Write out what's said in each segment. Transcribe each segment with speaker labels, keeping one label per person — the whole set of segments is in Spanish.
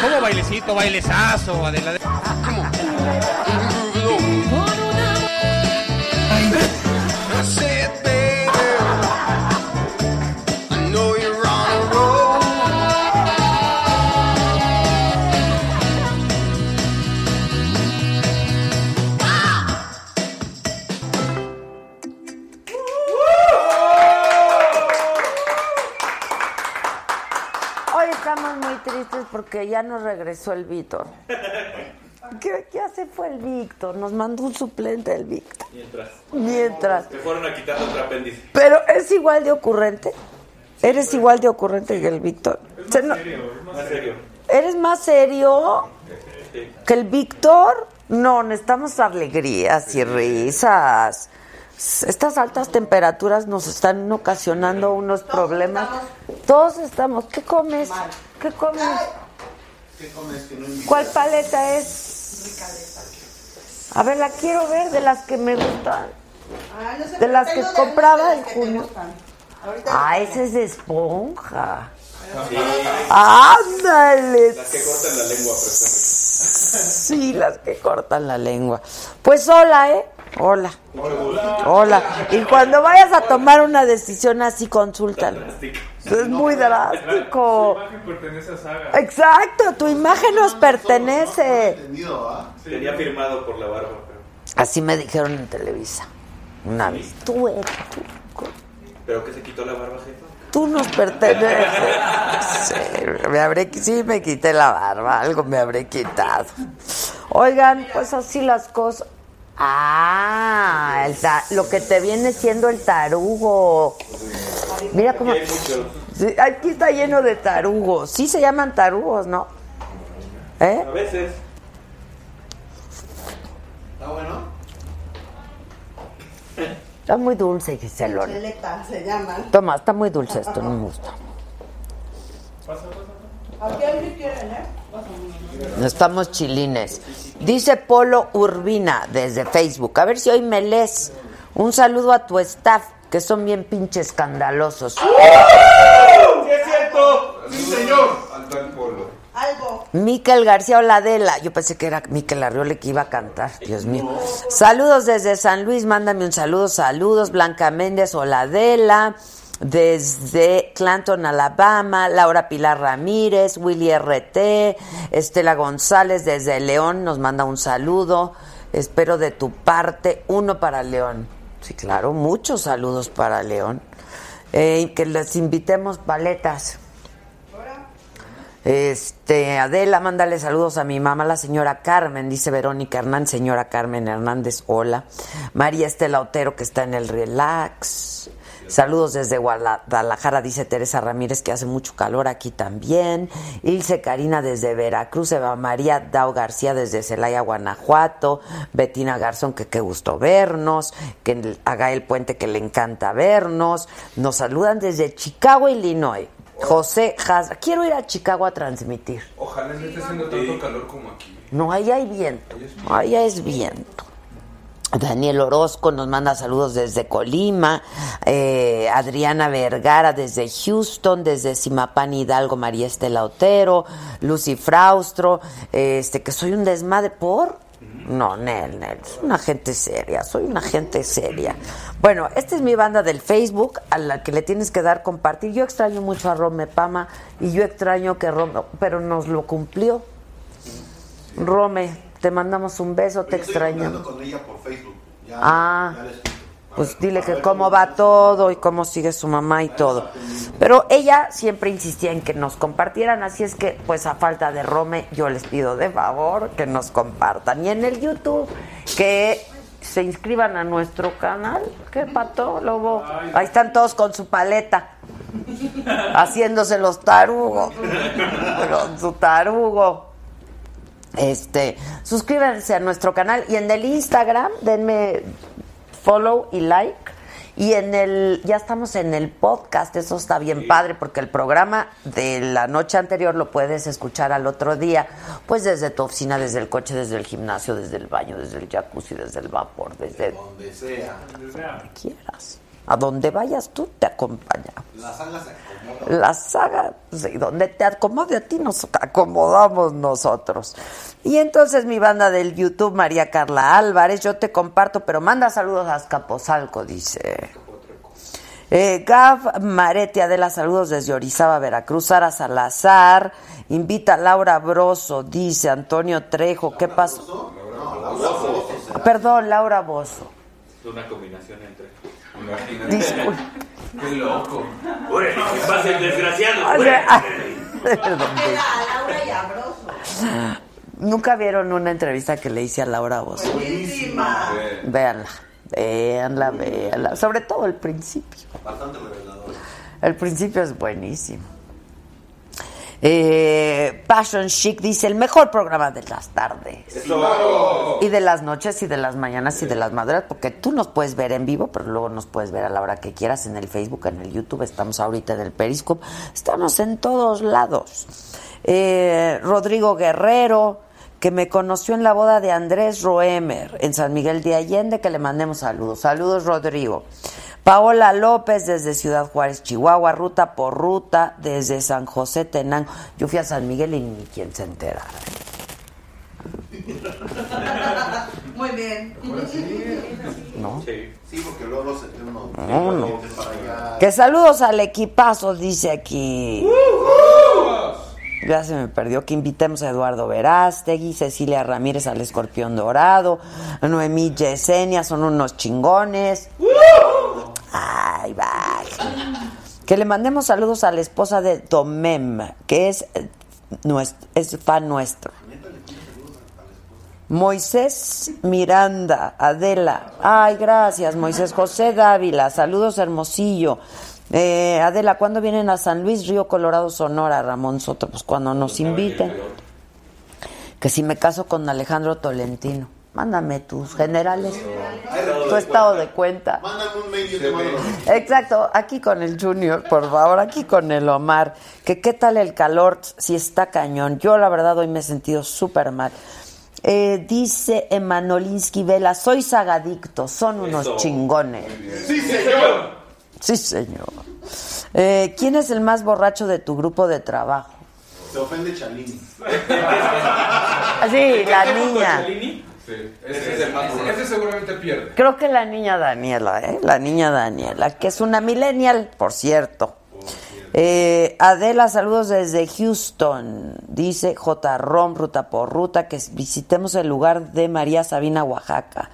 Speaker 1: Como bailecito, bailezazo, Adela.
Speaker 2: Hoy estamos muy tristes porque ya nos regresó el Víctor. ¿Qué, qué hace fue el Víctor? Nos mandó un suplente el Víctor.
Speaker 3: Mientras.
Speaker 2: Mientras.
Speaker 3: Te fueron a quitar otro apéndice.
Speaker 2: Pero es igual de ocurrente. Eres igual de ocurrente que el Víctor. Se no-
Speaker 3: Más serio.
Speaker 2: ¿Eres más serio que el Víctor? No, necesitamos alegrías y risas. S- Estas altas temperaturas nos están ocasionando unos problemas. Todos estamos. ¿Qué comes? ¿Qué comes? ¿Cuál paleta es? A ver, la quiero ver de las que me gustan. De las que compraba el Julio. Ah, esa es de esponja. Ándale.
Speaker 3: Las que cortan la lengua, por ejemplo.
Speaker 2: Sí, las que cortan la lengua. Pues hola, ¿eh? Hola. Hola. Y cuando vayas a tomar una decisión así, consúltalo. Es muy drástico.
Speaker 3: pertenece a Saga.
Speaker 2: Exacto, tu imagen nos pertenece.
Speaker 3: Tenía firmado por la barba. pero-
Speaker 2: Así me dijeron en Televisa. Una vez. Tú eres, tú,
Speaker 3: Pero que se quitó la barba, jefa.
Speaker 2: tú nos perteneces. Sí, me habré, sí, me quité la barba, algo me habré quitado. Oigan, pues así las cosas. Ah, el ta- lo que te viene siendo el tarugo. Mira cómo...
Speaker 3: Hay muchos.
Speaker 2: Sí, aquí está lleno de tarugos. Sí se llaman tarugos, ¿no? ¿Eh?
Speaker 3: A veces.
Speaker 2: Está muy dulce, Giselona.
Speaker 4: Chuleta se llaman.
Speaker 2: Toma, está muy dulce esto, no me gusta.
Speaker 4: Aquí alguien quieren, ¿eh?
Speaker 2: Estamos chilines. Dice Polo Urbina desde Facebook. A ver si hoy me lees. Un saludo a tu staff, que son bien pinche escandalosos.
Speaker 3: ¡Sí es cierto!
Speaker 4: Algo.
Speaker 2: Miquel García Oladela. Yo pensé que era Miquel Arriole que iba a cantar. Dios mío. Saludos desde San Luis. Mándame un saludo. Saludos. Blanca Méndez Oladela. Desde Clanton, Alabama, Laura Pilar Ramírez, Willy RT, Estela González desde León nos manda un saludo. Espero de tu parte uno para León. Sí, claro, muchos saludos para León. Eh, que les invitemos paletas. Este, Adela, mándale saludos a mi mamá, la señora Carmen, dice Verónica Hernández, señora Carmen Hernández, hola. María Estela Otero, que está en el relax. Saludos desde Guadalajara, dice Teresa Ramírez, que hace mucho calor aquí también. Ilse Karina desde Veracruz, Eva María Dao García desde Celaya, Guanajuato. Betina Garzón, que qué gusto vernos. Que el- a Gael Puente, que le encanta vernos. Nos saludan desde Chicago, Illinois. José Hazra. Quiero ir a Chicago a transmitir.
Speaker 5: Ojalá no esté haciendo tanto calor como aquí.
Speaker 2: No, allá hay viento. Allá es viento. Daniel Orozco nos manda saludos desde Colima, eh, Adriana Vergara desde Houston, desde Simapán Hidalgo, María Estela Otero, Lucy Fraustro, eh, este que soy un desmadre por No, Nel, Nel, es una gente seria, soy una gente seria. Bueno, esta es mi banda del Facebook a la que le tienes que dar compartir. Yo extraño mucho a Rome Pama y yo extraño que Rome, pero nos lo cumplió. Rome, te mandamos un beso, te
Speaker 6: Yo estoy hablando
Speaker 2: extraño.
Speaker 6: con ella por Facebook. Ya,
Speaker 2: Ah.
Speaker 6: ya le escribo. A
Speaker 2: Pues
Speaker 6: ver,
Speaker 2: dile
Speaker 6: a
Speaker 2: que
Speaker 6: ver
Speaker 2: cómo va todo y cómo sigue su mamá y todo. Pero ella siempre insistía en que nos compartieran, así es que pues a falta de Rome yo les pido de favor que nos compartan. Y en el YouTube que se inscriban a nuestro canal. ¿Qué pato, lobo? Ahí están todos con su paleta, haciéndose los tarugos, con su tarugo. Este, suscríbanse a nuestro canal y en el Instagram denme follow y like. Y en el, ya estamos en el podcast, eso está bien padre, porque el programa de la noche anterior lo puedes escuchar al otro día, pues desde tu oficina, desde el coche, desde el gimnasio, desde el baño, desde el jacuzzi, desde el vapor, desde
Speaker 6: Donde sea.
Speaker 2: donde quieras. A donde vayas tú te acompañamos.
Speaker 6: La sala se acomoda.
Speaker 2: La saga, sí, donde te acomode a ti, nos acomodamos nosotros. Y entonces mi banda del YouTube, María Carla Álvarez, yo te comparto, pero manda saludos a Azcapotzalco, dice. Eh, Gav Marete, Adela, saludos desde Orizaba, Veracruz. Sara Salazar, invita a Laura Broso, dice Antonio Trejo. ¿Qué pasó? Perdón, Laura Bozo.
Speaker 3: Es una combinación entre.
Speaker 5: Imagínate.
Speaker 2: Disculpe.
Speaker 5: Qué loco.
Speaker 3: pase el desgraciado! pues.
Speaker 2: O sea, ah. perdón.
Speaker 4: A Ah, Laura y a Broso.
Speaker 2: Nunca vieron una entrevista que le hice a Laura Bozo.
Speaker 4: Buenísima.
Speaker 5: Eh,
Speaker 2: Véanla, véanla, véanla. Sobre todo el principio.
Speaker 6: Bastante revelador.
Speaker 2: El principio es buenísimo. Eh, Passion Chic dice el mejor programa de las tardes. Y de las noches y de las mañanas y de las madrugadas, porque tú nos puedes ver en vivo, pero luego nos puedes ver a la hora que quieras en el Facebook, en el YouTube, estamos ahorita en el Periscope, estamos en todos lados. Eh, Rodrigo Guerrero, que me conoció en la boda de Andrés Roemer en San Miguel de Allende, que le mandemos saludos. Saludos, Rodrigo. Paola López desde Ciudad Juárez, Chihuahua, ruta por ruta desde San José Tenango. Yo fui a San Miguel y ni quien se enterara.
Speaker 4: Muy bien.
Speaker 2: ¿no?
Speaker 6: Sí, porque luego se tiene uno.
Speaker 2: No, no.
Speaker 6: Para allá.
Speaker 2: Que saludos al equipazo, dice aquí. Ya se me perdió que invitemos a Eduardo Verástegui, Cecilia Ramírez al Escorpión Dorado, a Noemí Yesenia, son unos chingones. Ay, vaya. Que le mandemos saludos a la esposa de Tomem, que es, eh, nues- es fan nuestro. Moisés Miranda, Adela. Ay, gracias, Moisés. José Dávila, saludos, Hermosillo. Eh, Adela, ¿cuándo vienen a San Luis, Río Colorado, Sonora, Ramón Soto? Pues cuando nos inviten. Que si me caso con Alejandro Tolentino, mándame tus generales, tu estado de cuenta.
Speaker 6: Mándame un mail y yo te mando los
Speaker 2: Exacto, aquí con el Junior, por favor, aquí con el Omar. Que qué tal el calor, si está cañón. Yo la verdad hoy me he sentido súper mal. Eh, dice Emanolinsky Vela, soy sagadicto, son unos chingones. Sí, señor. Sí, señor. Eh, ¿Quién es el más borracho de tu grupo de trabajo?
Speaker 6: Se ofende Chalini.
Speaker 2: Ah, Sí, la niña.
Speaker 5: sí. Ese, es el más ese, ese seguramente pierde.
Speaker 2: Creo que la niña Daniela, ¿eh? La niña Daniela, que es una millennial, por cierto.
Speaker 3: Oh,
Speaker 2: Eh, Adela, saludos desde Houston. Dice J. Rom, ruta por ruta, que visitemos el lugar de María Sabina, Oaxaca.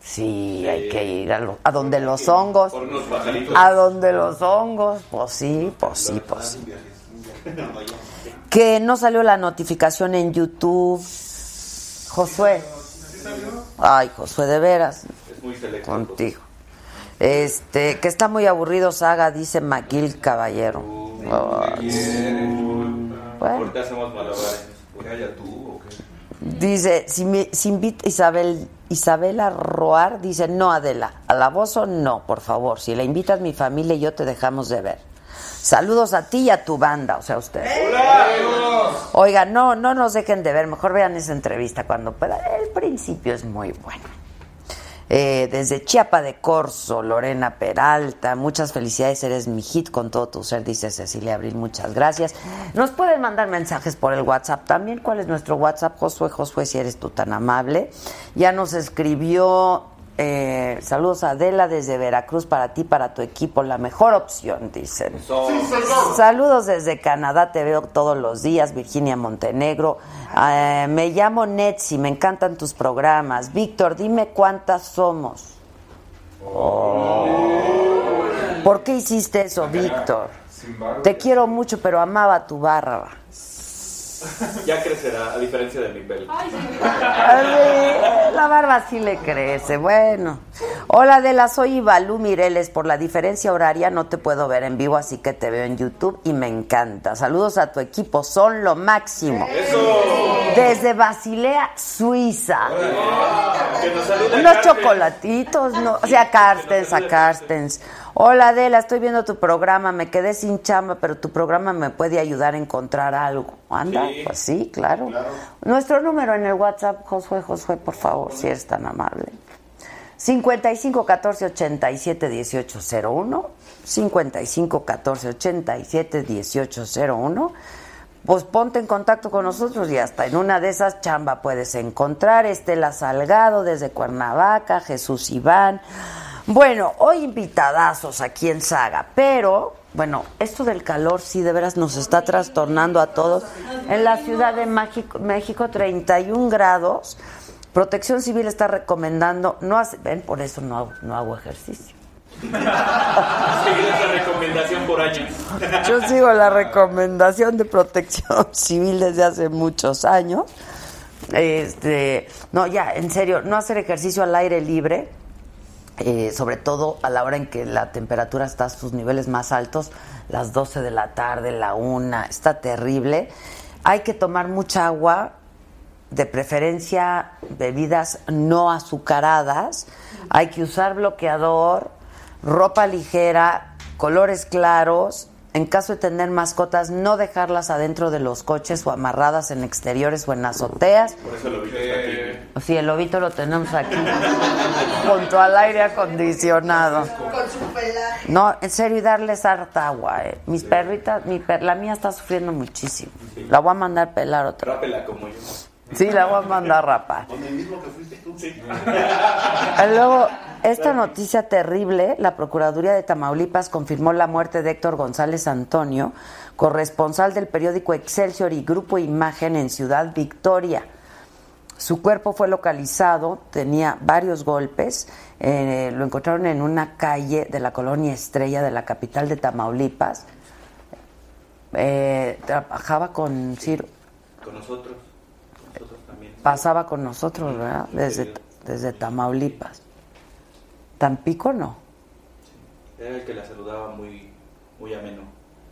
Speaker 2: Sí, hay que ir a, lo- a donde los hongos.
Speaker 3: Por unos pajaritos.
Speaker 2: A donde los hongos, pues sí, pues sí, pues sí. Que no salió la notificación en YouTube. Josué. Ay, Josué, de veras
Speaker 3: Es muy selecto.
Speaker 2: contigo. Este, que está muy aburrido Saga, dice Maquil Caballero. Ay, bueno.
Speaker 3: Ahorita hacemos malabares.
Speaker 5: ¿Calla tú o qué?
Speaker 2: Dice, si, me- si invita Isabel, Isabela Roar, dice, no Adela, a la voz o no, por favor, si la invitas mi familia y yo te dejamos de ver. Saludos a ti y a tu banda, o sea, a ustedes. Oiga, no, no nos dejen de ver, mejor vean esa entrevista cuando pueda. El principio es muy bueno. Eh, desde Chiapa de Corzo, Lorena Peralta, muchas felicidades, eres mi hit con todo tu ser, dice Cecilia Abril, muchas gracias. Nos pueden mandar mensajes por el WhatsApp también, ¿cuál es nuestro WhatsApp? Josué, Josué, si eres tú tan amable. Ya nos escribió, eh, saludos a Adela desde Veracruz, para ti, para tu equipo, la mejor opción, dicen. Saludos desde Canadá, te veo todos los días, Virginia Montenegro. Eh, me llamo Netsi, me encantan tus programas. Víctor, dime cuántas somos. ¿Por qué hiciste eso, Víctor?
Speaker 5: Sin barba.
Speaker 2: Te quiero mucho, pero amaba tu barba.
Speaker 3: Ya crecerá, a diferencia de mi pelo.
Speaker 2: Así, La barba sí le crece, bueno. Hola Adela, soy Ibalú Mireles. Por la diferencia horaria no te puedo ver en vivo, así que te veo en YouTube y me encanta. Saludos a tu equipo, son lo máximo. Desde Basilea, Suiza.
Speaker 3: Que nos saluda
Speaker 2: Unos
Speaker 3: Carmen.
Speaker 2: chocolatitos, no, o sea, Carstens, a Carstens. Hola Adela, estoy viendo tu programa, me quedé sin chamba, pero tu programa me puede ayudar a encontrar algo. Anda,
Speaker 3: Sí.
Speaker 2: pues sí, claro. Nuestro número en el WhatsApp, Josué, Josué, por favor, si eres tan amable. 55 14 87 18 01 55 14 87 18 01 pues ponte en contacto con nosotros y hasta en una de esas chamba puedes encontrar Estela Salgado desde Cuernavaca, Jesús Iván. Bueno, hoy invitadazos aquí en Saga, pero bueno, esto del calor sí de veras nos está trastornando a todos. En la Ciudad de Mágico- México 31 grados. Protección Civil está recomendando no hace- ven, por eso no hago- no hago ejercicio.
Speaker 3: Seguir esa recomendación por años.
Speaker 2: Yo sigo la recomendación de protección civil desde hace muchos años. Este, no, ya, en serio, no hacer ejercicio al aire libre, eh, sobre todo a la hora en que la temperatura está a sus niveles más altos, las 12 de la tarde, la 1, está terrible. Hay que tomar mucha agua, de preferencia bebidas no azucaradas. Hay que usar bloqueador, ropa ligera, colores claros. En caso de tener mascotas, no dejarlas adentro de los coches o amarradas en exteriores o en azoteas.
Speaker 3: Por eso lo vi que está
Speaker 5: Eh,
Speaker 3: aquí.
Speaker 2: Sí, el lobito lo tenemos aquí, junto al aire acondicionado.
Speaker 4: Con su pelaje.
Speaker 2: No, en serio, y darles harta agua. eh. Mis perritas, mi per- la mía está sufriendo muchísimo. La voy a mandar pelar otra.
Speaker 3: Rápela como yo.
Speaker 2: Sí, la voy a mandar rapar.
Speaker 6: Con el mismo que fuiste tú.
Speaker 2: Y Luego, esta noticia terrible, la Procuraduría de Tamaulipas confirmó la muerte de Héctor González Antonio, corresponsal del periódico Excelsior y Grupo Imagen en Ciudad Victoria. Su cuerpo fue localizado, tenía varios golpes, eh, lo encontraron en una calle de la colonia Estrella de la capital de Tamaulipas. Eh, trabajaba con Ciro,
Speaker 3: Con nosotros. Con nosotros también.
Speaker 2: pasaba con nosotros, ¿verdad? Desde, desde Tamaulipas. Tampico no,
Speaker 3: Era el que la saludaba muy, muy ameno.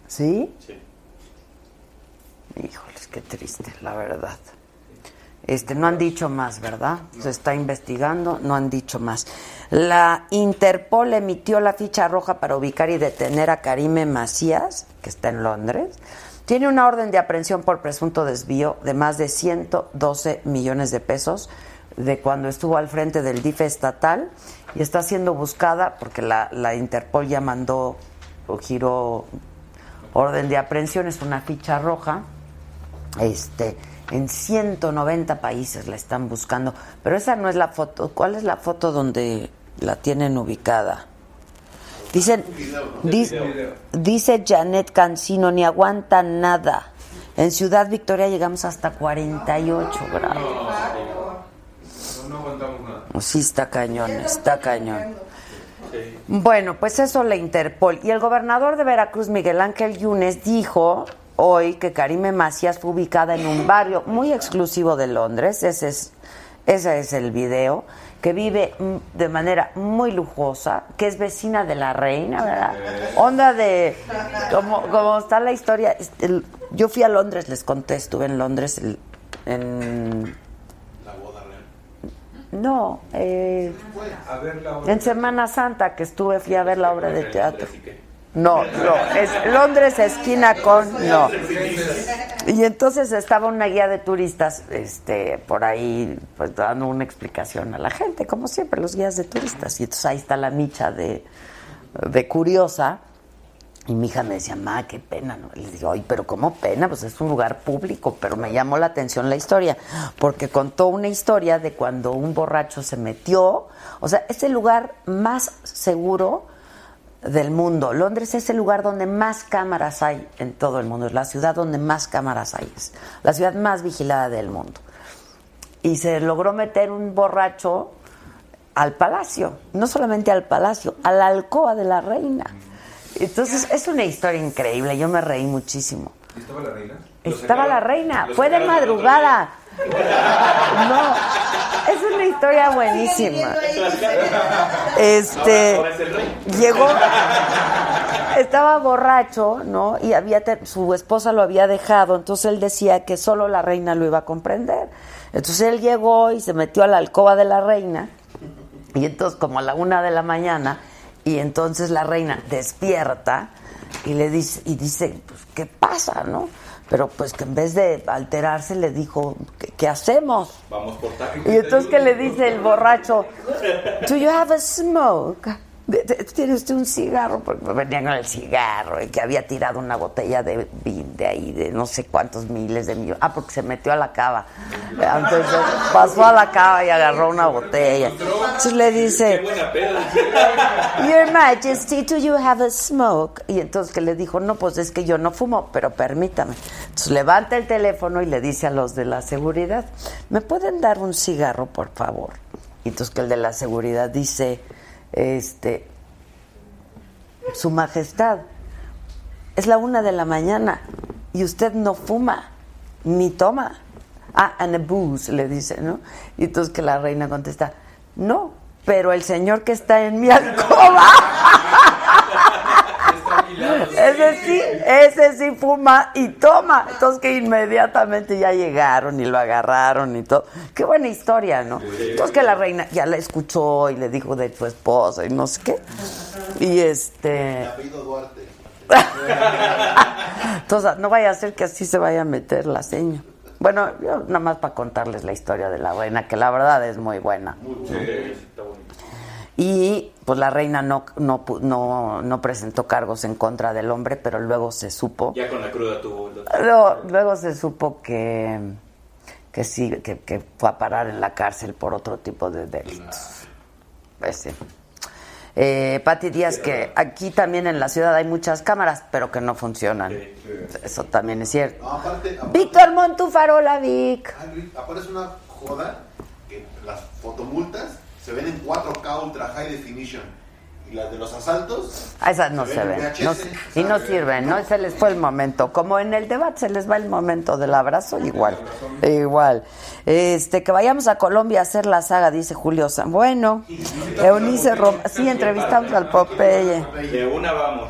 Speaker 2: ¿sí?
Speaker 3: Sí.
Speaker 2: Híjoles, qué triste, la verdad. Este, no han dicho más, ¿verdad? Se está investigando, no han dicho más. La Interpol emitió la ficha roja para ubicar y detener a Karime Macías, que está en Londres. Tiene una orden de aprehensión por presunto desvío de más de 112 millones de pesos de cuando estuvo al frente del DIF estatal y está siendo buscada porque la, la Interpol ya mandó o giró orden de aprehensión, es una ficha roja este en 190 países la están buscando, pero esa no es la foto. ¿Cuál es la foto donde la tienen ubicada? Dicen, di- dice Janet Cancino, ni aguanta nada. En Ciudad Victoria llegamos hasta 48 grados.
Speaker 5: No, no aguantamos nada.
Speaker 2: Sí, está cañón, está cañón. Bueno, pues eso la Interpol. Y el gobernador de Veracruz, Miguel Ángel Yunes, dijo hoy que Karime Macías fue ubicada en un barrio muy exclusivo de Londres. Ese es, ese es el video. Que vive mm, de manera muy lujosa, que es vecina de la reina, ¿verdad? Onda de. Como, como está la historia. este, el- yo fui a Londres, les conté, estuve en Londres el- en. No, eh.
Speaker 5: A ver la otra.
Speaker 2: En Semana Santa que estuve, fui a ver la obra de
Speaker 3: Andrés
Speaker 2: teatro.
Speaker 3: Ique.
Speaker 2: No, no, es Londres esquina con no. Y entonces estaba una guía de turistas, este, por ahí, pues dando una explicación a la gente, como siempre, los guías de turistas. Y entonces ahí está la micha de, de curiosa. Y mi hija me decía, ma, qué pena. ¿no? Le digo, ay, pero ¿cómo pena? Pues es un lugar público. Pero me llamó la atención la historia, porque contó una historia de cuando un borracho se metió. O sea, es el lugar más seguro del mundo. Londres es el lugar donde más cámaras hay en todo el mundo. Es la ciudad donde más cámaras hay. Es la ciudad más vigilada del mundo. Y se logró meter un borracho al palacio. No solamente al palacio, a la alcoba de la reina. Entonces, es una historia increíble. Yo me reí muchísimo.
Speaker 5: ¿Y estaba la reina?
Speaker 2: Estaba la reina. Fue de madrugada. No, es una historia buenísima. Este llegó, estaba borracho, ¿no? Y había te- su esposa lo había dejado, entonces él decía que solo la reina lo iba a comprender. Entonces él llegó y se metió a la alcoba de la reina. Y entonces, como a la una de la mañana, y entonces la reina despierta y le dice, y dice, pues, ¿qué pasa, no? Pero pues que en vez de alterarse le dijo, ¿qué, qué hacemos?
Speaker 3: Vamos por taxi.
Speaker 2: Y entonces que le dice el borracho, ¿Do you have a smoke? De- de- ¿Tiene usted un cigarro? Porque venía con el cigarro y que había tirado una botella de vin de ahí, de no sé cuántos miles de millones. Ah, porque se metió a la cava. Entonces pasó a la cava y agarró una botella. Entonces le dice, Your Majesty, do you have a smoke? Y entonces que le dijo, no, pues es que yo no fumo, pero permítame. Entonces levanta el teléfono y le dice a los de la seguridad, ¿me pueden dar un cigarro, por favor? Y entonces que el de la seguridad dice, este, Su Majestad, es la una de la mañana y usted no fuma ni toma. Ah, and a booze, le dice, ¿no? Y entonces que la reina contesta, no, pero el señor que está en mi alcoba. Ese sí, ese sí fuma y toma. Entonces que inmediatamente ya llegaron y lo agarraron y todo. Qué buena historia, ¿no? Entonces que la reina ya la escuchó y le dijo de su esposa y no sé qué. Y este...
Speaker 6: Apellido Duarte.
Speaker 2: Entonces, no vaya a ser que así se vaya a meter la seña. Bueno, yo nada más para contarles la historia de la reina, que la verdad es muy buena. Y pues la reina no, no, pu- no, no presentó cargos en contra del hombre, pero luego se supo.
Speaker 3: Ya con la cruda tuvo el doctor.
Speaker 2: Luego, luego se supo que, que sí, que, que fue a parar en la cárcel por otro tipo de delitos. Pues sí. Eh, Pati Díaz, que aquí también en la ciudad hay muchas cámaras, pero que no funcionan. Eso también es cierto.
Speaker 6: No, aparte, aparte,
Speaker 2: Víctor Montufarola, Vic.
Speaker 6: Henry, aparece una joda que las fotomultas se ven en 4K Ultra High Definition. Y las de los asaltos.
Speaker 2: A esas no
Speaker 6: se
Speaker 2: se
Speaker 6: ven en
Speaker 2: ven.
Speaker 6: VHS,
Speaker 2: no
Speaker 6: se
Speaker 2: se- y no
Speaker 6: ven.
Speaker 2: sirven, ¿no? Se les fue el momento. Como en el debate se les va el momento del abrazo, igual. Igual. Este, que vayamos a Colombia a hacer la saga, dice Julio San. Bueno, Eunice Rom- Sí, entrevistamos al Popeye.
Speaker 3: De una vamos.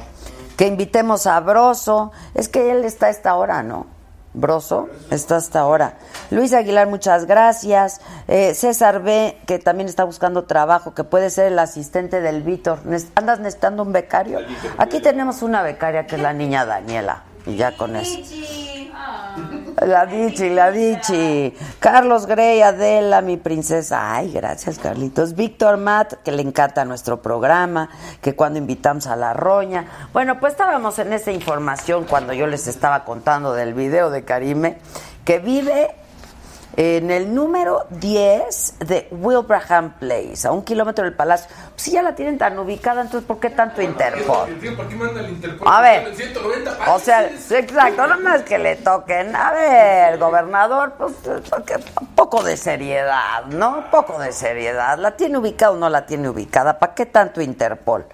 Speaker 2: Que invitemos a Broso. Es que él está a esta hora, ¿no? Broso está hasta ahora. Luis Aguilar, muchas gracias. Eh, César B, que también está buscando trabajo, que puede ser el asistente del Víctor. Nes- ¿Andas necesitando un becario? Aquí tenemos una becaria que es la niña Daniela. Y ya con eso.
Speaker 4: Michi.
Speaker 2: La Dichi, la Dichi. Carlos Grey, Adela, mi princesa. Ay, gracias, Carlitos. Víctor Matt, que le encanta nuestro programa, que cuando invitamos a la roña. Bueno, pues estábamos en esa información cuando yo les estaba contando del video de Karime, que vive en el número 10 de Wilbraham Place, a un kilómetro del palacio. Si ya la tienen tan ubicada, entonces, ¿por qué tanto Interpol?
Speaker 5: El tío, ¿Por qué manda el Interpol?
Speaker 2: A ver.
Speaker 5: En 190
Speaker 2: O sea,
Speaker 5: países.
Speaker 2: sí, exacto, no más que le toquen. A ver, gobernador, pues porque un poco de seriedad, ¿no? Un poco de seriedad. ¿La tiene ubicada o no la tiene ubicada? ¿Para qué tanto Interpol?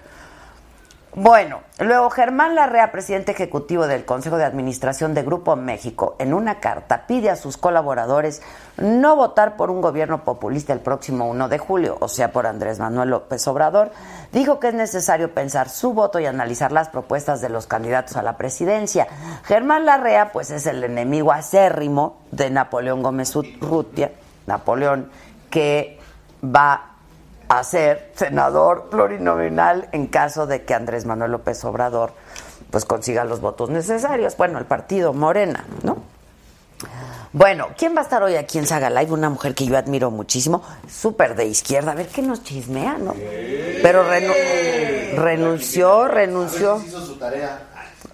Speaker 2: Bueno, luego Germán Larrea, presidente ejecutivo del Consejo de Administración de Grupo México, en una carta pide a sus colaboradores no votar por un gobierno populista el próximo 1 de julio, o sea, por Andrés Manuel López Obrador. Dijo que es necesario pensar su voto y analizar las propuestas de los candidatos a la presidencia. Germán Larrea, pues, es el enemigo acérrimo de Napoleón Gómez Urrutia, Napoleón, que va a ser senador plurinominal en caso de que Andrés Manuel López Obrador pues consiga los votos necesarios. Bueno, el partido Morena, ¿no? Bueno, ¿quién va a estar hoy aquí en Saga Live? Una mujer que yo admiro muchísimo, súper de izquierda. A ver qué nos chismea, ¿no? Pero renu- renunció, renunció.
Speaker 6: Hizo su tarea.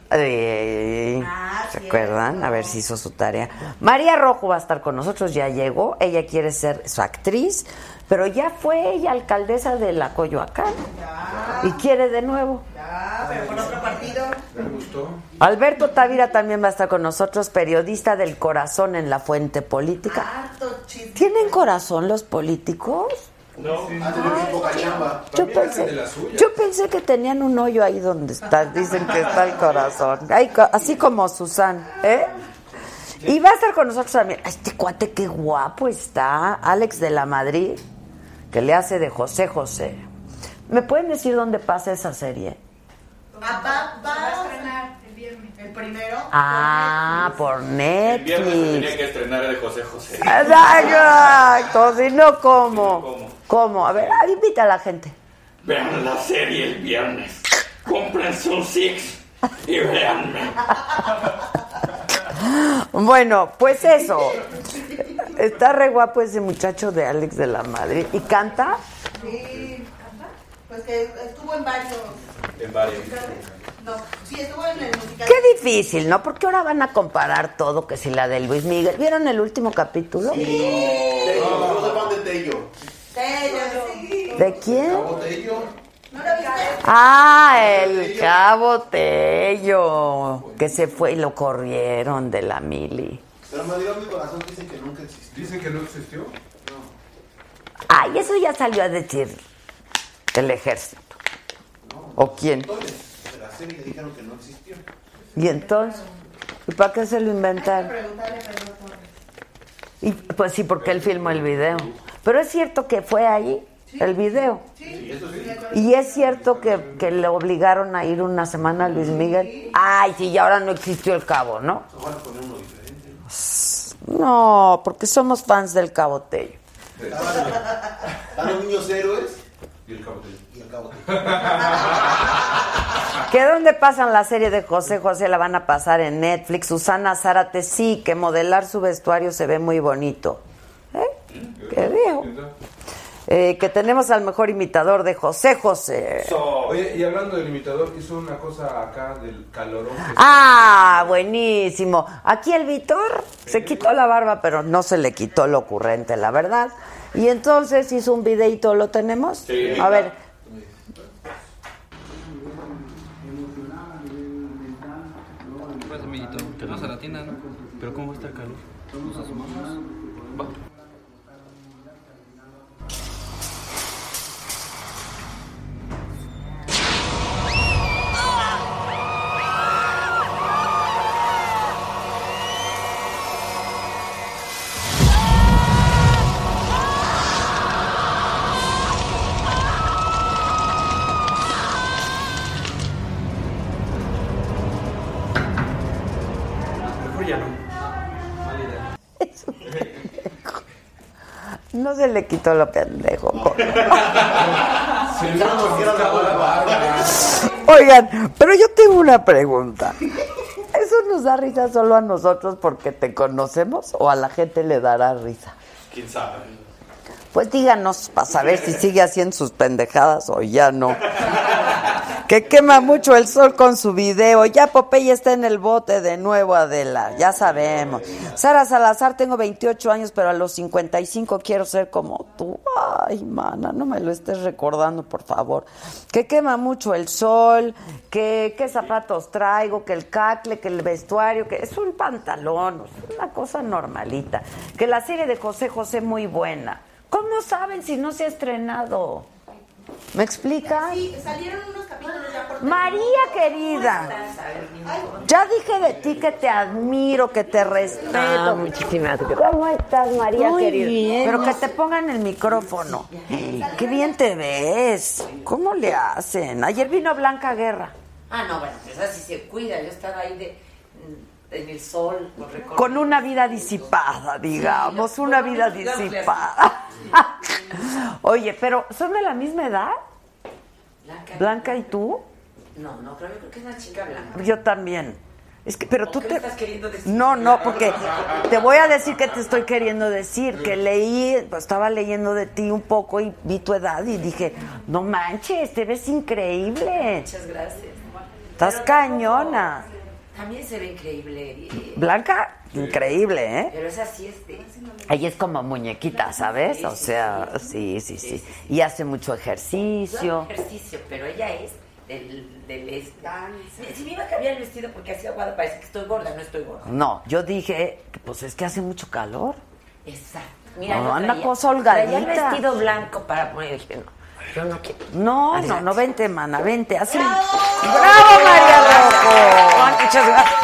Speaker 2: Ey,
Speaker 4: Ah,
Speaker 2: ¿Se
Speaker 4: cierto.
Speaker 2: acuerdan? A ver si hizo su tarea. María Rojo va a estar con nosotros, ya llegó. Ella quiere ser su actriz, pero ya fue ella alcaldesa de la Coyoacán. Y quiere de nuevo.
Speaker 4: Ah, pero por otro partido.
Speaker 5: Me gustó.
Speaker 2: Alberto Tavira también va a estar con nosotros, periodista del corazón en la fuente política.
Speaker 4: Harto chiste.
Speaker 2: ¿Tienen corazón los políticos?
Speaker 6: Ha tenido muy poca chamba.
Speaker 2: Yo
Speaker 5: También hacen
Speaker 2: pensé,
Speaker 5: de las suyas.
Speaker 2: yo pensé que tenían un hoyo ahí donde está, dicen que está el corazón. Ay, co- así como Susan, ¿eh? Y va a estar con nosotros también. Ay, Este cuate, qué guapo está. Alex de la Madrid, que le hace de José José. ¿Me pueden decir dónde pasa esa serie?
Speaker 4: Ah, va, va a estrenar el viernes. El primero.
Speaker 2: Ah, por
Speaker 3: El viernes se tenía
Speaker 2: Netflix. Ah.
Speaker 3: que estrenar el José José.
Speaker 2: Exacto, si no, ¿cómo?
Speaker 3: ¿cómo?
Speaker 2: ¿Cómo? A ver, ah, invita a la gente.
Speaker 3: Vean la serie el viernes. Cómprense un Six y veanme.
Speaker 2: Bueno, pues eso. Está re guapo ese muchacho de Alex de la Madrid. ¿Y canta?
Speaker 4: Sí. Pues que estuvo en varios.
Speaker 3: En varios.
Speaker 4: No, sí, estuvo en el musical.
Speaker 2: Qué difícil, ¿no? Porque ahora van a comparar todo que si la de Luis Miguel. ¿Vieron el último capítulo?
Speaker 6: Tello, no sepan de Tello.
Speaker 4: Tello. Sí.
Speaker 2: ¿De quién?
Speaker 6: Cabo Tello.
Speaker 4: ¿No lo viste?
Speaker 2: Ah, el Cabo Tello. Que se fue y lo corrieron de la mili.
Speaker 6: Pero me dio mi corazón, dicen que nunca existió.
Speaker 5: Dicen que no existió.
Speaker 2: Ay, eso ya salió a decir el ejército. ¿O quién?
Speaker 6: Actores de la serie dijeron que no existió.
Speaker 2: ¿Y entonces? ¿Y para qué se lo
Speaker 4: Hay
Speaker 2: inventaron?
Speaker 4: que preguntarle a Pedro Torres.
Speaker 2: Y, pues sí, porque él filmó el video. Pero es cierto que fue ahí el video.
Speaker 4: Sí,
Speaker 2: Y es cierto que, que le obligaron a ir una semana a Luis Miguel. Ay, sí, y ahora no existió el cabo, ¿no? No, porque somos fans del cabotello.
Speaker 6: Están los niños héroes
Speaker 5: Y el cabo Tello.
Speaker 6: y el Cabo Tello.
Speaker 2: ¿Que dónde pasan la serie de José José? La van a pasar en Netflix. Susana Zárate sí, que modelar su vestuario se ve muy bonito. ¿Eh? ¿Qué dijo? Eh, que tenemos al mejor imitador de José José.
Speaker 5: Oye, y hablando del imitador, hizo una cosa acá del calorón. que-
Speaker 2: Ah, buenísimo. Aquí el Vitor se quitó la barba, pero no se le quitó lo ocurrente, la verdad. Y entonces hizo un videito, ¿lo tenemos?
Speaker 3: Sí.
Speaker 2: A ver,
Speaker 7: Pues, amiguito, que vamos a la tienda, ¿no? Pero ¿cómo va a estar calor? Nos asomamos. Va.
Speaker 3: Mejor ya no.
Speaker 2: no se le quitó lo pendejo.
Speaker 5: Se le hubiera cortado la barba.
Speaker 2: Oigan, pero yo tengo una pregunta. ¿Eso nos da risa solo a nosotros porque te conocemos o a la gente le dará risa?
Speaker 3: ¿Quién sabe?
Speaker 2: Pues díganos para saber si sigue haciendo sus pendejadas o ya no. Que quema mucho el sol con su video. Ya Popeye está en el bote de nuevo, Adela. Ya sabemos. Sara Salazar, tengo 28 años, pero a los 55 quiero ser como tú. Ay, mana, no me lo estés recordando, por favor. Que quema mucho el sol, que qué zapatos traigo, que el cacle, que el vestuario, que es un pantalón, es una cosa normalita. Que la serie de José José muy buena. ¿Cómo saben si no se ha estrenado? ¿Me explica?
Speaker 4: Sí, salieron unos capítulos ya por
Speaker 2: María querida, ya dije de ti que te admiro, que te respeto. Ah, muchísimas gracias. ¿Cómo estás, María querida? Pero que te pongan el micrófono. Qué bien te ves. ¿Cómo le hacen? Ayer vino Blanca Guerra.
Speaker 8: Ah, no, bueno, pues así se cuida. Yo estaba ahí de, en el sol. Con, recor-
Speaker 2: Con una vida disipada, digamos, una vida
Speaker 8: Digamos que
Speaker 2: disipada. Oye, pero ¿son de la misma edad?
Speaker 8: Blanca.
Speaker 2: ¿Blanca y tú?
Speaker 8: No, no, creo, yo creo que es una chica blanca.
Speaker 2: Yo también. Es que, pero
Speaker 8: ¿O
Speaker 2: tú
Speaker 8: qué
Speaker 2: te.
Speaker 8: me estás queriendo decir?
Speaker 2: No, no, porque te voy a decir que te estoy queriendo decir. Que leí, pues, estaba leyendo de ti un poco y vi tu edad y dije, no manches, te ves increíble.
Speaker 8: Muchas gracias.
Speaker 2: Estás cañona.
Speaker 8: También se ve increíble. eh,
Speaker 2: Blanca, increíble, ¿eh?
Speaker 8: Pero es así este.
Speaker 2: Ella es como muñequita, ¿sabes? O sea, sí, sí, sí. Y hace mucho
Speaker 8: Yo
Speaker 2: ejercicio.
Speaker 8: hago ejercicio, pero ella es del, del este. Si me iba a cambiar el vestido porque así aguado parece que estoy gorda, no estoy gorda.
Speaker 2: No, yo dije, pues es que hace mucho calor.
Speaker 8: Exacto.
Speaker 2: No,
Speaker 8: yo
Speaker 2: anda cosa
Speaker 8: Traía el
Speaker 2: holgadita.
Speaker 8: vestido blanco para poner. Dije, no, yo no quiero.
Speaker 2: No, no, no, vente, mana, vente. Así. ¡Bravo, María Blanco! Muchas gracias.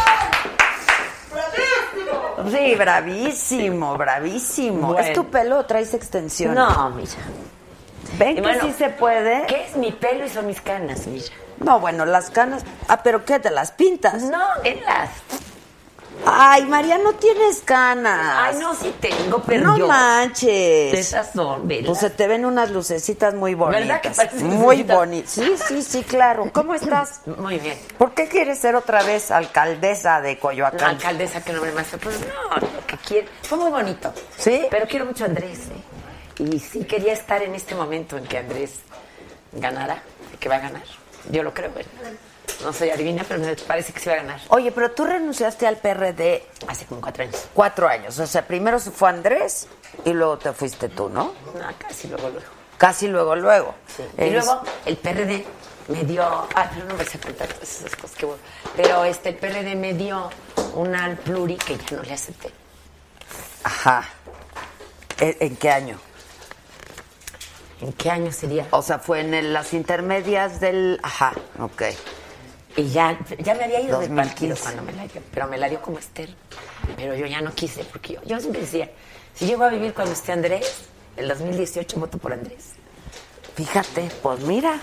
Speaker 2: Sí, bravísimo, bravísimo.
Speaker 8: Bueno.
Speaker 2: ¿Es tu pelo o traes extensión?
Speaker 8: No, mira.
Speaker 2: ¿Ven
Speaker 8: Y
Speaker 2: que
Speaker 8: bueno,
Speaker 2: sí se puede?
Speaker 8: ¿Qué es mi pelo y son mis canas, mira?
Speaker 2: No, bueno, las canas. Ah, pero ¿qué? ¿Te las pintas?
Speaker 8: No, las
Speaker 2: Ay, María, no tienes canas.
Speaker 8: Ay, no, sí tengo, pero
Speaker 2: no
Speaker 8: yo-
Speaker 2: manches.
Speaker 8: De esas son, ¿verdad?
Speaker 2: Pues se te ven unas lucecitas muy
Speaker 8: ¿Verdad
Speaker 2: bonitas.
Speaker 8: que pareces
Speaker 2: muy
Speaker 8: lucecita?
Speaker 2: bonitas. Sí, sí, sí, claro. ¿Cómo estás?
Speaker 8: Muy bien.
Speaker 2: ¿Por qué quieres ser otra vez alcaldesa de
Speaker 8: La
Speaker 2: Coyoacán?
Speaker 8: alcaldesa que nombre más. Pues no, lo que quiere. Fue muy bonito.
Speaker 2: ¿Sí?
Speaker 8: Pero quiero mucho a Andrés, ¿eh? Y sí quería estar en este momento en que Andrés ganara, que va a ganar. Yo lo creo, ¿verdad? No soy adivina, pero me parece que sí va a ganar.
Speaker 2: Oye, pero tú renunciaste al PRD
Speaker 8: Hace como cuatro años.
Speaker 2: cuatro años. O sea, primero se fue Andrés y luego te fuiste tú, ¿no?
Speaker 8: No, casi luego, luego.
Speaker 2: Casi luego, luego.
Speaker 8: Y
Speaker 2: Eres-
Speaker 8: luego el PRD me dio. Ah, pero no me sé contar todas esas cosas que bueno. Pero este, el PRD me dio una al pluri que ya no le acepté.
Speaker 2: Ajá. ¿En en qué año?
Speaker 8: ¿En qué año sería?
Speaker 2: O sea, fue en el- las intermedias del... Ajá, ok.
Speaker 8: Y ya, ya me había ido del
Speaker 2: 2015.
Speaker 8: partido cuando me la dio, pero me la dio como Esther. Pero yo ya no quise, porque yo, yo siempre decía, si llego a vivir cuando esté Andrés, el 2018 voto por Andrés.
Speaker 2: Fíjate, pues mira.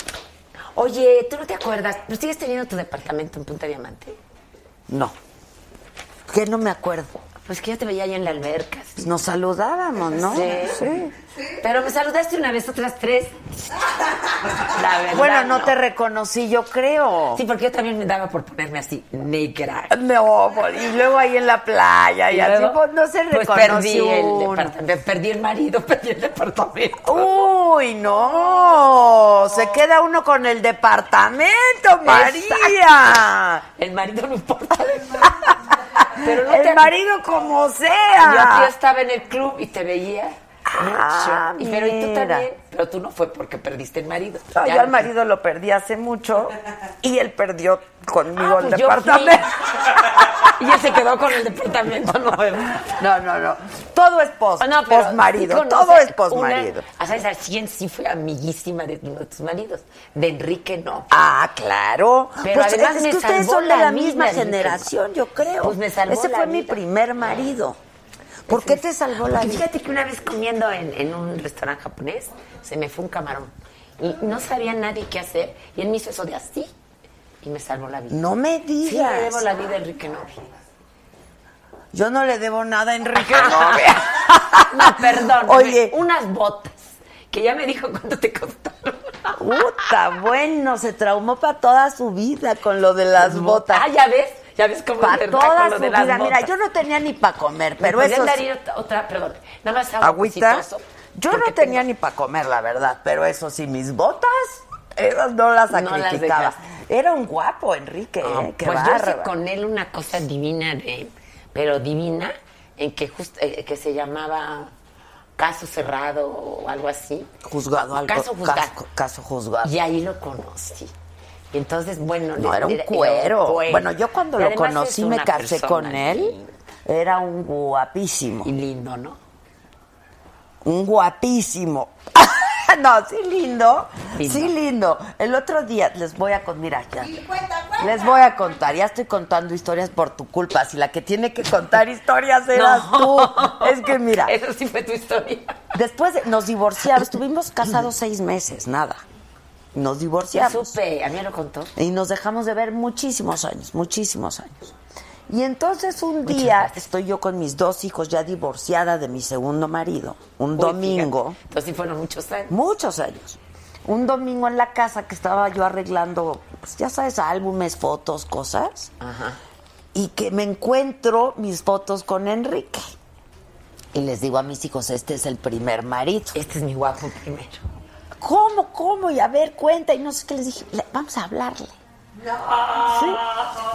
Speaker 8: Oye, ¿tú no te acuerdas? ¿Pero sigues teniendo tu departamento en Punta Diamante?
Speaker 2: No. Que no me acuerdo.
Speaker 8: Pues que yo te veía allá en la alberca. así.
Speaker 2: pues Nos saludábamos, ¿no?
Speaker 8: Sí. Pero me saludaste una vez, otras tres. La verdad.
Speaker 2: Bueno, no te reconocí, yo creo.
Speaker 8: Sí, porque yo también me daba por ponerme así, negra.
Speaker 2: No, pues, y luego ahí en la playa, y, así,
Speaker 8: luego,
Speaker 2: pues, no se
Speaker 8: pues,
Speaker 2: reconoció
Speaker 8: perdí el
Speaker 2: uno.
Speaker 8: departamento. Perdí el marido, perdí el departamento.
Speaker 2: Uh. Uy, no, se queda uno con el departamento, María.
Speaker 8: El marido no importa. Pero no te
Speaker 2: El marido como sea.
Speaker 8: Yo tío estaba en el club y te veía.
Speaker 2: Ah,
Speaker 8: mucho. Y, pero y tú
Speaker 2: mira.
Speaker 8: también. Pero tú no fue porque perdiste el marido.
Speaker 2: No,
Speaker 8: Ya
Speaker 2: yo al
Speaker 8: no-
Speaker 2: marido lo perdí hace mucho y él perdió conmigo
Speaker 8: Ah,
Speaker 2: el
Speaker 8: pues yo
Speaker 2: departamento.
Speaker 8: fui. y él se quedó con el departamento nuevo.
Speaker 2: No, no, no. Todo es pos,
Speaker 8: Ah, no, pero
Speaker 2: posmarido.
Speaker 8: sí
Speaker 2: Todo
Speaker 8: conoces
Speaker 2: es posmarido.
Speaker 8: una- Ah, ¿Sabes? A quién sí fue amiguísima de uno de tus maridos. De Enrique no.
Speaker 2: Ah, claro.
Speaker 8: Pero
Speaker 2: pues
Speaker 8: además
Speaker 2: es
Speaker 8: me
Speaker 2: que ustedes
Speaker 8: salvó
Speaker 2: son de
Speaker 8: la
Speaker 2: la misma
Speaker 8: vida,
Speaker 2: generación, yo creo.
Speaker 8: Pues me salvó
Speaker 2: Ese
Speaker 8: la
Speaker 2: fue mi
Speaker 8: vida.
Speaker 2: primer marido. ¿Por qué te salvó la
Speaker 8: Porque
Speaker 2: vida?
Speaker 8: Fíjate que una vez comiendo en, en un restaurante japonés, se me fue un camarón. Y no sabía nadie qué hacer. Y él me hizo eso de así. Y me salvó la vida.
Speaker 2: No me
Speaker 8: Sí, le
Speaker 2: digas.
Speaker 8: debo la vida a Enrique Novi.
Speaker 2: Yo no le debo nada a Enrique Novia.
Speaker 8: No, perdón.
Speaker 2: Oye.
Speaker 8: Unas botas. Que ya me dijo cuánto te costaron.
Speaker 2: Puta, bueno, se traumó para toda su vida con lo de las botas.
Speaker 8: Ah, ya ves. Ya ves cómo
Speaker 2: para
Speaker 8: te va
Speaker 2: toda
Speaker 8: con lo
Speaker 2: su
Speaker 8: de las
Speaker 2: vida. Mira,
Speaker 8: botas.
Speaker 2: yo no tenía ni para comer, pero
Speaker 8: Me podían
Speaker 2: eso
Speaker 8: dar
Speaker 2: sí-
Speaker 8: ir otra- otra, perdón. Nada más agua,
Speaker 2: agüita.
Speaker 8: exitoso,
Speaker 2: Yo
Speaker 8: porque
Speaker 2: no tenía
Speaker 8: tengo-
Speaker 2: ni para comer, la verdad, pero eso sí, mis botas, esas no las
Speaker 8: No las
Speaker 2: sacrificaba.
Speaker 8: dejaste.
Speaker 2: Era un guapo, Enrique,
Speaker 8: Ah,
Speaker 2: ¿eh? qué
Speaker 8: pues yo hice
Speaker 2: bárbaro.
Speaker 8: con él una cosa divina de, pero divina, en que just- eh, que se llamaba caso cerrado o algo así.
Speaker 2: Juzgado algo.
Speaker 8: Caso juzgado.
Speaker 2: Caso, caso juzgado.
Speaker 8: Y ahí lo conocí. Y entonces, bueno,
Speaker 2: No,
Speaker 8: le-
Speaker 2: era un
Speaker 8: le-
Speaker 2: cuero.
Speaker 8: cuero.
Speaker 2: Bueno, yo cuando
Speaker 8: Y
Speaker 2: lo
Speaker 8: además
Speaker 2: conocí
Speaker 8: es
Speaker 2: me
Speaker 8: una
Speaker 2: casé
Speaker 8: persona
Speaker 2: con él, era un guapísimo.
Speaker 8: Y lindo, ¿no?
Speaker 2: un guapísimo. no, sí lindo,
Speaker 8: Lindo.
Speaker 2: sí lindo. El otro día les voy a con mira ya.
Speaker 4: Cuenta, cuenta.
Speaker 2: Les voy a contar, ya estoy contando historias por tu culpa, si la que tiene que contar historias eras tú. Es que mira,
Speaker 8: Eso sí fue tu historia.
Speaker 2: después de- nos divorciamos, estuvimos casados seis meses, nada. Nos
Speaker 8: Ya
Speaker 2: divorciamos.
Speaker 8: supe, a mí me lo contó.
Speaker 2: Y nos dejamos de ver muchísimos años, muchísimos años. Y entonces un día estoy yo con mis dos hijos ya divorciada de mi segundo marido, un domingo.
Speaker 8: Entonces sí fueron muchos años.
Speaker 2: Muchos años. Un domingo en la casa que estaba yo arreglando, pues, ya sabes, álbumes, fotos, cosas.
Speaker 8: Ajá.
Speaker 2: Y que me encuentro mis fotos con Enrique. Y les digo a mis hijos, este es el primer marido.
Speaker 8: Este es mi guapo primero.
Speaker 2: ¿Cómo, cómo? Y a ver, cuenta. Y no sé qué les dije. "Le- vamos a hablarle.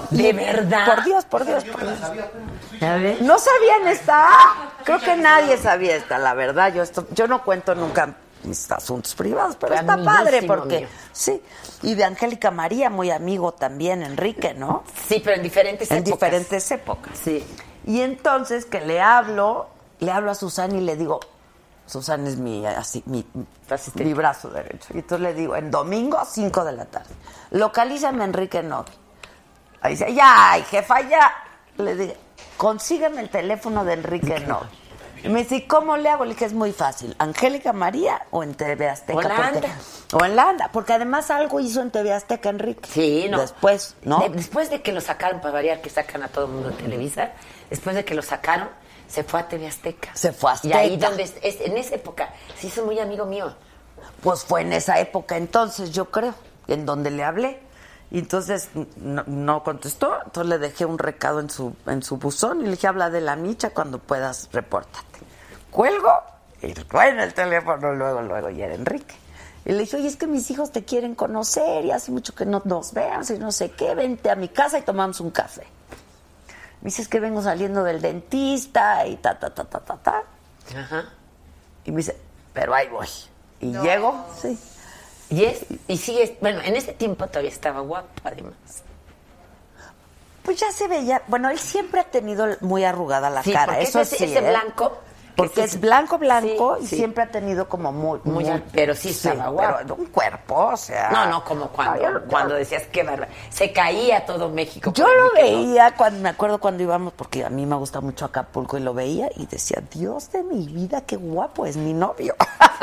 Speaker 2: ¿Sí?
Speaker 8: ¿De verdad?
Speaker 2: Por Dios, por Dios. por Dios. No sabían esta. Creo que nadie sabía esta, la verdad. Yo esto, yo no cuento nunca mis asuntos privados, pero está
Speaker 8: Amiguísimo
Speaker 2: padre porque
Speaker 8: mío.
Speaker 2: sí. Y de Angélica María, muy amigo también, Enrique, ¿no?
Speaker 8: Sí, pero en diferentes
Speaker 2: En
Speaker 8: épocas.
Speaker 2: diferentes épocas.
Speaker 8: Sí.
Speaker 2: Y entonces que le hablo, le hablo a Susana y le digo, Susana es mi así mi, mi brazo derecho. Y entonces le digo, en domingo 5 de la tarde, localízame a Enrique Novi. Ahí dice, ya, ay, jefa, ya. Le dije, consígueme el teléfono de Enrique Novi. Y Me dice, "¿Y ¿cómo le hago? Le dije, es muy fácil. ¿Angélica María o en TV Azteca?
Speaker 8: O en la
Speaker 2: Porque-
Speaker 8: Anda.
Speaker 2: o en la Anda, porque además algo hizo en TV Azteca Enrique.
Speaker 8: Sí, no.
Speaker 2: Después, ¿no?
Speaker 8: De- después de que lo sacaron, para variar, que sacan a todo el mundo de Televisa, después de que lo sacaron, se fue a TV Azteca.
Speaker 2: Se fue a
Speaker 8: Y ahí
Speaker 2: Azteca.
Speaker 8: donde, es- es- en esa época, se hizo muy amigo mío.
Speaker 2: Pues fue en esa época entonces, yo creo, en donde le hablé. Y entonces n- no, no contestó, entonces le dejé un recado en su, en su buzón y le dije, habla de la micha cuando puedas, repórtate. Cuelgo y en el teléfono luego, luego, y era Enrique. Y le dije, oye, es que mis hijos te quieren conocer y hace mucho que no nos veamos y no sé qué, vente a mi casa y tomamos un café. Me dice, es que vengo saliendo del dentista y ta, ta, ta, ta, ta, ta.
Speaker 8: Ajá.
Speaker 2: Y me dice, pero ahí voy. Y llego, sí.
Speaker 8: Y es, y sigue, bueno, en ese tiempo todavía estaba guapo, además.
Speaker 2: Pues ya se veía. Bueno, él siempre ha tenido muy arrugada la
Speaker 8: Sí,
Speaker 2: cara.
Speaker 8: porque
Speaker 2: eso
Speaker 8: ese-
Speaker 2: sí,
Speaker 8: ese
Speaker 2: ¿eh?
Speaker 8: blanco que
Speaker 2: Porque
Speaker 8: sí-
Speaker 2: es blanco, blanco
Speaker 8: Sí,
Speaker 2: y
Speaker 8: sí.
Speaker 2: siempre ha tenido como muy.
Speaker 8: Muy al- pero sí estaba guapo.
Speaker 2: pero un cuerpo, o sea.
Speaker 8: No, no, como cuando,
Speaker 2: Ah. Ay, yo-
Speaker 8: cuando decías, qué barba. Se caía todo México.
Speaker 2: Yo
Speaker 8: por
Speaker 2: lo
Speaker 8: Enrique Novi.
Speaker 2: veía cuando me acuerdo cuando íbamos porque a mí me gusta mucho Acapulco y lo veía y decía Dios de mi vida qué guapo es mi novio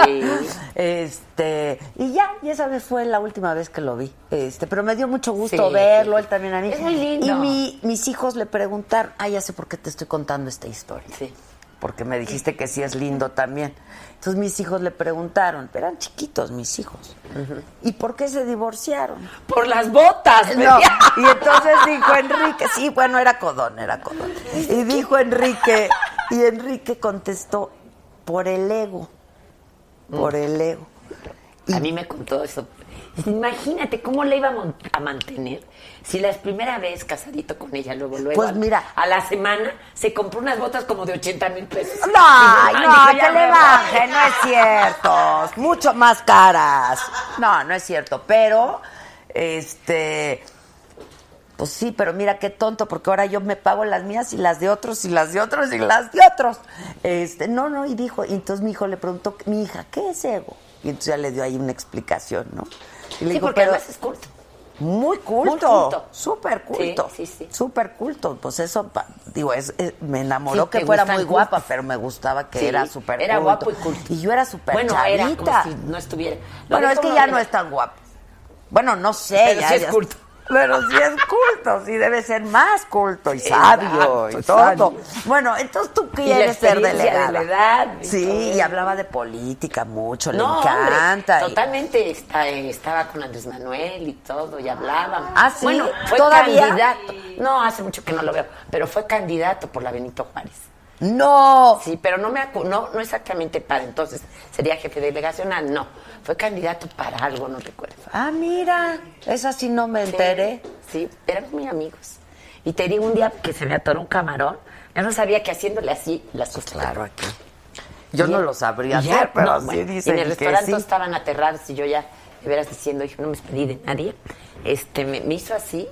Speaker 8: Sí.
Speaker 2: este y ya y esa vez fue la última vez que lo vi este pero me dio mucho gusto
Speaker 8: Sí.
Speaker 2: verlo él también a mí
Speaker 8: Es muy lindo.
Speaker 2: y mi- mis hijos le preguntaron ah ya sé por qué te estoy contando esta historia
Speaker 8: Sí.
Speaker 2: porque me dijiste que sí es lindo también. Entonces mis hijos le preguntaron, eran chiquitos mis hijos, ¿y por qué se divorciaron?
Speaker 8: Por las botas.
Speaker 2: No.
Speaker 8: decía.
Speaker 2: Y entonces dijo Enrique, sí, bueno, era Codón, era Codón. Y dijo Enrique, y Enrique contestó, por el ego, por el ego.
Speaker 8: A mí me contó eso. Imagínate cómo le iba a, mon- a mantener si la primera vez casadito con ella, luego, luego.
Speaker 2: Pues
Speaker 8: a-
Speaker 2: mira.
Speaker 8: A la semana se compró unas botas como de 80 mil pesos.
Speaker 2: No,
Speaker 8: Y
Speaker 2: ay,
Speaker 8: dijo,
Speaker 2: no,
Speaker 8: "Ay, ya
Speaker 2: que le
Speaker 8: me
Speaker 2: baje,
Speaker 8: voy".
Speaker 2: no es cierto. Mucho más caras. No, no es cierto, pero este pues sí, pero mira qué tonto, porque ahora yo me pago las mías y las de otros y las de otros y las de otros. Este, no, no, y dijo, y entonces mi hijo le preguntó, mi hija, ¿qué es ego? Y entonces ya le dio ahí una explicación, ¿no? Y le
Speaker 8: Sí,
Speaker 2: dijo,
Speaker 8: porque
Speaker 2: pero
Speaker 8: además es culto.
Speaker 2: muy
Speaker 8: culto.
Speaker 2: culto, súper culto,
Speaker 8: Sí, sí, sí.
Speaker 2: súper culto. Pues eso, pa- digo, es, eh, me enamoró
Speaker 8: Sí,
Speaker 2: que
Speaker 8: te
Speaker 2: fuera
Speaker 8: gustan
Speaker 2: muy guapa,
Speaker 8: cultos.
Speaker 2: pero me gustaba que
Speaker 8: Sí,
Speaker 2: era súper
Speaker 8: Era
Speaker 2: culto.
Speaker 8: guapo y culto.
Speaker 2: Y yo era súper
Speaker 8: Bueno,
Speaker 2: chavita.
Speaker 8: era como si no estuviera. Lo
Speaker 2: Bueno,
Speaker 8: de
Speaker 2: es que
Speaker 8: cómo
Speaker 2: ya
Speaker 8: era.
Speaker 2: no es tan guapo. Bueno, no sé.
Speaker 8: Pero
Speaker 2: ya,
Speaker 8: sí es
Speaker 2: ya-
Speaker 8: culto.
Speaker 2: Pero sí es culto, sí debe ser más culto y
Speaker 8: Exacto,
Speaker 2: sabio y todo.
Speaker 8: sabio.
Speaker 2: Bueno, entonces tú
Speaker 8: Y la
Speaker 2: quieres ser
Speaker 8: experiencia de
Speaker 2: delegada.
Speaker 8: la edad y todo
Speaker 2: sí, y
Speaker 8: eso.
Speaker 2: hablaba de política mucho,
Speaker 8: No,
Speaker 2: le
Speaker 8: hombre,
Speaker 2: encanta. y-
Speaker 8: totalmente está- eh, estaba con Andrés Manuel y todo, y hablaban.
Speaker 2: Ah, ¿sí?
Speaker 8: Bueno, fue
Speaker 2: ¿Todavía?
Speaker 8: candidato. No, hace mucho que no lo veo, pero fue candidato por la Benito Juárez.
Speaker 2: No,
Speaker 8: Sí, pero no me acu- no, no exactamente para entonces. Sería jefe delegacional, no. Fue candidato para algo, no recuerdo.
Speaker 2: Ah, mira, esa sí no me enteré.
Speaker 8: Sí, éramos muy amigos. Y te digo un día que se me atoró un camarón. Yo no sabía que haciéndole así las cosas.
Speaker 2: Claro, aquí. Yo no lo sabría
Speaker 8: Y ya,
Speaker 2: hacer, pero
Speaker 8: no,
Speaker 2: sí
Speaker 8: bueno,
Speaker 2: dicen
Speaker 8: En el
Speaker 2: que
Speaker 8: restaurante
Speaker 2: sí.
Speaker 8: todos estaban aterrados y yo ya, de veras diciendo, yo no me despedí de nadie. Este, me, me hizo así,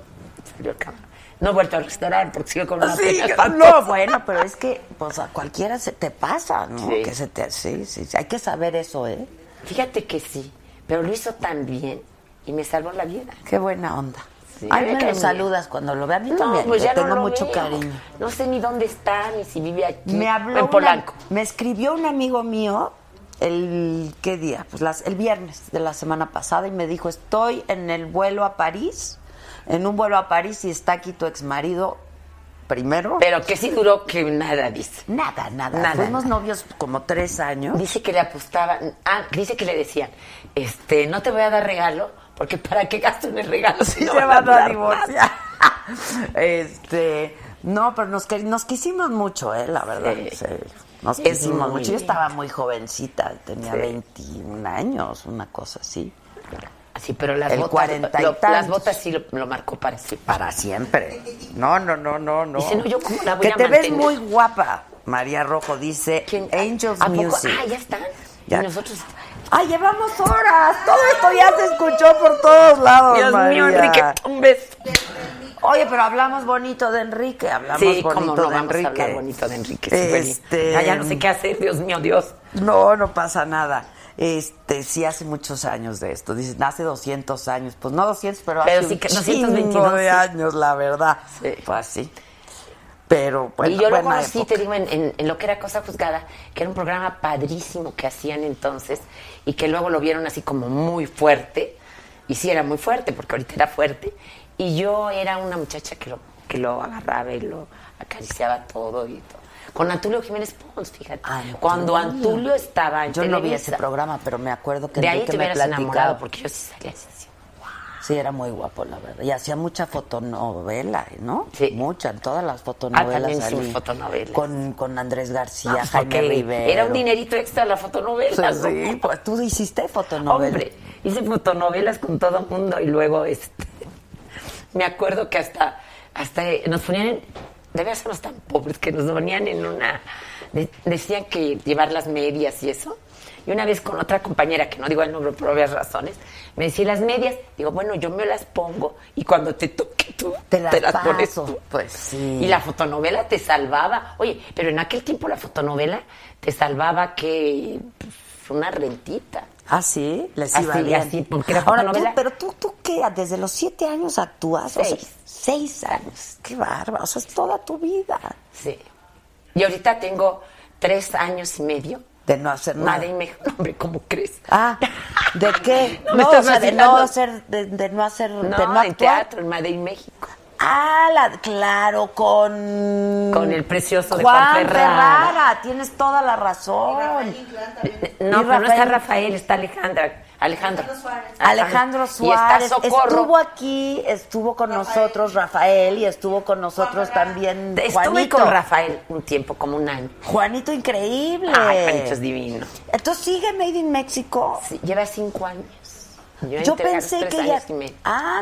Speaker 8: salió el camarón. No he vuelto al restaurante porque sigo con una
Speaker 2: Sí,
Speaker 8: pena
Speaker 2: que-
Speaker 8: espantosa.
Speaker 2: no, bueno, pero es que pues a cualquiera se te pasa, ¿no?
Speaker 8: Sí.
Speaker 2: Que se te, sí, sí, sí, hay que saber eso, ¿eh?
Speaker 8: Fíjate que sí, pero lo hizo tan bien y me salvó la vida.
Speaker 2: Qué buena onda.
Speaker 8: Sí,
Speaker 2: Ay,
Speaker 8: me
Speaker 2: me
Speaker 8: cae
Speaker 2: lo
Speaker 8: bien.
Speaker 2: saludas cuando lo vea. A mí también, le tengo
Speaker 8: lo
Speaker 2: mucho
Speaker 8: veo.
Speaker 2: cariño.
Speaker 8: No sé ni dónde está, ni si vive aquí.
Speaker 2: Me habló
Speaker 8: En
Speaker 2: una-
Speaker 8: Polanco.
Speaker 2: me escribió un amigo mío el qué día, pues las, el viernes de la semana pasada y me dijo estoy en el vuelo a París, en un vuelo a París y está aquí tu ex marido primero.
Speaker 8: Pero que sí duró que nada dice.
Speaker 2: Nada, nada.
Speaker 8: Nada,
Speaker 2: Fuimos
Speaker 8: nada.
Speaker 2: novios como tres años.
Speaker 8: Dice que le apostaban, ah, dice que le decían, este, no te voy a dar regalo, porque para qué gasto en el regalo si
Speaker 2: Sí,
Speaker 8: no
Speaker 2: se
Speaker 8: van a
Speaker 2: van a
Speaker 8: dar
Speaker 2: divorciar. este, no, pero nos, quer- nos quisimos mucho, eh, la verdad.
Speaker 8: Sí.
Speaker 2: sí. Nos
Speaker 8: Es
Speaker 2: quisimos
Speaker 8: muy
Speaker 2: mucho. Yo
Speaker 8: bien.
Speaker 2: estaba muy jovencita, tenía
Speaker 8: Sí.
Speaker 2: 21 años, una cosa así.
Speaker 8: Así, pero las
Speaker 2: El
Speaker 8: botas,
Speaker 2: cuarenta y
Speaker 8: lo- las
Speaker 2: tantos.
Speaker 8: botas sí lo, lo marcó para siempre.
Speaker 2: Para siempre. No, no, no, no, no.
Speaker 8: Dice, no, yo cómo la voy
Speaker 2: que
Speaker 8: a
Speaker 2: te ves
Speaker 8: mantener.
Speaker 2: muy guapa, María Rojo dice.
Speaker 8: ¿Quién-
Speaker 2: Angels
Speaker 8: ¿A poco?
Speaker 2: Music.
Speaker 8: Ah, ya están.
Speaker 2: Ya.
Speaker 8: Y nosotros,
Speaker 2: Ay, llevamos horas. Todo esto ya se escuchó por todos lados.
Speaker 8: Dios mío,
Speaker 2: María.
Speaker 8: Enrique, un beso.
Speaker 2: Oye, pero hablamos bonito de Enrique. Hablamos
Speaker 8: Sí,
Speaker 2: bonito
Speaker 8: cómo no
Speaker 2: de
Speaker 8: vamos
Speaker 2: Enrique.
Speaker 8: a hablar bonito de Enrique. sí, bueno.
Speaker 2: Este-
Speaker 8: Ah, ya no sé qué hacer, Dios mío, Dios.
Speaker 2: No, no pasa nada. Este, sí hace muchos años de esto. Dice, hace 200 años. Pues no 200, pero,
Speaker 8: Pero
Speaker 2: hace
Speaker 8: sí
Speaker 2: un
Speaker 8: que
Speaker 2: chingo
Speaker 8: 222,
Speaker 2: de
Speaker 8: sí.
Speaker 2: años, la verdad.
Speaker 8: Sí.
Speaker 2: Fue así. Pero bueno,
Speaker 8: y yo lo
Speaker 2: buena
Speaker 8: conocí,
Speaker 2: época.
Speaker 8: te digo, en, en- en lo que era Cosa Juzgada, que era un programa padrísimo que hacían entonces y que luego lo vieron así como muy fuerte. Y sí, era muy fuerte, porque ahorita era fuerte. Y yo era una muchacha que lo, que lo agarraba y lo acariciaba todo y todo. Con Antulio Jiménez Pons, fíjate.
Speaker 2: Antulio.
Speaker 8: Cuando Antulio estaba en
Speaker 2: Yo no vi
Speaker 8: Televisa,
Speaker 2: ese programa, pero me acuerdo que
Speaker 8: de ahí
Speaker 2: Enrique
Speaker 8: te
Speaker 2: me
Speaker 8: hubieras
Speaker 2: platicaba.
Speaker 8: enamorado, porque yo sí salía así. así.
Speaker 2: Sí, era muy guapo, la verdad. Y hacía mucha fotonovela, ¿no?
Speaker 8: Sí.
Speaker 2: Mucha, en todas las fotonovelas.
Speaker 8: Ah, también
Speaker 2: salí.
Speaker 8: hicimos fotonovelas.
Speaker 2: Con, con Andrés García,
Speaker 8: No,
Speaker 2: Jaime
Speaker 8: porque
Speaker 2: Rivero.
Speaker 8: Era un dinerito extra la fotonovela.
Speaker 2: Sí,
Speaker 8: ¿no?
Speaker 2: sí, pues tú hiciste fotonovela.
Speaker 8: Hombre, hice fotonovelas con todo el mundo y luego este me acuerdo que hasta hasta nos ponían en, debía sernos tan pobres que nos ponían en una de- decían que llevar las medias y eso. Y una vez con otra compañera, que no digo el nombre por obvias razones, me decía, "¿Y las medias? Digo, bueno, yo me las pongo y cuando te toque tú,
Speaker 2: Te las
Speaker 8: pones
Speaker 2: paso.
Speaker 8: tú. Pues,
Speaker 2: Sí.
Speaker 8: Y la fotonovela te salvaba. Oye, pero en aquel tiempo la fotonovela te salvaba que pues, una rentita.
Speaker 2: Ah, sí, les
Speaker 8: Así,
Speaker 2: iba bien.
Speaker 8: así, porque era
Speaker 2: Ahora, tú,
Speaker 8: fotonovela.
Speaker 2: pero tú, tú qué, desde los siete años actúas. O sea,
Speaker 8: Seis.
Speaker 2: seis años. Qué bárbaro. O sea, es toda tu vida.
Speaker 8: Sí. Y ahorita tengo tres años y medio.
Speaker 2: De no hacer nada.
Speaker 8: Madre y me no, hombre, ¿cómo crees?
Speaker 2: Ah, ¿de qué?
Speaker 8: No,
Speaker 2: No,
Speaker 8: me
Speaker 2: o
Speaker 8: estás
Speaker 2: sea, de
Speaker 8: vacilando.
Speaker 2: no hacer, de, de no hacer,
Speaker 8: No,
Speaker 2: de no
Speaker 8: en
Speaker 2: actuar.
Speaker 8: teatro, en Madrid, México.
Speaker 2: Ah, la- claro, con...
Speaker 8: Con el precioso de
Speaker 2: Juan
Speaker 8: Juan Ferrara.
Speaker 2: Tienes toda la razón.
Speaker 8: No,
Speaker 2: Y
Speaker 8: pero no está
Speaker 2: Rafael.
Speaker 8: Rafael, está Alejandra. Alejandro.
Speaker 4: Alejandro Suárez.
Speaker 2: Alejandro
Speaker 8: Y
Speaker 2: Suárez
Speaker 8: está
Speaker 2: estuvo
Speaker 8: Socorro.
Speaker 2: aquí, estuvo con
Speaker 4: Rafael.
Speaker 2: nosotros Rafael y estuvo con nosotros
Speaker 4: Juan Ferrara.
Speaker 2: también
Speaker 8: Estuve
Speaker 2: Juanito.
Speaker 8: con Rafael un tiempo, como un año.
Speaker 2: Juanito increíble.
Speaker 8: Ay, Juanito es divino.
Speaker 2: Entonces sigue Made in Mexico.
Speaker 8: Sí, lleva cinco años.
Speaker 2: Yo
Speaker 8: entré a los
Speaker 2: pensé
Speaker 8: tres
Speaker 2: que ya
Speaker 8: años y medio.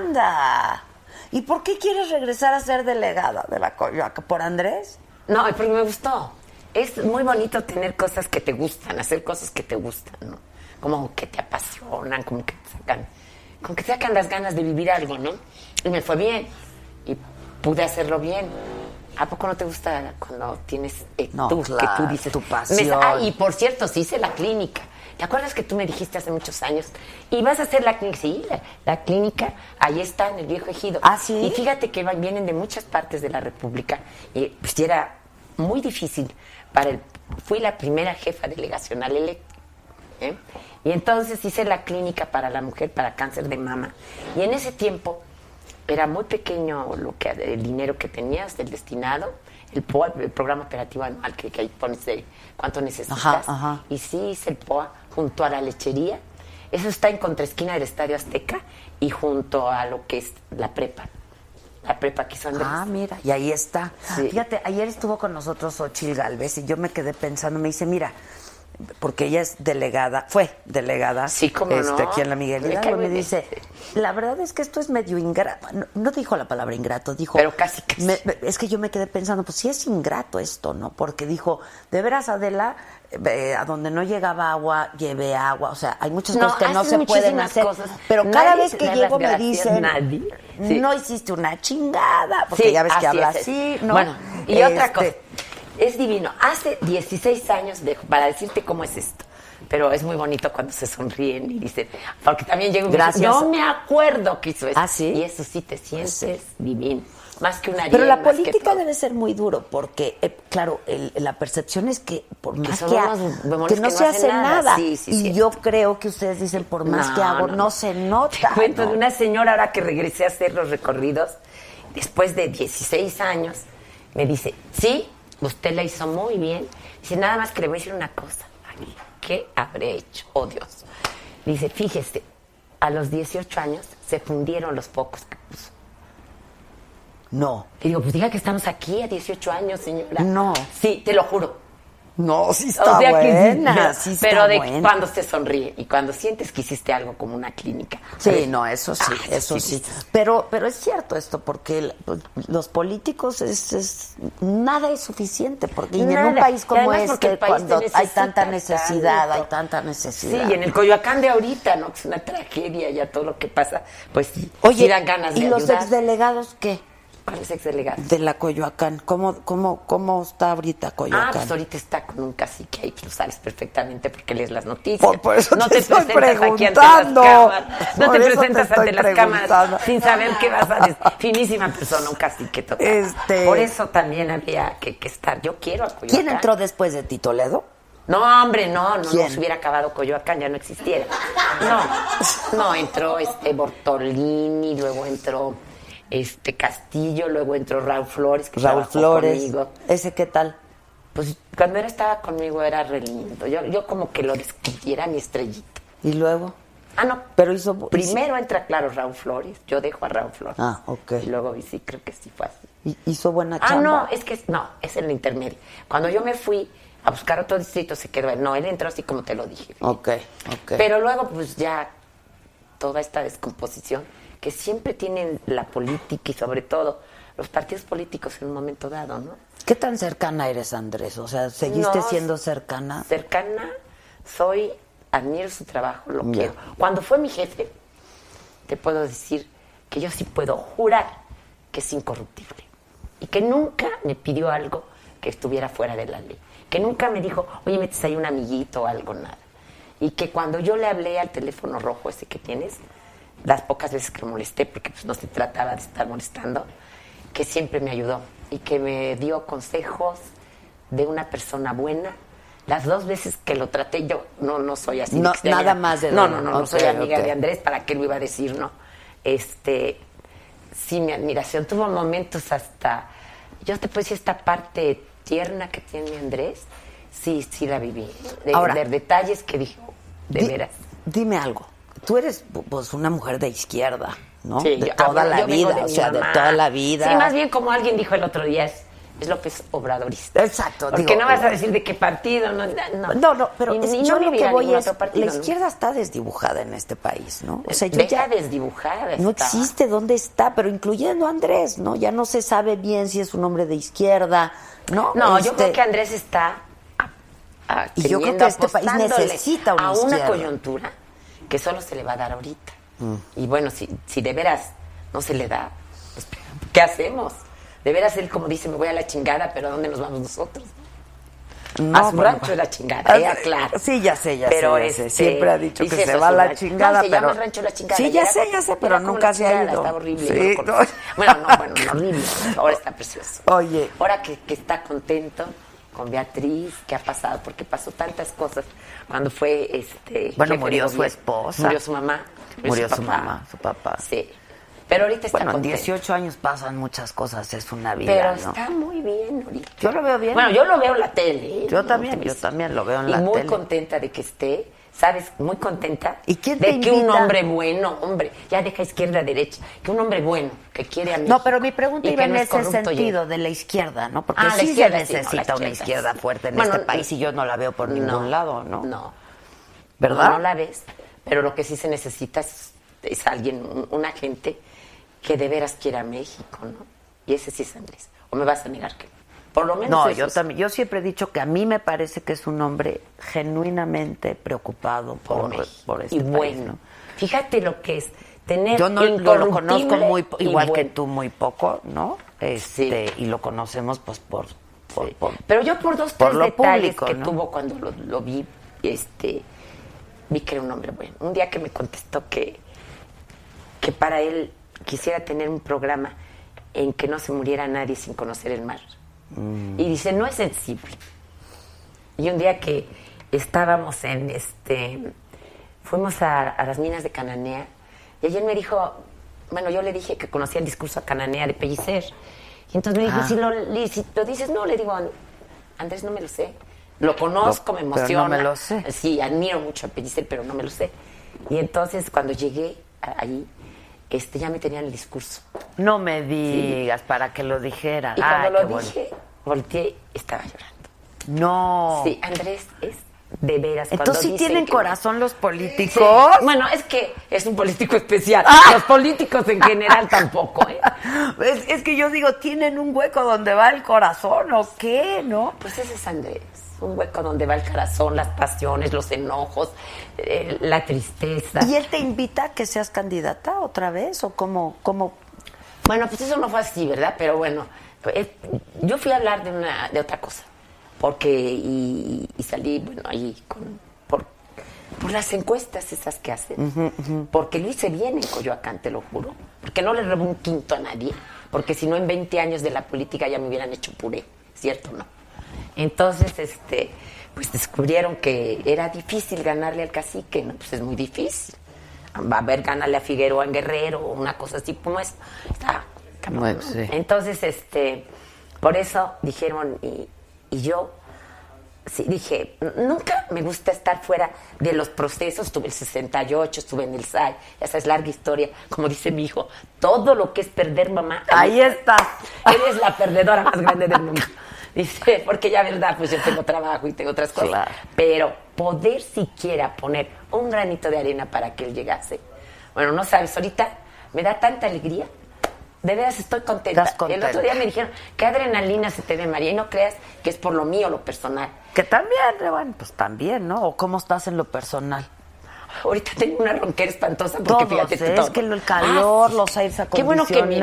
Speaker 2: anda. ¿Y por qué quieres regresar a ser delegada de la Coyoaca por Andrés?
Speaker 8: No, es porque me gustó. Es muy bonito tener cosas que te gustan, hacer cosas que te gustan, ¿no? Como que te apasionan, como que te sacan, como que te sacan las ganas de vivir algo, ¿no? Y me fue bien. Y pude hacerlo bien. ¿A poco no te gusta cuando tienes eh,
Speaker 2: No,
Speaker 8: tú,
Speaker 2: claro,
Speaker 8: que tú dices
Speaker 2: tu
Speaker 8: me-
Speaker 2: pasión.
Speaker 8: ah, y por cierto, sí hice la clínica. ¿Te acuerdas que tú me dijiste hace muchos años? Y vas a hacer la clínica. Sí, la, la clínica, ahí está, en el viejo ejido.
Speaker 2: ¿Ah, sí?
Speaker 8: Y fíjate que van- vienen de muchas partes de la República. Y pues sí era muy difícil para el... Fui la primera jefa delegacional electa. ¿eh? Y entonces hice la clínica para la mujer para cáncer de mama. Y en ese tiempo era muy pequeño lo que el dinero que tenías del destinado, el POA, el programa operativo anual que, que ahí pones de cuánto necesitas.
Speaker 2: Ajá, ajá.
Speaker 8: Y sí hice el POA junto a la lechería. Eso está en contraesquina del Estadio Azteca y junto a lo que es la prepa. La prepa que son de
Speaker 2: Ah, mira, y ahí está.
Speaker 8: Sí.
Speaker 2: Fíjate, ayer estuvo con nosotros Ochil Galvez y yo me quedé pensando, me dice, mira, porque ella es delegada, fue delegada
Speaker 8: Sí, cómo
Speaker 2: este,
Speaker 8: no.
Speaker 2: aquí en la Miguel
Speaker 8: Me
Speaker 2: Hidalgo,
Speaker 8: cae
Speaker 2: me
Speaker 8: muy bien.
Speaker 2: dice, la verdad es que esto es medio ingrato. No, no dijo la palabra ingrato, dijo...
Speaker 8: Pero casi, casi.
Speaker 2: Me- me- es que yo me quedé pensando, pues sí es ingrato esto, ¿no? Porque dijo, de veras, Adela, eh, a donde no llegaba agua, llevé agua. O sea, hay muchas
Speaker 8: No,
Speaker 2: cosas que no
Speaker 8: hacen
Speaker 2: se pueden
Speaker 8: muchísimas
Speaker 2: hacer.
Speaker 8: cosas.
Speaker 2: Pero cada
Speaker 8: Nadie
Speaker 2: vez que
Speaker 8: da las
Speaker 2: llego me
Speaker 8: gracias,
Speaker 2: dicen,
Speaker 8: nadie. Sí.
Speaker 2: no hiciste una chingada, porque
Speaker 8: Sí,
Speaker 2: ya ves que
Speaker 8: así
Speaker 2: habla
Speaker 8: es, es.
Speaker 2: así, ¿no?
Speaker 8: Bueno, y otra
Speaker 2: Este,
Speaker 8: cosa. Es divino. Hace 16 años, de- para decirte cómo es esto, pero es muy bonito cuando se sonríen y dicen, porque también llega un
Speaker 2: Gracias.
Speaker 8: No me acuerdo que hizo eso.
Speaker 2: ¿Ah, sí? Pues
Speaker 8: Y eso sí te sientes divino. Más que una
Speaker 2: Pero la política debe ser muy duro, porque, eh, claro, el- la percepción es que por más que,
Speaker 8: somos
Speaker 2: ha-
Speaker 8: unos bemoles
Speaker 2: que no
Speaker 8: que no
Speaker 2: se hace
Speaker 8: hacen
Speaker 2: nada,
Speaker 8: nada. Sí, sí,
Speaker 2: y
Speaker 8: cierto.
Speaker 2: yo creo que ustedes dicen, por más
Speaker 8: No,
Speaker 2: que hago, no,
Speaker 8: no,
Speaker 2: se
Speaker 8: Te
Speaker 2: nota.
Speaker 8: cuento
Speaker 2: ¿no?
Speaker 8: de una señora ahora que regresé a hacer los recorridos después de 16 años Me dice, sí, usted la hizo muy bien. Dice, nada más que le voy a decir una cosa. Ay, ¿Qué habré hecho? Oh, Dios. Dice, fíjese, a los 18 años se fundieron los pocos que puso.
Speaker 2: No.
Speaker 8: Y digo, pues diga que estamos aquí a 18 años, señora.
Speaker 2: No.
Speaker 8: Sí, te lo juro.
Speaker 2: No, sí está
Speaker 8: o sea que sí,
Speaker 2: buena.
Speaker 8: nada,
Speaker 2: sí está
Speaker 8: pero de
Speaker 2: buena.
Speaker 8: cuando se sonríe y cuando sientes que hiciste algo como una clínica.
Speaker 2: Sí, no, eso sí,
Speaker 8: Ah,
Speaker 2: eso sí. Pero, pero es cierto esto, porque el- pues, los políticos es, es- nada es suficiente, porque y en
Speaker 8: Nada.
Speaker 2: un país
Speaker 8: Y
Speaker 2: como
Speaker 8: además porque
Speaker 2: este,
Speaker 8: el país te
Speaker 2: cuando hay
Speaker 8: necesita
Speaker 2: tanta necesidad,
Speaker 8: tanto.
Speaker 2: hay tanta
Speaker 8: Sí,
Speaker 2: necesidad.
Speaker 8: y en el Coyoacán de ahorita, ¿no? Que es una tragedia ya todo lo que pasa, pues sí,
Speaker 2: Oye,
Speaker 8: sí dan ganas
Speaker 2: ¿y
Speaker 8: de
Speaker 2: los
Speaker 8: ayudar.
Speaker 2: exdelegados qué?
Speaker 8: ¿Cuáles exdelegados?
Speaker 2: De la Coyoacán, ¿cómo, cómo, cómo está ahorita
Speaker 8: Ah,
Speaker 2: Coyoacán?
Speaker 8: pues ahorita está con un cacique ahí, pues lo sabes perfectamente porque lees las noticias.
Speaker 2: Por- por eso
Speaker 8: no
Speaker 2: te estoy
Speaker 8: presentas aquí ante las
Speaker 2: preguntando.
Speaker 8: cámaras. No
Speaker 2: Por
Speaker 8: te
Speaker 2: eso te
Speaker 8: presentas
Speaker 2: estoy
Speaker 8: ante las
Speaker 2: preguntando.
Speaker 8: cámaras sin saber qué vas a decir. Finísima persona, un cacique total.
Speaker 2: Este-
Speaker 8: Por eso también había que, que estar. Yo quiero a Coyoacán.
Speaker 2: ¿Quién entró después de ti, Toledo?
Speaker 8: No, hombre, no, no,
Speaker 2: ¿Quién?
Speaker 8: no se hubiera acabado Coyoacán, ya no existiera. No, no, entró este Bortolini, luego entró este Castillo, luego entró Raúl Flores, que
Speaker 2: Raúl
Speaker 8: trabajó
Speaker 2: Flores.
Speaker 8: conmigo.
Speaker 2: ¿Ese qué tal?
Speaker 8: Pues cuando él estaba conmigo era re lindo. Yo, yo como que lo descubrí, era mi estrellita.
Speaker 2: ¿Y luego?
Speaker 8: Ah, no.
Speaker 2: Pero hizo...
Speaker 8: Primero entra, claro, Raúl Flores. Yo dejo a Raúl Flores.
Speaker 2: Ah, ok.
Speaker 8: Y luego y sí, creo que sí fue así.
Speaker 2: hi- Hizo buena
Speaker 8: Ah,
Speaker 2: chamba.
Speaker 8: no, es que es- no, es en la intermedia. Cuando yo me fui a buscar otro distrito, se quedó él. No, él entró así como te lo dije.
Speaker 2: Ok, Oh, ok.
Speaker 8: Pero luego, pues ya toda esta descomposición que siempre tienen la política y sobre todo los partidos políticos en un momento dado, ¿no?
Speaker 2: ¿Qué tan cercana eres, Andrés? O sea, ¿seguiste
Speaker 8: No,
Speaker 2: siendo cercana?
Speaker 8: Cercana soy, admiro su trabajo, lo
Speaker 2: Ya.
Speaker 8: quiero. Cuando fue mi jefe, te puedo decir que yo sí puedo jurar que es incorruptible y que nunca me pidió algo que estuviera fuera de la ley, que nunca me dijo, oye, metes ahí un amiguito o algo, nada. Y que cuando yo le hablé al teléfono rojo ese que tienes, las pocas veces que molesté, porque pues, no se trataba de estar molestando, que siempre me ayudó y que me dio consejos de una persona buena. Las dos veces que lo traté, yo no, no soy así. de
Speaker 2: No,
Speaker 8: que sea
Speaker 2: nada
Speaker 8: amiga.
Speaker 2: más de
Speaker 8: No,
Speaker 2: Dora.
Speaker 8: no, no, no
Speaker 2: Ok,
Speaker 8: soy amiga
Speaker 2: ok.
Speaker 8: de Andrés, ¿para qué lo iba a decir, no? Este, sí, mi admiración. Tuvo momentos hasta. Yo te puedo decir, esta parte tierna que tiene Andrés, sí, sí la viví. De,
Speaker 2: Ahora-
Speaker 8: de detalles que dijo, de
Speaker 2: Di-
Speaker 8: veras.
Speaker 2: Dime algo. Tú eres pu- pues una mujer de izquierda, ¿no?
Speaker 8: Sí,
Speaker 2: de
Speaker 8: yo- ah,
Speaker 2: toda
Speaker 8: bueno,
Speaker 2: la
Speaker 8: yo vengo
Speaker 2: vida,
Speaker 8: de
Speaker 2: o
Speaker 8: mi
Speaker 2: sea, de
Speaker 8: mamá.
Speaker 2: toda la vida.
Speaker 8: Sí, más bien como alguien dijo el otro día, es, es López Obradorista.
Speaker 2: Exacto,
Speaker 8: Porque
Speaker 2: digo, eh,
Speaker 8: no vas a decir de qué partido, no, no.
Speaker 2: No, no, pero
Speaker 8: Ni-
Speaker 2: es-
Speaker 8: ni
Speaker 2: yo
Speaker 8: no
Speaker 2: lo que
Speaker 8: viviría
Speaker 2: voy
Speaker 8: ningún
Speaker 2: es
Speaker 8: otro partido,
Speaker 2: la
Speaker 8: ¿no?
Speaker 2: izquierda está desdibujada en este país, ¿no? O sea, yo
Speaker 8: Deja
Speaker 2: ya
Speaker 8: desdibujada.
Speaker 2: no
Speaker 8: estaba.
Speaker 2: existe dónde está, pero incluyendo a Andrés, ¿no? Ya no se sabe bien si es un hombre de izquierda, ¿no?
Speaker 8: No, yo
Speaker 2: Este,
Speaker 8: creo que Andrés está a- a-
Speaker 2: Y yo creo
Speaker 8: teniendo,
Speaker 2: que este país
Speaker 8: apostándole
Speaker 2: necesita una
Speaker 8: a
Speaker 2: izquierda.
Speaker 8: una coyuntura que solo se le va a dar ahorita.
Speaker 2: Mm.
Speaker 8: Y bueno, si, si de veras no se le da, pues, ¿qué hacemos? De veras él como dice, me voy a la chingada, pero ¿a dónde nos vamos nosotros?
Speaker 2: no,
Speaker 8: a su
Speaker 2: bueno,
Speaker 8: rancho de la chingada,
Speaker 2: Ah,
Speaker 8: ya, claro.
Speaker 2: Sí, ya sé, ya
Speaker 8: Pero
Speaker 2: sé, ya sé.
Speaker 8: este,
Speaker 2: Siempre ha dicho que
Speaker 8: dice
Speaker 2: se
Speaker 8: eso,
Speaker 2: va a
Speaker 8: su
Speaker 2: la
Speaker 8: rancho.
Speaker 2: chingada,
Speaker 8: No, se
Speaker 2: pero
Speaker 8: llama rancho de la chingada.
Speaker 2: Sí,
Speaker 8: y
Speaker 2: ya
Speaker 8: era-
Speaker 2: sé, ya sé, pero
Speaker 8: era como
Speaker 2: nunca
Speaker 8: la
Speaker 2: se ha
Speaker 8: chingada,
Speaker 2: ido.
Speaker 8: Estaba horrible.
Speaker 2: Sí,
Speaker 8: yo lo conocí.
Speaker 2: no.
Speaker 8: Bueno, no, bueno, no, horrible. Ahora está precioso.
Speaker 2: Oye.
Speaker 8: Ahora que, que está contento con Beatriz, que ha pasado, porque pasó tantas cosas cuando fue este.
Speaker 2: Bueno,
Speaker 8: jefe de
Speaker 2: murió su
Speaker 8: gobierno.
Speaker 2: esposa.
Speaker 8: Murió su mamá.
Speaker 2: Murió su mamá, su papá.
Speaker 8: Sí. Pero ahorita está
Speaker 2: Bueno, en
Speaker 8: contento.
Speaker 2: 18 años pasan muchas cosas, es una vida,
Speaker 8: Pero
Speaker 2: ¿no?
Speaker 8: está muy bien ahorita.
Speaker 2: Yo lo veo bien.
Speaker 8: Bueno, yo lo veo en la tele. ¿eh?
Speaker 2: Yo
Speaker 8: No
Speaker 2: también,
Speaker 8: te
Speaker 2: yo
Speaker 8: ves.
Speaker 2: también lo veo en la
Speaker 8: Y muy
Speaker 2: tele.
Speaker 8: contenta de que esté, ¿sabes? Muy contenta
Speaker 2: ¿Y quién
Speaker 8: de
Speaker 2: te
Speaker 8: que un
Speaker 2: invita?
Speaker 8: hombre bueno, hombre, ya deja izquierda, derecha, que un hombre bueno, que quiere a México.
Speaker 2: No, pero mi pregunta
Speaker 8: Este, y
Speaker 2: iba
Speaker 8: que
Speaker 2: en
Speaker 8: no es
Speaker 2: ese
Speaker 8: corrupto,
Speaker 2: sentido,
Speaker 8: oye.
Speaker 2: de la izquierda, ¿no? Porque
Speaker 8: Ah, la
Speaker 2: sí se
Speaker 8: izquierda, sí, no, la
Speaker 2: necesita una
Speaker 8: izquierda,
Speaker 2: izquierda
Speaker 8: sí.
Speaker 2: fuerte en
Speaker 8: Bueno,
Speaker 2: este país y yo no la veo por
Speaker 8: No,
Speaker 2: ningún lado, ¿no?
Speaker 8: No.
Speaker 2: ¿Verdad?
Speaker 8: No, no la ves, pero lo que sí se necesita es, es alguien, un, una gente que de veras quiera a México, ¿no? Y ese sí es Andrés. ¿O me vas a negar que no? Por lo menos
Speaker 2: No,
Speaker 8: eso
Speaker 2: yo
Speaker 8: sí.
Speaker 2: también. Yo siempre he dicho que a mí me parece que es un hombre genuinamente preocupado
Speaker 8: por
Speaker 2: por,
Speaker 8: México.
Speaker 2: por este
Speaker 8: y
Speaker 2: país,
Speaker 8: bueno,
Speaker 2: ¿no?
Speaker 8: fíjate lo que es tener.
Speaker 2: Yo no yo lo conozco
Speaker 8: incorruptible
Speaker 2: muy po-
Speaker 8: y
Speaker 2: igual que
Speaker 8: bueno.
Speaker 2: tú muy poco, ¿no? Este, y lo conocemos pues por, por- por-
Speaker 8: Pero yo por dos
Speaker 2: Por
Speaker 8: tres
Speaker 2: lo
Speaker 8: detalles
Speaker 2: público,
Speaker 8: que
Speaker 2: ¿no?
Speaker 8: tuvo cuando lo, lo vi, este, vi que era un hombre bueno. Un día que me contestó que que para él quisiera tener un programa en que no se muriera nadie sin conocer el mar. Y dice, no es sensible. Y un día que estábamos en este, fuimos a, a las minas de Cananea, y ayer me dijo, bueno, yo le dije que conocía el discurso a Cananea de Pellicer, Y entonces le dije,
Speaker 2: Ah.
Speaker 8: si, lo, le- si lo dices, no, le digo, "And- Andrés, no me lo sé. Lo conozco, me
Speaker 2: Pero no
Speaker 8: emociona.
Speaker 2: me lo sé.
Speaker 8: Sí, admiro mucho a Pellicer, pero no me lo sé. Y entonces cuando llegué a- ahí, este, ya me tenían el discurso.
Speaker 2: No me digas para que lo dijera.
Speaker 8: Y cuando
Speaker 2: Ay,
Speaker 8: lo
Speaker 2: Ah, qué bueno.
Speaker 8: dije, volteé, estaba llorando.
Speaker 2: No.
Speaker 8: Sí, Andrés es de veras. cuando
Speaker 2: Entonces sí
Speaker 8: dicen
Speaker 2: tienen
Speaker 8: que-
Speaker 2: corazón los
Speaker 8: Sí.
Speaker 2: políticos. Ah.
Speaker 8: Bueno, es que es un político especial. Los políticos en general tampoco, ¿eh?
Speaker 2: Es, es que yo digo, ¿tienen un hueco donde va el corazón o qué, no?
Speaker 8: Pues ese es Andrés, un hueco donde va el corazón, las pasiones, los enojos, eh, la tristeza.
Speaker 2: ¿Y él te invita a que seas candidata otra vez o cómo, cómo
Speaker 8: Bueno, pues eso no fue así, ¿verdad? Pero bueno, eh, yo fui a hablar de una, de otra cosa, porque y, y salí, bueno, ahí con, por, por las encuestas esas que hacen, porque lo hice bien en Coyoacán, te lo juro, porque no le robé un quinto a nadie, porque si no en 20 años de la política ya me hubieran hecho puré, ¿cierto o no? Entonces, este, pues descubrieron que era difícil ganarle al cacique, ¿no? Pues es muy difícil. Va a haber ganarle a Figueroa en Guerrero, o una cosa así como es. Está cabrón,
Speaker 2: Bueno,
Speaker 8: ¿no?
Speaker 2: sí.
Speaker 8: Entonces, este, por eso dijeron, y, y yo sí, dije, "N- nunca me gusta estar fuera de los procesos. Estuve en el 68, estuve en el SAI, esa es larga historia. Como dice mi hijo, todo lo que es perder mamá. a mí
Speaker 2: Ahí estás.
Speaker 8: Eres la perdedora más grande del mundo. Dice, porque ya verdad, pues yo tengo trabajo y tengo otras cosas.
Speaker 2: Claro.
Speaker 8: Pero poder siquiera poner un granito de arena para que él llegase. Bueno, no sabes, ahorita me da tanta alegría. De veras estoy contenta.
Speaker 2: Estás contenta.
Speaker 8: El otro día me dijeron, qué adrenalina se te ve, María, y no creas que es por lo mío, lo personal.
Speaker 2: Que también, eh, bueno, pues también, ¿no? ¿O cómo estás en lo personal?
Speaker 8: Ahorita tengo una ronquera espantosa porque
Speaker 2: Todos,
Speaker 8: fíjate
Speaker 2: ¿eh?
Speaker 8: todo.
Speaker 2: es que el calor,
Speaker 8: Ah, sí.
Speaker 2: los aires acondicionados.
Speaker 8: Qué bueno que me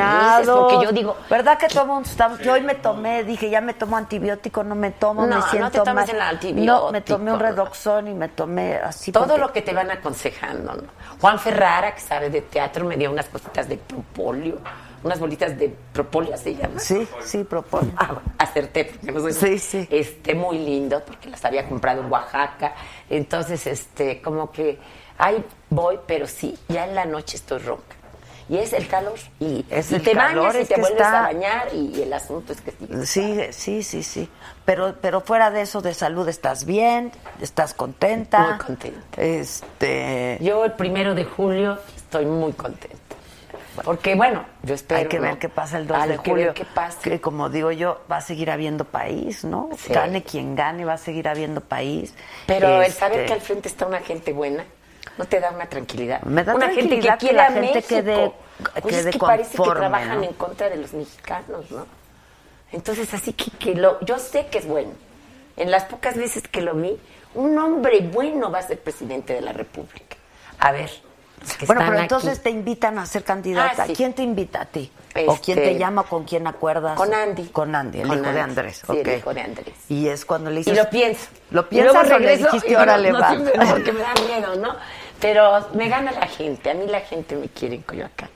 Speaker 8: dices, porque yo digo,
Speaker 2: ¿Verdad que todo el mundo está- Yo hoy me tomé, dije, ya me tomo antibiótico, no me tomo,
Speaker 8: No,
Speaker 2: me
Speaker 8: no te
Speaker 2: siento
Speaker 8: tomes
Speaker 2: mal.
Speaker 8: el antibiótico.
Speaker 2: No, me tomé un redoxón y me tomé así.
Speaker 8: todo
Speaker 2: porque-
Speaker 8: lo que te van aconsejando. ¿no? Juan Ferrara, que sabe de teatro, me dio unas cositas de propolio, unas bolitas de propolio, se llama.
Speaker 2: Sí, sí, propone.
Speaker 8: Ah, bueno, acerté, porque no soy-
Speaker 2: Sí, sí.
Speaker 8: Este, muy lindo, porque las había comprado en Oaxaca. Entonces, este, como que, ahí voy, pero sí, ya en la noche estoy ronca. Y es el calor. Y,
Speaker 2: Es
Speaker 8: y
Speaker 2: el
Speaker 8: te
Speaker 2: calor,
Speaker 8: bañas y
Speaker 2: es
Speaker 8: te
Speaker 2: que
Speaker 8: vuelves
Speaker 2: está-
Speaker 8: a bañar y, y el asunto es que sí.
Speaker 2: Sí, sí, sí, sí. Pero, pero fuera de eso, de salud, ¿estás bien? ¿Estás contenta?
Speaker 8: Muy contenta.
Speaker 2: Este...
Speaker 8: Yo el primero de julio estoy muy contenta. Porque, bueno, yo espero.
Speaker 2: Hay que ver
Speaker 8: ¿no?
Speaker 2: qué pasa el 2
Speaker 8: Hay
Speaker 2: de
Speaker 8: que
Speaker 2: julio.
Speaker 8: ver qué pasa.
Speaker 2: Que, como digo yo, va a seguir habiendo país, ¿no?
Speaker 8: Sí.
Speaker 2: Gane quien gane, va a seguir habiendo país.
Speaker 8: Pero el
Speaker 2: Este,
Speaker 8: saber que al frente está una gente buena no te da una tranquilidad.
Speaker 2: Me da
Speaker 8: una
Speaker 2: tranquilidad que
Speaker 8: quiere
Speaker 2: la
Speaker 8: a
Speaker 2: gente
Speaker 8: México.
Speaker 2: quede-
Speaker 8: Pues
Speaker 2: quede
Speaker 8: es que parece que
Speaker 2: conforme,
Speaker 8: trabajan
Speaker 2: ¿no?
Speaker 8: en contra de los mexicanos, ¿no? Entonces, así que, que lo, yo sé que es bueno. En las pocas veces que lo vi, un hombre bueno va a ser presidente de la República. A ver. los que
Speaker 2: Bueno,
Speaker 8: están
Speaker 2: pero
Speaker 8: aquí.
Speaker 2: entonces te invitan a ser candidata.
Speaker 8: Ah, sí.
Speaker 2: ¿Quién te invita a ti? ¿O
Speaker 8: Este,
Speaker 2: quién te llama? ¿Con quién acuerdas?
Speaker 8: con Andy.
Speaker 2: Con Andy, el
Speaker 8: Con
Speaker 2: hijo de
Speaker 8: Andy.
Speaker 2: Andrés.
Speaker 8: Sí, el
Speaker 2: ok.
Speaker 8: hijo de Andrés.
Speaker 2: Y es cuando le
Speaker 8: Y
Speaker 2: dices...
Speaker 8: lo pienso.
Speaker 2: ¿Lo
Speaker 8: Y luego
Speaker 2: piensas o le
Speaker 8: regreso y
Speaker 2: dijiste,
Speaker 8: digo,
Speaker 2: órale,
Speaker 8: no,
Speaker 2: va?
Speaker 8: siempre no, porque me da miedo, ¿no? Pero me gana la gente. A mí la gente me quiere en Coyoacán.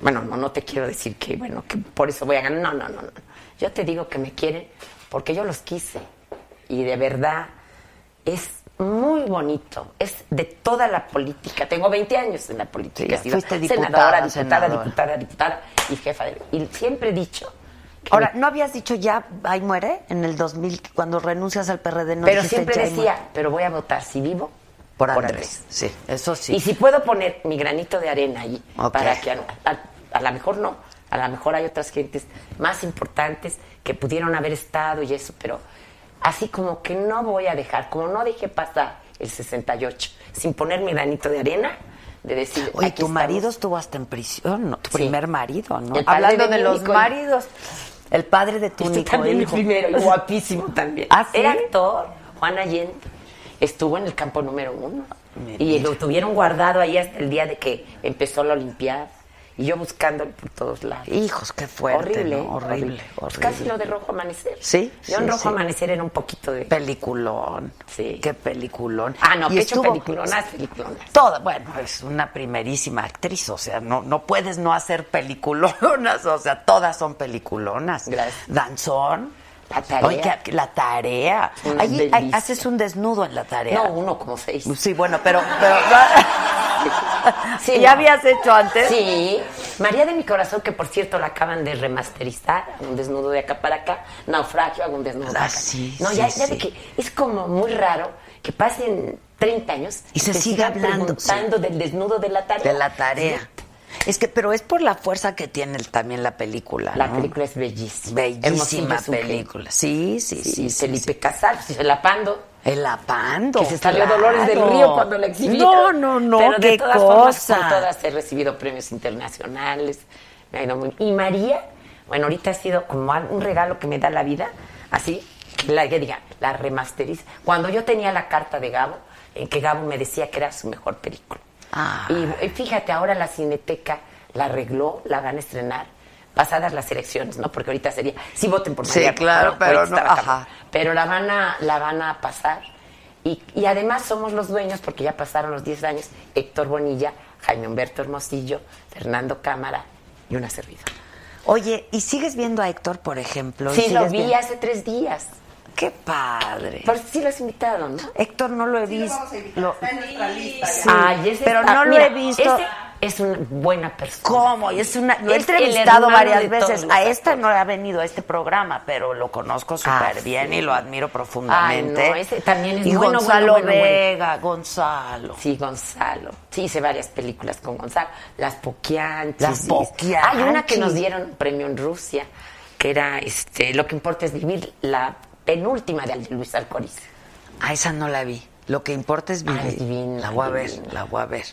Speaker 8: Bueno, no, no te quiero decir que, bueno, que por eso voy a ganar. No, no, no, no. Yo te digo que me quieren porque yo los quise. Y de verdad es muy bonito. Es de toda la política. Tengo 20 años en la política.
Speaker 2: Sí,
Speaker 8: He sido
Speaker 2: fuiste diputada,
Speaker 8: senadora, diputada,
Speaker 2: senadora.
Speaker 8: diputada, diputada y jefa. de- y siempre he dicho. que
Speaker 2: Ahora,
Speaker 8: me-
Speaker 2: ¿no habías dicho ya, ahí muere? En el 2000, cuando renuncias al PRD, no
Speaker 8: pero
Speaker 2: dijiste,
Speaker 8: siempre
Speaker 2: "Ya, ahí muere"?
Speaker 8: decía, pero voy a votar si vivo
Speaker 2: Por Andrés. Sí, eso sí.
Speaker 8: Y si puedo poner mi granito de arena ahí,
Speaker 2: Ok.
Speaker 8: para que a, a- a lo mejor no, a lo mejor hay otras gentes más importantes que pudieron haber estado y eso, pero así como que no voy a dejar, como no dejé pasar el 68, sin poner mi granito de arena, de decir...
Speaker 2: Oye,
Speaker 8: aquí
Speaker 2: tu
Speaker 8: estamos.
Speaker 2: marido estuvo hasta en prisión, ¿no? Tu
Speaker 8: Sí.
Speaker 2: primer marido, ¿no?
Speaker 8: El padre
Speaker 2: Hablando
Speaker 8: de
Speaker 2: de,
Speaker 8: mi
Speaker 2: los
Speaker 8: único hijo.
Speaker 2: maridos. El padre de tu
Speaker 8: Este
Speaker 2: único
Speaker 8: también mi
Speaker 2: hijo.
Speaker 8: primero, y guapísimo también.
Speaker 2: ¿Ah, sí?
Speaker 8: Era actor, Juan Allende. Estuvo en el campo número uno.
Speaker 2: Mira.
Speaker 8: Y lo tuvieron guardado ahí hasta el día de que empezó la Olimpiada. Y yo buscándolo por todos lados.
Speaker 2: Hijos, qué fuerte,
Speaker 8: horrible,
Speaker 2: ¿no?
Speaker 8: ¿eh?
Speaker 2: Horrible,
Speaker 8: Pues
Speaker 2: horrible.
Speaker 8: Casi lo de Rojo Amanecer.
Speaker 2: Sí,
Speaker 8: Yo
Speaker 2: sí,
Speaker 8: en Rojo
Speaker 2: sí.
Speaker 8: Amanecer era un poquito de...
Speaker 2: Peliculón.
Speaker 8: Sí.
Speaker 2: Qué peliculón.
Speaker 8: Ah, no, ah,
Speaker 2: Y
Speaker 8: que he hecho
Speaker 2: estuvo-
Speaker 8: peliculonas, peliculonas.
Speaker 2: Toda, bueno, es una primerísima actriz, o sea, no, no puedes no hacer peliculonas, o sea, todas son peliculonas.
Speaker 8: Gracias.
Speaker 2: Danzón.
Speaker 8: La tarea.
Speaker 2: Oye, que- la tarea.
Speaker 8: Una
Speaker 2: Ahí ahí
Speaker 8: delicia.
Speaker 2: haces un desnudo en la tarea.
Speaker 8: No, uno como seis.
Speaker 2: Sí, bueno, pero... pero
Speaker 8: Sí,
Speaker 2: ¿Ya
Speaker 8: no.
Speaker 2: habías hecho antes?
Speaker 8: Sí, María de mi corazón, que por cierto la acaban de remasterizar, hago un desnudo de acá para acá, naufragio, hago un desnudo de acá.
Speaker 2: Ah, sí,
Speaker 8: no,
Speaker 2: sí,
Speaker 8: ya, ya
Speaker 2: sí.
Speaker 8: de que es como muy raro que pasen 30 años
Speaker 2: Y se
Speaker 8: te
Speaker 2: sigue
Speaker 8: sigan
Speaker 2: hablando, sí.
Speaker 8: preguntando del desnudo de la tarea.
Speaker 2: De la tarea. Es que, pero es por la fuerza que tiene el- también la película.
Speaker 8: La
Speaker 2: ¿no?
Speaker 8: película es bellísima.
Speaker 2: Bellísima
Speaker 8: Hermosísima
Speaker 2: película. Sí, sí, sí.
Speaker 8: Sí,
Speaker 2: sí,
Speaker 8: Felipe
Speaker 2: sí.
Speaker 8: Casals, el apando.
Speaker 2: El apando.
Speaker 8: Que se salió
Speaker 2: claro.
Speaker 8: Dolores del Río cuando la exhibí.
Speaker 2: No, no, no,
Speaker 8: Pero de
Speaker 2: qué
Speaker 8: todas formas,
Speaker 2: cosa.
Speaker 8: por todas he recibido premios internacionales. Me ha ido muy Y María, bueno, ahorita ha sido como al- un regalo que me da la vida, así, la que diga, la remasteriza. Cuando yo tenía la carta de Gabo, en que Gabo me decía que era su mejor película.
Speaker 2: Ah.
Speaker 8: Y, y fíjate, ahora la Cineteca la arregló, la van a estrenar. Pasadas las elecciones, ¿no? Porque ahorita sería, sí voten por
Speaker 2: Sí,
Speaker 8: María,
Speaker 2: claro,
Speaker 8: ¿no?
Speaker 2: pero
Speaker 8: Ahorita
Speaker 2: no,
Speaker 8: estaba
Speaker 2: ajá.
Speaker 8: pero la van a, la van a pasar. Y, y además somos los dueños, porque ya pasaron los 10 años, Héctor Bonilla, Jaime Humberto Hermosillo, Fernando Cámara y una servidora.
Speaker 2: Oye, ¿y sigues viendo a Héctor, por ejemplo?
Speaker 8: Sí, lo
Speaker 2: ¿Sigues
Speaker 8: vi
Speaker 2: viendo?
Speaker 8: hace tres días.
Speaker 2: Qué padre.
Speaker 8: Por sí lo has invitado, ¿no?
Speaker 2: Héctor no lo he visto. Lo-
Speaker 4: Está en nuestra lista. ya.
Speaker 2: Sí,
Speaker 8: Ay, ese
Speaker 2: pero
Speaker 8: está-
Speaker 2: no lo
Speaker 8: mira,
Speaker 2: he visto.
Speaker 8: ese es una buena persona.
Speaker 2: ¿Cómo? Y Es una, lo he
Speaker 8: Es el
Speaker 2: entrevistado
Speaker 8: hermano
Speaker 2: varias
Speaker 8: de todos
Speaker 2: veces.
Speaker 8: los
Speaker 2: A esta no ha venido a este programa, pero lo conozco
Speaker 8: Ah,
Speaker 2: súper bien y lo admiro profundamente.
Speaker 8: Ay, no, ese también es
Speaker 2: y
Speaker 8: bueno,
Speaker 2: Gonzalo
Speaker 8: bueno, bueno, bueno.
Speaker 2: Vega, Gonzalo.
Speaker 8: Sí, Gonzalo. Sí, hice varias películas con Gonzalo. Las Poquiantes.
Speaker 2: Las
Speaker 8: Sí.
Speaker 2: Poquiantes.
Speaker 8: Hay una que nos dieron un premio en Rusia, que era este, Lo que importa es vivir, la penúltima de Luis Alcoriz.
Speaker 2: A esa no la vi. Lo que importa es vivir.
Speaker 8: Ay, es divina,
Speaker 2: la voy a ver,
Speaker 8: divina.
Speaker 2: la voy a ver.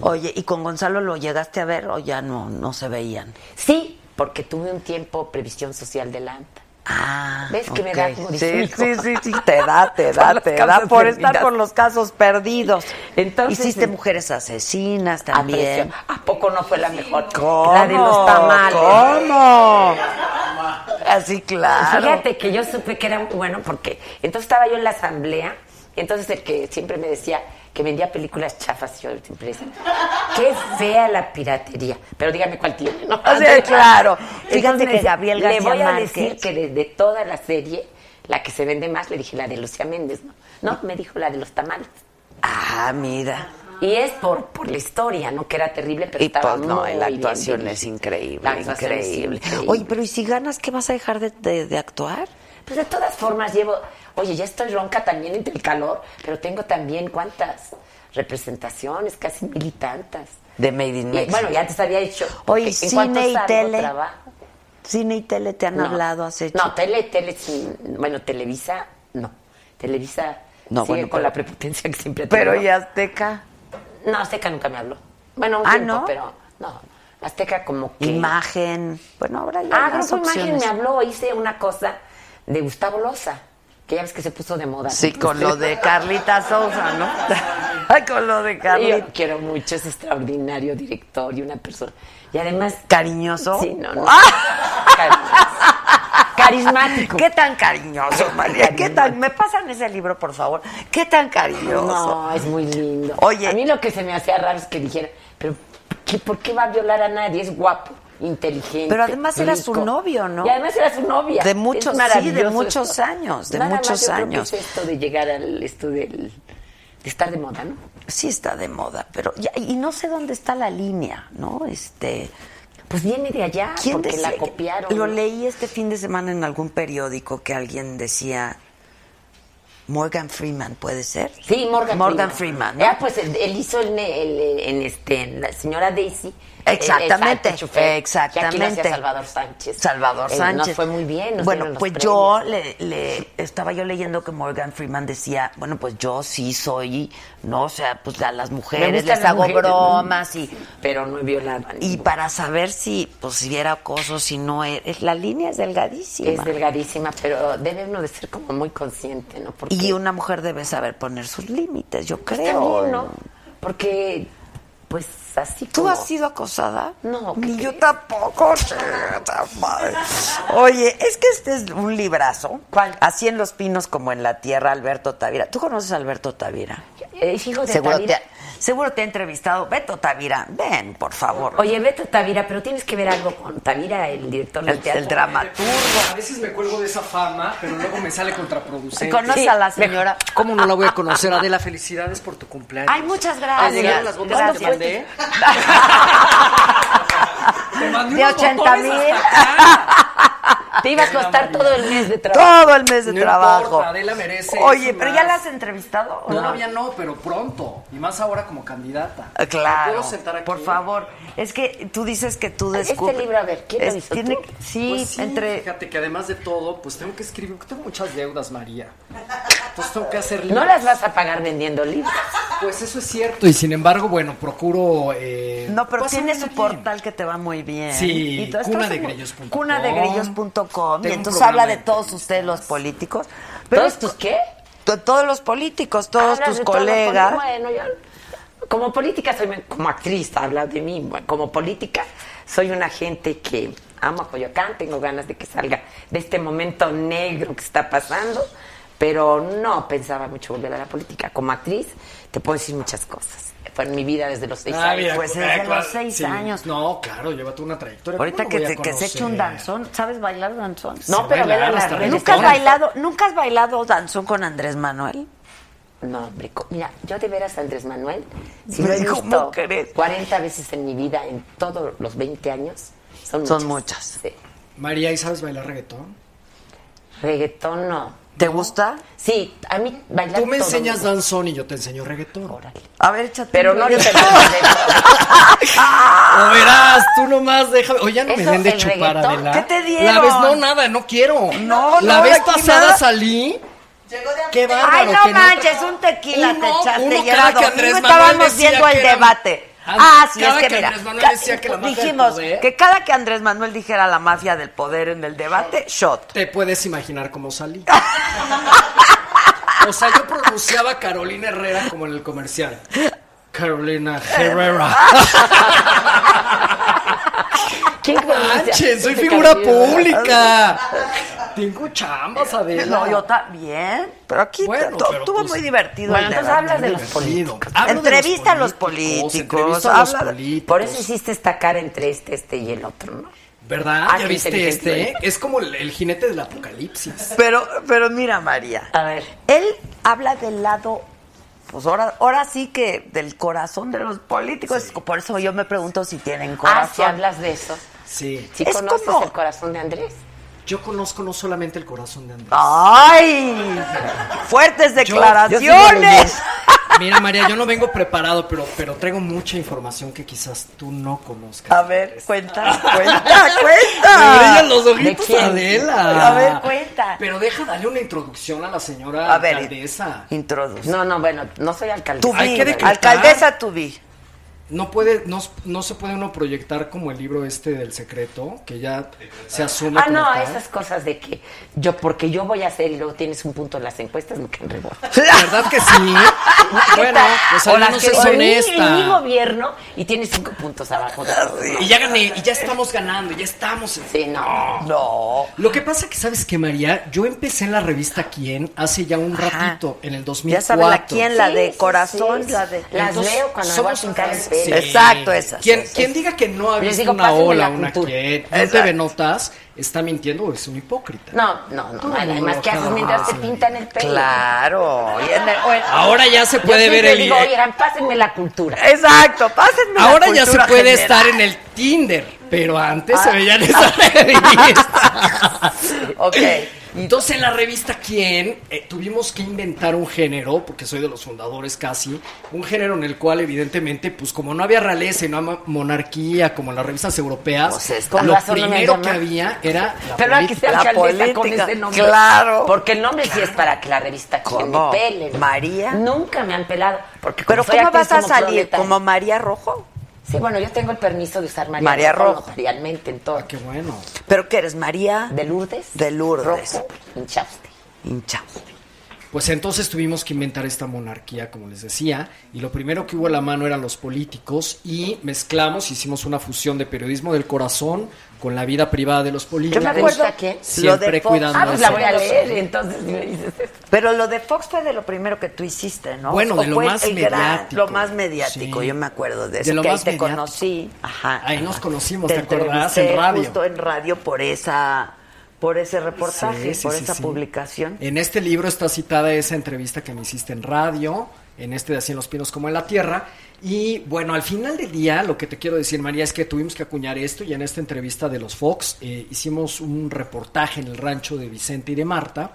Speaker 2: Oye, ¿y con Gonzalo lo llegaste a ver o ya no, no se veían?
Speaker 8: Sí, porque tuve un tiempo previsión social de la ANTA.
Speaker 2: Ah,
Speaker 8: ¿Ves que me
Speaker 2: ok.
Speaker 8: da como
Speaker 2: sí,
Speaker 8: disminuido?
Speaker 2: sí, sí, sí, te da, te
Speaker 8: Por
Speaker 2: da,
Speaker 8: los
Speaker 2: te da
Speaker 8: casos
Speaker 2: por
Speaker 8: perdidas.
Speaker 2: estar con los casos perdidos.
Speaker 8: Entonces, eh, Ah,
Speaker 2: hiciste
Speaker 8: sí.
Speaker 2: mujeres asesinas también.
Speaker 8: Aprecio. ¿A poco no fue la mejor?
Speaker 2: ¿Cómo?
Speaker 8: La de los tamales.
Speaker 2: ¿Cómo? Así Ah, claro.
Speaker 8: Fíjate que yo supe que era muy bueno porque entonces estaba yo en la asamblea, entonces el que siempre me decía que vendía películas chafas, yo siempre decía, qué fea la piratería, pero dígame cuál tiene, ¿no?
Speaker 2: O sea, claro. Fíjate
Speaker 8: Entonces me
Speaker 2: que
Speaker 8: decía,
Speaker 2: Gabriel
Speaker 8: Le
Speaker 2: García
Speaker 8: voy a
Speaker 2: Márquez-
Speaker 8: decir que desde toda la serie, la que se vende más, le dije la de Lucía Méndez, ¿no? No, me dijo la de los tamales.
Speaker 2: Ah, mira.
Speaker 8: Y es por, por la historia, ¿no? Que era terrible, pero
Speaker 2: Y
Speaker 8: estaba
Speaker 2: pues no,
Speaker 8: muy
Speaker 2: la
Speaker 8: bien
Speaker 2: actuación
Speaker 8: dirigida.
Speaker 2: es increíble,
Speaker 8: La actuación es
Speaker 2: increíble.
Speaker 8: increíble.
Speaker 2: Oye, pero ¿y si ganas qué vas a dejar de, de- de actuar?
Speaker 8: Pues de todas formas llevo, oye, ya estoy ronca también entre el calor, pero tengo también cuántas representaciones, casi mil y tantas.
Speaker 2: De Made in
Speaker 8: Y,
Speaker 2: Mexico.
Speaker 8: bueno, ya antes había hecho.
Speaker 2: Oye,
Speaker 8: ¿en
Speaker 2: cine
Speaker 8: cuánto
Speaker 2: y
Speaker 8: salgo?
Speaker 2: tele.
Speaker 8: Trabajo.
Speaker 2: Cine y tele te han
Speaker 8: No.
Speaker 2: hablado, has hecho.
Speaker 8: No, tele, tele, sí, bueno, Televisa, no. Televisa
Speaker 2: No,
Speaker 8: sigue
Speaker 2: bueno,
Speaker 8: con
Speaker 2: pero-
Speaker 8: la prepotencia que siempre ha
Speaker 2: Pero
Speaker 8: tenido.
Speaker 2: y Azteca.
Speaker 8: No, Azteca nunca me habló. Bueno, un
Speaker 2: Ah,
Speaker 8: tiempo,
Speaker 2: ¿no?
Speaker 8: pero no. Azteca como que...
Speaker 2: Imagen. Bueno, ahora ya
Speaker 8: Ah,
Speaker 2: las
Speaker 8: Grupo Imagen
Speaker 2: opciones.
Speaker 8: me habló, hice una cosa de Gustavo Loza, que ya ves que se puso de moda.
Speaker 2: Sí, con lo de Carlita Sousa, ¿no? Ay, con lo de
Speaker 8: Y Yo
Speaker 2: Carlita.
Speaker 8: lo quiero mucho, es extraordinario director y una persona. Y además.
Speaker 2: ¿Cariñoso? Ah.
Speaker 8: Sí, no, no. Cari- Carismático.
Speaker 2: ¿Qué tan cariñoso, María? ¿Qué tan? ¿Me pasan ese libro, por favor? ¿Qué tan cariñoso?
Speaker 8: No, es muy lindo.
Speaker 2: Oye.
Speaker 8: A mí lo que se me hacía raro es que dijera, pero ¿qué- ¿por qué va a violar a nadie? Es guapo, inteligente.
Speaker 2: Pero además era
Speaker 8: rico.
Speaker 2: su novio, ¿no?
Speaker 8: Y además era su novia.
Speaker 2: De
Speaker 8: Es
Speaker 2: muchos- sí, de
Speaker 8: maravilloso
Speaker 2: muchos
Speaker 8: esto.
Speaker 2: años, de
Speaker 8: Nada más
Speaker 2: muchos
Speaker 8: yo creo que
Speaker 2: años.
Speaker 8: es esto de llegar al. Esto del, de estar de moda, ¿no?
Speaker 2: Sí está de moda, pero ya, y no sé dónde está la línea, ¿no? Este,
Speaker 8: Pues viene de allá,
Speaker 2: ¿quién
Speaker 8: porque la
Speaker 2: decía?
Speaker 8: copiaron.
Speaker 2: Lo
Speaker 8: ¿no?
Speaker 2: leí este fin de semana en algún periódico que alguien decía Morgan Freeman, ¿puede ser?
Speaker 8: Sí, Morgan,
Speaker 2: Morgan
Speaker 8: Freeman.
Speaker 2: Freeman, ¿no?
Speaker 8: Ah, pues él, él hizo el, el- el- en este, en la señora Daisy. el-
Speaker 2: Exactamente,
Speaker 8: el chofer,
Speaker 2: exactamente.
Speaker 8: Que aquí lo hacía Salvador Sánchez.
Speaker 2: Salvador
Speaker 8: Eh,
Speaker 2: Sánchez.
Speaker 8: Nos fue muy bien. nos dieron
Speaker 2: Bueno,
Speaker 8: los
Speaker 2: pues
Speaker 8: premios.
Speaker 2: yo le, le- estaba yo leyendo que Morgan Freeman decía, bueno, pues yo sí soy, no, o sea, pues a las
Speaker 8: Me
Speaker 2: mujeres
Speaker 8: gustan
Speaker 2: les
Speaker 8: las
Speaker 2: hago
Speaker 8: mujeres,
Speaker 2: bromas y
Speaker 8: Pero no he violado a
Speaker 2: y
Speaker 8: ninguna.
Speaker 2: para saber si pues si era acoso, si no era, es- la línea es delgadísima.
Speaker 8: Es delgadísima, pero debe uno de ser como muy consciente, ¿no? Porque
Speaker 2: y una mujer debe saber poner sus límites, yo
Speaker 8: pues,
Speaker 2: creo.
Speaker 8: también, ¿no? Porque, pues así
Speaker 2: ¿Tú
Speaker 8: como-
Speaker 2: has sido acosada?
Speaker 8: No, ¿qué
Speaker 2: Ni yo
Speaker 8: crees?
Speaker 2: tampoco. chingada madre. Oye, es que este es un librazo.
Speaker 8: ¿Cuál?
Speaker 2: Así en los pinos como en la tierra, Alberto Tavira. ¿Tú conoces a Alberto Tavira?
Speaker 8: Eh, hijo de
Speaker 2: Seguro te,
Speaker 8: Tavira.
Speaker 2: ha, seguro te ha entrevistado. Beto Tavira, ven, por favor.
Speaker 8: Oye, Beto Tavira, pero tienes que ver algo con Tavira, el director del
Speaker 2: el,
Speaker 8: teatro.
Speaker 2: el dramaturgo.
Speaker 7: A veces me cuelgo de esa fama, pero luego me sale contraproducente.
Speaker 2: ¿Conoces a la señora?
Speaker 7: ¿Cómo no la voy a conocer, Adela? Felicidades por tu cumpleaños.
Speaker 2: Ay, muchas
Speaker 7: Ah,
Speaker 2: gracias.
Speaker 7: llegaron las bombas
Speaker 2: Gracias.
Speaker 7: de Tiende, ¿eh?
Speaker 2: de 80 mil.
Speaker 8: Te iba a costar todo el mes de trabajo.
Speaker 2: Todo el mes de
Speaker 9: No
Speaker 2: trabajo.
Speaker 9: importa, Adela merece
Speaker 2: Oye,
Speaker 9: eso
Speaker 2: pero
Speaker 9: más.
Speaker 2: ya la has entrevistado. ¿o
Speaker 9: No, todavía no, pero pronto. Y más ahora como candidata.
Speaker 2: Ah, Claro.
Speaker 9: ¿Me puedo sentar aquí?
Speaker 2: Por favor. Es que tú dices que tú descubres.
Speaker 8: este libro, a ver, ¿quién lo hizo, tú?
Speaker 2: Sí,
Speaker 9: Pues sí,
Speaker 2: entre.
Speaker 9: Fíjate que además de todo, pues tengo que escribir. Tengo muchas deudas, María. Entonces tengo que hacer
Speaker 8: No
Speaker 9: libros.
Speaker 8: las vas a pagar vendiendo libros.
Speaker 9: Pues eso es cierto. Y sin embargo, bueno, procuro. eh,
Speaker 2: No,
Speaker 8: Pues
Speaker 2: pero
Speaker 9: pasármela
Speaker 2: tiene su
Speaker 9: bien.
Speaker 2: portal que te va muy bien.
Speaker 9: Sí,
Speaker 2: Y tú estás
Speaker 9: cunadegrillos.com.
Speaker 2: en Cunadegrillos.com. Y
Speaker 9: Tengo un
Speaker 2: entonces
Speaker 9: programa
Speaker 2: habla de
Speaker 9: de
Speaker 2: todos ustedes, los políticos.
Speaker 8: ¿Todos tus qué?
Speaker 2: to- Todos los políticos, todos
Speaker 8: Hablas
Speaker 2: tus
Speaker 8: de todo,
Speaker 2: colegas.
Speaker 8: pues, bueno, yo- como política soy como actriz, hablas de mí. bueno, Como política soy una gente que amo a Coyoacán, tengo ganas de que salga de este momento negro que está pasando, pero no pensaba mucho volver a la política. Como actriz te puedo decir muchas cosas. Fue en mi vida desde los seis
Speaker 9: Ah,
Speaker 8: años.
Speaker 9: mira,
Speaker 2: pues
Speaker 9: cu-
Speaker 2: es de
Speaker 9: eh, cua-
Speaker 2: los seis años.
Speaker 9: No, claro, lleva tú una trayectoria.
Speaker 2: Ahorita
Speaker 9: ¿Cómo
Speaker 2: que,
Speaker 9: lo voy
Speaker 2: te-
Speaker 9: a
Speaker 2: que se eche un
Speaker 9: conocer?
Speaker 2: danzón. ¿Sabes bailar danzón?
Speaker 8: No,
Speaker 9: Se
Speaker 8: pero
Speaker 9: bailar
Speaker 8: vela en las
Speaker 9: hasta
Speaker 8: redes.
Speaker 9: el
Speaker 2: ¿Nunca has
Speaker 9: doctor.
Speaker 2: bailado, ¿Nunca has bailado danzón con Andrés Manuel?
Speaker 8: No, hombre, co- mira, yo de veras, Andrés Manuel, si
Speaker 2: Hombre,
Speaker 8: lo he
Speaker 2: ¿cómo
Speaker 8: visto
Speaker 2: crees?
Speaker 8: 40 veces en mi vida, en todos los 20 años, son muchas.
Speaker 2: Son
Speaker 8: Sí.
Speaker 9: María, ¿y sabes bailar reggaetón?
Speaker 8: Reggaetón no.
Speaker 2: ¿Te gusta?
Speaker 8: Sí, a mí bailar
Speaker 9: Tú me
Speaker 8: todo
Speaker 9: enseñas
Speaker 8: gusta.
Speaker 9: danzón y yo te enseño reggaetón.
Speaker 8: Órale.
Speaker 2: A ver, échate.
Speaker 8: Pero
Speaker 2: un
Speaker 8: no
Speaker 2: video.
Speaker 8: ahorita te lo
Speaker 9: O verás, tú nomás déjame. O ya no me
Speaker 8: ¿Eso
Speaker 9: den de
Speaker 8: es el
Speaker 9: chupar,
Speaker 8: reggaetón?
Speaker 9: Adela.
Speaker 2: ¿Qué te dieron?
Speaker 9: La vez, no, nada, no quiero.
Speaker 2: No,
Speaker 9: La
Speaker 2: no,
Speaker 9: vez
Speaker 2: aquí
Speaker 9: pasada
Speaker 2: nada.
Speaker 9: salí. Qué
Speaker 2: Ay,
Speaker 9: bárbaro.
Speaker 2: no
Speaker 9: que
Speaker 2: manches, un tequila
Speaker 9: Uno-
Speaker 2: te
Speaker 9: uno
Speaker 2: echaste y
Speaker 9: cada
Speaker 2: era
Speaker 9: que
Speaker 2: domingo
Speaker 9: Andrés
Speaker 2: y
Speaker 9: Manuel
Speaker 2: estábamos
Speaker 9: decía
Speaker 2: viendo
Speaker 9: que
Speaker 2: el
Speaker 9: era-
Speaker 2: debate.
Speaker 9: Ah,
Speaker 2: Ah, sí, es
Speaker 9: cada
Speaker 2: que,
Speaker 9: que
Speaker 2: mira,
Speaker 9: Andrés Manuel
Speaker 2: ca-
Speaker 9: decía que la mafia del
Speaker 2: dijimos
Speaker 9: poder-
Speaker 2: que cada que Andrés Manuel dijera la mafia del poder en el debate, shot.
Speaker 9: Te puedes imaginar cómo salí. O sea, yo pronunciaba a Carolina Herrera como en el comercial. Carolina Herrera.
Speaker 8: ¿Quién
Speaker 9: Manches,
Speaker 8: conoce?
Speaker 9: soy
Speaker 8: Este
Speaker 9: figura
Speaker 8: caballero.
Speaker 9: pública. Tengo chambas, Adela.
Speaker 2: No, yo también. Pero aquí
Speaker 9: Bueno,
Speaker 2: to-
Speaker 9: pero
Speaker 2: estuvo
Speaker 9: pues-
Speaker 2: muy divertido.
Speaker 8: Bueno,
Speaker 2: el
Speaker 8: entonces
Speaker 2: debate.
Speaker 8: hablas de los políticos.
Speaker 9: Divertido. Hablo de los
Speaker 2: Entrevista a los políticos,
Speaker 9: Entrevista a los
Speaker 2: habla de-
Speaker 9: políticos.
Speaker 8: Por eso hiciste esta cara entre este, este y el otro, ¿no?
Speaker 9: ¿Verdad?
Speaker 8: Ah,
Speaker 9: ¿Ya
Speaker 8: qué
Speaker 9: viste
Speaker 8: inteligente
Speaker 2: ¿eh?
Speaker 9: este?
Speaker 8: eres.
Speaker 9: Es como el, el jinete del apocalipsis.
Speaker 2: Pero, pero mira, María.
Speaker 8: A ver.
Speaker 2: Él habla del lado, pues ahora, ahora sí que del corazón de los políticos. Por eso yo me pregunto si tienen
Speaker 8: Ah, si
Speaker 2: corazón.
Speaker 8: hablas de eso.
Speaker 9: Sí.
Speaker 8: Si
Speaker 2: Es
Speaker 8: conoces
Speaker 2: como-
Speaker 8: el corazón de Andrés.
Speaker 9: Yo conozco no solamente el corazón de Andrés.
Speaker 2: Ah. ¡Ay! Fuertes
Speaker 9: Yo- yo tengo los
Speaker 2: declaraciones.
Speaker 9: dos. Mira, María, yo no vengo preparado, pero, pero traigo mucha información que quizás tú no conozcas.
Speaker 2: A ver, cuenta, cuenta,
Speaker 9: Me brillan
Speaker 2: cuenta.
Speaker 9: los ojitos,
Speaker 8: ¿De quién?
Speaker 9: Adela.
Speaker 2: A ver, cuenta.
Speaker 9: Pero deja darle una introducción a la señora
Speaker 2: A ver,
Speaker 9: alcaldesa.
Speaker 2: introduce.
Speaker 8: No, no, bueno, no soy alcaldesa.
Speaker 2: Tubi,
Speaker 9: Hay que decretar.
Speaker 2: alcaldesa Tubi.
Speaker 9: No puede, no, no se puede uno proyectar como el libro este del secreto, que ya se asume
Speaker 8: Ah,
Speaker 9: como
Speaker 8: no,
Speaker 9: tal.
Speaker 8: esas cosas de que yo, porque yo voy a hacer y luego tienes un punto en las encuestas, me caen rebote.
Speaker 9: ¿Verdad que sí? bueno, pues al
Speaker 8: las
Speaker 9: menos
Speaker 8: que
Speaker 9: es
Speaker 8: son mi- En mi
Speaker 9: honesta.
Speaker 8: gobierno y tienes cinco puntos abajo. de todos, ¿no?
Speaker 9: Y ya gané, y ya estamos ganando, ya estamos. en-
Speaker 8: Sí, no.
Speaker 2: No.
Speaker 9: Lo que pasa que, ¿sabes qué, María? Yo empecé en la revista Quién hace ya un
Speaker 2: Ajá.
Speaker 9: ratito, en el 2004.
Speaker 2: Ya sabes la quién, la
Speaker 8: Sí,
Speaker 2: de
Speaker 8: sí,
Speaker 2: corazón,
Speaker 8: sí.
Speaker 2: la de.
Speaker 8: Las
Speaker 9: Entonces,
Speaker 8: veo cuando me voy a
Speaker 9: somos-
Speaker 8: pintar el
Speaker 9: sí.
Speaker 8: pelo.
Speaker 2: Exacto, esas.
Speaker 9: Quien,
Speaker 2: esas.
Speaker 9: quien diga que no ha
Speaker 8: Les
Speaker 9: visto
Speaker 8: digo,
Speaker 9: una
Speaker 8: pásenme
Speaker 9: ola,
Speaker 8: la
Speaker 9: una
Speaker 8: cultura.
Speaker 9: que un
Speaker 2: Exacto.
Speaker 9: TV Notas, está mintiendo o es un hipócrita.
Speaker 8: No, no, no.
Speaker 9: Todo
Speaker 8: Además,
Speaker 9: mundo
Speaker 8: ¿qué haces
Speaker 9: cada
Speaker 8: mientras te
Speaker 9: vez.
Speaker 8: pintan el pelo?
Speaker 2: Claro. y en el- o en-
Speaker 9: Ahora ya se
Speaker 8: Yo
Speaker 9: puede
Speaker 8: siempre
Speaker 9: ver el... E.
Speaker 8: digo, oigan, pásenme la cultura.
Speaker 2: Exacto, pásenme. la
Speaker 9: Ahora ya se
Speaker 2: cultura
Speaker 9: puede
Speaker 2: general.
Speaker 9: estar en el Tinder, pero
Speaker 8: Ah.
Speaker 9: antes se veían esas revistas.
Speaker 2: Ok.
Speaker 9: Entonces en la revista Quién Eh, tuvimos que inventar un género, porque soy de los fundadores casi, un género en el cual evidentemente, pues como no había realeza y no había monarquía como en las revistas europeas,
Speaker 8: Pues es con
Speaker 9: lo
Speaker 8: razón no me
Speaker 9: primero
Speaker 8: llaman.
Speaker 9: que había era la
Speaker 8: Pero hay que
Speaker 9: política.
Speaker 8: sea
Speaker 2: La
Speaker 8: alcaldesa con
Speaker 2: política,
Speaker 8: ese nombre.
Speaker 2: claro.
Speaker 8: Porque el nombre sí es para que la revista quien me
Speaker 2: ¿Cómo?
Speaker 8: pele.
Speaker 2: ¿María?
Speaker 8: Nunca me han pelado. Porque como
Speaker 2: Pero
Speaker 8: soy
Speaker 2: ¿cómo
Speaker 8: actriz,
Speaker 2: vas a
Speaker 8: como
Speaker 2: salir?
Speaker 8: proletaria.
Speaker 2: ¿Como María Rojo?
Speaker 8: Sí, bueno, yo tengo el permiso de usar María,
Speaker 2: María
Speaker 8: Rojo.
Speaker 2: Rojo.
Speaker 8: Notarialmente, en todo.
Speaker 9: Ah, qué bueno.
Speaker 2: ¿Pero qué eres, María?
Speaker 8: De Lourdes.
Speaker 2: De Lourdes.
Speaker 8: Rojo, hinchaste.
Speaker 2: Hincha.
Speaker 9: Pues entonces tuvimos que inventar esta monarquía, como les decía, y lo primero que hubo a la mano eran los políticos y mezclamos, hicimos una fusión de periodismo del corazón con la vida privada de los políticos.
Speaker 8: me acuerdo- ¿Revista qué?
Speaker 9: Siempre
Speaker 2: lo de Fox.
Speaker 9: cuidando
Speaker 8: Ah, pues la voy a
Speaker 9: Eso.
Speaker 8: leer, entonces me dices esto.
Speaker 2: Pero lo de Fox fue de lo primero que tú hiciste, ¿no?
Speaker 9: Bueno,
Speaker 2: O
Speaker 9: de lo
Speaker 2: fue
Speaker 9: más
Speaker 2: el gran-
Speaker 9: mediático.
Speaker 2: lo más mediático,
Speaker 9: Sí.
Speaker 2: yo me acuerdo de
Speaker 9: De
Speaker 2: eso.
Speaker 9: lo
Speaker 2: que
Speaker 9: más
Speaker 2: ahí te
Speaker 9: mediático.
Speaker 2: conocí. Ajá.
Speaker 9: Ahí nos conocimos, ¿te acordás?
Speaker 2: entrevisté
Speaker 9: En radio.
Speaker 2: Justo en radio por esa por ese reportaje,
Speaker 9: Sí, sí,
Speaker 2: por
Speaker 9: sí,
Speaker 2: esa
Speaker 9: sí.
Speaker 2: publicación.
Speaker 9: En este libro está citada esa entrevista que me hiciste en radio, en este de Así en los Pinos como en la Tierra. Y bueno, al final del día, lo que te quiero decir, María, es que tuvimos que acuñar esto y en esta entrevista de los Fox eh, hicimos un reportaje en el rancho de Vicente y de Marta,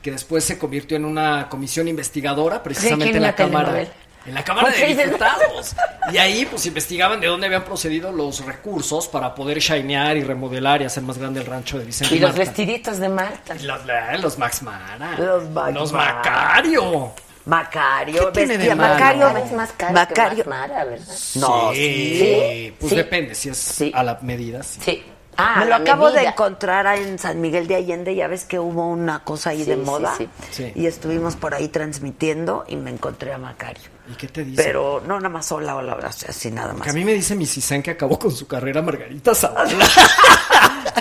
Speaker 9: que después se convirtió en una comisión investigadora, precisamente
Speaker 8: en
Speaker 9: en la
Speaker 8: una
Speaker 9: Cámara.
Speaker 8: telenovela.
Speaker 9: En la Cámara
Speaker 8: Ok,
Speaker 9: de
Speaker 8: de-
Speaker 9: Diputados. Y ahí pues investigaban de dónde habían procedido los recursos para poder shinear y remodelar y hacer más grande el rancho de Vicente
Speaker 8: Y los
Speaker 9: Marta.
Speaker 8: vestiditos de Marta.
Speaker 9: Los, la- los Max Mara.
Speaker 2: Los Max
Speaker 9: Los
Speaker 2: Mara.
Speaker 9: Macario.
Speaker 2: Macario,
Speaker 9: ¿Qué tiene de
Speaker 2: vestía-
Speaker 9: malo?
Speaker 2: Macario,
Speaker 8: Cada vez más caro
Speaker 2: Macario.
Speaker 8: que Max Mara, ¿verdad?
Speaker 2: No,
Speaker 9: Sí.
Speaker 2: sí.
Speaker 9: Pues
Speaker 2: Sí.
Speaker 9: depende, si es a la medida. Sí.
Speaker 8: Ah,
Speaker 2: Me lo
Speaker 8: la
Speaker 2: acabo de
Speaker 8: medida.
Speaker 2: encontrar ahí en San Miguel de Allende, ya ves que hubo una cosa ahí
Speaker 8: Sí,
Speaker 2: de
Speaker 8: sí,
Speaker 2: moda
Speaker 8: sí.
Speaker 9: Sí.
Speaker 2: y estuvimos por ahí transmitiendo y me encontré a Macario.
Speaker 9: ¿Y qué te dice?
Speaker 2: Pero no nada más hola, hola, hola, o sea, así nada
Speaker 9: Que
Speaker 2: más.
Speaker 9: a mí me dice mi Cisán que acabó con su carrera Margarita Zavala.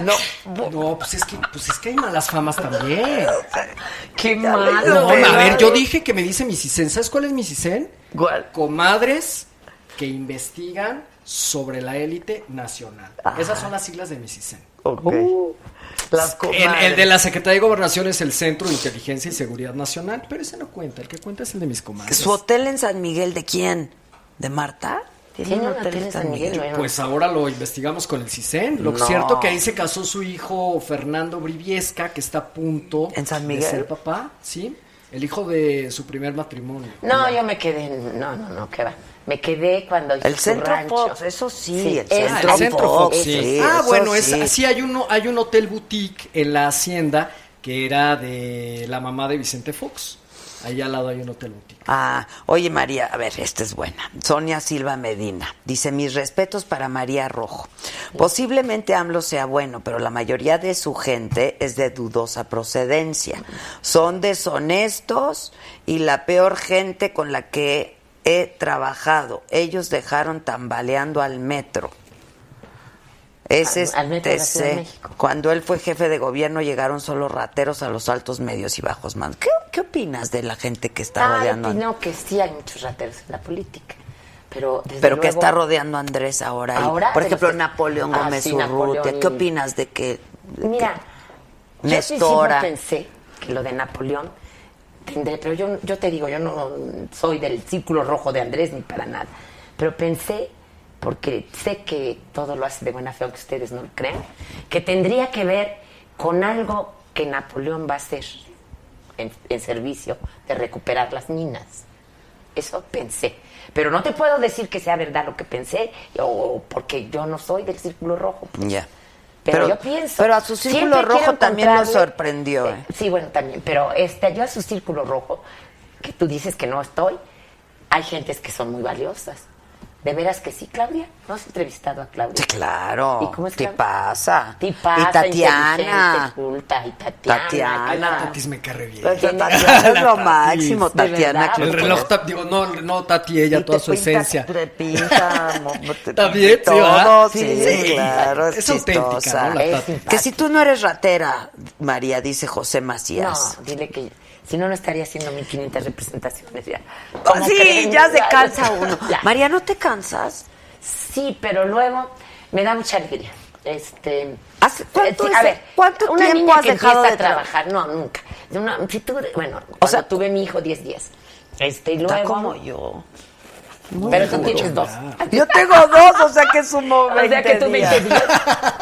Speaker 2: No,
Speaker 9: No, pues es que, pues es que hay malas famas también.
Speaker 8: Qué
Speaker 9: No,
Speaker 8: malo.
Speaker 9: a ver, yo dije que me dice mi Cisén. ¿Sabes cuál es mi Cisén?
Speaker 2: ¿Cuál?
Speaker 9: Comadres que investigan sobre la élite nacional. Esas son las siglas de mi Cisén.
Speaker 2: Ok. Uh, Las
Speaker 9: El,
Speaker 2: comadres.
Speaker 9: el de la Secretaría de Gobernación es el Centro de Inteligencia y Seguridad Nacional, pero ese no cuenta. El que cuenta es el de mis comadres.
Speaker 2: ¿Su hotel en San Miguel de quién? ¿De Marta? Tiene
Speaker 8: Tiene un hotel en San Miguel, bueno.
Speaker 9: Pues ahora lo investigamos con el CISEN. Lo
Speaker 2: No.
Speaker 9: cierto que ahí se casó su hijo Fernando Briviesca, que está a punto
Speaker 2: ¿En San
Speaker 9: de
Speaker 2: Miguel?
Speaker 9: ser papá, ¿sí? El hijo de su primer matrimonio.
Speaker 8: No, yo me quedé. en- No, no, no, qué va. Me quedé cuando hice
Speaker 2: El
Speaker 8: su
Speaker 2: Centro
Speaker 8: rancho.
Speaker 2: Fox, eso sí, el
Speaker 8: ese-
Speaker 9: Ah,
Speaker 2: Centro
Speaker 9: el Centro
Speaker 2: Fox,
Speaker 9: Fox.
Speaker 2: sí,
Speaker 9: sí.
Speaker 2: eso
Speaker 9: Ah, bueno, es,
Speaker 2: sí.
Speaker 9: sí hay, uno, hay un hotel boutique en la hacienda que era de la mamá de Vicente Fox. Ahí al lado hay un hotel boutique.
Speaker 2: Ah, oye María, a ver, esta es buena. Sonia Silva Medina dice, mis respetos para María Rojo. Posiblemente AMLO sea bueno, pero la mayoría de su gente es de dudosa procedencia. Son deshonestos y la peor gente con la que he trabajado. Ellos dejaron tambaleando al metro. Ese es
Speaker 8: Al- al metro de la Ciudad de
Speaker 2: TC.
Speaker 8: México.
Speaker 2: Cuando él fue jefe de gobierno llegaron solo rateros a los altos medios y bajos mandos. ¿Qué, qué opinas de la gente que está
Speaker 8: Eh, Ay,
Speaker 2: rodeando? a-
Speaker 8: no, que sí hay muchos rateros en la política. Pero, desde
Speaker 2: Pero que
Speaker 8: luego-
Speaker 2: está rodeando a Andrés ahora. y-
Speaker 8: Ahora,
Speaker 2: por
Speaker 8: de los
Speaker 2: ejemplo,
Speaker 8: que-
Speaker 2: Napoleón
Speaker 8: Ah,
Speaker 2: Gómez
Speaker 8: sí,
Speaker 2: Urrutia.
Speaker 8: Napoleón.
Speaker 2: ¿Qué opinas de que de
Speaker 8: Mira, yo al principio
Speaker 2: Nestora.
Speaker 8: pensé que lo de Napoleón tendré, pero yo, yo te digo, yo no soy del círculo rojo de Andrés ni para nada. Pero pensé, porque sé que todo lo hace de buena fe, aunque ustedes no lo crean, que tendría que ver con algo que Napoleón va a hacer en, en servicio de recuperar las minas. Eso pensé. Pero no te puedo decir que sea verdad lo que pensé, o- o porque yo no soy del círculo rojo. pues.
Speaker 2: que- Ya.
Speaker 8: Pero, yo pienso.
Speaker 2: Pero a su
Speaker 8: siempre
Speaker 2: círculo rojo
Speaker 8: quiero
Speaker 2: también lo
Speaker 8: encontrarle-
Speaker 2: sorprendió.
Speaker 8: Eh,
Speaker 2: ¿eh?
Speaker 8: sí, bueno, también. Pero este, yo a su círculo rojo, que tú dices que no estoy, hay gentes que son muy valiosas. ¿De veras que sí, Claudia? ¿No has entrevistado a Claudia?
Speaker 2: Sí, claro.
Speaker 8: ¿Y cómo es
Speaker 2: ¿Qué
Speaker 8: que-
Speaker 2: pasa?
Speaker 8: Y pasa,
Speaker 2: Y Tatiana.
Speaker 8: inteligente, culta, y Tatiana.
Speaker 2: Tatiana.
Speaker 8: y
Speaker 9: La
Speaker 8: tal.
Speaker 9: Tatis me carre bien.
Speaker 2: Pues, Tatiana es
Speaker 9: La
Speaker 2: lo
Speaker 9: Tatis.
Speaker 2: máximo,
Speaker 9: De
Speaker 2: Tatiana.
Speaker 8: verdad.
Speaker 9: El
Speaker 2: Cloutier.
Speaker 9: reloj Tati, digo, no, no Tati,
Speaker 2: Pues, Y
Speaker 9: ella,
Speaker 2: te
Speaker 9: toda su
Speaker 2: pinta-
Speaker 9: esencia.
Speaker 2: Te pinta, mo- te-
Speaker 9: También, sí,
Speaker 2: todo,
Speaker 9: ¿verdad?
Speaker 2: sí,
Speaker 9: Sí.
Speaker 2: claro, es,
Speaker 9: Es auténtica,
Speaker 2: chistosa.
Speaker 9: ¿no? La
Speaker 2: Es
Speaker 9: Tati.
Speaker 2: simpática. que si tú no eres ratera, María, dice José
Speaker 8: No,
Speaker 2: Macías.
Speaker 8: dile que si no, no estaría haciendo 1500 representaciones ya.
Speaker 2: Ah,
Speaker 8: ¿Cómo
Speaker 2: sí,
Speaker 8: creen?
Speaker 2: ya se cansa uno.
Speaker 8: Ya.
Speaker 2: María, ¿no te cansas?
Speaker 8: Sí, pero luego me da mucha alegría. Este,
Speaker 2: ¿Hace- cuánto
Speaker 8: eh,
Speaker 2: es- cuánto
Speaker 8: una
Speaker 2: tiempo
Speaker 8: niña
Speaker 2: has
Speaker 8: que
Speaker 2: dejado
Speaker 8: empieza
Speaker 2: de
Speaker 8: a trabajar? No, nunca. De una- si tú- bueno, o
Speaker 2: sea,
Speaker 8: sea, tuve mi hijo 10 días. Este, y
Speaker 2: Está
Speaker 8: luego,
Speaker 2: como yo. Ah.
Speaker 8: pero tú tienes dos.
Speaker 2: Yo tengo dos, o sea que sumo 20
Speaker 8: o sea que tú 20
Speaker 2: días.
Speaker 8: días.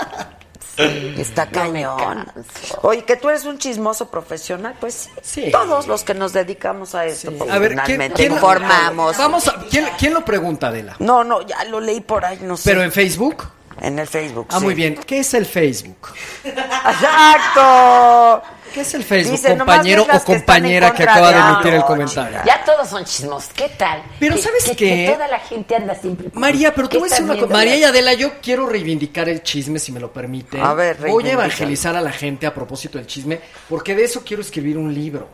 Speaker 2: Está
Speaker 8: No me
Speaker 2: cañón.
Speaker 8: canso.
Speaker 2: Oye, que tú eres un chismoso profesional, pues sí.
Speaker 9: Sí.
Speaker 2: Todos los que nos dedicamos a esto, pues,
Speaker 9: A ver, ¿quién,
Speaker 2: finalmente
Speaker 9: quién-
Speaker 2: informamos.
Speaker 9: Vamos a, ¿quién, quién lo pregunta, Adela?
Speaker 2: No, no, ya lo leí por ahí, no sé.
Speaker 9: ¿Pero en Facebook?
Speaker 2: En el Facebook.
Speaker 9: Ah,
Speaker 2: sí.
Speaker 9: muy bien. ¿Qué es el Facebook?
Speaker 2: ¡Exacto!
Speaker 9: ¿Qué es el Facebook,
Speaker 2: Dice, nomás
Speaker 9: compañero
Speaker 2: ves las
Speaker 9: o
Speaker 2: que están en
Speaker 9: compañera que,
Speaker 2: contra
Speaker 9: acaba
Speaker 2: de
Speaker 9: de emitir el
Speaker 2: algo,
Speaker 9: comentario?
Speaker 2: chica.
Speaker 8: Ya todos son chismos. ¿Qué tal?
Speaker 9: Pero
Speaker 8: Que-
Speaker 9: ¿sabes
Speaker 8: que-
Speaker 9: qué?
Speaker 8: Que toda la gente anda siempre.
Speaker 9: María, pero te
Speaker 8: ¿Qué
Speaker 9: voy a decir
Speaker 8: están
Speaker 9: una cosa.
Speaker 8: viendo?
Speaker 9: María y Adela, yo quiero reivindicar el chisme, si me lo permiten.
Speaker 2: A ver,
Speaker 9: Voy a
Speaker 2: reivindica.
Speaker 9: evangelizar a la gente a propósito del chisme, porque de eso quiero escribir un libro.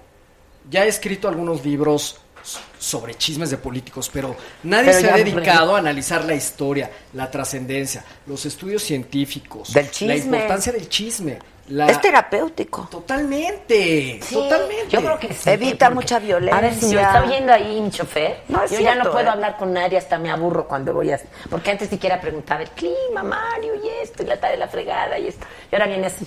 Speaker 9: Ya he escrito algunos libros s- sobre chismes de políticos, pero nadie
Speaker 8: Pero
Speaker 9: se
Speaker 8: ya
Speaker 9: ha
Speaker 8: no-
Speaker 9: dedicado a analizar la historia, la trascendencia, los estudios científicos,
Speaker 2: Del
Speaker 9: la
Speaker 2: chisme.
Speaker 9: importancia del chisme. la-
Speaker 2: Es
Speaker 8: Este
Speaker 2: terapéutico.
Speaker 9: Totalmente,
Speaker 8: Sí,
Speaker 9: totalmente.
Speaker 8: Yo creo que sí.
Speaker 2: Evita
Speaker 8: porque-
Speaker 2: mucha violencia.
Speaker 8: A ver, si me está oyendo ahí mi chofer,
Speaker 2: No, es
Speaker 8: yo ya
Speaker 2: cierto,
Speaker 8: no puedo
Speaker 2: ¿eh?
Speaker 8: hablar con nadie, hasta me aburro cuando voy a... Porque antes siquiera preguntaba el clima, Mario, y esto, y la tarde de la fregada, y esto. Y ahora viene así.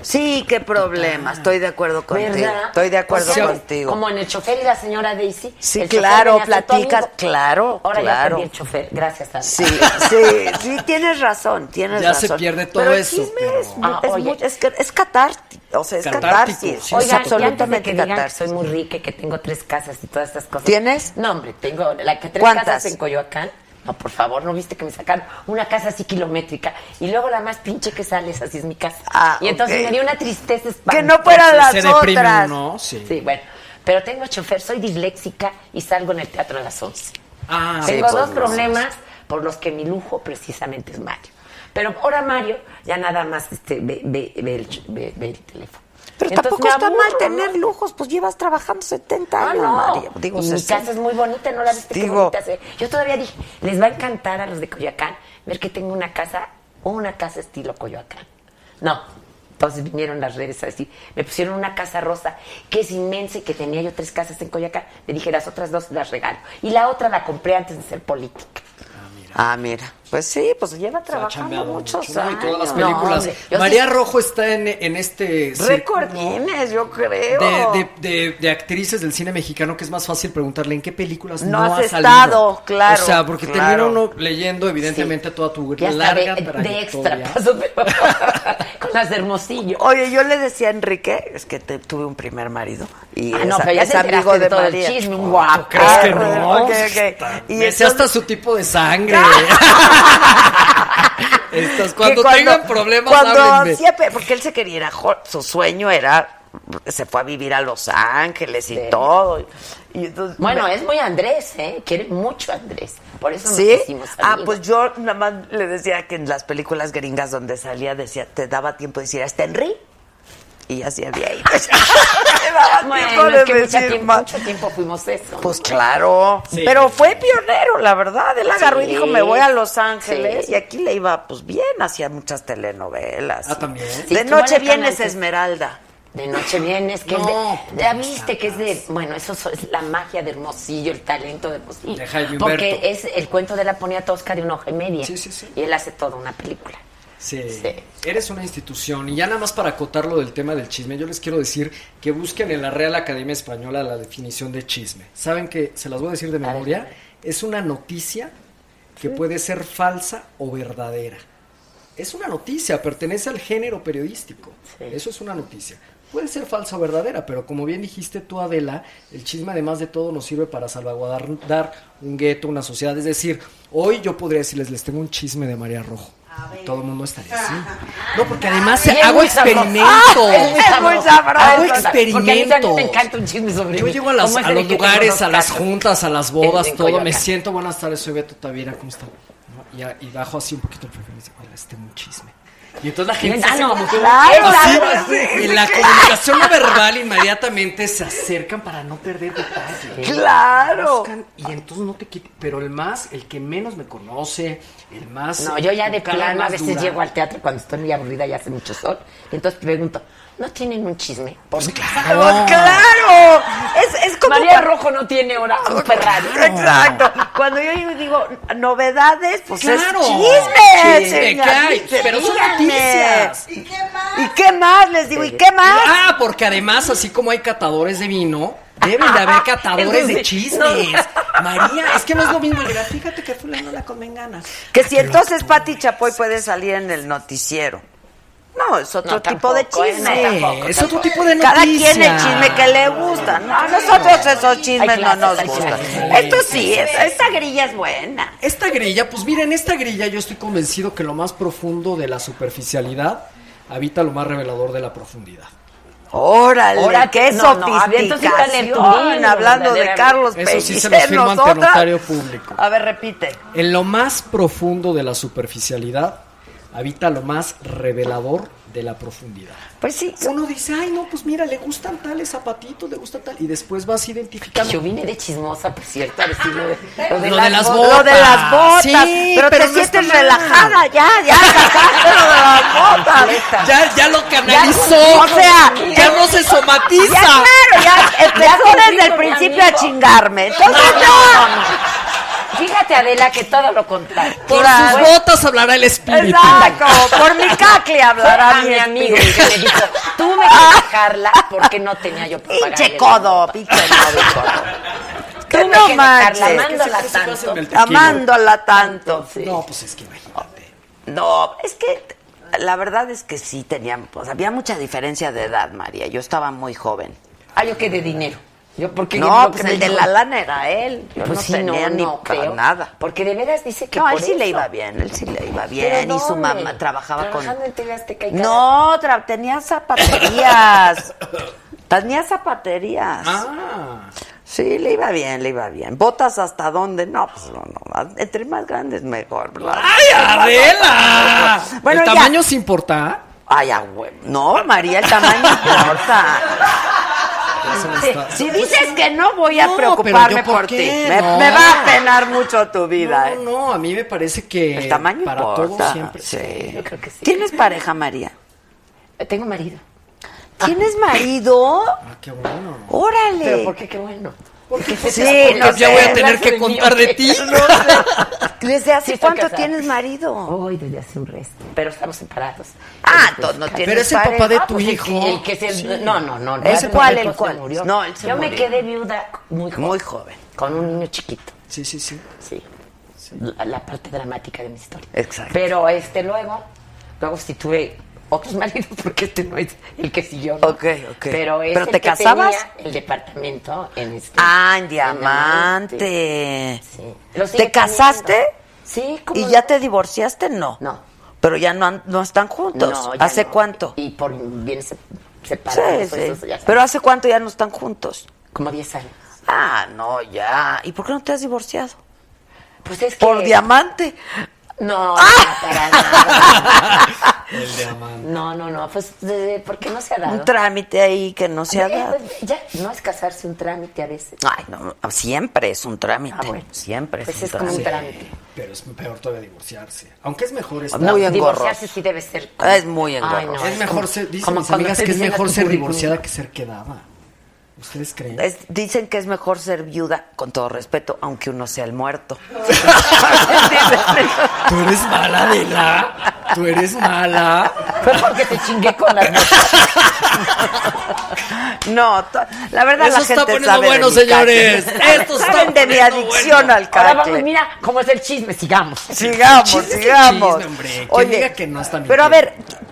Speaker 2: Sí, qué problema. Estoy de acuerdo contigo.
Speaker 8: ¿Verdad?
Speaker 2: Estoy de acuerdo
Speaker 8: O sea,
Speaker 2: contigo.
Speaker 8: Pues, Como en el chofer y la señora Daisy.
Speaker 2: Sí,
Speaker 8: el chofer
Speaker 2: claro,
Speaker 8: venía a ser tu
Speaker 2: platicas,
Speaker 8: amigo.
Speaker 2: claro,
Speaker 8: Ahora ya
Speaker 2: claro.
Speaker 8: perdí el chofer. Gracias, Tania.
Speaker 2: Sí, sí, sí, tienes razón, tienes
Speaker 9: Ya se
Speaker 2: razón.
Speaker 9: pierde todo
Speaker 2: Pero el
Speaker 9: eso,
Speaker 2: chisme
Speaker 9: pero-
Speaker 2: es,
Speaker 8: Ah,
Speaker 2: es
Speaker 8: oye.
Speaker 2: mu- es que- es catártico, o sea, es
Speaker 9: Catártico,
Speaker 2: catarsis.
Speaker 9: sí,
Speaker 2: es absolutamente
Speaker 8: Oigan, absolutamente que digan que
Speaker 2: catártico.
Speaker 8: soy muy rica y que tengo tres casas y todas estas cosas.
Speaker 2: ¿Tienes?
Speaker 8: No, hombre, tengo la que tres
Speaker 2: ¿Cuántas?
Speaker 8: casas en Coyoacán. No, por favor, ¿no viste que me sacaron una casa así kilométrica? Y luego la más pinche que sale, esa así es mi casa.
Speaker 2: Ah,
Speaker 8: y entonces
Speaker 2: ok.
Speaker 8: me dio una tristeza
Speaker 2: Que
Speaker 8: espantosa.
Speaker 2: no fueran las
Speaker 9: Pues se deprime
Speaker 2: otras.
Speaker 9: uno, sí.
Speaker 8: Sí, bueno. Pero tengo chofer, soy disléxica y salgo en el teatro a las 11.
Speaker 9: Ah,
Speaker 2: Sí,
Speaker 8: tengo
Speaker 2: pues,
Speaker 8: dos
Speaker 2: no.
Speaker 8: problemas por los que mi lujo precisamente es Mario. Pero ahora Mario ya nada más este, ve, ve- ve el, ch- ve- ve el teléfono.
Speaker 2: Pero
Speaker 8: Entonces
Speaker 2: tampoco
Speaker 8: me
Speaker 2: está
Speaker 8: aburro,
Speaker 2: mal
Speaker 8: ¿no?
Speaker 2: tener lujos, pues llevas trabajando 70
Speaker 8: Ah,
Speaker 2: años,
Speaker 8: no.
Speaker 2: María. Digo,
Speaker 8: Y mi
Speaker 2: 60.
Speaker 8: casa es muy bonita, ¿no la viste qué
Speaker 2: Digo-
Speaker 8: bonita se ve? Yo todavía dije, les va a encantar a los de Coyoacán ver que tengo una casa, una casa estilo Coyoacán. No. Entonces vinieron las redes a decir, me pusieron una casa rosa, que es inmensa y que tenía yo tres casas en Coyoacán. Le dije, las otras dos las regalo. Y la otra la compré antes de ser política.
Speaker 2: Ah, mira. Pues sí, pues lleva
Speaker 9: ha
Speaker 2: trabajando
Speaker 9: chambeado
Speaker 2: muchos
Speaker 9: mucho, ¿no?
Speaker 2: años.
Speaker 9: Y todas las
Speaker 8: No,
Speaker 9: películas.
Speaker 8: hombre, yo
Speaker 9: María
Speaker 8: sí-
Speaker 9: Rojo está en, en este círculo
Speaker 2: Récord Guinness, yo creo.
Speaker 9: de, de- de- de actrices del cine mexicano que es más fácil preguntarle en qué películas no,
Speaker 2: No has
Speaker 9: ha salido.
Speaker 2: estado, claro,
Speaker 9: O sea, porque
Speaker 2: claro.
Speaker 9: termina uno leyendo evidentemente toda tu
Speaker 8: Ya está
Speaker 9: larga
Speaker 8: de, de extra.
Speaker 9: trayectoria.
Speaker 8: pasó de- con las de hermosillo.
Speaker 2: Oye, yo le decía a Enrique, es que te- tuve un primer marido y
Speaker 8: Ah,
Speaker 2: es,
Speaker 8: no, pero ya
Speaker 2: es
Speaker 8: te enteraste
Speaker 2: amigo de
Speaker 8: de todo el
Speaker 2: María.
Speaker 8: chisme, un guapo.
Speaker 9: ¿Crees que
Speaker 2: Ah,
Speaker 9: no?
Speaker 2: ok, ok. Y
Speaker 9: Me sé
Speaker 2: entonces-
Speaker 9: hasta su tipo de sangre. Estas,
Speaker 2: que
Speaker 9: cuando, tengan problemas,
Speaker 2: cuando
Speaker 9: háblenme.
Speaker 2: siempre- porque él se quería ir a Hol- su sueño era se fue a vivir a Los Ángeles y
Speaker 8: Sí.
Speaker 2: todo. Y, y entonces-
Speaker 8: Bueno,
Speaker 2: me-
Speaker 8: es muy Andrés, ¿eh? Quiere mucho a Andrés. Por eso nos
Speaker 2: ¿Sí?
Speaker 8: hicimos
Speaker 2: Ah,
Speaker 8: amigos.
Speaker 2: pues yo nada más le decía que en las películas gringas donde salía decía, te daba tiempo de decir hasta Henry. Y así había ido. Te daba tiempo
Speaker 8: Bueno,
Speaker 2: de
Speaker 8: es que mucho
Speaker 2: decir
Speaker 8: tiempo,
Speaker 2: más.
Speaker 8: mucho tiempo fuimos eso.
Speaker 2: Pues claro, pero fue pionero, la verdad. Él agarró y
Speaker 8: Sí.
Speaker 2: dijo, me voy a Los Ángeles.
Speaker 8: Sí.
Speaker 2: Y aquí le iba, pues bien, hacía muchas telenovelas.
Speaker 9: Ah, también.
Speaker 8: Sí,
Speaker 2: de
Speaker 8: estuvo en
Speaker 2: noche
Speaker 8: el
Speaker 2: vienes
Speaker 8: canal, sí.
Speaker 2: Esmeralda.
Speaker 8: De noche vienes, que
Speaker 9: No.
Speaker 8: es de... Ya viste que es de... Bueno, eso so- es la magia de Hermosillo, el talento de Hermosillo.
Speaker 9: De Jaime
Speaker 8: Porque
Speaker 9: Humberto.
Speaker 8: es el cuento de la ponía tosca de una hoja y media.
Speaker 9: Sí, sí, sí.
Speaker 8: Y él hace toda una película.
Speaker 9: Sí.
Speaker 8: Sí.
Speaker 9: Eres una institución. Y ya nada más para acotar lo del tema del chisme, yo les quiero decir que busquen en la Real Academia Española la definición de chisme. ¿Saben que se las voy a decir de
Speaker 8: ver.
Speaker 9: memoria? Es una noticia que puede ser falsa o verdadera. Es una noticia, pertenece al género periodístico.
Speaker 8: Sí.
Speaker 9: Eso es una noticia. Puede ser falsa o verdadera, pero como bien dijiste tú, Adela, el chisme además de todo nos sirve para salvaguardar dar un gueto, una sociedad. Es decir, hoy yo podría decirles, les tengo un chisme de María Rojo. Y Todo el mundo estaría así. No, porque además
Speaker 8: Y es
Speaker 9: hago
Speaker 8: muy sabroso.
Speaker 9: experimentos.
Speaker 2: Es muy sabroso.
Speaker 9: Hago
Speaker 8: Porque a mí también
Speaker 9: experimentos.
Speaker 8: me encanta un chisme sobre
Speaker 9: Yo
Speaker 8: mí.
Speaker 9: llego a, las-
Speaker 8: ¿Cómo es
Speaker 9: a
Speaker 8: el
Speaker 9: los
Speaker 8: que te
Speaker 9: lugares,
Speaker 8: conozcas?
Speaker 9: a las juntas, a las bodas,
Speaker 8: En- en
Speaker 9: todo. Me
Speaker 8: Coyoacán.
Speaker 9: siento, buenas tardes, soy Beto Tavira, ¿cómo está? ¿No? Y, a- y bajo así un poquito el perfil y dice, oiga, les tengo un chisme. Y entonces la gente se
Speaker 8: Ah,
Speaker 9: hace
Speaker 8: no,
Speaker 9: como que-
Speaker 8: claro,
Speaker 9: así,
Speaker 8: claro,
Speaker 9: y la comunicación no verbal inmediatamente se acercan para no perder detalles.
Speaker 2: Claro.
Speaker 9: Buscan, y entonces no te quito, pero el más, el que menos me conoce, el más...
Speaker 8: No, yo ya
Speaker 9: con
Speaker 8: de
Speaker 9: cara
Speaker 8: plano a
Speaker 9: más
Speaker 8: veces
Speaker 9: dura.
Speaker 8: llego al teatro cuando estoy muy aburrida y hace mucho sol. Y entonces pregunto, ¿no tienen un chisme? ¡Oh, Porque
Speaker 2: Pues claro. Es, es como...
Speaker 8: María Rojo no tiene hora un Ferrari.
Speaker 2: Exacto. Cuando yo digo novedades, pues
Speaker 9: Claro.
Speaker 2: es chisme.
Speaker 9: Chisme, ¿qué
Speaker 2: señorita.
Speaker 9: hay? Pero son
Speaker 2: Díganme.
Speaker 9: noticias.
Speaker 4: ¿Y qué más?
Speaker 2: ¿Y qué más? Les digo, ¿y qué más?
Speaker 9: Ah, porque además, así como hay catadores de vino, deben de haber catadores de
Speaker 8: Entonces,
Speaker 9: chismes. María, es que no es lo mismo. Mira, fíjate que fulano la comen ganas.
Speaker 2: Que si entonces Pati Chapoy puede salir en el noticiero. No, es otro
Speaker 8: No,
Speaker 2: tipo de
Speaker 8: tampoco, ¿eh?
Speaker 2: chisme.
Speaker 8: No, tampoco,
Speaker 9: es
Speaker 8: tampoco.
Speaker 9: otro tipo de
Speaker 2: Cada
Speaker 9: noticias.
Speaker 2: quien el chisme que le gusta. No, a nosotros esos chismes
Speaker 8: Hay clases,
Speaker 2: no nos
Speaker 8: hay
Speaker 2: gustan.
Speaker 8: clases.
Speaker 2: Esto sí, es, esta grilla es buena.
Speaker 9: Esta grilla, pues miren, esta grilla yo estoy convencido que lo más profundo de la superficialidad habita lo más revelador de la profundidad.
Speaker 2: Órale,
Speaker 8: Ahora,
Speaker 2: qué
Speaker 8: no, no, a ver, entonces dale
Speaker 2: sofisticación.
Speaker 8: tu libro,
Speaker 2: hablando de
Speaker 8: verdaderamente.
Speaker 2: Carlos
Speaker 9: Eso sí se
Speaker 2: Pellicer,
Speaker 9: los firmo ante
Speaker 2: nosotras.
Speaker 9: notario público.
Speaker 2: A ver, repite.
Speaker 9: En lo más profundo de la superficialidad habita lo más revelador de la profundidad.
Speaker 2: Pues sí,
Speaker 9: Uno dice, ay, no, pues mira, le gustan tales zapatitos, le gusta tal. Y después vas identificando.
Speaker 8: Yo vine de chismosa, por cierto, a decir lo de, lo de
Speaker 9: Lo
Speaker 8: las
Speaker 9: de las
Speaker 8: bodas.
Speaker 9: botas.
Speaker 2: Lo de las botas.
Speaker 9: Sí,
Speaker 2: pero,
Speaker 9: pero
Speaker 2: te
Speaker 9: no
Speaker 2: sientes
Speaker 9: está mal.
Speaker 2: relajada ya, ya sacaste lo de las botas.
Speaker 9: Ya, ya lo canalizó.
Speaker 2: o sea,
Speaker 9: ya no se somatiza.
Speaker 2: Ya, claro, ya empezó
Speaker 8: cumplí
Speaker 2: desde el
Speaker 8: con mi
Speaker 2: principio a
Speaker 8: amigo.
Speaker 2: chingarme. Entonces
Speaker 8: No, no,
Speaker 2: ya.
Speaker 8: no, no. Fíjate, Adela, que todo lo contrario.
Speaker 9: Por sus botas hablará el espíritu.
Speaker 8: Exacto, por mi cacle hablará mi amigo. Que me dijo, tú me quieres dejarla porque no tenía yo para pagar
Speaker 2: Ah. Pinche
Speaker 8: el-
Speaker 2: codo, pinche nodo, codo. Tú no manches.
Speaker 8: amándola
Speaker 2: Que se- que se-
Speaker 8: tanto.
Speaker 2: que se- Amándola tanto. sí.
Speaker 9: No, pues es que imagínate.
Speaker 2: No, es que la verdad es que sí teníamos, pues, había mucha diferencia de edad, María. Yo estaba muy joven.
Speaker 8: Ah, yo que de dinero. Yo porque
Speaker 2: No, pues el de la lana era él. Yo
Speaker 8: Pues
Speaker 2: no
Speaker 8: sí,
Speaker 2: tenía
Speaker 8: no,
Speaker 2: ni
Speaker 8: no,
Speaker 2: para
Speaker 8: creo.
Speaker 2: nada.
Speaker 8: Porque de veras dice que
Speaker 2: No, a
Speaker 8: por
Speaker 2: él sí le
Speaker 8: eso.
Speaker 2: iba bien, él sí le iba
Speaker 8: ¿Pero
Speaker 2: bien. Y su
Speaker 8: dónde?
Speaker 2: mamá trabajaba con...
Speaker 8: Trabajando en TV Azteca y
Speaker 2: No, tra- tenía zapaterías. tenía zapaterías.
Speaker 9: Ah.
Speaker 2: Sí, le iba bien, le iba bien. ¿Botas hasta dónde? No, pues no, no. Entre más grandes, mejor. bla.
Speaker 9: ¡Adela!
Speaker 2: Bueno,
Speaker 9: ¿El
Speaker 2: ya.
Speaker 9: tamaño se importa?
Speaker 2: Ay, a huevo. No, María, el tamaño importa. Ah, Si dices que no, voy a
Speaker 9: No, pero
Speaker 2: preocuparme
Speaker 9: yo, ¿por
Speaker 2: por,
Speaker 9: qué?
Speaker 2: ti. Me,
Speaker 9: No.
Speaker 2: me va a penar mucho tu vida.
Speaker 9: No,
Speaker 2: ¿eh?
Speaker 9: no, a mí me parece que
Speaker 2: El tamaño
Speaker 9: para
Speaker 2: importa.
Speaker 9: todo siempre.
Speaker 2: Sí.
Speaker 8: Yo creo que sí. Eh,
Speaker 2: ¿Tienes pareja, María?
Speaker 8: Tengo marido.
Speaker 2: ¿Tienes marido?
Speaker 9: Ah, qué bueno.
Speaker 2: Órale.
Speaker 8: Pero ¿por qué qué bueno? Porque se
Speaker 2: Sí,
Speaker 8: te-
Speaker 2: no
Speaker 9: ya
Speaker 2: sé,
Speaker 9: voy a tener que
Speaker 8: de mí,
Speaker 9: contar de
Speaker 8: ok.
Speaker 9: ti.
Speaker 2: ¿Desde hace
Speaker 8: Sí, estoy
Speaker 2: cuánto
Speaker 8: casada.
Speaker 2: tienes marido?
Speaker 8: Hoy desde hace un resto, pero estamos separados.
Speaker 2: Ah, entonces no tienes
Speaker 9: Pero es el
Speaker 2: pareja.
Speaker 9: papá de
Speaker 8: Pues Ah,
Speaker 9: tu
Speaker 8: pues el
Speaker 9: hijo.
Speaker 8: que- el que se- No, no, no.
Speaker 2: ¿Es
Speaker 8: no,
Speaker 2: cuál,
Speaker 8: no,
Speaker 2: el
Speaker 8: no, se
Speaker 2: cuál?
Speaker 8: murió.
Speaker 2: No, él se
Speaker 8: Yo me
Speaker 2: murió.
Speaker 8: quedé viuda muy joven.
Speaker 2: Muy joven.
Speaker 8: Con un niño chiquito,
Speaker 9: Sí, sí, sí.
Speaker 8: sí. La, la parte dramática de mi historia.
Speaker 2: Exacto.
Speaker 8: Pero este luego, luego sí tuve otros maridos porque este no es el que siguió. ¿no?
Speaker 2: Ok, ok.
Speaker 8: Pero es
Speaker 2: ¿Pero
Speaker 8: el
Speaker 2: te
Speaker 8: que
Speaker 2: casabas?
Speaker 8: tenía el departamento en este.
Speaker 2: Ah, en
Speaker 8: Diamante.
Speaker 2: diamante.
Speaker 8: Sí. Lo sigue
Speaker 2: ¿Te casaste?
Speaker 8: teniendo. Sí, ¿cómo
Speaker 2: ¿Y
Speaker 8: no?
Speaker 2: ya te divorciaste? No.
Speaker 8: No.
Speaker 2: Pero ya no, han- no están juntos.
Speaker 8: No, ya
Speaker 2: ¿Hace
Speaker 8: no.
Speaker 2: cuánto?
Speaker 8: Y por bien se-
Speaker 2: Sí,
Speaker 8: separados.
Speaker 2: sí.
Speaker 8: eso ya sabes.
Speaker 2: Pero ¿hace cuánto ya no están juntos?
Speaker 8: como 10 años.
Speaker 2: Ah, no, ya. ¿Y por qué no te has divorciado?
Speaker 8: Pues es que
Speaker 2: Por ¡Ah! diamante.
Speaker 8: No, no, para nada.
Speaker 9: El diamante.
Speaker 8: No, no, no, pues de- porque no se ha dado.
Speaker 2: Un trámite ahí que no se ha
Speaker 8: Eh,
Speaker 2: dado. Ah,
Speaker 8: pues, ya no es casarse un trámite a veces.
Speaker 2: Ay, no, siempre es un trámite.
Speaker 8: Ah, bueno.
Speaker 2: Siempre es
Speaker 8: Pues
Speaker 2: un
Speaker 8: es como un
Speaker 2: trámite.
Speaker 8: trámite.
Speaker 9: Pero es peor todavía divorciarse. Aunque es mejor estar.
Speaker 2: Muy engorroso.
Speaker 8: Divorciarse sí debe ser.
Speaker 2: Es muy engorroso.
Speaker 8: Ay, no,
Speaker 9: es mejor
Speaker 8: como-
Speaker 9: ser. Dicen
Speaker 8: como
Speaker 9: mis
Speaker 8: cuando
Speaker 9: amigas
Speaker 8: te
Speaker 9: que es
Speaker 8: dicen a
Speaker 9: mejor
Speaker 8: tu
Speaker 9: ser
Speaker 8: currículum.
Speaker 9: divorciada que ser quedada. ¿Ustedes creen?
Speaker 2: Es- dicen que es mejor ser viuda, con todo respeto, aunque uno sea el muerto.
Speaker 9: Tú eres mala, Adela. Tú eres mala.
Speaker 8: Fue porque te chingué con las notas.
Speaker 2: No, to- la verdad
Speaker 9: Eso
Speaker 2: la
Speaker 9: está
Speaker 2: gente
Speaker 9: poniendo
Speaker 2: sabe de
Speaker 9: bueno,
Speaker 2: mi cacle.
Speaker 9: señores. Esto está
Speaker 2: Saben de mi
Speaker 9: poniendo
Speaker 2: adicción
Speaker 9: bueno.
Speaker 2: al
Speaker 8: Ahora
Speaker 2: carácter.
Speaker 8: vamos, mira cómo es el chisme, sigamos.
Speaker 2: Sigamos,
Speaker 9: Chisme, qué
Speaker 2: sigamos.
Speaker 9: chisme, hombre. ¿Quién diga que no está
Speaker 2: pero a ver,
Speaker 9: mintiendo?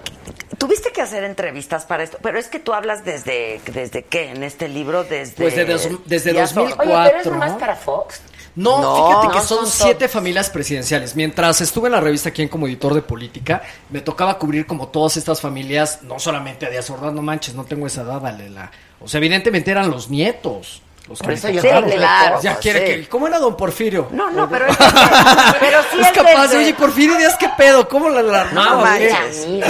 Speaker 2: tuviste que hacer entrevistas para esto, pero es que tú hablas desde desde qué en este libro desde
Speaker 9: Pues desde dos- desde
Speaker 2: Díaz
Speaker 9: 2000.
Speaker 2: Ordaz.
Speaker 8: Oye, pero es
Speaker 9: Cuatro,
Speaker 8: nomás
Speaker 9: ¿no?
Speaker 8: para Fox.
Speaker 9: No,
Speaker 2: No,
Speaker 9: fíjate que
Speaker 2: no,
Speaker 9: son,
Speaker 2: son
Speaker 9: siete familias presidenciales. Mientras estuve en la revista Quién como editor de política, me tocaba cubrir como todas estas familias, no solamente a Díaz Ordaz, no manches, no tengo esa edad, Alela. O sea, evidentemente eran los nietos. Los que
Speaker 8: Por
Speaker 9: me
Speaker 8: eso yo
Speaker 9: tocaron.
Speaker 8: sé, claro,
Speaker 9: Ya
Speaker 2: sí.
Speaker 9: quiere que. ¿Cómo era don Porfirio?
Speaker 2: No, no, pero es, pero sí
Speaker 9: es
Speaker 2: es
Speaker 9: capaz,
Speaker 2: desde-
Speaker 9: oye, Porfirio Díaz, ¿qué pedo? ¿Cómo la, la
Speaker 8: No,
Speaker 9: armaba, eh?
Speaker 8: madre
Speaker 2: manches.
Speaker 8: mía,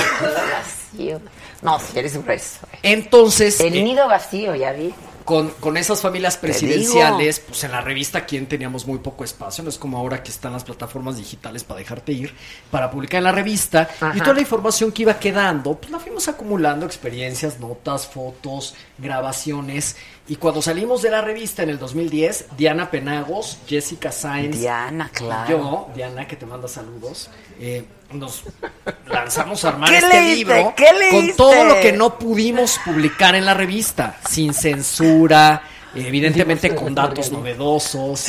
Speaker 8: vacío. No, si eres un rezo. eh.
Speaker 9: Entonces,
Speaker 8: El
Speaker 9: eh,
Speaker 8: nido vacío, ya vi.
Speaker 9: con, con esas familias presidenciales, pues en la revista Quién teníamos muy poco espacio, no es como ahora que están las plataformas digitales para dejarte ir, para publicar en la revista, y
Speaker 8: Ajá.
Speaker 9: toda la información que iba quedando, pues la fuimos acumulando, experiencias, notas, fotos, grabaciones, y cuando salimos de la revista en el 2010, Diana Penagos, Jessica Sáenz,
Speaker 2: Diana, Ah, claro.
Speaker 9: yo, Diana, que te manda saludos, eh, nos lanzamos a armar
Speaker 2: ¿Qué
Speaker 9: este
Speaker 2: leíste?
Speaker 9: libro
Speaker 2: ¿Qué leíste?
Speaker 9: con todo lo que no pudimos publicar en la revista, sin censura, evidentemente con datos novedosos.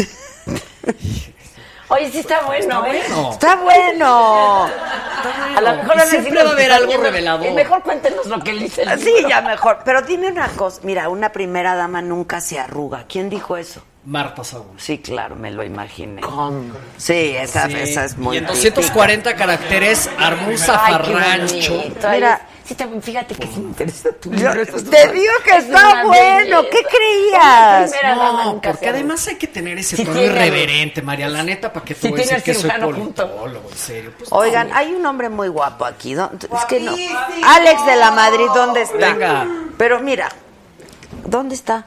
Speaker 8: Oye, sí está bueno, ¿eh?
Speaker 9: Bueno,
Speaker 2: Está bueno.
Speaker 8: A lo mejor
Speaker 9: Y
Speaker 8: van a
Speaker 9: siempre
Speaker 8: decir
Speaker 9: va a haber
Speaker 8: los
Speaker 9: algo
Speaker 8: compañeros,
Speaker 9: revelador.
Speaker 8: "Eh, Mejor cuéntenos lo que él dice. el
Speaker 2: Sí,
Speaker 8: libro".
Speaker 2: ya mejor. Pero dime una cosa, mira, una primera dama nunca se arruga. ¿Quién dijo eso?
Speaker 9: Marta Saúl.
Speaker 2: Sí, claro, me lo imaginé.
Speaker 8: Con-
Speaker 2: Sí, esa,
Speaker 9: Sí.
Speaker 2: esa es muy
Speaker 9: y en 240 caracteres armó un
Speaker 8: Ay, qué
Speaker 9: zafarrancho.
Speaker 8: bonito.
Speaker 2: Mira.
Speaker 8: Ay, sí, te- fíjate que sí me interesa tu
Speaker 2: Yo-
Speaker 8: libro. Eso es
Speaker 2: te
Speaker 8: una-
Speaker 2: digo que
Speaker 8: es
Speaker 2: está
Speaker 8: una
Speaker 2: bueno,
Speaker 8: belleza.
Speaker 2: ¿qué creías?
Speaker 8: Es la primera dama
Speaker 9: No,
Speaker 8: nunca
Speaker 9: porque
Speaker 8: se ha-
Speaker 9: además hay que tener ese
Speaker 8: Sí
Speaker 9: tono
Speaker 8: tiene-
Speaker 9: irreverente, María, la neta, para que tú
Speaker 8: Sí
Speaker 9: voy a
Speaker 8: tiene
Speaker 9: decir que soy
Speaker 8: cirujano junto.
Speaker 9: politólogo, en serio. pues no,
Speaker 2: Oigan,
Speaker 9: güey.
Speaker 2: hay un hombre muy guapo aquí. ¿dó- Es que no. Alex de la Madrid, ¿dónde está?
Speaker 9: Venga.
Speaker 2: Pero mira, ¿dónde está?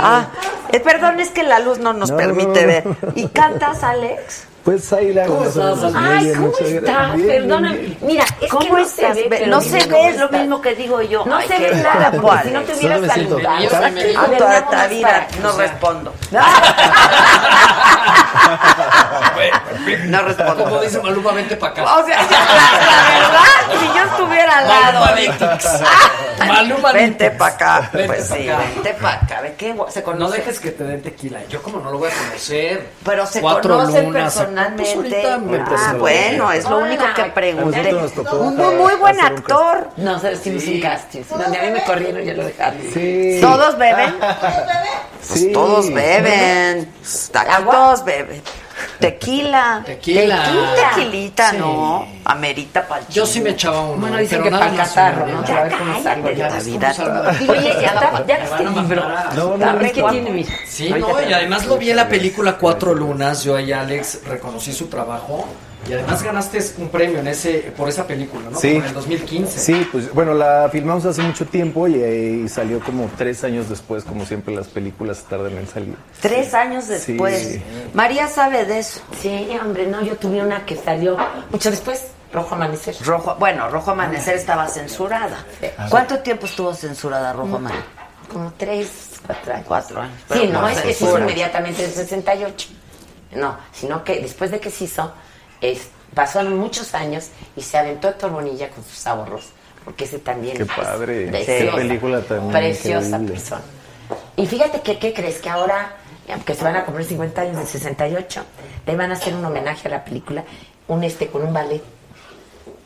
Speaker 2: Ah, eh, perdón, es que la luz no nos permite ver. ¿Y cantas, Alex?
Speaker 10: Pues ahí la hago.
Speaker 8: Ay, ¿cómo estás? Perdóname. Mira, es que no se
Speaker 2: estás?
Speaker 8: ve,
Speaker 2: Ve-
Speaker 8: pero
Speaker 2: no
Speaker 8: ni
Speaker 2: se
Speaker 8: me
Speaker 2: ve, es lo
Speaker 8: gusta.
Speaker 2: mismo que digo yo.
Speaker 8: No
Speaker 2: Ay,
Speaker 8: se
Speaker 2: qué
Speaker 8: ve nada,
Speaker 2: bárbaro.
Speaker 8: porque si no te
Speaker 2: Solo
Speaker 8: hubiera
Speaker 2: me siento.
Speaker 8: saludado.
Speaker 2: Yo también.
Speaker 8: Exacto.
Speaker 2: Ah,
Speaker 8: A ver,
Speaker 2: toda
Speaker 8: nada más
Speaker 2: la vida,
Speaker 8: para que
Speaker 2: no
Speaker 8: sea.
Speaker 2: respondo.
Speaker 7: No respondo. Como dice Maluma, vente para acá.
Speaker 2: O sea, la verdad, si yo estuviera al lado.
Speaker 7: Maluma Dictix. Maluma
Speaker 2: Vente para acá.
Speaker 7: Vente
Speaker 2: pues
Speaker 7: pa'
Speaker 2: sí,
Speaker 7: acá.
Speaker 2: vente para acá. ¿De qué se conoce?
Speaker 7: No dejes que te den tequila. Yo como no lo voy a conocer.
Speaker 2: Pero se
Speaker 7: Cuatro
Speaker 2: conocen
Speaker 7: lunas, se-
Speaker 2: personalmente.
Speaker 7: Pues ahorita me
Speaker 2: ah,
Speaker 7: presento.
Speaker 2: bueno, es lo único que pregunté.
Speaker 10: Nosotros nos tocó Ah,
Speaker 2: Un
Speaker 10: hacer-
Speaker 2: muy buen
Speaker 10: hacer un
Speaker 2: actor.
Speaker 8: No, se hicimos un casting. Donde a mí me corrieron, ya lo dejaron.
Speaker 10: Sí.
Speaker 2: ¿Todos beben? Pues
Speaker 10: Sí.
Speaker 2: todos beben. Está- Todos beben. Tequila.
Speaker 9: Tequila.
Speaker 2: Tequila. Tequilita,
Speaker 9: Sí.
Speaker 2: no. Amerita pa'l
Speaker 9: Yo sí me echaba uno.
Speaker 8: Bueno, dicen
Speaker 9: pero
Speaker 8: que
Speaker 9: nada
Speaker 8: para
Speaker 9: más
Speaker 8: catarro,
Speaker 9: uno,
Speaker 8: ¿no?
Speaker 9: ya.
Speaker 8: Ya, a ver cómo salgo de
Speaker 2: cállate,
Speaker 8: esta
Speaker 2: David, a todo.
Speaker 8: Oye, ya, está- ya viste el libro.
Speaker 9: No, no
Speaker 8: A
Speaker 9: lo he
Speaker 8: ver qué
Speaker 9: visto.
Speaker 8: tiene, mira.
Speaker 9: Sí, no, y además lo vi en la película Cuatro Lunas. Yo ahí, Alex, reconocí su trabajo. Y además ganaste un premio en ese, por esa película, ¿no?
Speaker 10: Sí.
Speaker 9: Como En el 2015.
Speaker 10: Sí, pues bueno, la filmamos hace mucho tiempo y, eh, salió como tres años después, como siempre las películas tardan en salir.
Speaker 2: Tres años después.
Speaker 10: Sí.
Speaker 2: María sabe de eso.
Speaker 8: Sí, hombre, no, yo tuve una que salió mucho después. Rojo Amanecer.
Speaker 2: Rojo, bueno, Rojo Amanecer estaba censurada. ¿Cuánto tiempo estuvo censurada Rojo Amanecer?
Speaker 8: Como tres, cuatro años.
Speaker 2: Cuatro años.
Speaker 8: Sí, no,
Speaker 2: Pero
Speaker 8: es que se hizo
Speaker 2: censura.
Speaker 8: inmediatamente en 68. No, sino que después de que se hizo, es- pasaron muchos años y se aventó Héctor Bonilla con sus ahorros. Porque ese también.
Speaker 10: Qué
Speaker 8: es
Speaker 10: padre,
Speaker 8: preciosa,
Speaker 10: qué película tan
Speaker 8: Preciosa
Speaker 10: increíble.
Speaker 8: persona. Y fíjate que, ¿qué crees? Que ahora, que se van a cumplir 50 años del 68, le van a hacer un homenaje a la película un este con un ballet.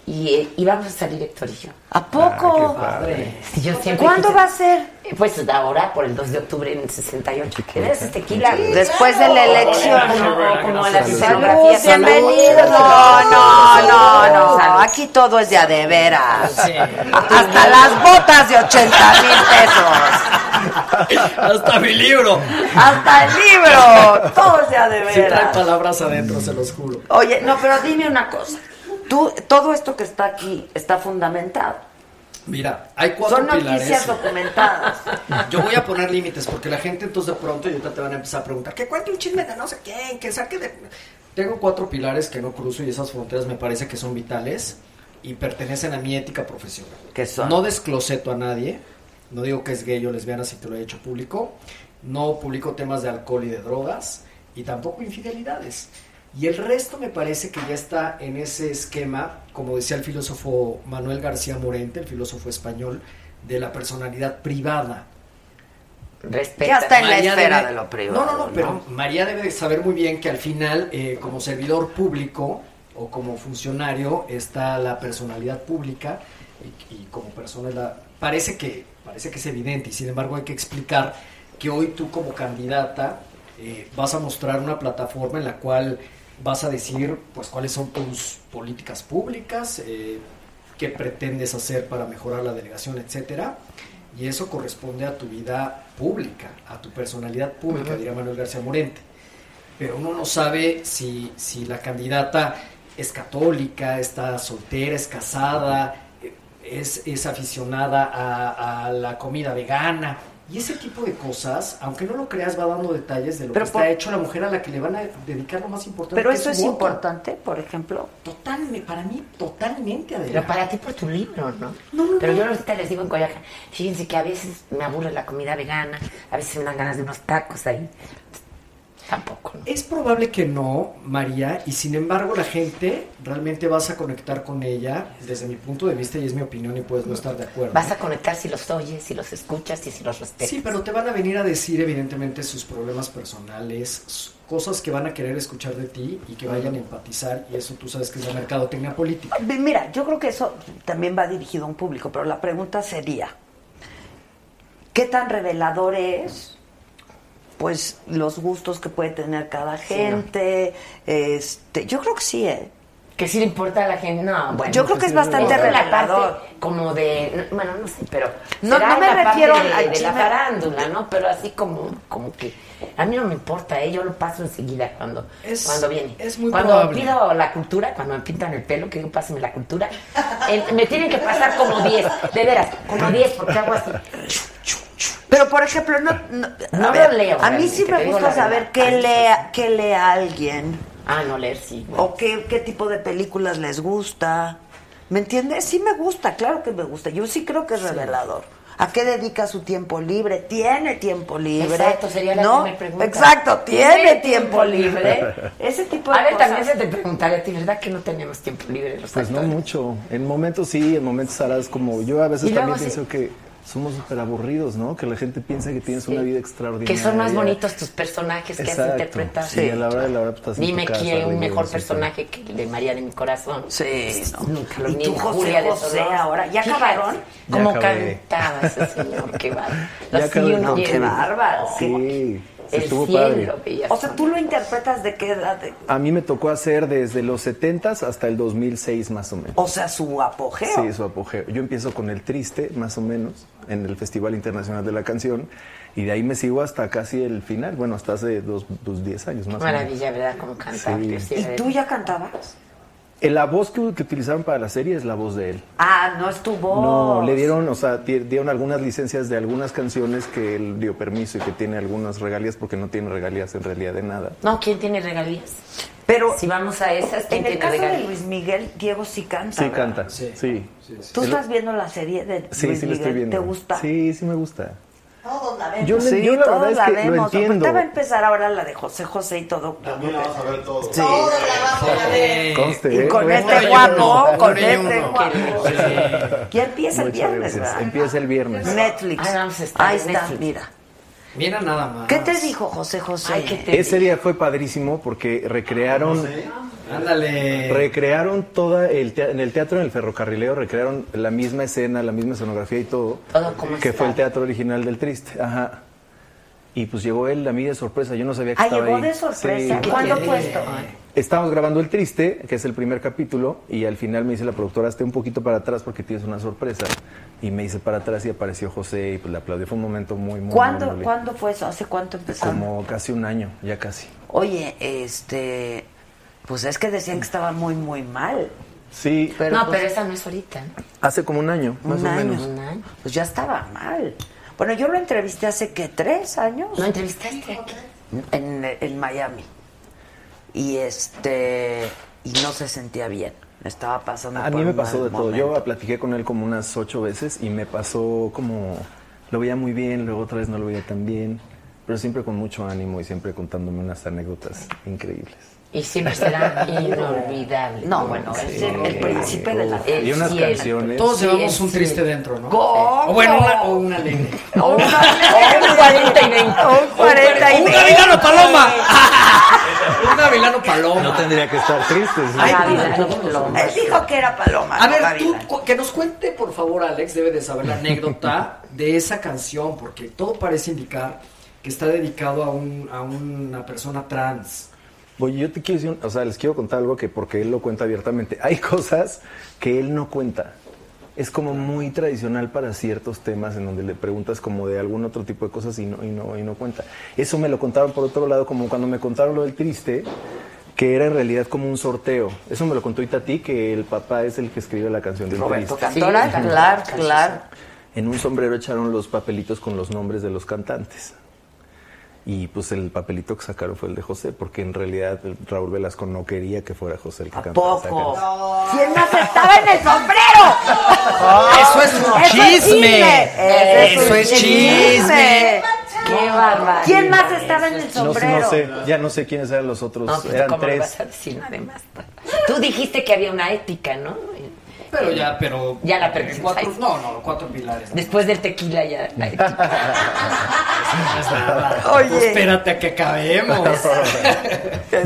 Speaker 8: Y, eh, y vamos a salir Héctor y yo.
Speaker 2: ¿A poco?
Speaker 8: Sí, yo siempre
Speaker 2: Ah, ¿Cuándo
Speaker 8: quise-
Speaker 2: va a ser?
Speaker 8: eh, Pues ahora, por el 2 de octubre en el 68. ¿Qué eres este tequila?
Speaker 2: Después de la elección.
Speaker 8: No, como en la
Speaker 2: Salud,
Speaker 8: escenografía.
Speaker 2: bienvenido. No, no, no, no. Aquí todo es de a de veras. Hasta las botas de 80 mil pesos.
Speaker 9: Hasta mi libro.
Speaker 2: Hasta el libro. Todo es de a de
Speaker 9: Si trae
Speaker 2: veras.
Speaker 9: palabras adentro, se los juro.
Speaker 2: Oye, no, pero dime una cosa. Tú, todo esto que está aquí está fundamentado.
Speaker 9: Mira, hay cuatro
Speaker 2: Son
Speaker 9: pilares.
Speaker 2: noticias documentadas.
Speaker 9: Yo voy a poner límites porque la gente entonces de pronto y ahorita te van a empezar a preguntar que cuente un chisme de no sé quién, que saque de... Tengo cuatro pilares que no cruzo y esas fronteras me parece que son vitales y pertenecen a mi ética profesional.
Speaker 2: ¿Qué son?
Speaker 9: No descloseto a nadie, no digo que es gay o lesbiana si te lo he hecho público, no publico temas de alcohol y de drogas y tampoco infidelidades. Y el resto me parece que ya está en ese esquema, como decía el filósofo Manuel García Morente, el filósofo español, de la personalidad privada.
Speaker 8: Respeta.
Speaker 2: Ya está en la
Speaker 9: María
Speaker 2: esfera
Speaker 9: debe-
Speaker 2: de lo privado.
Speaker 9: No, no, no, pero María debe de saber muy bien que al final, eh, como servidor público o como funcionario, está la personalidad pública y, y como persona es la- Parece que, parece que es evidente y sin embargo hay que explicar que hoy tú como candidata eh, vas a mostrar una plataforma en la cual vas a decir pues cuáles son tus políticas públicas, eh, qué pretendes hacer para mejorar la delegación, etcétera. Y eso corresponde a tu vida pública, a tu personalidad pública, diría Manuel García Morente. Pero uno no sabe si, si la candidata es católica, está soltera, es casada, eh, es, es aficionada a, a la comida vegana. Y ese tipo de cosas, aunque no lo creas, va dando detalles de lo
Speaker 2: Pero
Speaker 9: que
Speaker 2: por-
Speaker 9: está hecho la mujer a la que le van a dedicar lo más importante.
Speaker 2: Pero
Speaker 9: que
Speaker 2: eso
Speaker 9: su
Speaker 2: es
Speaker 9: voto.
Speaker 2: importante, por ejemplo.
Speaker 9: Totalmente, para mí, totalmente
Speaker 8: Pero
Speaker 9: adelante.
Speaker 8: para ti por tu libro, ¿no? Pero yo ahorita les digo en Coyaca, fíjense que a veces me aburre la comida vegana, a veces me dan ganas de unos tacos ahí. Tampoco, ¿no?
Speaker 9: Es probable que no, María, y sin embargo la gente realmente vas a conectar con ella desde mi punto de vista y es mi opinión y puedes no estar de acuerdo. ¿eh?
Speaker 8: Vas a conectar si los oyes, si los escuchas y si los respetas.
Speaker 9: Sí, pero te van a venir a decir evidentemente sus problemas personales, s- cosas que van a querer escuchar de ti y que vayan a empatizar y eso tú sabes que es la mercadotecnia política.
Speaker 2: Mira, yo creo que eso también va dirigido a un público, pero la pregunta sería, ¿qué tan revelador es? Pues los gustos que puede tener cada gente. este, yo creo que sí, ¿eh?
Speaker 8: Que sí le importa a la gente. No, pues bueno.
Speaker 2: Yo creo que pues, es bastante
Speaker 8: Esa es la
Speaker 2: revelador.
Speaker 8: parte como de. no, Bueno, no sé, pero.
Speaker 2: No-
Speaker 8: será
Speaker 2: no me
Speaker 8: la parte
Speaker 2: refiero
Speaker 8: de,
Speaker 2: al
Speaker 8: de la
Speaker 2: chisme.
Speaker 8: farándula, ¿no? Pero así como, como que. A mí no me importa, ¿eh? yo lo paso enseguida cuando,
Speaker 9: Es-
Speaker 8: cuando viene.
Speaker 9: es muy
Speaker 8: cuando
Speaker 9: probable.
Speaker 8: pido la cultura, cuando me pintan el pelo, que digo, pásame la cultura, eh, me tienen que pasar como 10, de veras, como 10, porque hago así.
Speaker 2: Pero, por ejemplo, no, no- a
Speaker 8: No lo
Speaker 2: ver, A
Speaker 8: leo,
Speaker 2: mí
Speaker 8: realmente,
Speaker 2: sí
Speaker 8: te
Speaker 2: me
Speaker 8: digo
Speaker 2: gusta
Speaker 8: la verdad.
Speaker 2: saber qué lee, qué lee alguien
Speaker 8: Ah, no leer, sí.
Speaker 2: ¿O qué, qué tipo de películas les gusta? ¿Me entiendes? Sí me gusta, claro que me gusta. Yo sí creo que es revelador. ¿A qué dedica su tiempo libre? ¿Tiene tiempo libre?
Speaker 8: Exacto, sería la
Speaker 2: ¿No?
Speaker 8: primera pregunta.
Speaker 2: Exacto, ¿tiene tiempo libre?
Speaker 8: Ese
Speaker 2: tipo
Speaker 8: de A ver,
Speaker 2: cosas.
Speaker 8: también se te preguntaría a ti, ¿verdad que no tenemos tiempo libre los
Speaker 10: Pues no
Speaker 8: actores?
Speaker 10: mucho. En momentos sí, en momentos harás como yo a veces
Speaker 8: Y
Speaker 10: también
Speaker 8: luego sí.
Speaker 10: pienso que somos súper aburridos, ¿no? Que la gente piensa que tienes una vida extraordinaria.
Speaker 8: Que son más bonitos tus personajes que has
Speaker 10: Exacto.
Speaker 8: interpretado.
Speaker 10: Sí, a la hora de la hora pues, estás en
Speaker 8: Dime
Speaker 10: tu casa,
Speaker 8: quién es un
Speaker 10: güey,
Speaker 8: mejor
Speaker 10: sí,
Speaker 8: personaje que el de María de mi corazón.
Speaker 2: Sí, no.
Speaker 8: Nunca lo
Speaker 2: Y
Speaker 8: ni
Speaker 2: tú, José
Speaker 8: Julia de
Speaker 2: José,
Speaker 8: Dolores.
Speaker 2: ahora, ¿ya
Speaker 8: Fíjate
Speaker 2: acabaron?
Speaker 10: Ya
Speaker 8: ¿Cómo
Speaker 10: acabé.
Speaker 8: cantaba ese señor? Qué bárbaro.
Speaker 10: Ya
Speaker 8: Los
Speaker 10: acabé,
Speaker 8: niños
Speaker 10: no,
Speaker 8: bien
Speaker 10: qué
Speaker 8: bárbaros.
Speaker 10: Sí, sí
Speaker 8: El
Speaker 10: estuvo
Speaker 8: cielo,
Speaker 10: padre.
Speaker 8: bellas
Speaker 2: O sea, ¿tú lo interpretas de qué edad?
Speaker 10: A mí me tocó hacer desde los 70s hasta el 2006 más o menos.
Speaker 2: O sea, su apogeo.
Speaker 10: Sí, su apogeo. Yo empiezo con el triste, más o menos, en el Festival Internacional de la Canción, y de ahí me sigo hasta casi el final, bueno, hasta hace dos, dos 10 años más o
Speaker 8: Maravilla, ¿verdad? Cómo cantaba.
Speaker 10: Sí.
Speaker 8: Dios,
Speaker 10: ¿Y
Speaker 8: era
Speaker 2: ¿Tú ya cantabas?
Speaker 10: menos. Eh, La voz que, que utilizaron para la serie es la voz de él.
Speaker 2: Ah, no es tu voz.
Speaker 10: No, le dieron, o sea, ti- dieron algunas licencias de algunas canciones que él dio permiso y que tiene algunas regalías porque no tiene regalías en realidad de nada.
Speaker 8: No, ¿quién tiene regalías?
Speaker 2: Pero
Speaker 8: si vamos a esas, ¿quién
Speaker 2: En el
Speaker 8: tiene
Speaker 2: caso de
Speaker 8: regalías?
Speaker 2: Luis Miguel, Diego sí canta.
Speaker 10: Sí,
Speaker 2: ¿verdad?
Speaker 10: canta. Sí.
Speaker 2: ¿Tú
Speaker 10: Es lo-
Speaker 2: estás viendo la serie de
Speaker 10: Sí,
Speaker 2: Luis
Speaker 10: sí lo
Speaker 2: Miguel?
Speaker 10: estoy viendo.
Speaker 2: ¿Te gusta? Eh,
Speaker 10: Sí, sí me gusta.
Speaker 2: Todos la
Speaker 10: Yo le- yo la verdad es que lo entiendo.
Speaker 2: Ahorita va a empezar ahora la de José José y todo. También la vas a ver todo. Sí.
Speaker 10: Conste,
Speaker 2: Y
Speaker 10: ¿eh?
Speaker 2: con
Speaker 10: Bueno,
Speaker 2: este
Speaker 10: yo-
Speaker 2: guapo,
Speaker 10: yo-
Speaker 2: con
Speaker 10: yo-
Speaker 2: este
Speaker 10: yo-
Speaker 2: guapo. Ya empieza el
Speaker 10: Muchas
Speaker 2: viernes,
Speaker 10: gracias.
Speaker 2: ¿verdad?
Speaker 10: Empieza el viernes.
Speaker 2: Netflix.
Speaker 8: Ah, vamos a estar
Speaker 2: Ahí
Speaker 8: en
Speaker 2: está,
Speaker 8: Netflix.
Speaker 2: mira.
Speaker 9: Mira nada más.
Speaker 2: ¿Qué te dijo José José?
Speaker 8: Ay, ¿qué te
Speaker 10: Ese día fue padrísimo porque recrearon
Speaker 9: ¿Eh?
Speaker 2: Eh,
Speaker 9: Ándale.
Speaker 10: Recrearon toda el tea- en el teatro en el ferrocarrileo recrearon la misma escena, la misma escenografía y todo,
Speaker 8: Todo como
Speaker 10: que
Speaker 8: está.
Speaker 10: fue el teatro original del Triste. Ajá. Y pues llegó él a mí de sorpresa, yo no sabía que
Speaker 2: Ah,
Speaker 10: estaba
Speaker 2: llegó
Speaker 10: ahí.
Speaker 2: de sorpresa.
Speaker 10: Sí.
Speaker 2: ¿Cuándo fue esto?
Speaker 10: Estábamos grabando El Triste, que es el primer capítulo, y al final me dice la productora, esté un poquito para atrás porque tienes una sorpresa. Y me hice para atrás y apareció José y pues le aplaudió. Fue un momento muy, muy
Speaker 2: ¿Cuándo,
Speaker 10: memorable.
Speaker 2: ¿Cuándo fue eso? ¿Hace cuánto empezó?
Speaker 10: Como casi un año, ya casi.
Speaker 2: Oye, este. Pues es que decían que estaba muy, muy mal.
Speaker 10: Sí,
Speaker 8: no,
Speaker 2: pues-
Speaker 8: pero esa no es ahorita. ¿no?
Speaker 10: hace como un año, más
Speaker 2: Un
Speaker 10: o
Speaker 2: año.
Speaker 10: menos.
Speaker 8: Un año.
Speaker 2: Pues ya estaba mal. Bueno, yo lo entrevisté hace que tres años.
Speaker 8: ¿No entrevistaste aquí?
Speaker 2: en, en Miami. Y este y no se sentía bien. Estaba pasando
Speaker 10: A
Speaker 2: por
Speaker 10: mí me
Speaker 2: un
Speaker 10: pasó
Speaker 2: mal
Speaker 10: de todo.
Speaker 2: momento.
Speaker 10: Yo platiqué con él como unas ocho veces y me pasó como lo veía muy bien, luego otra vez no lo veía tan bien, pero siempre con mucho ánimo y siempre contándome unas anécdotas increíbles.
Speaker 8: Y siempre será inolvidable.
Speaker 2: No, bueno, es el, el príncipe de la
Speaker 10: Eh, Y unas
Speaker 8: cierto.
Speaker 10: canciones.
Speaker 9: Todos
Speaker 8: Sí,
Speaker 9: llevamos
Speaker 8: es
Speaker 9: un triste
Speaker 8: cierto.
Speaker 9: dentro, ¿no?
Speaker 2: ¡Gordo!
Speaker 9: O bueno, una, o una alegre.
Speaker 2: O una-
Speaker 8: O un 40 y 20.
Speaker 2: o un 40 y
Speaker 9: ¡Un
Speaker 2: 20.
Speaker 9: gavilano paloma! ¡Un gavilano paloma!
Speaker 10: No tendría que estar tristes. ¿no?
Speaker 9: Ay,
Speaker 2: Gavilán,
Speaker 9: no, no, no, no.
Speaker 2: Él dijo que era paloma.
Speaker 9: A
Speaker 2: no
Speaker 9: ver, tú,
Speaker 2: gavilán.
Speaker 9: cu- que nos cuente, por favor, Alex, debe de saber la anécdota de esa canción, porque todo parece indicar que está dedicado a, un, a una persona trans.
Speaker 10: Oye, yo te quiero decir, un- o sea, les quiero contar algo que porque él lo cuenta abiertamente. Hay cosas que él no cuenta. Es como muy tradicional para ciertos temas en donde le preguntas como de algún otro tipo de cosas y no, y no, y no cuenta. Eso me lo contaron por otro lado, como cuando me contaron lo del triste, que era en realidad como un sorteo. Eso me lo contó Itatí, que el papá es el que escribe la canción del
Speaker 2: Roberto
Speaker 10: triste.
Speaker 2: Cantora,
Speaker 8: Sí,
Speaker 2: claro,
Speaker 8: sí, sí.
Speaker 2: claro.
Speaker 10: En un sombrero echaron los papelitos con los nombres de los cantantes. Y pues el papelito que sacaron fue el de José, porque en realidad Raúl Velasco no quería que fuera José el que cantara. esa
Speaker 2: Poco.
Speaker 10: canción.
Speaker 2: ¿Quién más estaba en el
Speaker 10: Ah,
Speaker 2: sombrero?
Speaker 9: ¡Eso es un chisme!
Speaker 2: Eso es chisme.
Speaker 8: ¡Qué barbaridad!
Speaker 2: ¿Quién más estaba en el
Speaker 10: No, sé-
Speaker 2: sombrero?
Speaker 10: no sé, ya no sé quiénes eran los otros.
Speaker 8: No, pues,
Speaker 10: eran
Speaker 8: ¿cómo lo
Speaker 10: tres.
Speaker 8: vas a decir además? pues. Tú dijiste que había una ética, ¿no?
Speaker 9: Pero ya, pero...
Speaker 8: Ya la
Speaker 9: eh,
Speaker 8: perdimos.
Speaker 9: cuatro- No, no, cuatro pilares.
Speaker 8: Después del tequila ya la ética.
Speaker 2: Ah, Oye.
Speaker 9: Pues espérate a que acabemos.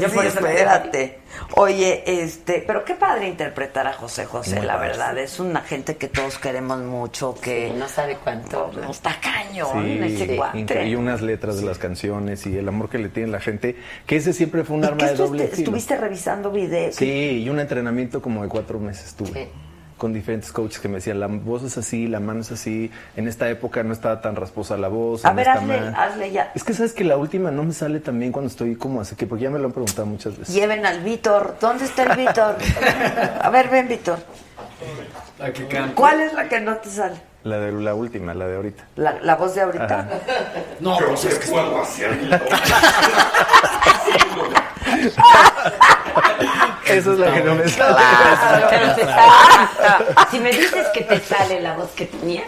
Speaker 2: Yo
Speaker 8: por eso-
Speaker 2: espérate. Oye, este, pero qué padre interpretar a José José,
Speaker 10: Muy
Speaker 2: la
Speaker 10: padre.
Speaker 2: verdad. Es una gente que todos queremos mucho, que
Speaker 8: No sabe cuánto.
Speaker 2: no está cañón
Speaker 10: Sí,
Speaker 2: ese
Speaker 10: incre- y
Speaker 2: cuate.
Speaker 10: unas letras de las canciones y el amor que le tiene la gente, que ese siempre fue un
Speaker 2: ¿Y
Speaker 10: arma
Speaker 2: qué
Speaker 10: de doble
Speaker 2: estuviste,
Speaker 10: filo.
Speaker 2: estuviste revisando videos?
Speaker 10: Sí, y un entrenamiento como de cuatro meses tuve.
Speaker 8: Sí.
Speaker 10: Con diferentes coaches que me decían, la voz es así, la mano es así. En esta época no estaba tan rasposa la voz.
Speaker 2: A
Speaker 10: en
Speaker 2: ver,
Speaker 10: esta
Speaker 2: hazle,
Speaker 10: más.
Speaker 2: hazle ya.
Speaker 10: Es que sabes que la última no me sale también cuando estoy como así, que porque ya me lo han preguntado muchas veces.
Speaker 2: Lleven al Víctor. ¿Dónde está el Víctor? A ver, ven, Víctor.
Speaker 9: La que canta.
Speaker 2: ¿Cuál es la que no te sale?
Speaker 10: La de la última, la de ahorita.
Speaker 2: La, la voz de ahorita.
Speaker 9: No, pues
Speaker 3: ¿Qué
Speaker 9: es que...
Speaker 3: puedo hacer?
Speaker 10: Esa es la que no me sale.
Speaker 8: Claro, que Ah, no te sale. Si me dices que te sale la voz que tenía,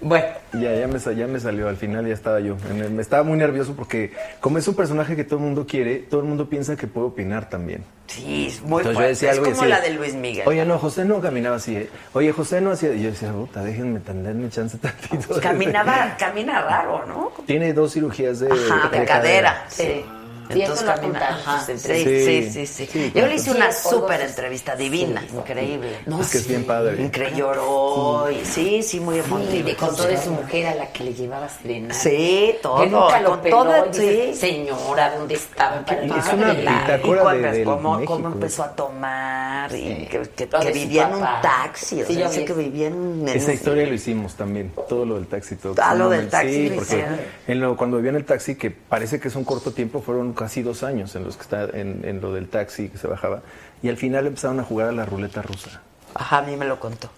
Speaker 8: Bueno.
Speaker 10: Ya, ya me, sa- ya me salió, al final ya estaba yo. En el- Me estaba muy nervioso porque como es un personaje que todo el mundo quiere, todo el mundo piensa que puede opinar también.
Speaker 2: Sí, es muy
Speaker 10: Entonces yo
Speaker 2: fuerte.
Speaker 10: decía
Speaker 2: es
Speaker 10: algo y
Speaker 2: como
Speaker 10: decía,
Speaker 2: la de Luis Miguel.
Speaker 10: Oye, no, José no caminaba así. ¿eh? Oye, José no hacía... Y yo decía, puta, déjenme tan- darme chance tantito.
Speaker 2: Caminaba, Pues camina raro, ¿no?
Speaker 10: Tiene dos cirugías de,
Speaker 2: Ajá, de, cadera. Sí.
Speaker 8: Sí, eso
Speaker 2: Entonces
Speaker 8: lo
Speaker 2: camina.
Speaker 8: apuntaron,
Speaker 2: ajá,
Speaker 8: sus
Speaker 2: Sí,
Speaker 8: entrevistas.
Speaker 2: sí, sí, sí.
Speaker 8: Sí,
Speaker 2: Yo
Speaker 8: claro.
Speaker 2: le hice una
Speaker 8: Sí, por dos.
Speaker 2: súper entrevista divina,
Speaker 8: Sí.
Speaker 2: increíble.
Speaker 8: No,
Speaker 10: Es que es bien padre.
Speaker 2: Increíble, lloró. y- Sí, sí, muy emotivo.
Speaker 8: Sí, le contó de su mujer a la que le llevaba a serenar.
Speaker 2: Sí, todo,
Speaker 8: Que nunca lo
Speaker 2: con
Speaker 8: peló,
Speaker 2: todo,
Speaker 8: y dice,
Speaker 2: sí.
Speaker 8: Señora, ¿dónde estaba?
Speaker 2: Qué
Speaker 8: Para
Speaker 2: padre. y cuando- cómo,
Speaker 8: México.
Speaker 2: cómo empezó a tomar y que, que-
Speaker 8: Lo de
Speaker 2: que
Speaker 8: su
Speaker 2: vivía en un
Speaker 8: papá.
Speaker 2: taxi. O
Speaker 8: Sí,
Speaker 2: sea,
Speaker 8: yo
Speaker 2: yo sé
Speaker 8: vi
Speaker 2: que
Speaker 8: eso.
Speaker 2: vivía en... en-
Speaker 10: Esa historia lo hicimos también, todo lo del taxi. Todo.
Speaker 2: Ah, lo del
Speaker 10: Sí,
Speaker 2: taxi lo
Speaker 10: porque
Speaker 2: hicieron.
Speaker 10: en lo- cuando vivían en el taxi, que parece que es un corto tiempo, fueron casi dos años en los que está en, en lo del taxi que se bajaba. Y al final empezaron a jugar a la ruleta rusa.
Speaker 2: Ajá, a mí me lo contó.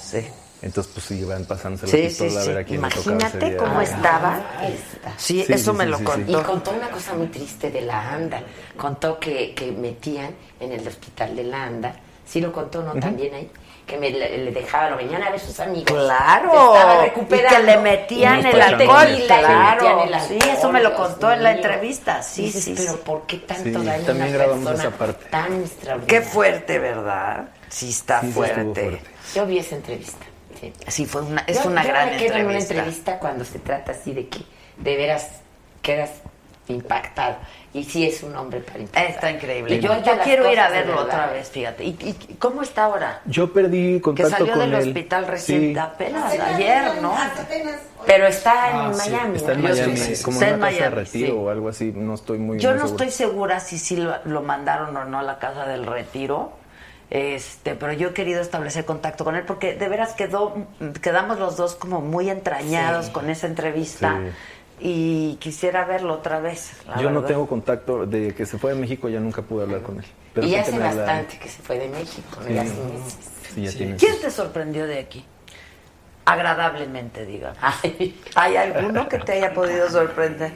Speaker 2: Sí.
Speaker 10: Entonces, pues sí, van pasándose
Speaker 2: Sí,
Speaker 10: la
Speaker 2: sí,
Speaker 10: pistola a
Speaker 2: sí.
Speaker 10: ver a quién le tocaba ese
Speaker 2: Imagínate
Speaker 10: día. Ah.
Speaker 2: cómo
Speaker 10: Ajá.
Speaker 2: estaba. Sí,
Speaker 10: Sí,
Speaker 2: eso
Speaker 10: sí,
Speaker 2: me
Speaker 10: sí,
Speaker 2: lo
Speaker 10: sí, sí.
Speaker 2: contó.
Speaker 8: Y contó una cosa muy triste de la ANDA. Contó que, que metían en el hospital de la ANDA. Sí lo contó, ¿no?
Speaker 2: Ujú.
Speaker 8: También ahí. Que me, le, le dejaban, lo venían a ver sus amigos. Se estaba
Speaker 2: Claro, y
Speaker 8: recuperando.
Speaker 2: que le
Speaker 8: Y
Speaker 2: metían
Speaker 10: pues,
Speaker 8: le
Speaker 2: el
Speaker 8: metían
Speaker 2: alcohol,
Speaker 8: tequila, y le metían
Speaker 2: claro.
Speaker 8: el
Speaker 2: Sí,
Speaker 8: alcohol,
Speaker 2: eso me lo
Speaker 8: Dios
Speaker 2: contó en la
Speaker 8: mío.
Speaker 2: entrevista. Sí,
Speaker 8: Dices,
Speaker 2: sí.
Speaker 8: Pero
Speaker 2: sí.
Speaker 8: ¿por qué tanto
Speaker 10: Sí,
Speaker 8: daño a
Speaker 10: también
Speaker 8: una
Speaker 10: grabamos
Speaker 8: persona
Speaker 10: esa parte.
Speaker 8: tan extraordinaria?
Speaker 2: Qué fuerte, ¿verdad? Sí, está
Speaker 8: Sí, sí, estuvo
Speaker 2: fuerte.
Speaker 8: fuerte. Yo vi esa entrevista. Sí.
Speaker 2: Sí, fue una, es
Speaker 8: Yo-
Speaker 2: una
Speaker 8: yo
Speaker 2: gran
Speaker 8: me quedo en una
Speaker 2: entrevista.
Speaker 8: entrevista cuando se trata así de que de veras quedas impactado. Y sí es un hombre para impactar.
Speaker 2: Está increíble.
Speaker 8: Y
Speaker 2: Yo,
Speaker 8: ahorita las
Speaker 2: quiero ir a
Speaker 8: cosas de
Speaker 2: verlo
Speaker 8: verdad.
Speaker 2: otra vez, fíjate. ¿Y, y cómo está ahora?
Speaker 10: Yo perdí
Speaker 2: Que
Speaker 10: contacto con él.
Speaker 2: salió del hospital
Speaker 10: Sí.
Speaker 2: recién, apenas ayer, ¿no?
Speaker 8: Pero está en
Speaker 10: Ah, sí,
Speaker 8: Miami.
Speaker 10: Está en
Speaker 8: ¿no?
Speaker 10: Miami,
Speaker 8: Sí, sí, sí.
Speaker 10: como
Speaker 2: Está
Speaker 10: en
Speaker 2: en
Speaker 10: una casa de
Speaker 2: Miami,
Speaker 10: retiro
Speaker 2: sí.
Speaker 10: o algo así. No estoy muy
Speaker 2: Yo
Speaker 10: muy
Speaker 2: no
Speaker 10: seguro.
Speaker 2: estoy segura si sí lo, lo mandaron o no a la casa del retiro. Este, pero yo he querido establecer contacto con él porque de veras quedó, quedamos los dos como muy entrañados
Speaker 8: Sí.
Speaker 2: con esa entrevista
Speaker 10: Sí.
Speaker 2: y quisiera verlo otra vez. la
Speaker 10: Yo no
Speaker 2: verdad.
Speaker 10: tengo contacto de que se fue de México, ya nunca pude hablar con él.
Speaker 8: Y ya
Speaker 10: sí
Speaker 8: hace
Speaker 10: que me habla-
Speaker 8: bastante que se fue de México. ¿no?
Speaker 10: Sí.
Speaker 8: Ya hace meses.
Speaker 10: Sí, ya tiene
Speaker 2: ¿Quién te sorprendió de aquí? Agradablemente, digamos.
Speaker 10: Ah.
Speaker 2: ¿Hay alguno que te haya podido sorprender?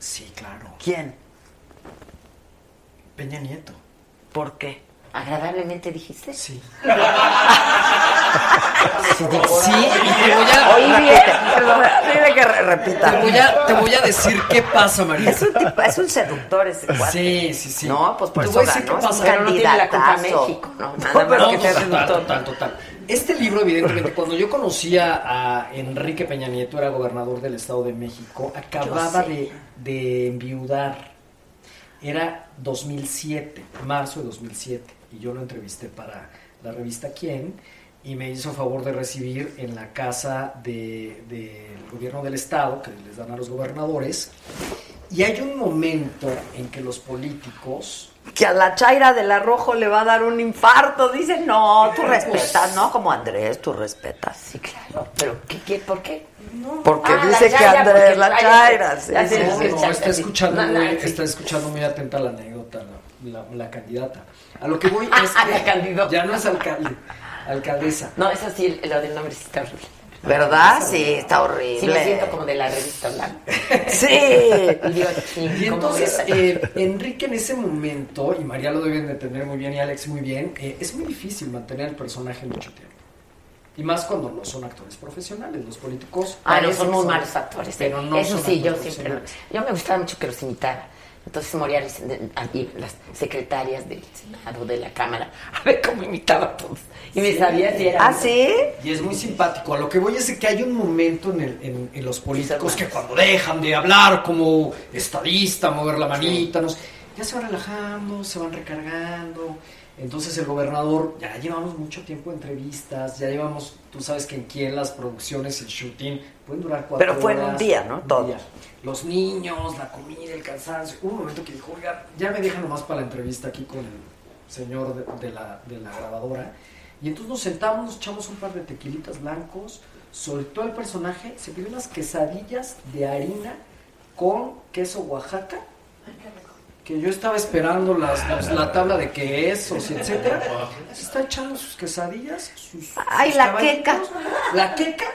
Speaker 9: Sí, claro.
Speaker 2: ¿Quién?
Speaker 9: Peña Nieto.
Speaker 2: ¿Por qué?
Speaker 8: ¿Agradablemente dijiste? Sí.
Speaker 9: Sí, y te voy a.
Speaker 2: Oí bien. Dile que re- repita.
Speaker 9: Te voy a, te voy a decir qué pasa, María.
Speaker 2: Es un, tipo- es un seductor ese cuate.
Speaker 9: Sí, sí, sí.
Speaker 2: No, pues por
Speaker 9: Te
Speaker 2: eso
Speaker 9: voy a decir
Speaker 2: ganó.
Speaker 9: qué
Speaker 2: Es un
Speaker 9: pasa, pero no tiene la culpa
Speaker 2: candidatazo.
Speaker 9: México,
Speaker 8: ¿no?
Speaker 2: Nada más que sea
Speaker 9: pues, total,
Speaker 2: seductor.
Speaker 9: total, total. Este libro, evidentemente, cuando yo conocía a Enrique Peña Nieto, era gobernador del Estado de México, acababa
Speaker 8: Yo sé.
Speaker 9: de, de enviudar. Era 2007, marzo de 2007, y yo lo entrevisté para la revista Quién, y me hizo favor de recibir en la casa de- del gobierno del Estado, que les dan a los gobernadores, y hay un momento en que los políticos
Speaker 2: Que a la Chaira del Arrojo le va a dar un infarto. Dice, no, tú respetas, ¿no? Como Andrés, tú respetas.
Speaker 8: Pues, Sí, claro. ¿Pero qué, qué, por qué?
Speaker 2: Porque
Speaker 8: Ah, la
Speaker 2: dice que
Speaker 8: Chaira,
Speaker 2: Andrés
Speaker 8: porque
Speaker 2: la
Speaker 8: la
Speaker 2: Chaira.
Speaker 8: Chaira,
Speaker 2: sí,
Speaker 8: la
Speaker 2: sí,
Speaker 8: Chaira.
Speaker 9: No,
Speaker 2: sí.
Speaker 9: no, está
Speaker 8: Exacto, sí.
Speaker 9: escuchando,
Speaker 8: No, no,
Speaker 9: muy,
Speaker 8: sí.
Speaker 9: está escuchando muy atenta la anécdota, la, la- la candidata. A lo que voy es
Speaker 8: Ah,
Speaker 9: que
Speaker 8: la candidata.
Speaker 9: ya no es alcalde, alcaldesa.
Speaker 8: No, es así, lo del nombre sí está horrible.
Speaker 2: ¿Verdad? Sí, está horrible.
Speaker 8: Sí, me siento como de la revista blanca.
Speaker 2: Sí.
Speaker 8: Y digo, ching,
Speaker 9: Y
Speaker 8: ¿cómo
Speaker 9: entonces,
Speaker 8: voy a-
Speaker 9: eh, Enrique en ese momento, y María lo deben de entender muy bien y Alex muy bien, eh, es muy difícil mantener al personaje mucho tiempo. Y más cuando no son actores profesionales, los políticos.
Speaker 8: Ah, no,
Speaker 9: parecen
Speaker 8: son
Speaker 9: que
Speaker 8: muy malos actores. eh.
Speaker 9: Pero no
Speaker 8: Eso
Speaker 9: son
Speaker 8: sí, yo
Speaker 9: actores
Speaker 8: siempre. lo-
Speaker 9: profesionales.
Speaker 8: Yo me gustaba mucho que los imitara. Entonces moría las, de- ahí, las secretarias del Senado, de la Cámara, a ver cómo imitaba a todos. Y me
Speaker 9: Sí.
Speaker 8: sabía si era.
Speaker 2: ¿Ah, sí?
Speaker 9: Y es muy simpático. A lo que voy es de que hay un momento en, el- en- en los políticos que cuando dejan de hablar como estadista, mover la manita, nos- ya se van relajando, se van recargando. Entonces el gobernador, ya llevamos mucho tiempo de entrevistas, ya llevamos, tú sabes que en quién las producciones, el shooting, pueden durar cuatro
Speaker 2: Pero fue en un
Speaker 9: horas,
Speaker 2: día, ¿no? Todo.
Speaker 9: Los niños, la comida, el cansancio. Hubo un momento que dijo, oiga, ya me dejan nomás para la entrevista aquí con el señor de, de la, de la grabadora. Y entonces nos sentamos, nos echamos un par de tequilitas blancos, soltó el personaje, se pidió unas quesadillas de harina con queso Oaxaca, que yo estaba esperando las, las- la tabla de quesos y etcétera. Se está echando sus quesadillas, sus.
Speaker 2: Ay,
Speaker 9: sus
Speaker 2: la
Speaker 9: caballitos,
Speaker 2: queca.
Speaker 9: La queca.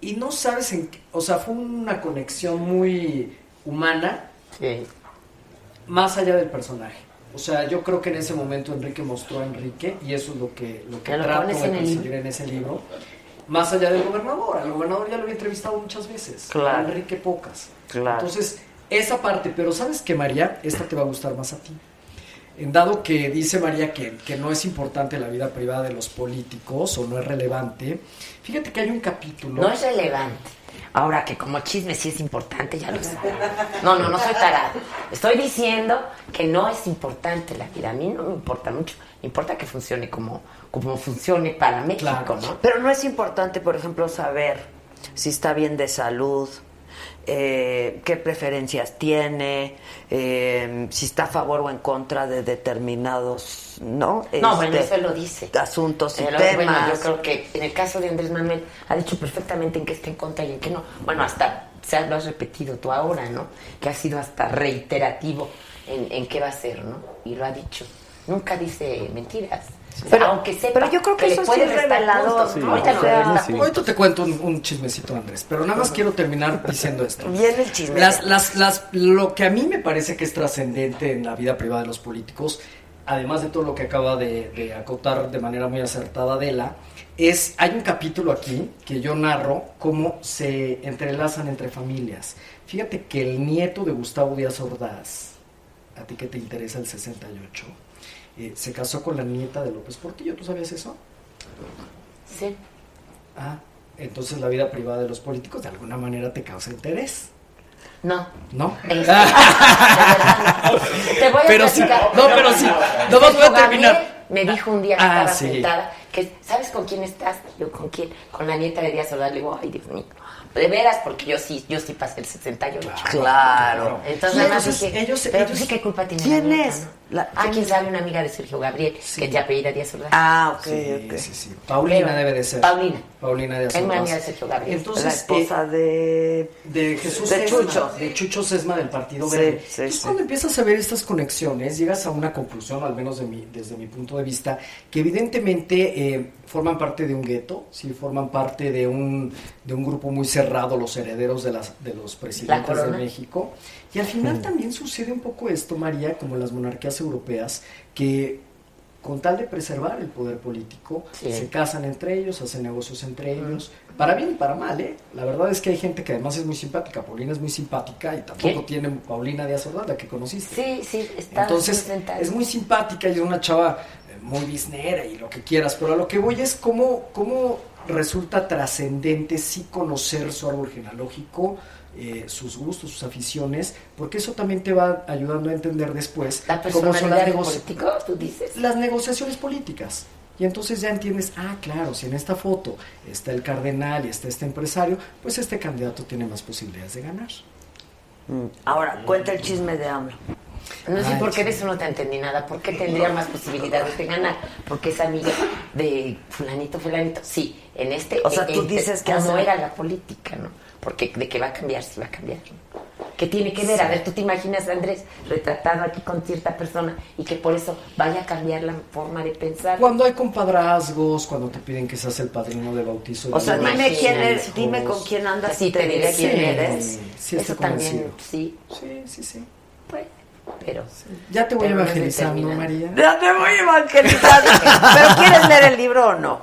Speaker 9: Y no sabes en qué. O sea, fue una conexión muy humana
Speaker 8: Sí.
Speaker 9: más allá del personaje. O sea, yo creo que en ese momento Enrique mostró a Enrique y eso es lo que, lo que
Speaker 8: ¿Lo
Speaker 9: trato
Speaker 8: pones
Speaker 9: de
Speaker 8: en el
Speaker 9: conseguir
Speaker 8: libro?
Speaker 9: en ese libro. Más allá del gobernador, al gobernador ya lo he entrevistado muchas veces,
Speaker 8: Claro.
Speaker 9: a Enrique pocas.
Speaker 8: Claro.
Speaker 9: Entonces, esa parte, pero ¿sabes qué, María? Esta te va a gustar más a ti. En dado que dice María que, que no es importante la vida privada de los políticos o no es relevante, fíjate que hay un capítulo.
Speaker 8: No es relevante. Ahora que como chisme sí es importante, ya lo sabes. No, no, no soy tarada. Estoy diciendo que no es importante la vida. A mí no me importa mucho. Me importa que funcione como, como funcione para México, ¿no?
Speaker 2: Pero no es importante, por ejemplo, saber si está bien de salud, eh, qué preferencias tiene, eh, si está a favor o en contra de determinados, ¿no?
Speaker 8: No, bueno, eso lo dice.
Speaker 2: Este, Asuntos y
Speaker 8: Pero,
Speaker 2: temas.
Speaker 8: bueno, yo creo que en el caso de Andrés Manuel ha dicho perfectamente en qué está en contra y en qué no. Bueno, hasta o sea, lo has repetido tú ahora, ¿no? Que ha sido hasta reiterativo en, en qué va a ser, ¿no? Y lo ha dicho. Nunca dice mentiras. Pero, aunque sepa
Speaker 2: pero yo creo que eso sí
Speaker 8: le puede
Speaker 2: es
Speaker 8: restar
Speaker 2: revelador,
Speaker 8: puntos.
Speaker 2: ¿no?
Speaker 8: Ahorita
Speaker 2: O
Speaker 8: no
Speaker 2: sea,
Speaker 8: resta
Speaker 2: Ah, sí.
Speaker 8: puntos.
Speaker 9: Ahorita te cuento un, un chismecito, Andrés, pero nada más quiero terminar diciendo esto.
Speaker 2: Viene el chisme.
Speaker 9: Las, las, las, lo que a mí me parece que es trascendente en la vida privada de los políticos, además de todo lo que acaba de, de acotar de manera muy acertada Adela, es, hay un capítulo aquí que yo narro cómo se entrelazan entre familias. Fíjate que el nieto de Gustavo Díaz Ordaz, a ti que te interesa el 68, eh, se casó con la nieta de López Portillo, ¿tú sabías eso?
Speaker 8: Sí.
Speaker 9: Ah, entonces la vida privada de los políticos de alguna manera te causa interés.
Speaker 8: No.
Speaker 9: ¿No?
Speaker 8: Este, de verdad, no. te voy a
Speaker 9: Pero sí,
Speaker 8: platicar.
Speaker 9: no, pero sí. No más voy a
Speaker 8: Dijo,
Speaker 9: terminar.
Speaker 8: Gabriel Me dijo un día que
Speaker 9: Ah,
Speaker 8: estaba
Speaker 9: sí.
Speaker 8: sentada que, ¿sabes con quién estás? Yo, ¿con quién? Con la nieta de Díaz Ordaz. Le digo, ay, Dios mío. De veras, porque yo sí, yo sí pasé el 68.
Speaker 2: Claro.
Speaker 8: Entonces,
Speaker 2: Y
Speaker 8: además
Speaker 2: ellos-
Speaker 8: dije,
Speaker 2: ellos-
Speaker 8: pero
Speaker 2: ellos-
Speaker 8: sí, ¿qué culpa tiene
Speaker 2: ¿Quién
Speaker 8: la nieta,
Speaker 2: es?
Speaker 8: no?
Speaker 2: La-
Speaker 8: ah, quién sabe, una amiga de Sergio Gabriel, que te apellida Díaz Ordaz.
Speaker 2: Ah, ok,
Speaker 9: Sí,
Speaker 2: ok.
Speaker 9: sí, sí. Paulina
Speaker 8: Pero,
Speaker 9: debe de ser.
Speaker 8: Paulina.
Speaker 9: Paulina de
Speaker 8: Es mi amiga de Sergio Gabriel.
Speaker 9: Entonces, este,
Speaker 2: La esposa de...
Speaker 9: de Jesús
Speaker 2: De
Speaker 9: Sesma,
Speaker 2: Chucho.
Speaker 9: de Chucho Sesma del Partido
Speaker 2: Sí,
Speaker 9: Verde.
Speaker 2: sí,
Speaker 9: Entonces,
Speaker 2: sí.
Speaker 9: cuando empiezas a ver estas conexiones, llegas a una conclusión, al menos de mi- desde mi punto de vista, que evidentemente eh, forman parte de un gueto, sí, forman parte de un, de un grupo muy cerrado, los herederos de, las, de los presidentes de
Speaker 8: corona.
Speaker 9: México. Y al final también sucede un poco esto, María, como en las monarquías europeas, que con tal de preservar el poder político,
Speaker 8: Sí.
Speaker 9: se casan entre ellos, hacen negocios entre ellos, para bien y para mal, ¿eh? La verdad es que hay gente que además es muy simpática, Paulina es muy simpática y tampoco tiene Paulina Díaz Ordaz, la que conociste.
Speaker 8: Sí, sí, está
Speaker 9: Entonces, es muy simpática y es una chava eh, muy biznera y lo que quieras, pero a lo que voy es cómo, cómo resulta trascendente sí conocer su árbol genealógico, eh, sus gustos, sus aficiones, porque eso también te va ayudando a entender después
Speaker 8: La
Speaker 9: cómo son las
Speaker 8: personalidad del
Speaker 9: negociaciones
Speaker 8: político, tú dices.
Speaker 9: las negociaciones políticas. Y entonces ya entiendes, ah, claro, si en esta foto está el cardenal y está este empresario, pues este candidato tiene más posibilidades de ganar.
Speaker 2: Ahora, cuenta el chisme de AMLO.
Speaker 8: No sé
Speaker 9: Ay,
Speaker 8: por qué
Speaker 9: sí.
Speaker 8: de eso no te entendí nada. ¿Por qué tendría más posibilidades de ganar? Porque es amiga de fulanito, fulanito. Sí, en este...
Speaker 2: O sea, tú
Speaker 8: en- en-
Speaker 2: dices que
Speaker 8: Como
Speaker 2: hace-
Speaker 8: era la política, ¿no? Porque de que va a cambiar, sí va a cambiar. ¿no? ¿Qué tiene que ver? A ver, tú te imaginas a Andrés retratado aquí con cierta persona y que por eso vaya a cambiar la forma de pensar.
Speaker 9: Cuando hay compadrazgos, cuando te piden que seas el padrino de bautizo. de
Speaker 2: O sea,
Speaker 9: los
Speaker 2: dime
Speaker 8: Imagínate,
Speaker 2: quién
Speaker 9: hijos.
Speaker 2: eres, dime con quién andas
Speaker 8: Así
Speaker 2: y te diré quién eres.
Speaker 9: Sí, sí,
Speaker 8: eso
Speaker 9: estoy
Speaker 8: también,
Speaker 9: convencido.
Speaker 8: sí.
Speaker 9: Sí, sí, sí.
Speaker 8: Pues, pero...
Speaker 9: Ya te voy
Speaker 8: Pero no es
Speaker 9: evangelizando,
Speaker 8: determinante.
Speaker 9: María.
Speaker 2: Ya te voy evangelizando. ¿Pero quieres leer el libro o no?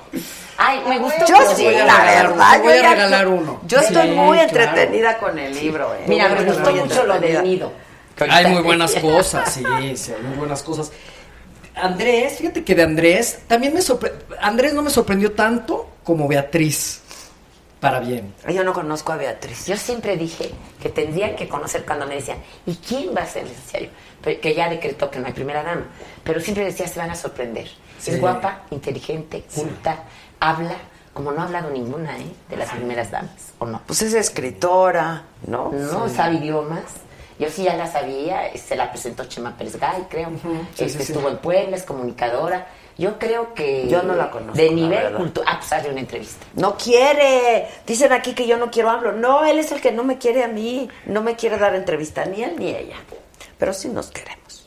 Speaker 8: Ay, me gustó.
Speaker 2: Pues Yo
Speaker 8: que lo
Speaker 2: sí,
Speaker 8: voy a
Speaker 2: la
Speaker 8: regalar.
Speaker 2: verdad.
Speaker 9: te voy
Speaker 2: yo
Speaker 9: a
Speaker 2: ya-
Speaker 9: regalar uno.
Speaker 2: Yo estoy
Speaker 9: Sí,
Speaker 2: muy
Speaker 9: claro.
Speaker 2: entretenida con el libro. eh. Yo
Speaker 8: Mira, me
Speaker 2: estoy
Speaker 8: gustó
Speaker 2: muy
Speaker 8: mucho lo del
Speaker 2: entretenida.
Speaker 8: nido. que
Speaker 9: Hay
Speaker 8: ahorita
Speaker 9: muy buenas
Speaker 8: decía.
Speaker 9: cosas, sí, sí, hay muy buenas cosas. Andrés, fíjate que de Andrés, también me sorprendió, Andrés no me sorprendió tanto como Beatriz, para bien.
Speaker 8: Ah,
Speaker 2: Yo no conozco a Beatriz.
Speaker 8: Yo siempre dije que tendrían que conocer cuando me decían, ¿y quién va a ser necesario? Que ya decretó que no hay primera dama. Pero siempre decía, se van a sorprender.
Speaker 9: Sí.
Speaker 8: Es guapa, inteligente, culta, habla, como no ha hablado ninguna ¿eh? de las primeras damas, ¿o no?
Speaker 2: Pues es escritora, ¿no?
Speaker 8: No sabe idiomas. Yo sí ya la sabía, eh, se la presentó Chema Pérez Gay, creo.
Speaker 9: sí,
Speaker 8: Este,
Speaker 9: sí, sí.
Speaker 8: estuvo en Puebla, es comunicadora. Yo creo que...
Speaker 2: Yo no la conozco,
Speaker 8: De
Speaker 2: la
Speaker 8: nivel
Speaker 2: verdad.
Speaker 8: cultural. Ah, pues hazle una entrevista.
Speaker 2: No quiere. Dicen aquí que yo no quiero hablo. No, él es el que no me quiere a mí. No me quiere dar entrevista, ni él ni ella. Pero sí nos queremos.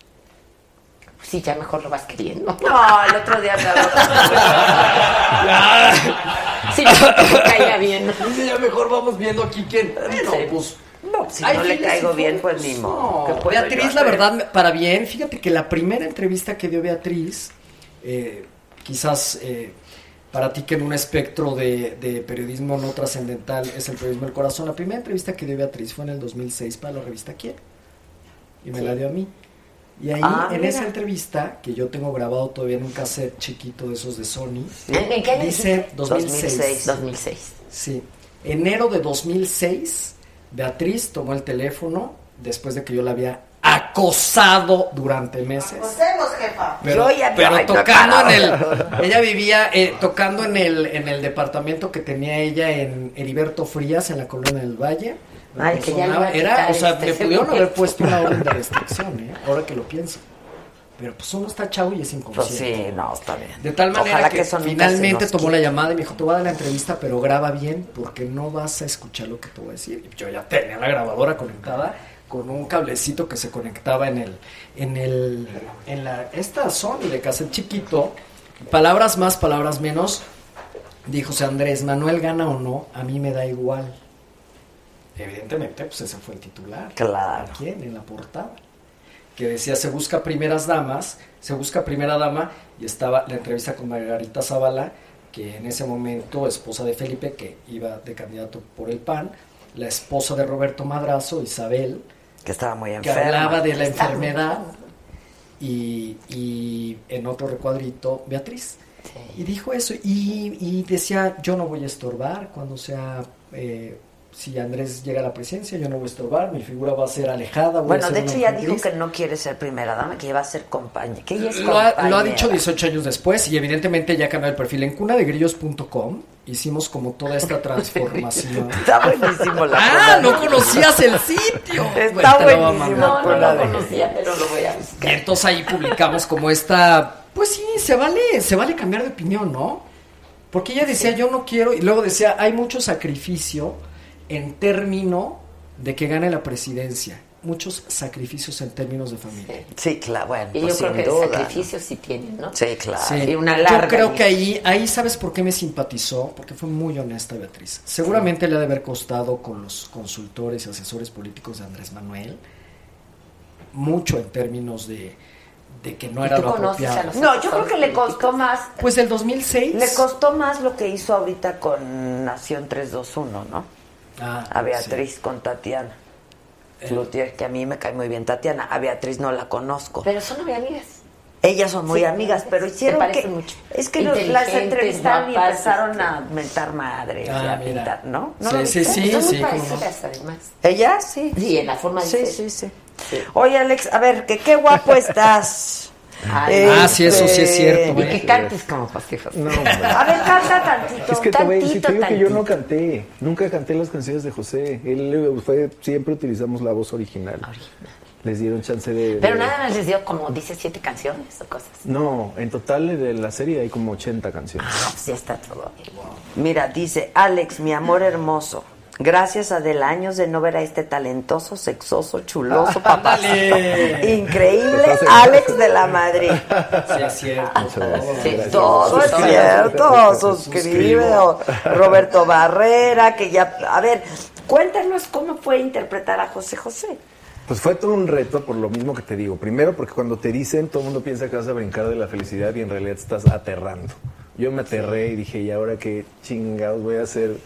Speaker 8: Sí, ya mejor lo vas queriendo.
Speaker 2: No, el otro día me habló.
Speaker 8: Sí, me caía bien.
Speaker 9: Dice, ya mejor vamos viendo aquí quién. Bueno,
Speaker 8: Sí.
Speaker 9: pues
Speaker 2: No, si
Speaker 9: Ay,
Speaker 2: no le
Speaker 9: Files,
Speaker 2: caigo
Speaker 9: sí,
Speaker 2: bien, pues ni modo. ¿Qué puedo yo
Speaker 9: Beatriz, la
Speaker 2: hacer?
Speaker 9: verdad, para bien, fíjate que la primera entrevista que dio Beatriz, eh, quizás eh, para ti que en un espectro de, de periodismo no trascendental es el periodismo del corazón, la primera entrevista que dio Beatriz fue en el 2006 para la revista Quién. Y me la dio a mí. Y ahí,
Speaker 8: Ah,
Speaker 9: en
Speaker 8: mira.
Speaker 9: esa entrevista, que yo tengo grabado todavía en un cassette chiquito de esos de Sony,
Speaker 8: ¿En qué año
Speaker 9: dice
Speaker 8: dijiste?
Speaker 9: 2006.
Speaker 8: 2006.
Speaker 9: Sí. Enero de 2006, Beatriz tomó el teléfono después de que yo la había acosado durante meses.
Speaker 4: pues Hacemos, jefa.
Speaker 9: Pero,
Speaker 4: Yo ya-
Speaker 9: pero
Speaker 4: Ay, no,
Speaker 9: tocando en
Speaker 4: carajo.
Speaker 9: el. Ella vivía eh, tocando en el, en el departamento que tenía ella en Heriberto Frías, en la colonia del Valle.
Speaker 8: Ay, que ya le va a
Speaker 9: Era,
Speaker 8: quitar
Speaker 9: o sea,
Speaker 8: este
Speaker 9: le pudieron haber
Speaker 8: segmento.
Speaker 9: puesto una orden de restricción, ¿eh? ahora que lo pienso. Pero pues uno está chavo y es
Speaker 2: Pues
Speaker 9: inconsciente.
Speaker 2: sí, no, está bien.
Speaker 9: De tal manera
Speaker 2: Ojalá
Speaker 9: que,
Speaker 2: eso nunca se
Speaker 9: finalmente
Speaker 2: nos
Speaker 9: tomó
Speaker 2: quite.
Speaker 9: la llamada y me dijo, te voy a dar la entrevista, pero graba bien porque no vas a escuchar lo que te voy a decir. Yo ya tenía la grabadora conectada con un cablecito que se conectaba en el, en el, en la, esta Sony de cassette chiquito. Palabras más, palabras menos. Dijo, "José Andrés, Manuel gana o no, a mí me da igual. Evidentemente, pues ese fue el titular.
Speaker 2: Claro.
Speaker 9: ¿A quién? En la portada. Que decía, se busca primeras damas, se busca primera dama, y estaba la entrevista con Margarita Zavala, que en ese momento, esposa de Felipe, que iba de candidato por el PAN, la esposa de Roberto Madrazo, Isabel,
Speaker 2: Que estaba muy
Speaker 9: que
Speaker 2: enferma.
Speaker 9: hablaba de la
Speaker 2: Estaba-
Speaker 9: enfermedad, y, y en otro recuadrito, Beatriz. Y dijo eso, y, y decía, yo no voy a estorbar cuando sea... eh, si Andrés llega a la presidencia, yo no voy a estorbar, mi figura va a ser alejada. voy a
Speaker 2: Bueno,
Speaker 9: ser
Speaker 2: de
Speaker 9: una
Speaker 2: hecho ya
Speaker 9: mujer
Speaker 2: dijo
Speaker 9: gris".
Speaker 2: que no quiere ser primera dama, que iba a ser compañera. Que ella es
Speaker 9: Lo ha, lo ha
Speaker 2: compañera.
Speaker 9: dicho 18 años después y evidentemente ya cambió el perfil. En cunadegrillos.com hicimos como toda esta transformación.
Speaker 2: Está buenísimo la
Speaker 9: ¡Ah!
Speaker 2: cuna de
Speaker 9: ¡No conocías el sitio! Bueno, te
Speaker 2: Está
Speaker 9: lo voy a
Speaker 2: buenísimo
Speaker 9: mandar.
Speaker 2: la cuna de- pero lo voy a buscar.
Speaker 9: Y entonces ahí publicamos como esta... Pues sí, se vale, se vale cambiar de opinión, ¿no? Porque ella decía, yo no quiero... Y luego decía, hay mucho sacrificio en término de que gane la presidencia. Muchos sacrificios en términos de familia.
Speaker 2: Sí, claro, bueno,
Speaker 8: Y yo
Speaker 2: pues
Speaker 8: creo
Speaker 2: sin
Speaker 8: que
Speaker 2: duda.
Speaker 8: sacrificios sí tienen, ¿no?
Speaker 2: Sí, claro.
Speaker 9: Sí.
Speaker 8: Y una larga.
Speaker 9: Yo creo
Speaker 8: vida.
Speaker 9: que ahí, ahí sabes por qué me simpatizó, porque fue muy honesta Beatriz. Seguramente le ha de haber costado con los consultores y asesores políticos de Andrés Manuel mucho en términos de, de que no
Speaker 8: ¿Y
Speaker 9: era
Speaker 8: tú
Speaker 9: lo
Speaker 8: conoces
Speaker 9: apropiado.
Speaker 8: a los
Speaker 2: No, yo creo que le costó más.
Speaker 9: Pues del 2006.
Speaker 2: Le costó más lo que hizo ahorita con Nación 321, ¿no?
Speaker 9: Ah,
Speaker 2: A Beatriz con Tatiana. Cloutier, que a mí me cae muy bien Tatiana. A Beatriz no la conozco.
Speaker 8: Pero son muy amigas.
Speaker 2: Ellas son muy
Speaker 8: Sí,
Speaker 2: amigas, pero
Speaker 8: se
Speaker 2: hicieron
Speaker 8: parecen
Speaker 2: que...
Speaker 8: mucho.
Speaker 2: Es que los- las
Speaker 8: Inteligentes,
Speaker 2: entrevistaron y
Speaker 8: guapas,
Speaker 2: empezaron
Speaker 8: este.
Speaker 2: a mentar madre,
Speaker 9: Ah,
Speaker 2: a
Speaker 9: mira.
Speaker 2: pintar, ¿no? ¿No
Speaker 9: Sí,
Speaker 2: lo
Speaker 9: sí,
Speaker 2: viste?
Speaker 9: sí,
Speaker 8: son muy
Speaker 9: sí, cómo no.
Speaker 8: parecidas, además.
Speaker 2: ¿Ella? Sí.
Speaker 8: Sí, en la forma de
Speaker 2: Sí, sí,
Speaker 8: ser.
Speaker 2: sí. Oye, Alex, a ver, que qué guapo estás.
Speaker 8: Ay,
Speaker 9: Ah, sí, eso sí es cierto,
Speaker 8: Este, Y
Speaker 9: ¿eh?
Speaker 8: que cantes como pastijo.
Speaker 10: No, hombre.
Speaker 2: A ver, canta tantito.
Speaker 10: Es que te, voy, a decir,
Speaker 2: tantito,
Speaker 10: te digo que yo no
Speaker 2: tantito.
Speaker 10: canté, nunca canté las canciones de José. Él, eh, fue- siempre utilizamos la voz original. Les dieron chance de.
Speaker 8: Pero
Speaker 10: de-
Speaker 8: nada más les dio como dice siete canciones o cosas.
Speaker 10: No, en total de la serie hay como 80 canciones.
Speaker 8: Ah, pues ya está todo bien.
Speaker 2: Eh, Mira, dice Alex, mi amor hermoso. Gracias a Del años de no ver a este talentoso, sexoso, chuloso papacito.
Speaker 9: Ah, Ándale.
Speaker 2: Increíble Alex de la Madrid.
Speaker 9: Sí, es
Speaker 8: Ah,
Speaker 9: cierto.
Speaker 2: Sí, todo es cierto. Suscribo. Roberto Barrera, que ya. A ver, cuéntanos cómo fue interpretar a José José.
Speaker 10: Pues fue todo un reto por lo mismo que te digo. Primero, porque cuando te dicen, todo el mundo piensa que vas a brincar de la felicidad y en realidad te estás aterrando. Yo me aterré y dije, ¿y ahora qué chingados voy a hacer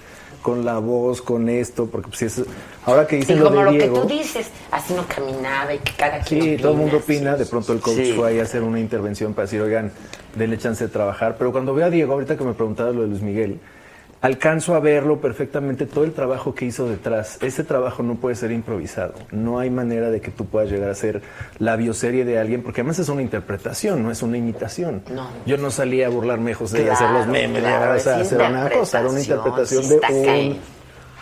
Speaker 10: con la voz, con esto? Porque pues, si es, ahora que
Speaker 8: Y
Speaker 10: dicen lo
Speaker 8: como
Speaker 10: de
Speaker 8: lo que
Speaker 10: Diego,
Speaker 8: tú dices, así no caminaba y que cada quien.
Speaker 10: Sí,
Speaker 8: opina.
Speaker 10: todo el mundo opina. De pronto el coach
Speaker 8: Sí.
Speaker 10: fue ahí a hacer una intervención para decir, oigan, denle chance de trabajar. Pero cuando veo a Diego, ahorita que me preguntaba lo de Luis Miguel, alcanzo a verlo perfectamente todo el trabajo que hizo detrás. Ese trabajo no puede ser improvisado. No hay manera de que tú puedas llegar a ser la bioserie de alguien, porque además es una interpretación, no es una imitación.
Speaker 8: No.
Speaker 10: Yo no salí a burlarme, José, y a hacer
Speaker 8: Claro,
Speaker 10: los memes,
Speaker 8: claro,
Speaker 10: y a- o sea,
Speaker 8: es
Speaker 10: hacer una cosa. Era una interpretación
Speaker 8: interpretación, sí
Speaker 10: de
Speaker 8: está cañón.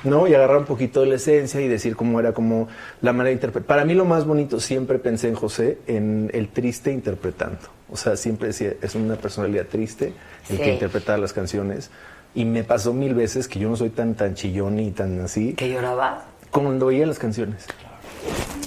Speaker 10: un ¿no? Y agarrar un poquito de la esencia y decir cómo era como la manera de interpretar. Para mí lo más bonito, siempre pensé en José, en el triste interpretando. O sea, siempre decía, es una personalidad triste el
Speaker 8: Sí.
Speaker 10: que interpretaba las canciones. Y me pasó mil veces que yo no soy tan, tan chillón y tan así.
Speaker 2: Que lloraba.
Speaker 10: Cuando oía las canciones.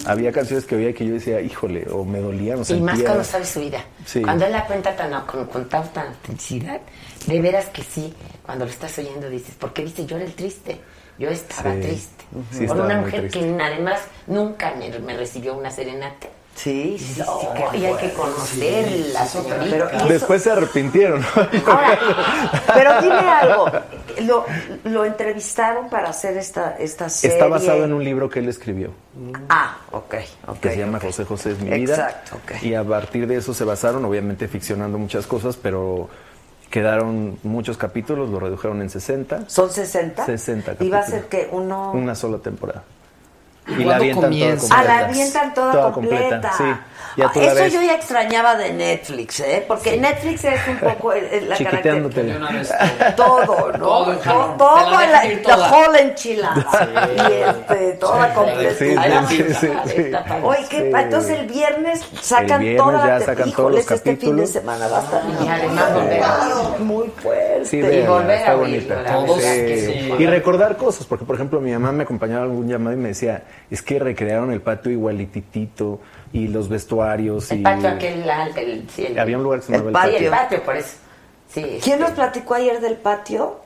Speaker 10: Había canciones que oía que yo decía, híjole, o me dolían, o
Speaker 8: Y
Speaker 10: sentía...
Speaker 8: más cuando sabe su vida.
Speaker 10: Sí.
Speaker 8: Cuando él la cuenta tan, con, con tanta intensidad, de veras que sí, cuando lo estás oyendo dices, ¿por qué dice yo era el triste? Yo estaba
Speaker 10: Sí.
Speaker 8: triste.
Speaker 10: Sí,
Speaker 8: Por
Speaker 10: estaba
Speaker 8: una
Speaker 10: muy
Speaker 8: mujer que además nunca me, me recibió una serenata.
Speaker 2: Sí, sí,
Speaker 8: sí. y "Oh, hay que conocerla, señorita.
Speaker 10: Después se arrepintieron. ¿no?
Speaker 2: Pero dime algo, lo, lo entrevistaron para hacer esta, esta serie.
Speaker 10: Está basado en un libro que él escribió.
Speaker 2: Ah, ok, ok.
Speaker 10: que se llama José José es mi vida.
Speaker 2: Exacto,
Speaker 10: Y a partir de eso se basaron, obviamente ficcionando muchas cosas, pero quedaron muchos capítulos, lo redujeron en 60.
Speaker 2: ¿Son 60?
Speaker 10: 60
Speaker 2: Y va a
Speaker 10: capítulos.
Speaker 2: ser que uno...
Speaker 10: Una sola temporada.
Speaker 2: ¿Cuándo comienza? Ah, la avientan toda completa. Ah,
Speaker 10: Sí. Ya tú la
Speaker 2: Eso
Speaker 10: ves
Speaker 2: yo ya extrañaba de Netflix, ¿eh? Porque Netflix es un poco el- el- la
Speaker 10: chiquiteándote.
Speaker 2: característica. Todo, ¿no? Todo, todo,
Speaker 8: Te la
Speaker 2: la,
Speaker 8: dejan ir
Speaker 2: la
Speaker 8: toda.
Speaker 2: whole enchilada. Y este, toda
Speaker 8: Sí,
Speaker 2: completa.
Speaker 10: sí, sí, sí, sí, sí.
Speaker 2: Oye, ¿qué pa-
Speaker 10: Sí.
Speaker 2: entonces el viernes
Speaker 10: El
Speaker 2: sacan
Speaker 10: viernes
Speaker 2: toda la
Speaker 10: ya
Speaker 2: te-
Speaker 10: sacan todos
Speaker 2: híjoles,
Speaker 10: los
Speaker 2: este fin de
Speaker 10: capítulos.
Speaker 2: semana va a estar
Speaker 8: Y además volver a-
Speaker 2: muy fuerte.
Speaker 10: Sí, véanla, está bonita.
Speaker 8: la
Speaker 10: Todos-
Speaker 8: verdad
Speaker 10: sí.
Speaker 8: que sí.
Speaker 10: Y recordar cosas, porque por ejemplo mi mamá me acompañaba a algún llamado y me decía, es que recrearon el patio igualititito y los vestuarios
Speaker 8: El
Speaker 10: y
Speaker 8: patio aquel, la- el, sí, el-
Speaker 10: había un lugar que se llamaba el
Speaker 8: Sí,
Speaker 10: patio.
Speaker 8: el patio, por eso. Sí.
Speaker 2: ¿Quién nos platicó ayer del patio?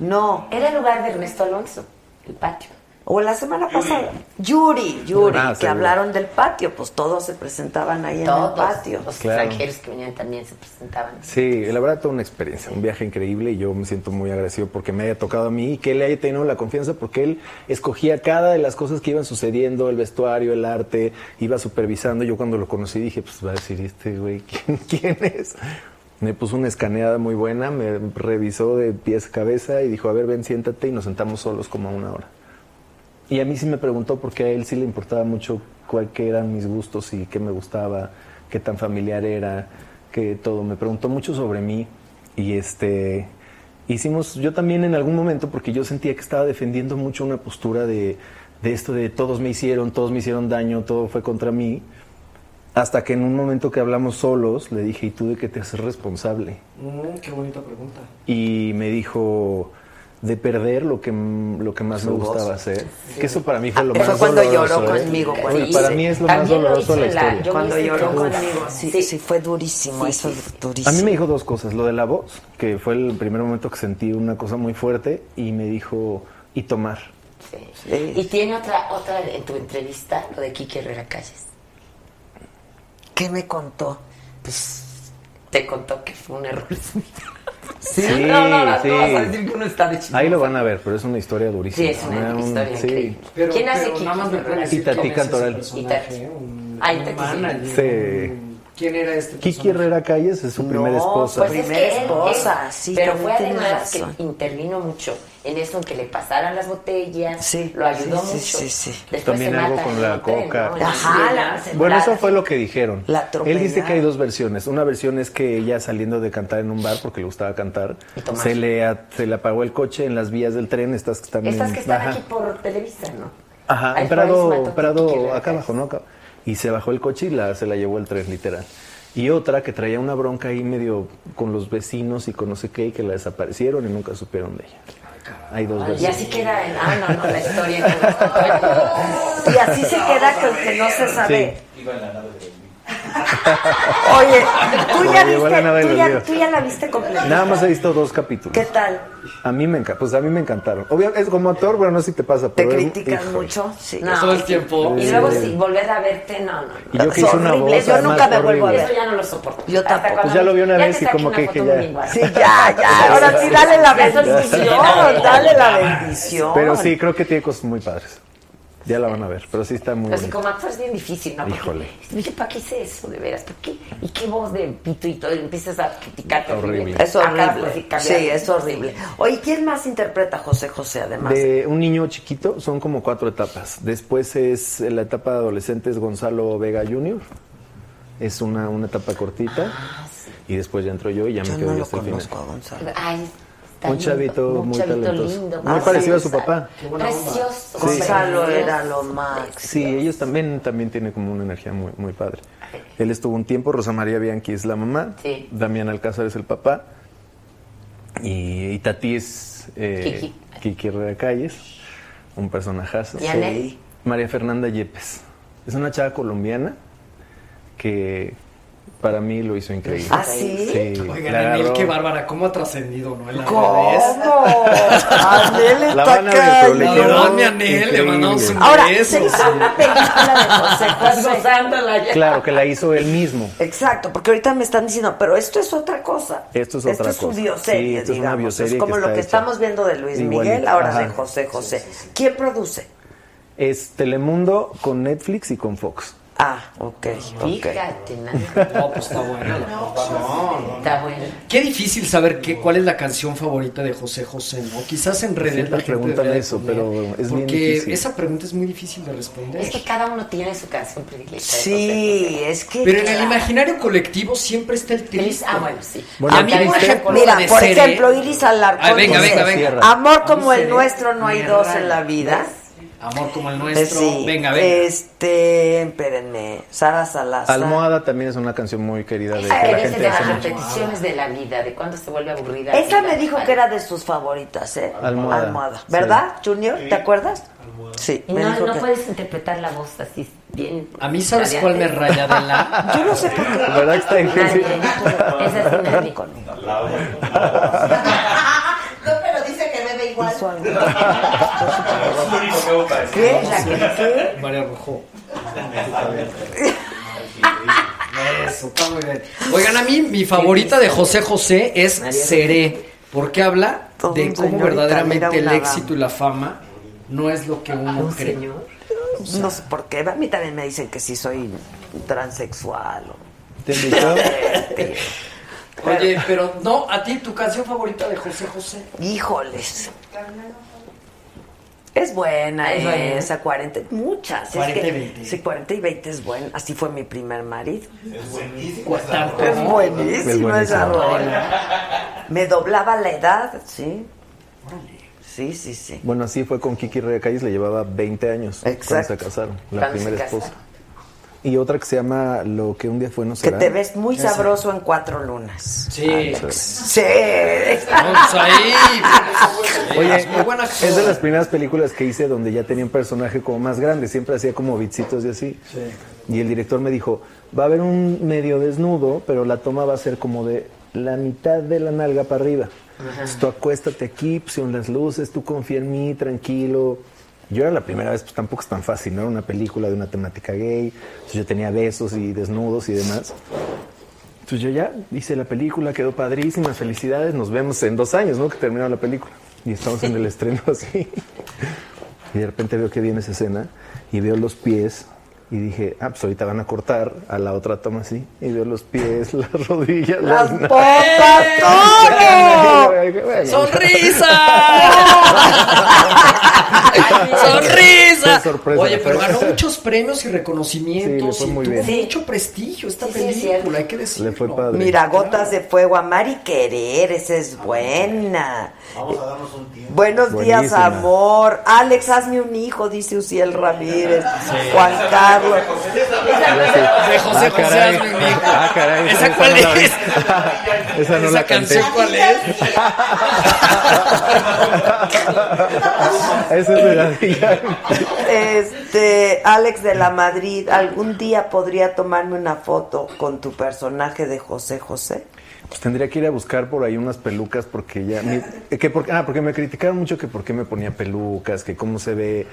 Speaker 2: No.
Speaker 8: Era el lugar de Ernesto Alonso, el patio.
Speaker 2: O la semana pasada. Yuri, Yuri,
Speaker 8: Ah,
Speaker 2: que
Speaker 8: seguro.
Speaker 2: hablaron del patio, pues todos se presentaban ahí en el
Speaker 8: Todos
Speaker 2: patio.
Speaker 8: los
Speaker 10: Claro.
Speaker 8: extranjeros que venían también se presentaban.
Speaker 10: Sí, la verdad, toda una experiencia, un viaje increíble y yo me siento muy agradecido porque me haya tocado a mí y que él haya tenido la confianza porque él escogía cada de las cosas que iban sucediendo, el vestuario, el arte, iba supervisando. Yo cuando lo conocí dije, pues va a decir este güey, ¿quién, quién es? Me puso una escaneada muy buena, me revisó de pies a cabeza y dijo, a ver, ven, siéntate y nos sentamos solos como a una hora. Y a mí sí me preguntó porque a él sí le importaba mucho cuál que eran mis gustos y qué me gustaba, qué tan familiar era, que todo. Me preguntó mucho sobre mí y este hicimos yo también en algún momento porque yo sentía que estaba defendiendo mucho una postura de de esto de todos me hicieron, todos me hicieron daño, todo fue contra mí. Hasta que en un momento que hablamos solos, le dije, ¿y tú de qué te haces responsable?
Speaker 9: Mm, qué bonita pregunta.
Speaker 10: y me dijo de perder lo que m- lo que más me
Speaker 9: Su
Speaker 10: gustaba
Speaker 9: voz.
Speaker 10: hacer.
Speaker 9: Sí.
Speaker 10: Que eso para mí fue lo
Speaker 2: Eso
Speaker 10: más
Speaker 2: cuando
Speaker 10: doloroso,
Speaker 2: lloró
Speaker 10: ¿eh?
Speaker 2: conmigo,
Speaker 10: Uy,
Speaker 2: cuando
Speaker 10: para
Speaker 2: hice-
Speaker 10: mí es lo más
Speaker 2: También lo
Speaker 10: doloroso de la
Speaker 2: hice en la-
Speaker 10: historia.
Speaker 2: yo Cuando hice lloró todo. conmigo,
Speaker 8: sí,
Speaker 2: sí, fue durísimo, eso es durísimo.
Speaker 10: A mí me dijo dos cosas, lo de la voz, que fue el primer momento que sentí una cosa muy fuerte y me dijo y tomar.
Speaker 8: Y tiene otra, otra en tu entrevista, lo de Quique Herrera Calles.
Speaker 2: ¿Qué me contó?
Speaker 8: Pues te contó que fue un error.
Speaker 10: Sí,
Speaker 8: no, no, las
Speaker 10: sí.
Speaker 8: no vas a decir que uno está de chismoso.
Speaker 10: Ahí lo van a ver, pero es una historia durísima.
Speaker 8: Sí, es una
Speaker 10: Un-
Speaker 8: historia
Speaker 10: sí.
Speaker 8: increíble.
Speaker 9: Pero-
Speaker 8: ¿Quién hace
Speaker 9: pero
Speaker 8: Quique?
Speaker 9: nada más me pueden decir
Speaker 10: Y Tati
Speaker 9: quién es ese
Speaker 10: Cantoral.
Speaker 9: personaje,
Speaker 8: Y Tati.
Speaker 9: un-
Speaker 8: Ay,
Speaker 9: un
Speaker 8: Tati, Ah, sí.
Speaker 9: manager,
Speaker 10: Sí.
Speaker 9: un- ¿Quién era este
Speaker 10: Kiki Herrera Calles es su primera esposa.
Speaker 8: Pues es que él-
Speaker 2: esposa,
Speaker 8: él-
Speaker 2: sí,
Speaker 8: Pero fue
Speaker 2: también tienes
Speaker 8: además que
Speaker 2: razón.
Speaker 8: intervino mucho en eso, en que le pasaran las botellas. Lo ayudó
Speaker 2: sí,
Speaker 8: mucho.
Speaker 2: sí, sí, sí.
Speaker 8: Después
Speaker 10: Pues También
Speaker 8: se
Speaker 10: algo
Speaker 8: mata en
Speaker 10: con
Speaker 8: un
Speaker 10: la
Speaker 8: tren,
Speaker 10: coca.
Speaker 8: ¿no? En la escena,
Speaker 10: Bueno, eso
Speaker 8: sentada.
Speaker 10: fue lo que dijeron. Él dice
Speaker 8: atropellaron.
Speaker 10: que hay dos versiones. Una versión es que ella saliendo de cantar en un bar, porque le gustaba cantar,
Speaker 8: tomar.
Speaker 10: se le, a- se le apagó el coche en las vías del tren, estas que están
Speaker 8: Estas
Speaker 10: en-
Speaker 8: que están
Speaker 10: ajá.
Speaker 8: aquí por Televisa, ¿no?
Speaker 10: Ajá,
Speaker 8: Ahí
Speaker 10: en
Speaker 8: fue
Speaker 10: Prado,
Speaker 8: Ismael Totti,
Speaker 10: Prado,
Speaker 8: que le
Speaker 10: acá abajo, ¿no? Acá. Y se bajó el coche y la, se la llevó el tren, literal. Y otra que traía una bronca ahí medio con los vecinos y con no sé qué, y que la desaparecieron y nunca supieron de ella. Hay dos
Speaker 8: Y
Speaker 10: versiones.
Speaker 8: así queda en. Ah, no, no, la historia. que-
Speaker 2: Y así se queda con que no se sabe.
Speaker 11: Iba en la nave de
Speaker 2: Oye, tú ya,
Speaker 10: Oye, igual
Speaker 2: viste,
Speaker 10: a nada
Speaker 2: tú,
Speaker 10: del
Speaker 2: ya,
Speaker 10: olvido.
Speaker 2: tú ya la viste completa.
Speaker 10: Nada más he visto dos capítulos.
Speaker 2: ¿Qué tal?
Speaker 10: A mí me encanta, pues a mí me encantaron. Obviamente, es como actor, bueno, no sé si te pasa, pero...
Speaker 2: ¿Te critican
Speaker 10: híjole.
Speaker 2: mucho? Sí.
Speaker 8: No,
Speaker 10: Todo el tiempo.
Speaker 8: Y luego si volver a verte, no, no.
Speaker 10: Y yo que hice una voz,
Speaker 8: yo
Speaker 10: además,
Speaker 8: nunca me vuelvo a
Speaker 10: horrible.
Speaker 8: ver. Eso ya no lo soporto.
Speaker 2: Yo
Speaker 8: Hasta
Speaker 2: tampoco.
Speaker 8: cuando
Speaker 10: Pues ya lo vi una
Speaker 8: ya
Speaker 10: vez
Speaker 8: te
Speaker 10: y
Speaker 8: saqué
Speaker 10: como
Speaker 8: una
Speaker 10: que
Speaker 8: foto
Speaker 10: dije,
Speaker 8: ¿eh? muy
Speaker 10: ya.
Speaker 8: bien guapa.
Speaker 2: Sí, ya, ya. Ahora sí, dale la
Speaker 8: Ya son
Speaker 2: bendición. Dale la bendición.
Speaker 10: Pero sí, creo que tiene cosas muy padres. Ya la van a ver, pero sí está muy
Speaker 8: Pero Pues sí,
Speaker 10: bonita.
Speaker 8: como actor es bien difícil, ¿no? Porque
Speaker 10: Híjole.
Speaker 8: Dije, ¿para qué hice eso, de veras? ¿Por qué? ¿Y qué voz de pito y todo? Y empiezas a criticarte.
Speaker 10: Horrible.
Speaker 2: Es horrible.
Speaker 8: Acá, pues, cambiar.
Speaker 2: Sí, es horrible. Oye, ¿quién más interpreta a José José además?
Speaker 10: De un niño chiquito son como cuatro etapas. Después es eh, la etapa de adolescentes Gonzalo Vega Jr. Es una, una etapa cortita.
Speaker 8: Ah,
Speaker 10: Y después ya entro yo y ya me quedo yo hasta el final.
Speaker 8: Ay, está
Speaker 10: Un
Speaker 8: lindo,
Speaker 10: chavito
Speaker 8: un
Speaker 10: muy
Speaker 8: chavito
Speaker 10: talentoso.
Speaker 8: lindo, Ah,
Speaker 10: Muy
Speaker 8: sí,
Speaker 10: parecido a su
Speaker 8: Gonzalo.
Speaker 10: papá.
Speaker 8: Precioso.
Speaker 10: Sí. Gonzalo
Speaker 2: era lo más.
Speaker 10: Sí, ellos también, también tienen como una energía muy, muy padre. Él estuvo un tiempo, Rosa María Bianchi es la mamá,
Speaker 8: Sí.
Speaker 10: Damián Alcázar es el papá, y, y Tati es eh, Kiki Herrera Calles, un personajazo.
Speaker 8: ¿Y Anel?
Speaker 10: María Fernanda Yepes. Es una chava colombiana que Para mí lo hizo increíble.
Speaker 9: ¿Ah, sí? Oigan,
Speaker 10: la
Speaker 9: Anel,
Speaker 10: agarró.
Speaker 9: qué bárbara, cómo ha trascendido, ¿no? En las
Speaker 2: ¿Cómo?
Speaker 9: redes.
Speaker 2: Anel
Speaker 9: La
Speaker 2: está
Speaker 9: van a ver, pero le
Speaker 2: cañón.
Speaker 9: quedó La van a Anel, le mandamos un
Speaker 2: Ahora,
Speaker 9: beso,
Speaker 2: se hizo
Speaker 9: sí.
Speaker 2: una película de José José.
Speaker 10: Claro, que la hizo él mismo.
Speaker 2: Exacto, porque ahorita me están diciendo, pero esto es otra cosa.
Speaker 10: Esto es otra
Speaker 2: Esto Este es
Speaker 10: cosa.
Speaker 2: su bioserie,
Speaker 10: Sí, esto es una
Speaker 2: digamos.
Speaker 10: bioserie que
Speaker 2: como lo
Speaker 10: está
Speaker 2: que
Speaker 10: hecha
Speaker 2: estamos viendo de Luis
Speaker 10: igualito.
Speaker 2: Miguel, ahora de
Speaker 10: Ajá.
Speaker 2: José José. ¿Quién produce?
Speaker 10: Es Telemundo con Netflix y con Fox.
Speaker 2: Ah, ok.
Speaker 8: Fíjate,
Speaker 9: No, pues está buena. la cosa.
Speaker 8: Está bueno.
Speaker 9: Qué difícil saber qué, cuál es la canción favorita de José José, ¿no? Quizás en redes
Speaker 10: Siempre
Speaker 9: la gente
Speaker 10: preguntan
Speaker 9: debería de
Speaker 10: eso,
Speaker 9: poner,
Speaker 10: pero es bien
Speaker 9: Porque
Speaker 10: difícil.
Speaker 9: esa pregunta es muy difícil de responder.
Speaker 8: Es que cada uno tiene su canción predilecta.
Speaker 2: Sí, es que.
Speaker 9: Pero en el imaginario colectivo siempre está el triste.
Speaker 8: Ah, bueno, sí.
Speaker 2: Bueno,
Speaker 9: a mí,
Speaker 2: el
Speaker 9: por
Speaker 2: triste-
Speaker 9: ejemplo,
Speaker 2: Mira,
Speaker 9: la de
Speaker 2: por
Speaker 9: Cere-
Speaker 2: ejemplo, Iris Alarcón
Speaker 9: Ay, venga,
Speaker 2: dice,
Speaker 9: venga, venga.
Speaker 2: Amor como
Speaker 9: Dice,
Speaker 2: el nuestro no hay
Speaker 9: mi
Speaker 2: dos
Speaker 9: hermano,
Speaker 2: en la vida.
Speaker 9: Amor como el
Speaker 2: Eh,
Speaker 9: nuestro.
Speaker 2: sí.
Speaker 9: Venga, venga.
Speaker 2: Este, espérenme, Sara Salazar.
Speaker 10: Almohada también es una canción muy querida de que
Speaker 8: Esa que
Speaker 10: la
Speaker 8: dice
Speaker 10: gente
Speaker 8: de
Speaker 10: hace
Speaker 8: las
Speaker 10: mucho.
Speaker 8: repeticiones de la vida, de cuando se vuelve aburrida.
Speaker 2: Esa
Speaker 8: Y
Speaker 2: me
Speaker 8: la-
Speaker 2: dijo que era de sus favoritas, ¿eh?
Speaker 10: Almohada.
Speaker 2: ¿Verdad, Junior? ¿Te acuerdas? Sí,
Speaker 8: Y
Speaker 2: me
Speaker 8: no,
Speaker 2: dijo
Speaker 8: no
Speaker 2: que-
Speaker 8: puedes interpretar la voz así bien.
Speaker 9: A mí, ¿sabes cuál me raya de la?
Speaker 2: Yo no sé por qué.
Speaker 10: ¿Verdad que está difícil?
Speaker 8: Esa es nadie.
Speaker 4: No, pero dice que bebe igual.
Speaker 2: ¿Qué? ¿La que- qué?
Speaker 9: María Rojo. Eso, está muy bien. Oigan, a mí mi favorita de José José es Seré, porque habla de
Speaker 2: un
Speaker 9: cómo
Speaker 2: señor italiano,
Speaker 9: verdaderamente el
Speaker 2: una
Speaker 9: éxito y la fama no es lo que uno cree.
Speaker 2: No sé por qué. A mí también me dicen que sí soy transexual. o-
Speaker 10: ¿Te invitó?
Speaker 9: Oye, pero no, a ti tu canción favorita de José José.
Speaker 2: Híjoles. Es buena
Speaker 8: Es buena.
Speaker 2: esa, 40, muchas.
Speaker 9: 40 y
Speaker 2: es que,
Speaker 9: 20.
Speaker 2: Sí, 40 y 20 es buena. Así fue mi primer marido.
Speaker 9: Tanto.
Speaker 2: Es
Speaker 10: Es
Speaker 2: buenísima
Speaker 10: buenísima.
Speaker 2: esa rola. Me doblaba la edad, sí. Sí, sí, sí.
Speaker 10: Bueno, así fue con Kiki Rey Calles, le llevaba 20 años
Speaker 2: Exacto.
Speaker 10: cuando se casaron, la
Speaker 2: Cuando
Speaker 10: primera
Speaker 2: se
Speaker 10: esposa.
Speaker 2: casaron.
Speaker 10: Y otra que se llama Lo que un día fue no
Speaker 2: Que
Speaker 10: será.
Speaker 2: te ves muy
Speaker 10: Esa.
Speaker 2: sabroso en cuatro lunas.
Speaker 9: Sí.
Speaker 2: Sí.
Speaker 9: Vamos ahí.
Speaker 10: Oye,
Speaker 9: Es muy buena
Speaker 10: es de las primeras películas que hice donde ya tenía un personaje como más grande, siempre hacía como bitsitos y así. Y el director me dijo, va a haber un medio desnudo, pero la toma va a ser como de la mitad de la nalga para arriba. Entonces, tú acuéstate aquí, pues, son las luces, tú confía en mí, tranquilo. Yo era la primera vez, pues tampoco es tan fácil, no era una película de una temática gay, entonces yo tenía besos y desnudos y demás. Entonces yo ya hice la película, quedó padrísima, felicidades, nos vemos en dos años, ¿no? Que terminó la película. Y estamos en el estreno así. Y de repente veo que viene esa escena y veo los pies y dije, ah, pues ahorita van a cortar a la otra toma así. Y veo los pies, las rodillas, las,
Speaker 2: ¡Las
Speaker 10: nalgas.
Speaker 2: botas, todo!
Speaker 10: Bueno,
Speaker 9: ¡Sonrisa!
Speaker 10: Fue sorpresa,
Speaker 9: Oye, pero
Speaker 10: fue-
Speaker 9: ganó muchos premios y
Speaker 10: Sí, le
Speaker 9: reconocimientos
Speaker 10: fue
Speaker 9: y
Speaker 10: muy
Speaker 9: tuvo
Speaker 10: bien.
Speaker 9: mucho prestigio esta
Speaker 8: sí, es
Speaker 9: película,
Speaker 8: cierto.
Speaker 9: hay que decirlo.
Speaker 10: Le fue padre.
Speaker 2: Mira, gotas de fuego, amar y querer, esa es buena.
Speaker 6: Ah, Vamos a darnos un tiempo.
Speaker 2: Buenos días,
Speaker 10: Buenísima.
Speaker 2: amor. Alex, hazme un hijo, dice Uciel Ramírez. Juan Carlos.
Speaker 9: De José José,
Speaker 10: Ah, caray.
Speaker 9: hazme un hijo.
Speaker 10: Ah, caray,
Speaker 9: ¿Esa cuál
Speaker 10: no la
Speaker 9: es?
Speaker 10: vi.
Speaker 9: ¿Esa
Speaker 10: esa no la canté.
Speaker 9: canción cuál es?
Speaker 10: Esa es de Daddy Yankee.
Speaker 2: Este, Alex de la Madrid, ¿algún día podría tomarme una foto con tu personaje de José José?
Speaker 10: Pues tendría que ir a buscar por ahí unas pelucas porque ya... mi- que porque, ah, porque me criticaron mucho que por qué me ponía pelucas, que cómo se ve...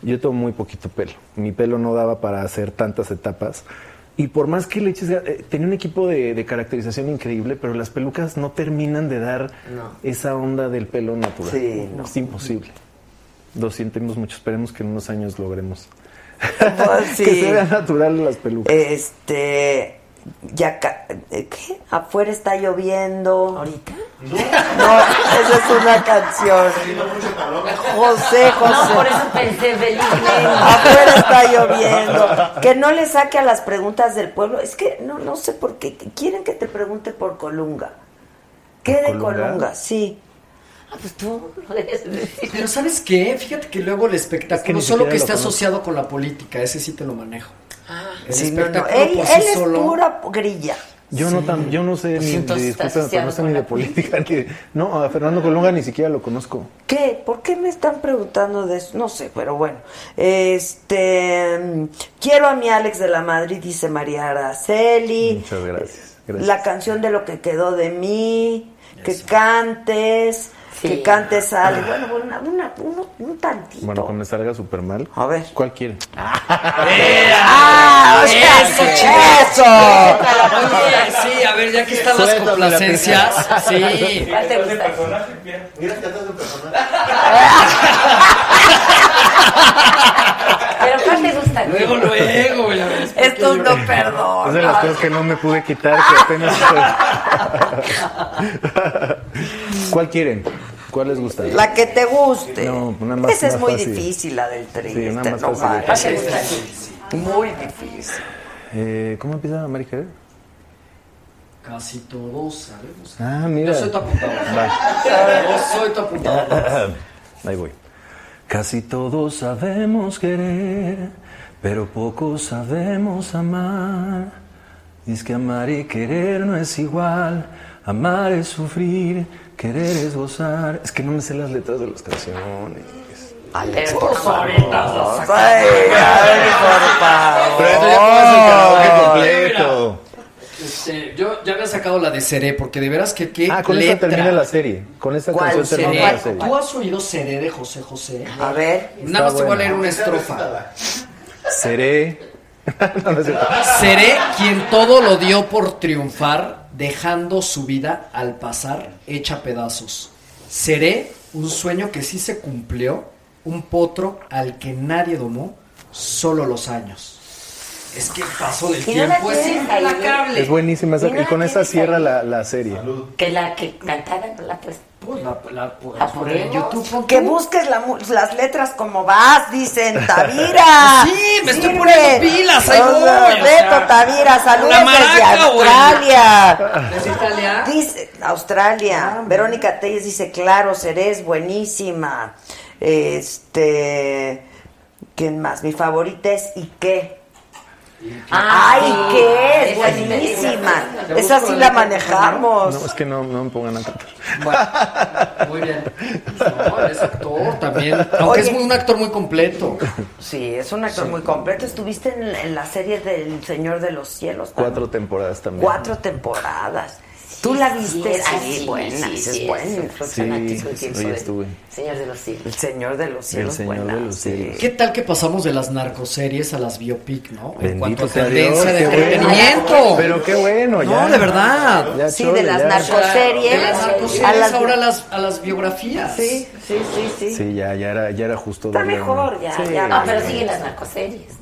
Speaker 10: Yo tengo muy poquito pelo. Mi pelo no daba para hacer tantas etapas. Y por más que le eches... ga- eh, tenía un equipo de, de caracterización increíble, pero las pelucas no terminan de dar esa onda del pelo natural.
Speaker 2: Sí, no.
Speaker 10: Es imposible. Lo sentimos mucho. Esperemos que en unos años logremos.
Speaker 2: Pues, sí.
Speaker 10: que se vean naturales las pelucas.
Speaker 2: Este, ya, ca- eh, ¿qué? Afuera está lloviendo.
Speaker 8: ¿Ahorita?
Speaker 2: No, esa es una canción. José José.
Speaker 8: No, por eso pensé felizmente.
Speaker 2: Afuera está lloviendo. Que no le saque a las preguntas del pueblo. Es que no, no sé por qué. Quieren que te pregunte por Colunga. ¿Qué de
Speaker 10: ¿Colunga?
Speaker 2: Colunga? Sí.
Speaker 8: Ah, pues tú no debes decir.
Speaker 9: Pero ¿sabes qué? Fíjate que luego el espectáculo,
Speaker 10: Es que ni
Speaker 9: solo
Speaker 10: siquiera
Speaker 9: que
Speaker 10: lo
Speaker 9: está
Speaker 10: conozco.
Speaker 9: asociado con la política, ese sí te lo manejo. El
Speaker 2: Sí, no, no.
Speaker 9: espectáculo
Speaker 2: Él,
Speaker 9: por
Speaker 2: él
Speaker 9: sí
Speaker 2: es
Speaker 9: solo.
Speaker 2: pura grilla.
Speaker 10: Yo no tam- yo no sé
Speaker 8: Pues
Speaker 10: ni de
Speaker 8: entonces estás
Speaker 10: discúlpame, pero no sé
Speaker 8: asociado
Speaker 10: ni de
Speaker 8: con la
Speaker 10: política ni de- No, a Fernando Colunga ni siquiera lo conozco.
Speaker 2: ¿Qué? ¿Por qué me están preguntando de eso? No sé, pero bueno. Este, mm, quiero a mi Alex de la Madrid, dice María Araceli.
Speaker 10: Muchas gracias. gracias.
Speaker 2: La canción de lo que quedó de mí, que cantes, que cantes algo. Bueno, una, una- uno- un tantito.
Speaker 10: Ah. Bueno, cuando me salga super mal.
Speaker 2: A ver.
Speaker 10: ¿Cuál quiere?
Speaker 2: ¡Ah!
Speaker 9: ¡Eso, Sí,
Speaker 2: ¡Eso!
Speaker 9: sí, a ver, ya que están las
Speaker 10: Suéltame la
Speaker 9: complacencias.
Speaker 10: pena.
Speaker 9: Sí.
Speaker 8: ¿Cuál Ah, te gusta?
Speaker 6: Mira que atrás de un personaje.
Speaker 8: ¿Pero cuál te gusta?
Speaker 9: Luego, luego, ya ves.
Speaker 2: Esto Oh, no
Speaker 10: Es de las
Speaker 2: perdona.
Speaker 10: cosas que no me pude quitar, que apenas. ¿Cuál quieren? ¿Cuál les gusta?
Speaker 2: La que te guste.
Speaker 10: No, una más-
Speaker 2: Esa es
Speaker 10: más
Speaker 2: muy
Speaker 10: fácil.
Speaker 2: difícil, la del tri.
Speaker 10: Sí, una
Speaker 2: este,
Speaker 10: más
Speaker 2: no
Speaker 10: fácil.
Speaker 2: vale.
Speaker 10: Así es.
Speaker 2: Muy difícil.
Speaker 10: Eh, ¿Cómo empieza América?
Speaker 9: Casi todos sabemos.
Speaker 10: Ah, mira.
Speaker 9: Yo soy tu apuntador.
Speaker 10: Va.
Speaker 9: Yo soy tu apuntador.
Speaker 10: Ahí voy. Casi todos sabemos querer, pero pocos sabemos amar. Dice que amar y querer no es igual. Amar es sufrir, querer es gozar. Es que no me sé las letras de las canciones.
Speaker 8: Pero por favor.
Speaker 2: Ay, ay, por favor.
Speaker 10: Pero esto ya pones el karaoke completo.
Speaker 9: Este, yo ya había sacado la de Seré, porque de veras que qué
Speaker 10: Ah, con
Speaker 9: letra.
Speaker 10: esta termina la serie. Con esta
Speaker 9: ¿Cuál
Speaker 10: canción
Speaker 9: Seré?
Speaker 10: termina la serie.
Speaker 9: ¿Tú has oído Seré de José José?
Speaker 2: A ver.
Speaker 9: Nada más te voy a
Speaker 10: buena.
Speaker 9: leer una estrofa.
Speaker 10: Seré. No, no es cierto.
Speaker 9: Seré quien todo lo dio por triunfar, dejando su vida al pasar hecha pedazos. Seré un sueño que sí se cumplió, un potro al que nadie domó, solo los años. Es que pasó del
Speaker 8: Y no la
Speaker 9: tiempo, es
Speaker 8: tienes ahí, ¿eh?
Speaker 9: implacable.
Speaker 10: Es buenísima esa.
Speaker 8: Mira,
Speaker 10: Y con esa cierra la, la serie.
Speaker 8: pues, Que la que cantara no la pues.
Speaker 9: Pues la, la, pues,
Speaker 8: ¿La
Speaker 9: por el
Speaker 8: ponemos?
Speaker 9: YouTube. pon
Speaker 2: Que
Speaker 9: tú.
Speaker 2: busques la mu- las letras como vas, dicen Tavira.
Speaker 9: Sí, me estoy
Speaker 2: Sirve.
Speaker 9: poniendo pilas, ahí
Speaker 2: O
Speaker 9: voy,
Speaker 2: sea,
Speaker 9: o sea.
Speaker 2: Beto Tavira, saludos
Speaker 9: La
Speaker 2: desde
Speaker 9: maraca, güey.
Speaker 2: Australia.
Speaker 9: ¿Es italiana?
Speaker 2: Dice
Speaker 9: Ah,
Speaker 2: Australia. Verónica Telles dice, claro, Ceres, buenísima. Este, ¿quién más? Mi favorita es ¿Y qué? Ay, ¿qué? Es buenísima.
Speaker 9: Te
Speaker 2: Esa
Speaker 9: busco
Speaker 2: sí
Speaker 9: la
Speaker 2: la
Speaker 9: letra,
Speaker 2: manejamos.
Speaker 10: No, es que no, no me pongan a cantar.
Speaker 9: Muy bien. No, es actor también. Aunque
Speaker 2: Oye.
Speaker 9: es muy- un actor muy completo.
Speaker 2: Sí, es un actor muy completo. Estuviste en, en la serie del Señor de los Cielos. también.
Speaker 10: Cuatro temporadas también.
Speaker 2: Cuatro temporadas. ¿Tú la viste?
Speaker 8: sí,
Speaker 2: Ay,
Speaker 8: sí,
Speaker 2: buena,
Speaker 8: sí,
Speaker 2: esa
Speaker 8: sí,
Speaker 2: es
Speaker 8: es
Speaker 2: buena.
Speaker 10: Sí, ahí estuve.
Speaker 8: Señor de los cielos.
Speaker 2: El Señor de los Cielos,
Speaker 10: Señor
Speaker 2: buena,
Speaker 10: de los
Speaker 2: sí.
Speaker 10: Cielos.
Speaker 9: ¿Qué tal que pasamos de las narcoseries a las biopic, no? en cuanto
Speaker 10: Bendito
Speaker 9: a
Speaker 10: sea
Speaker 9: tendencia
Speaker 10: Dios,
Speaker 9: de
Speaker 10: qué bueno.
Speaker 9: entretenimiento.
Speaker 10: Pero qué bueno,
Speaker 9: No,
Speaker 10: ya.
Speaker 9: de verdad.
Speaker 10: Ya
Speaker 2: Sí,
Speaker 10: chole,
Speaker 2: de las
Speaker 10: ya.
Speaker 9: O sea,
Speaker 2: narcoseries.
Speaker 9: de las narcoseries
Speaker 2: a las-
Speaker 9: ahora a las, a las biografías.
Speaker 2: Sí, sí, sí, sí.
Speaker 10: Sí, ya, ya era, ya era justo.
Speaker 2: Está
Speaker 10: darle
Speaker 2: mejor,
Speaker 10: una-
Speaker 2: ya,
Speaker 10: Sí.
Speaker 2: ya.
Speaker 8: No, Ah, pero siguen las narcoseries.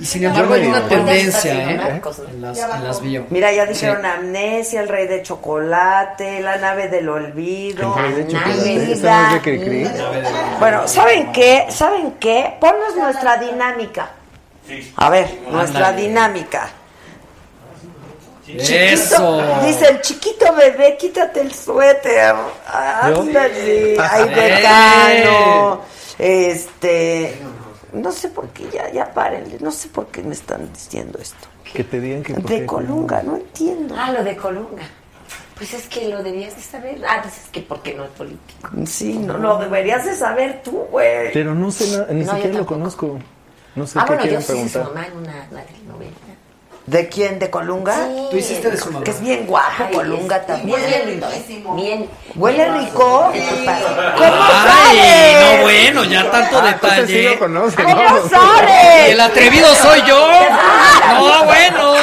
Speaker 9: Y sin embargo hay
Speaker 10: Yo me-
Speaker 9: una tendencia,
Speaker 8: Ahorita
Speaker 9: ¿eh?
Speaker 8: está haciendo narcos, ¿no?
Speaker 9: En las, en las bio.
Speaker 2: Mira, ya
Speaker 9: Sí.
Speaker 2: dijeron Amnesia, El Rey de Chocolate, La Nave del Olvido,
Speaker 10: El rey de
Speaker 2: Ana
Speaker 10: chocolate. ¿Esa no es de
Speaker 2: Vida.
Speaker 10: Cricri?
Speaker 2: Bueno, ¿saben qué? ¿Saben qué? Ponnos nuestra dinámica. A ver, nuestra
Speaker 9: Ándale.
Speaker 2: dinámica.
Speaker 9: Eso.
Speaker 2: Chiquito, Dice el chiquito bebé, quítate el suéter. Ah, Ándale. Ay, becano. Este. No sé por qué, ya, ya párenle. No sé por qué me están diciendo esto.
Speaker 10: Que te digan que. por
Speaker 2: De
Speaker 10: qué.
Speaker 2: Colunga, no entiendo.
Speaker 8: Ah, lo de Colunga. Pues es que lo debías de saber. Ah, dices que porque no es político.
Speaker 2: Sí, no, lo deberías de saber tú, güey.
Speaker 10: Pero no sé, na- ni
Speaker 8: No, yo
Speaker 10: siquiera lo
Speaker 8: tampoco.
Speaker 10: conozco. No sé
Speaker 8: Ah,
Speaker 10: qué
Speaker 8: bueno, yo
Speaker 10: quieren
Speaker 8: sí, su
Speaker 10: preguntar.
Speaker 8: mamá en una, una telenovela.
Speaker 2: ¿De quién? ¿De Colunga?
Speaker 8: Sí.
Speaker 9: Tú hiciste de su mamá.
Speaker 2: Que es bien guapo,
Speaker 8: Ay,
Speaker 2: Colunga
Speaker 8: es-
Speaker 2: también.
Speaker 8: Huele riquísimo. Bien. Pues,
Speaker 2: ¿Huele rico?
Speaker 8: Sí.
Speaker 2: ¿Cómo
Speaker 9: Ay,
Speaker 2: sabes?
Speaker 9: no bueno, ya tanto
Speaker 10: Ah, entonces sí
Speaker 9: detalle.
Speaker 10: lo conoce,
Speaker 2: ¡Ay,
Speaker 10: ¿no?
Speaker 2: no sabes!
Speaker 9: Y el atrevido soy yo. No, bueno.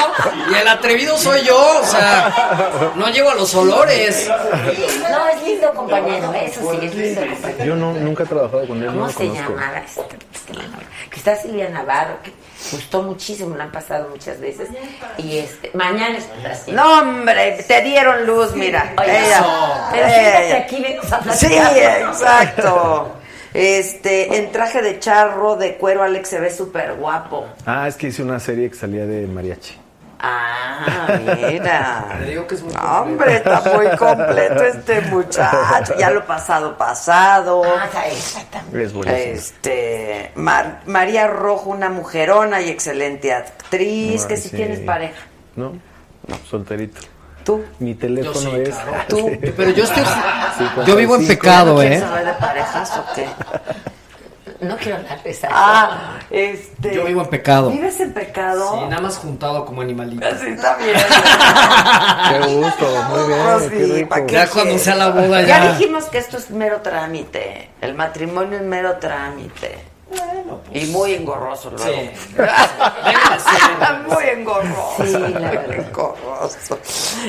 Speaker 9: Y el atrevido soy yo. O sea, no llevo a los olores.
Speaker 8: No, es lindo compañero. Eso sí, es lindo compañero.
Speaker 10: Yo no, nunca he trabajado con él, no
Speaker 8: ¿Cómo
Speaker 10: lo
Speaker 8: se
Speaker 10: conozco.
Speaker 8: llamaba esta telenovela? Que está Silvia Navarro, que gustó muchísimo, la han pasado muchas veces. Y este, mañana es para siempre.
Speaker 2: No, hombre, te dieron luz, mira.
Speaker 8: Oye,
Speaker 2: Ella.
Speaker 8: pero
Speaker 2: Ella.
Speaker 8: fíjate aquí venimos a
Speaker 2: Eh. Sí,
Speaker 8: platicar.
Speaker 2: exacto. Este, en traje de charro de cuero, Alex se ve súper guapo.
Speaker 10: Ah, es que hice una serie que salía de mariachi.
Speaker 2: Ah, mira.
Speaker 9: Te digo que es muy
Speaker 2: Hombre, está muy completo este muchacho. Ya lo pasado, pasado.
Speaker 8: Ah, está, exactamente.
Speaker 10: Es
Speaker 2: É
Speaker 10: buenísimo.
Speaker 2: Este, Mar- María Rojo, una mujerona y excelente actriz,
Speaker 10: Ay,
Speaker 2: que si
Speaker 10: sí. ¿Eh?
Speaker 2: tienes pareja.
Speaker 10: No. Solterito.
Speaker 2: ¿Tú?
Speaker 10: Mi teléfono
Speaker 2: Yo sí,
Speaker 10: es.
Speaker 2: claro.
Speaker 9: Tú, pero yo estoy-
Speaker 10: Cincuenta
Speaker 9: yo
Speaker 10: y
Speaker 9: vivo en
Speaker 10: cinco.
Speaker 9: pecado,
Speaker 2: ¿Quieres
Speaker 9: ¿eh?
Speaker 2: saber de parejas o qué?
Speaker 8: No quiero hablar de esa.
Speaker 2: Ah, este.
Speaker 9: Yo vivo en pecado.
Speaker 2: ¿Vives en pecado?
Speaker 9: Sí, nada más juntado como animalito.
Speaker 2: Sí, está bien.
Speaker 10: Qué gusto, muy bien.
Speaker 2: No,
Speaker 10: qué
Speaker 2: Ah, sí,
Speaker 10: rico.
Speaker 2: ¿pa' qué
Speaker 9: Ya cuando
Speaker 2: quieres?
Speaker 9: sea la boda,
Speaker 2: Ya
Speaker 9: ya.
Speaker 2: dijimos que esto es mero trámite. El matrimonio es mero trámite. Bueno,
Speaker 8: pues,
Speaker 2: Y muy engorroso luego. Ah, muy engorroso.
Speaker 8: Sí, la
Speaker 2: engorroso.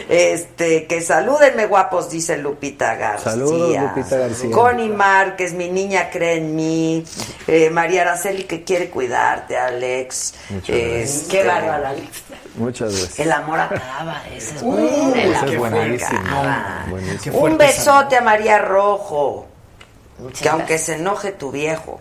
Speaker 2: Este, que salúdenme guapos, dice Lupita García.
Speaker 10: Saludos, Lupita García.
Speaker 2: Connie Márquez, mi niña cree en mí. Eh, María Araceli que quiere cuidarte, Alex.
Speaker 10: Muchas gracias.
Speaker 2: Este, Qué bárbaro, Alex.
Speaker 10: Muchas gracias.
Speaker 2: El amor acaba, ese es
Speaker 10: Uh,
Speaker 2: bueno, el
Speaker 10: ese es
Speaker 2: amor
Speaker 10: buenísimo.
Speaker 2: acaba.
Speaker 10: Buenísimo. Qué
Speaker 2: Un
Speaker 10: fuerte
Speaker 2: besote a María Rojo. que
Speaker 8: gracias.
Speaker 2: aunque se enoje tu viejo.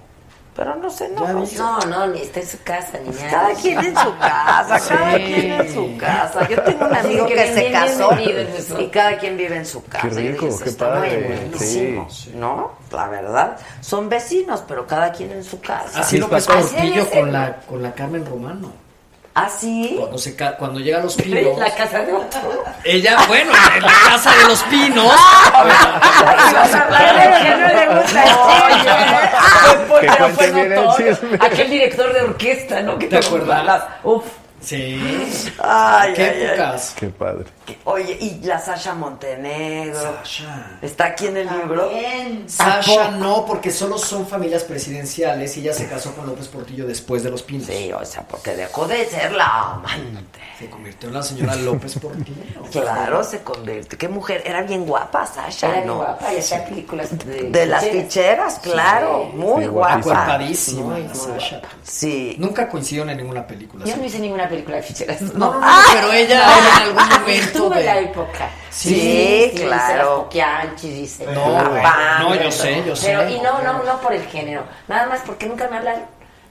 Speaker 2: Pero no se enoja. pues,
Speaker 8: No, no, ni está en su casa, ni nada.
Speaker 2: Cada quien en su casa, cada
Speaker 8: Sí.
Speaker 2: quien en su casa. Yo tengo un amigo
Speaker 8: Sí,
Speaker 2: que,
Speaker 8: que bien,
Speaker 2: se
Speaker 8: bien,
Speaker 2: casó
Speaker 8: bien vivido es eso.
Speaker 2: y cada quien vive en su casa.
Speaker 10: Qué
Speaker 2: Yo dije,
Speaker 10: rico,
Speaker 2: eso
Speaker 10: qué
Speaker 2: está muy
Speaker 10: padre,
Speaker 2: buenísimo,
Speaker 10: sí.
Speaker 2: ¿No? La verdad, son vecinos, pero cada quien en su casa.
Speaker 9: Así López
Speaker 2: Así
Speaker 9: Portillo
Speaker 2: debe ser.
Speaker 9: con la, con la Carmen Romano.
Speaker 2: ¿Ah, sí?
Speaker 9: Cuando, se ca- cuando llega a los pinos.
Speaker 2: La casa de otro.
Speaker 9: Ella, bueno, en la casa de los pinos.
Speaker 2: ¿eh?
Speaker 8: Ah,
Speaker 2: Ah,
Speaker 10: Que cuente bien el chisme.
Speaker 8: Aquel director de orquesta, ¿no? Que te acuerdas. Uf.
Speaker 9: Sí.
Speaker 2: Ay,
Speaker 8: Qué
Speaker 2: ay, ay.
Speaker 9: épocas.
Speaker 10: Qué padre.
Speaker 2: Oye, y la Sasha Montenegro. ¿Está aquí en el libro?
Speaker 9: Sasha no, porque solo son familias presidenciales y ella se casó con López Portillo después de los pinos.
Speaker 2: Sí, o sea, porque dejó de ser la amante.
Speaker 9: Se convirtió en la señora López Portillo.
Speaker 2: Claro, se convirtió. Qué mujer. Era bien guapa, Sasha.
Speaker 8: Era bien
Speaker 2: ¿no?
Speaker 8: guapa y hacía películas de,
Speaker 2: De las ficheras, claro. Muy guapa.
Speaker 9: Acuerpadísima
Speaker 2: Muy
Speaker 9: la
Speaker 2: guapa.
Speaker 9: Sasha.
Speaker 2: Sí.
Speaker 9: Nunca coincidieron en ninguna película.
Speaker 8: Yo
Speaker 9: sí.
Speaker 8: no hice ninguna película de ficheras.
Speaker 9: No, no, no,
Speaker 8: ¡Ay!
Speaker 9: pero ella en algún momento
Speaker 8: Tuve
Speaker 9: de-
Speaker 8: la época.
Speaker 9: Sí,
Speaker 2: claro.
Speaker 8: Hice las poquianchis, hice
Speaker 9: No,
Speaker 8: la
Speaker 9: no,
Speaker 8: banda,
Speaker 9: yo
Speaker 8: todo.
Speaker 9: sé, yo sé.
Speaker 8: Ah, Pero, y no, no, no por el género. Nada más porque nunca me hablaron.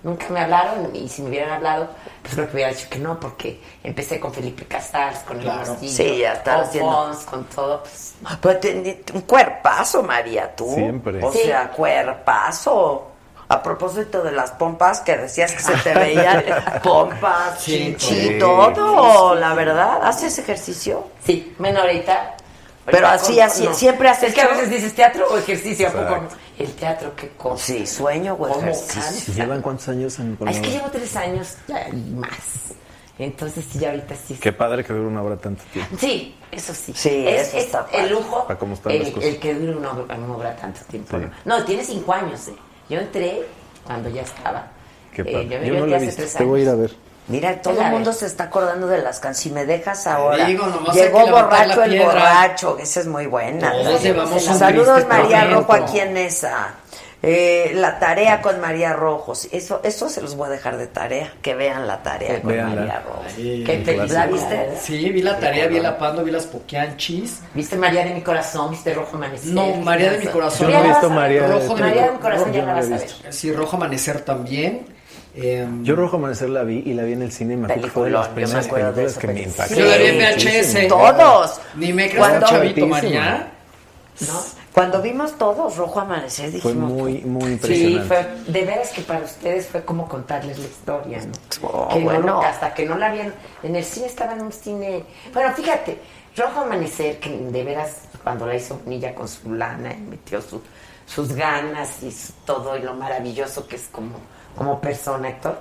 Speaker 8: Nunca me hablaron y si me hubieran hablado, pues creo que hubiera dicho que no, porque empecé con Felipe Casals, con
Speaker 2: Claro.
Speaker 8: el Castillo,
Speaker 2: Sí, ya estaba
Speaker 8: con
Speaker 2: haciendo-
Speaker 8: Fons, con todo. Pues,
Speaker 2: Pero tenía un cuerpazo, María, tú.
Speaker 10: Siempre.
Speaker 2: O
Speaker 8: Sí.
Speaker 2: sea, cuerpazo. A propósito de las pompas que decías que se te veían pompas,
Speaker 8: Sí,
Speaker 2: chichi,
Speaker 8: sí.
Speaker 2: todo, la verdad. ¿Haces ejercicio?
Speaker 8: sí, menos ahorita.
Speaker 2: Pero
Speaker 8: ahorita
Speaker 2: así,
Speaker 8: con-
Speaker 2: así, siempre haces
Speaker 8: Es que a
Speaker 2: todo.
Speaker 8: veces dices teatro o ejercicio, ¿a poco
Speaker 10: Exacto.
Speaker 8: no? El teatro, qué cosa.
Speaker 2: Sí, sueño o
Speaker 8: ¿Cómo
Speaker 2: ejercicio.
Speaker 8: cansa?
Speaker 10: ¿Llevan cuántos años en
Speaker 8: Ah, es
Speaker 10: Colombia?
Speaker 8: que llevo tres años ya, y más. Entonces, sí, ya ahorita sí.
Speaker 10: Qué padre que dure una hora tanto tiempo.
Speaker 8: Sí, eso sí.
Speaker 2: Sí,
Speaker 8: es,
Speaker 2: eso
Speaker 8: es
Speaker 2: está padre.
Speaker 8: el lujo.
Speaker 10: Para Ah, cómo están las
Speaker 8: el,
Speaker 10: cosas.
Speaker 8: el que dure una obra, una obra tanto tiempo.
Speaker 10: Sí.
Speaker 8: No, No, tiene cinco años. eh. Yo entré cuando ya estaba.
Speaker 10: Qué
Speaker 8: Eh,
Speaker 10: padre.
Speaker 8: yo me
Speaker 10: Yo
Speaker 8: metí
Speaker 10: no la he
Speaker 8: hace
Speaker 10: visto.
Speaker 8: tres
Speaker 10: Te voy a ir a
Speaker 8: años.
Speaker 10: ver.
Speaker 2: Mira, todo
Speaker 8: Ya
Speaker 2: el
Speaker 8: ves.
Speaker 2: mundo se está acordando de las can. Si me dejas ahora.
Speaker 9: digo, nomás hay
Speaker 2: Llegó
Speaker 9: que levantar la
Speaker 2: borracho el
Speaker 9: piedra.
Speaker 2: borracho. que Esa es muy buena.
Speaker 9: Todos llevamos un
Speaker 2: Saludos
Speaker 9: triste
Speaker 2: María
Speaker 9: tormento.
Speaker 2: Rojo aquí en esa. Ah, Eh, la tarea con María Rojos. Eso, eso se los voy a dejar de tarea. Que vean la tarea con
Speaker 10: Véanla.
Speaker 2: María Rojos.
Speaker 9: Sí.
Speaker 8: Qué feliz.
Speaker 2: Eh, ¿La viste?
Speaker 9: Sí, vi la tarea, vi la pando, vi las poquianchis.
Speaker 8: ¿Viste María de mi corazón? ¿Viste Rojo Amanecer?
Speaker 9: No,
Speaker 8: ¿Viste
Speaker 9: María de mi
Speaker 8: eso?
Speaker 9: corazón.
Speaker 10: Yo no he
Speaker 8: Ya la
Speaker 10: visto
Speaker 8: vas a ver.
Speaker 10: María de-
Speaker 8: Rojo de
Speaker 10: María
Speaker 8: mi
Speaker 10: Yo
Speaker 8: corazón. Ya
Speaker 10: no
Speaker 8: la
Speaker 10: la he
Speaker 8: vas a ver.
Speaker 10: visto.
Speaker 9: Sí, Rojo Amanecer también. Em,
Speaker 10: Yo Rojo Amanecer la vi y la vi en el cine. Me acuerdo que fue de las
Speaker 2: Peliculón, yo me
Speaker 10: primeras
Speaker 2: acuerdo de
Speaker 10: películas
Speaker 2: esa
Speaker 10: que me
Speaker 2: película.
Speaker 10: impactó.
Speaker 9: yo la vi en
Speaker 2: Sí,
Speaker 9: VHS.
Speaker 2: Todos.
Speaker 9: Ni me creas tan
Speaker 2: cuando,
Speaker 9: chavito,
Speaker 10: Chavitísimo.
Speaker 9: María.
Speaker 2: ¿no? Cuando vimos todos Rojo Amanecer,
Speaker 10: Fue
Speaker 2: dijimos.
Speaker 10: muy, muy
Speaker 8: Sí,
Speaker 10: impresionante.
Speaker 8: fue, de veras que para ustedes fue como contarles la historia, ¿no?
Speaker 2: Oh,
Speaker 8: que no
Speaker 2: bueno.
Speaker 8: lo- hasta que no la habían, en el cine estaba en un cine, bueno, fíjate, Rojo Amanecer, que de veras cuando la hizo Bonilla con su lana y metió su- sus ganas y su- todo y lo maravilloso que es como, como persona, actor,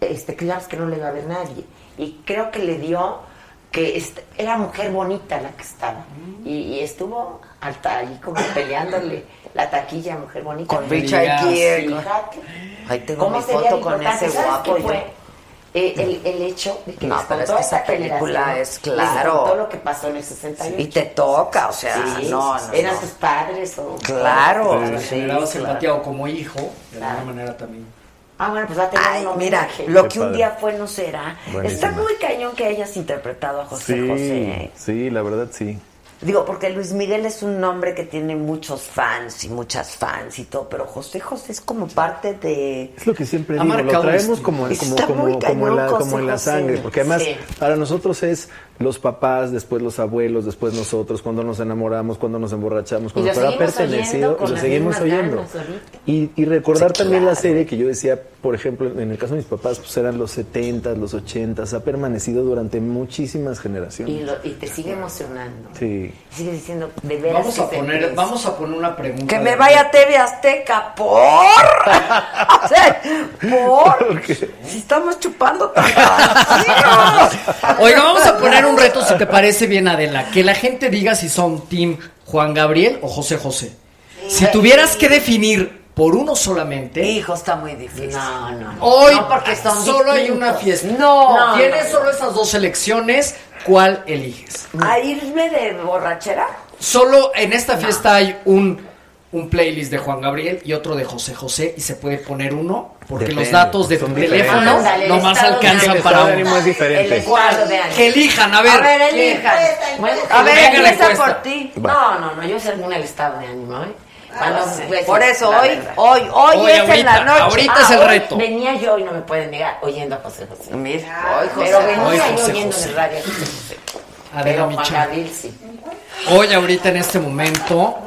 Speaker 8: este, creíamos que no le iba a ver nadie. Y creo que le dio que est- era mujer bonita la que estaba.
Speaker 2: Mm.
Speaker 8: Y, y estuvo hasta ahí como peleándole la taquilla a mujer bonita.
Speaker 2: Con Richard
Speaker 8: Sí,
Speaker 2: Gere.
Speaker 8: fíjate.
Speaker 2: Ahí tengo
Speaker 8: ¿Cómo
Speaker 2: mi
Speaker 8: sería
Speaker 2: foto
Speaker 8: de
Speaker 2: con
Speaker 8: importante?
Speaker 2: ese
Speaker 8: ¿Sabes
Speaker 2: guapo.
Speaker 8: qué
Speaker 2: yo.
Speaker 8: fue? Eh, el, el hecho de que
Speaker 2: No,
Speaker 8: les
Speaker 2: pero
Speaker 8: contó
Speaker 2: es que
Speaker 8: esa
Speaker 2: esa película
Speaker 8: generación,
Speaker 2: es,
Speaker 8: les
Speaker 2: claro.
Speaker 8: contó lo que pasó en el 68.
Speaker 2: Y te toca, o sea,
Speaker 8: Sí,
Speaker 2: no, no,
Speaker 8: Eran
Speaker 2: no.
Speaker 8: sus padres o...
Speaker 2: Claro,
Speaker 8: o-
Speaker 2: sí,
Speaker 9: Generaba
Speaker 2: claro.
Speaker 9: simpatía o como hijo, de
Speaker 8: Claro.
Speaker 9: alguna manera también.
Speaker 8: Ah, bueno, pues va a tener
Speaker 2: Ay,
Speaker 8: un
Speaker 2: mira,
Speaker 8: homenaje.
Speaker 2: lo
Speaker 10: Qué
Speaker 2: que un
Speaker 10: padre.
Speaker 2: día fue no será. Está
Speaker 10: Buenísima.
Speaker 2: muy cañón que hayas interpretado a José
Speaker 10: Sí,
Speaker 2: José. ¿eh?
Speaker 10: sí, la verdad sí.
Speaker 2: Digo, porque Luis Miguel es un nombre que tiene muchos fans y muchas fans y todo, pero José José es como parte de...
Speaker 10: Es lo que siempre
Speaker 9: Ha
Speaker 10: digo,
Speaker 9: marcado
Speaker 10: lo
Speaker 9: un
Speaker 10: traemos
Speaker 9: estilo.
Speaker 10: como,
Speaker 2: Está
Speaker 10: como,
Speaker 2: muy
Speaker 10: como, como en la,
Speaker 2: cañón,
Speaker 10: como en la
Speaker 2: José
Speaker 10: sangre,
Speaker 2: José.
Speaker 10: porque además
Speaker 8: Sí.
Speaker 10: para nosotros es los papás, después los abuelos, después nosotros, cuando nos enamoramos, cuando nos
Speaker 11: Y
Speaker 10: emborrachamos, cuando
Speaker 11: lo
Speaker 10: nos
Speaker 11: seguimos oyendo con
Speaker 10: lo
Speaker 11: las
Speaker 10: seguimos
Speaker 11: mismas
Speaker 10: oyendo.
Speaker 11: ganas ahorita.
Speaker 10: Y, y recordar
Speaker 11: Sí,
Speaker 10: también la
Speaker 11: claro.
Speaker 10: serie que yo decía, por ejemplo, en el caso de mis papás, pues eran los 70, los 80, ha permanecido durante muchísimas generaciones.
Speaker 8: Y, lo- y te sigue emocionando.
Speaker 10: Sí.
Speaker 8: Sigue diciendo, de veras.
Speaker 9: Vamos
Speaker 8: sí
Speaker 9: a
Speaker 8: te
Speaker 9: poner,
Speaker 8: mereces.
Speaker 9: vamos a poner una pregunta.
Speaker 2: Que
Speaker 9: de
Speaker 2: me
Speaker 9: verdad.
Speaker 2: vaya a TV Azteca, por. O sea, por. Si estamos chupando
Speaker 9: Oiga, vamos a poner un reto, si te parece bien, Adela. Que la gente diga si son Team Juan Gabriel o José José. Si tuvieras que definir por uno solamente.
Speaker 2: Hijo, está muy difícil. No, no. no.
Speaker 9: Hoy
Speaker 2: No, porque son
Speaker 9: solo hay
Speaker 2: distintos.
Speaker 9: una fiesta.
Speaker 2: No, no,
Speaker 9: Tienes
Speaker 2: no.
Speaker 9: solo esas dos elecciones. ¿Cuál eliges?
Speaker 2: ¿A irme de borrachera?
Speaker 9: Solo en esta fiesta hay un, un playlist de Juan Gabriel y otro de José José y se puede poner uno porque
Speaker 10: Depende,
Speaker 9: los
Speaker 10: pues,
Speaker 9: datos de tu
Speaker 10: son
Speaker 9: teléfono
Speaker 10: diferentes. Ándale, el
Speaker 9: nomás
Speaker 10: estado de
Speaker 9: alcanzan
Speaker 10: ánimo.
Speaker 9: para
Speaker 10: El estado de
Speaker 9: uno.
Speaker 10: ánimo es diferente. El
Speaker 8: estado de ánimo.
Speaker 9: Elijan, a ver.
Speaker 8: A ver,
Speaker 9: ¿quién?
Speaker 8: elijan. Bueno,
Speaker 9: A
Speaker 2: Ah,
Speaker 9: ver,
Speaker 8: venga la
Speaker 9: empieza
Speaker 8: encuesta.
Speaker 9: por ti. Va.
Speaker 8: No, no, no, yo sé algún el estado de ánimo, ¿eh? Cuando- pues,
Speaker 2: Por eso,
Speaker 8: la
Speaker 2: hoy,
Speaker 8: verdad. Ah,
Speaker 2: hoy, hoy,
Speaker 8: Hoy,
Speaker 2: es en la
Speaker 8: ahorita,
Speaker 2: noche. Ah,
Speaker 8: ahorita es el
Speaker 2: hoy
Speaker 8: reto.
Speaker 2: Venía yo y no me pueden negar, oyendo a José José. Mira, hoy,
Speaker 8: José
Speaker 2: Pero
Speaker 8: José.
Speaker 2: venía
Speaker 8: Hoy,
Speaker 2: yo
Speaker 8: José
Speaker 2: oyendo
Speaker 8: José.
Speaker 2: en el radio. a José José.
Speaker 9: Adela
Speaker 2: Pero Juan
Speaker 9: Micha.
Speaker 2: Gabriel sí.
Speaker 9: Hoy, ahorita, en este momento.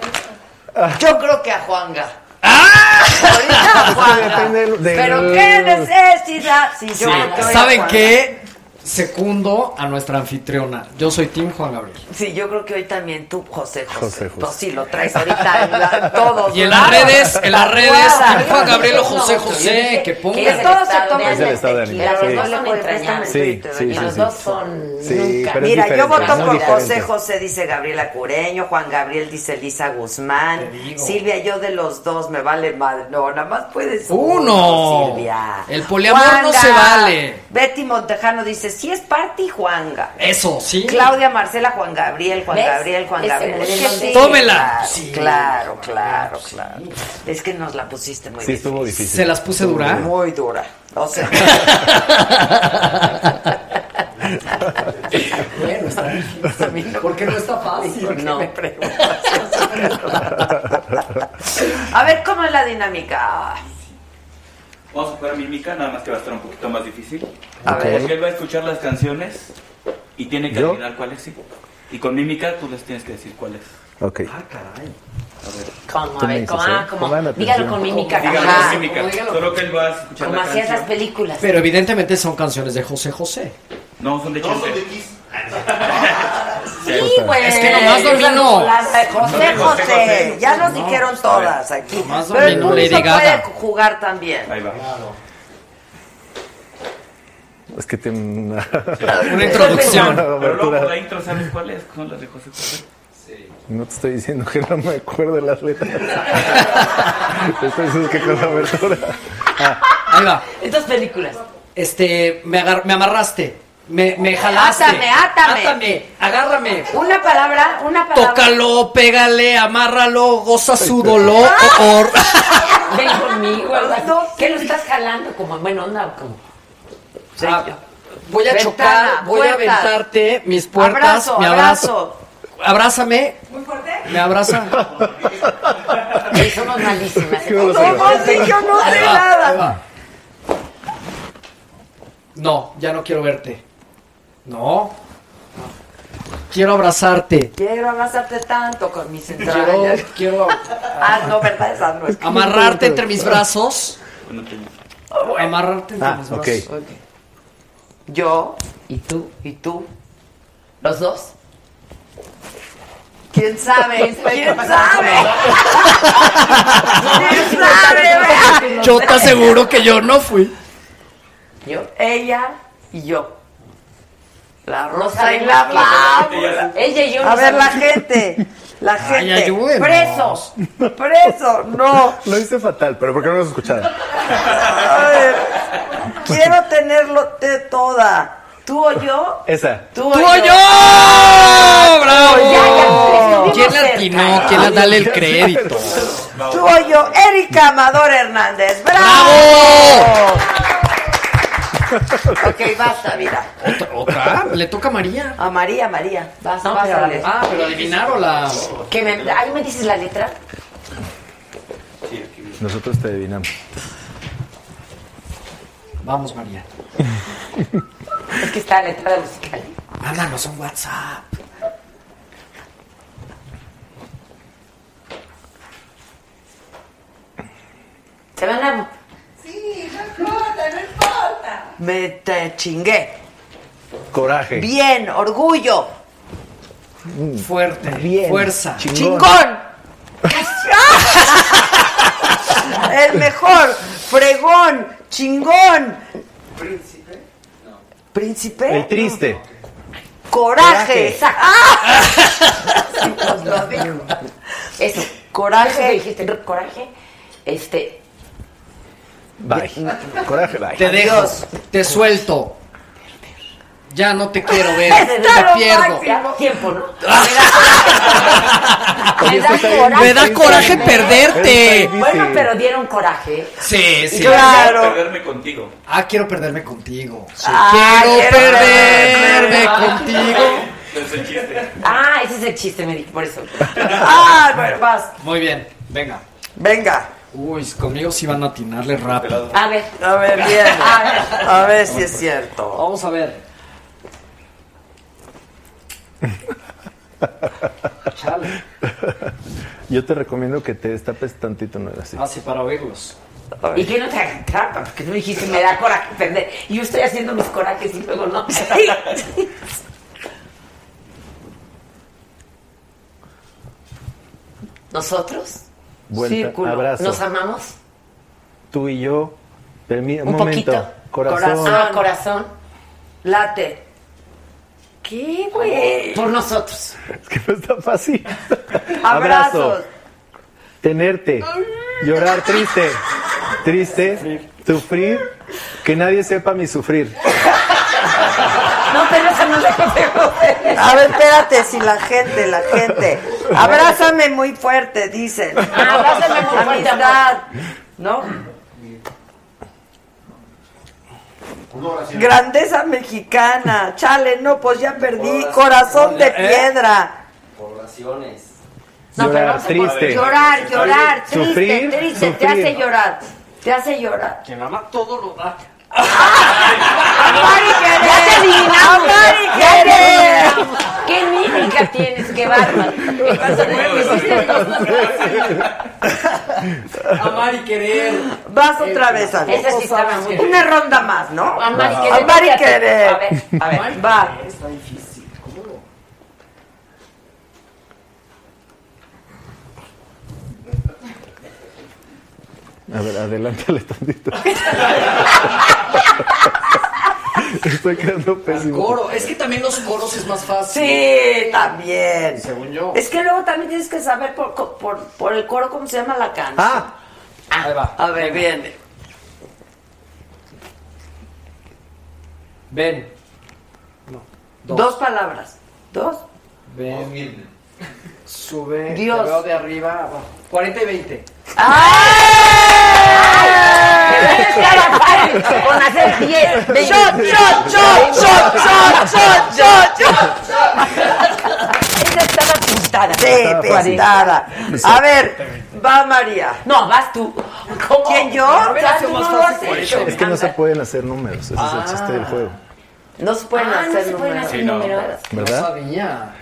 Speaker 2: Yo creo que a Juanga. ¡Ah! Ahorita a Juanga.
Speaker 10: Ah, Depende del- del-
Speaker 2: Pero qué necesidad. Si yo
Speaker 9: Sí.
Speaker 2: creo que hoy a
Speaker 9: ¿Saben
Speaker 2: Juanga.
Speaker 9: qué? Secundo a nuestra anfitriona. Yo soy Team Juan Gabriel.
Speaker 2: Sí, yo creo que hoy también tú, José José.
Speaker 9: José José.
Speaker 2: Pues sí, lo traes ahorita en, la- en todos.
Speaker 9: Y en
Speaker 2: lados.
Speaker 9: las redes, en las redes,
Speaker 2: Tatuada.
Speaker 9: Juan Gabriel o José José, que pongan.
Speaker 2: Que todos se tomen
Speaker 10: Es el estado de ánimo,
Speaker 2: tequila,
Speaker 10: sí.
Speaker 2: los dos son
Speaker 8: Sí,
Speaker 2: entrañables.
Speaker 10: sí,
Speaker 2: Twitter,
Speaker 10: sí,
Speaker 2: y
Speaker 10: sí,
Speaker 2: los
Speaker 10: sí.
Speaker 2: dos son
Speaker 10: Sí,
Speaker 2: nunca.
Speaker 10: pero es
Speaker 2: Mira, yo
Speaker 10: diferente,
Speaker 2: voto
Speaker 10: muy
Speaker 2: por
Speaker 10: diferente.
Speaker 2: José José, dice Gabriela Cureño, Juan Gabriel dice Elisa Guzmán, Silvia, yo de los dos me vale madre. No, nada más puedes
Speaker 9: Uno.
Speaker 2: Silvia.
Speaker 9: El poliamor no se vale.
Speaker 2: Betty Montejano dice, sí es party, Juanga.
Speaker 9: Eso, sí.
Speaker 2: Claudia Marcela, Juan Gabriel, Juan
Speaker 8: ¿Ves?
Speaker 2: Gabriel, Juan
Speaker 8: Ese
Speaker 2: Gabriel.
Speaker 8: modelo
Speaker 2: Es que
Speaker 8: de-
Speaker 2: sí,
Speaker 9: Tómela.
Speaker 2: claro,
Speaker 9: Sí.
Speaker 2: Claro, claro, claro. Es que nos la pusiste muy
Speaker 10: Sí,
Speaker 2: difícil.
Speaker 10: estuvo difícil.
Speaker 9: Se las puse dura.
Speaker 2: Muy dura. O sea.
Speaker 9: Bueno, está ¿Por qué no está fácil?
Speaker 2: No. A ver, ¿cómo es la dinámica?
Speaker 12: Vamos a jugar mímica, nada más que va a estar un poquito más difícil.
Speaker 2: A ver.
Speaker 12: Porque él va a escuchar las canciones y tiene que adivinar cuáles sí. Y con mímica tú les tienes que decir cuáles.
Speaker 10: Ok.
Speaker 8: ¿Cómo?
Speaker 10: Tú
Speaker 8: A
Speaker 10: me
Speaker 8: ver,
Speaker 10: dices,
Speaker 8: ¿cómo?
Speaker 10: ¿eh?
Speaker 8: Ah, ¿cómo?
Speaker 10: Pongan
Speaker 8: Dígalo
Speaker 10: atención.
Speaker 8: con mímica.
Speaker 12: Dígalo con
Speaker 8: ajá.
Speaker 12: mímica.
Speaker 8: Dígalo.
Speaker 12: Solo que él va a escuchar
Speaker 8: Como
Speaker 12: la
Speaker 8: hacías
Speaker 12: canción.
Speaker 8: las películas.
Speaker 9: Pero evidentemente son canciones de José José.
Speaker 12: No, son de
Speaker 9: No, son
Speaker 12: Chente.
Speaker 2: Sí, güey.
Speaker 9: Es que nomás domino.
Speaker 2: José José,
Speaker 9: No, José, José.
Speaker 2: ya nos
Speaker 9: No,
Speaker 2: dijeron
Speaker 9: pues,
Speaker 2: todas aquí.
Speaker 9: nomás
Speaker 2: Pero el
Speaker 9: domino
Speaker 2: público
Speaker 9: Lady
Speaker 2: puede
Speaker 9: Gaga.
Speaker 2: jugar también.
Speaker 12: Ahí va.
Speaker 10: Es que tiene una,
Speaker 12: Una
Speaker 9: introducción.
Speaker 10: Una
Speaker 12: Pero luego
Speaker 10: abertura.
Speaker 12: por la intro sabes cuáles son las de José José. Sí.
Speaker 10: No te estoy diciendo que no me acuerdo de las letras. te estoy diciendo que con la abertura.
Speaker 9: Ahí va.
Speaker 8: Estas películas.
Speaker 9: Este, me, agar- me amarraste. Me, me jalaste.
Speaker 2: Átame, átame.
Speaker 9: Átame, agárrame.
Speaker 2: Una palabra, una palabra.
Speaker 9: Tócalo, pégale, amárralo, goza su dolor.
Speaker 2: Ah.
Speaker 9: Ah.
Speaker 8: Ven conmigo. algo así.
Speaker 2: No,
Speaker 8: ¿Qué lo estás jalando? Como bueno, onda. o Como...
Speaker 9: Ah, voy a
Speaker 8: Ventana,
Speaker 9: chocar, voy a
Speaker 8: puertas.
Speaker 9: aventarte mis puertas.
Speaker 8: Abrazo,
Speaker 9: me abrazo. Abrázame.
Speaker 4: ¿Muy fuerte?
Speaker 9: Me abraza.
Speaker 8: Ey, somos malísimas.
Speaker 9: Yo no sé
Speaker 2: No,
Speaker 9: nada.
Speaker 2: sí, yo no sé
Speaker 9: Ahí va, ahí
Speaker 2: nada.
Speaker 9: va. No, ya no quiero verte. No. Quiero abrazarte.
Speaker 2: Quiero abrazarte tanto con mis
Speaker 9: Quiero,
Speaker 2: entrañas.
Speaker 9: quiero
Speaker 2: Ah, no, verdad, esa no es.
Speaker 9: amarrarte entre mis brazos. Amarrarte entre
Speaker 10: Ah,
Speaker 9: mis
Speaker 10: ok.
Speaker 9: brazos.
Speaker 2: Yo y tú y tú. ¿Los dos? ¿Quién sabe? ¿Quién sabe? ¿Quién sabe? güey?
Speaker 9: Yo te aseguro que yo no fui.
Speaker 2: Yo, ella y yo. La rosa
Speaker 8: No
Speaker 2: y la
Speaker 8: sabemos
Speaker 2: pava.
Speaker 8: Ella y yo
Speaker 2: A
Speaker 8: no
Speaker 2: ver, la
Speaker 8: sabemos.
Speaker 2: gente. La
Speaker 10: Ay,
Speaker 2: gente.
Speaker 10: ayúdenos.
Speaker 2: Presos. Presos. No.
Speaker 10: Lo hice fatal, pero ¿por qué no lo has escuchado?
Speaker 2: A ver, Quiero tenerlo de toda. ¿Tú o yo?
Speaker 10: Esa.
Speaker 2: ¿Tú,
Speaker 9: ¡Tú o yo!
Speaker 2: Ya, ya,
Speaker 9: ¡Bravo!
Speaker 2: estuvimos
Speaker 9: ¿Quién le
Speaker 2: cerca,
Speaker 9: atinó?
Speaker 2: ¿eh?
Speaker 9: ¿Quién le dale el crédito?
Speaker 2: Tú o yo, Erika Amador Hernández. ¡Bravo!
Speaker 9: ¡Bravo!
Speaker 2: Ok, basta, mira.
Speaker 9: ¿Otra? Le toca a María.
Speaker 2: A María, María. Basta,
Speaker 8: No, pero-
Speaker 2: pásale.
Speaker 9: Ah, pero adivinaron la.
Speaker 8: Que me, ahí me dices la letra.
Speaker 10: Nosotros te adivinamos.
Speaker 9: Vamos, María.
Speaker 8: Es que está la letra musical.
Speaker 9: Háblanos un WhatsApp.
Speaker 2: Se van a...
Speaker 4: Sí, no importa, no importa.
Speaker 2: Me te chingué.
Speaker 10: Coraje.
Speaker 2: Bien, orgullo.
Speaker 9: Fuerte. Fuerza.
Speaker 2: Chingón. ¡Ah! El mejor. Fregón. Chingón. ¿Príncipe? No.
Speaker 10: El
Speaker 2: ¿Príncipe?
Speaker 10: triste.
Speaker 2: Coraje.
Speaker 8: Coraje.
Speaker 2: ¡Ah! Eso.
Speaker 8: Eso que
Speaker 2: Coraje.
Speaker 8: dijiste, coraje. Este,
Speaker 10: Bye. Coraje, bye.
Speaker 9: Te dejo.
Speaker 10: Adiós.
Speaker 9: Te suelto. Ya no te quiero ver.
Speaker 8: Está
Speaker 9: Te
Speaker 8: lo
Speaker 9: pierdo.
Speaker 8: máximo. Tiempo, ¿no?
Speaker 9: Oye,
Speaker 8: Me
Speaker 9: esto está
Speaker 8: da coraje.
Speaker 9: bien- Me da coraje perderte. Está
Speaker 8: Bueno,
Speaker 9: difícil.
Speaker 8: pero dieron coraje.
Speaker 9: Sí, sí.
Speaker 8: Claro. Quiero
Speaker 12: perderme contigo.
Speaker 9: Ah, quiero perderme contigo. Sí,
Speaker 8: Ah,
Speaker 9: quiero,
Speaker 8: quiero
Speaker 2: Eh.
Speaker 9: perderme
Speaker 8: perderme.
Speaker 9: contigo.
Speaker 8: Ah, ese es el chiste, me dije, por eso.
Speaker 2: Ah, bueno, vas.
Speaker 9: Muy bien, venga.
Speaker 2: Venga.
Speaker 9: Uy, conmigo sí van a atinarle rápido.
Speaker 8: A ver.
Speaker 2: A ver, bien.
Speaker 8: A ver.
Speaker 2: A ver si es cierto.
Speaker 9: Vamos a ver. Chale.
Speaker 10: Yo te recomiendo que te destapes tantito, no era así.
Speaker 9: Así Ah, para oírlos.
Speaker 8: Y que no te hagan trampa, porque tú me dijiste, me da coraje perder. Y yo estoy haciendo mis corajes y luego no. Nosotros,
Speaker 10: Vuelta,
Speaker 8: círculo,
Speaker 10: abrazo.
Speaker 8: nos amamos
Speaker 10: Tú y yo. Permí-
Speaker 8: un,
Speaker 10: momento.
Speaker 8: poquito.
Speaker 10: Corazón.
Speaker 8: Ah, corazón.
Speaker 2: Late.
Speaker 8: ¿Qué, güey? Por nosotros.
Speaker 10: Es que no está fácil.
Speaker 8: Abrazos.
Speaker 10: Tenerte. Llorar triste. Triste. Sufrir. Que nadie sepa mi sufrir.
Speaker 8: No, pero esa no la consejo.
Speaker 2: A ver, espérate, si la gente, la gente. Abrázame muy fuerte, dicen.
Speaker 8: Ah, Abrázame muy fuerte,
Speaker 2: Amistad. ¿No? Grandeza mexicana. Chale, no, pues ya perdí.
Speaker 11: Hola.
Speaker 2: Corazón de
Speaker 11: Hola, ¿eh?
Speaker 2: piedra.
Speaker 11: Poblaciones.
Speaker 2: No, pero
Speaker 10: llorar
Speaker 2: vamos a-
Speaker 10: triste.
Speaker 2: Llorar, llorar, triste,
Speaker 10: Sufrir,
Speaker 2: triste. Te
Speaker 10: sufrir.
Speaker 2: hace llorar. Te hace llorar.
Speaker 9: Que mamá todo lo da.
Speaker 8: Ya te adivinamos.
Speaker 2: Amari,
Speaker 8: Ya te
Speaker 2: querés.
Speaker 8: adivinamos. ¿Qué mímica tienes? ¡Qué bárbaro!
Speaker 9: Amar y querer.
Speaker 2: Vas otra vez, Ale.
Speaker 8: Esa sí estaba muy
Speaker 2: Una ronda más, ¿no?
Speaker 8: Amar y
Speaker 2: Va.
Speaker 8: querer.
Speaker 2: Amar y
Speaker 8: A
Speaker 2: querer.
Speaker 8: ver, a ver.
Speaker 2: Va.
Speaker 9: Está difícil. ¿Cómo lo?
Speaker 10: A ver, adelántale tantito. Estoy quedando pésimo.
Speaker 9: Coro. Es que también los coros es más fácil.
Speaker 2: Sí, también.
Speaker 9: Según yo.
Speaker 2: Es que luego también tienes que saber por, co- por, por el coro cómo se llama la canción.
Speaker 9: Ah. Ahí va.
Speaker 2: A ver, viene.
Speaker 9: Ven.
Speaker 2: Dos. palabras. Dos.
Speaker 9: Ven. Sube.
Speaker 2: Dios.
Speaker 9: Te veo de arriba a abajo. 40 y 20.
Speaker 8: Con hacer 10. veinte.
Speaker 2: Shot, shot, shot, shot, shot, shot, shot, shot.
Speaker 8: Esa estaba pintada.
Speaker 2: Sí, pestada. A ver, va María.
Speaker 8: No, vas tú. ¿Cómo?
Speaker 2: ¿Quién yo?
Speaker 8: A ver,
Speaker 2: Ya
Speaker 8: hace
Speaker 2: tú
Speaker 8: más
Speaker 2: no lo
Speaker 8: fácil.
Speaker 2: has hecho.
Speaker 10: Es que no se pueden hacer números. Ese es el chiste del juego.
Speaker 2: No se pueden
Speaker 8: Ah, no
Speaker 2: hacer
Speaker 8: se pueden
Speaker 2: números.
Speaker 8: hacer Sí, no. números.
Speaker 10: ¿Verdad?
Speaker 9: sabía.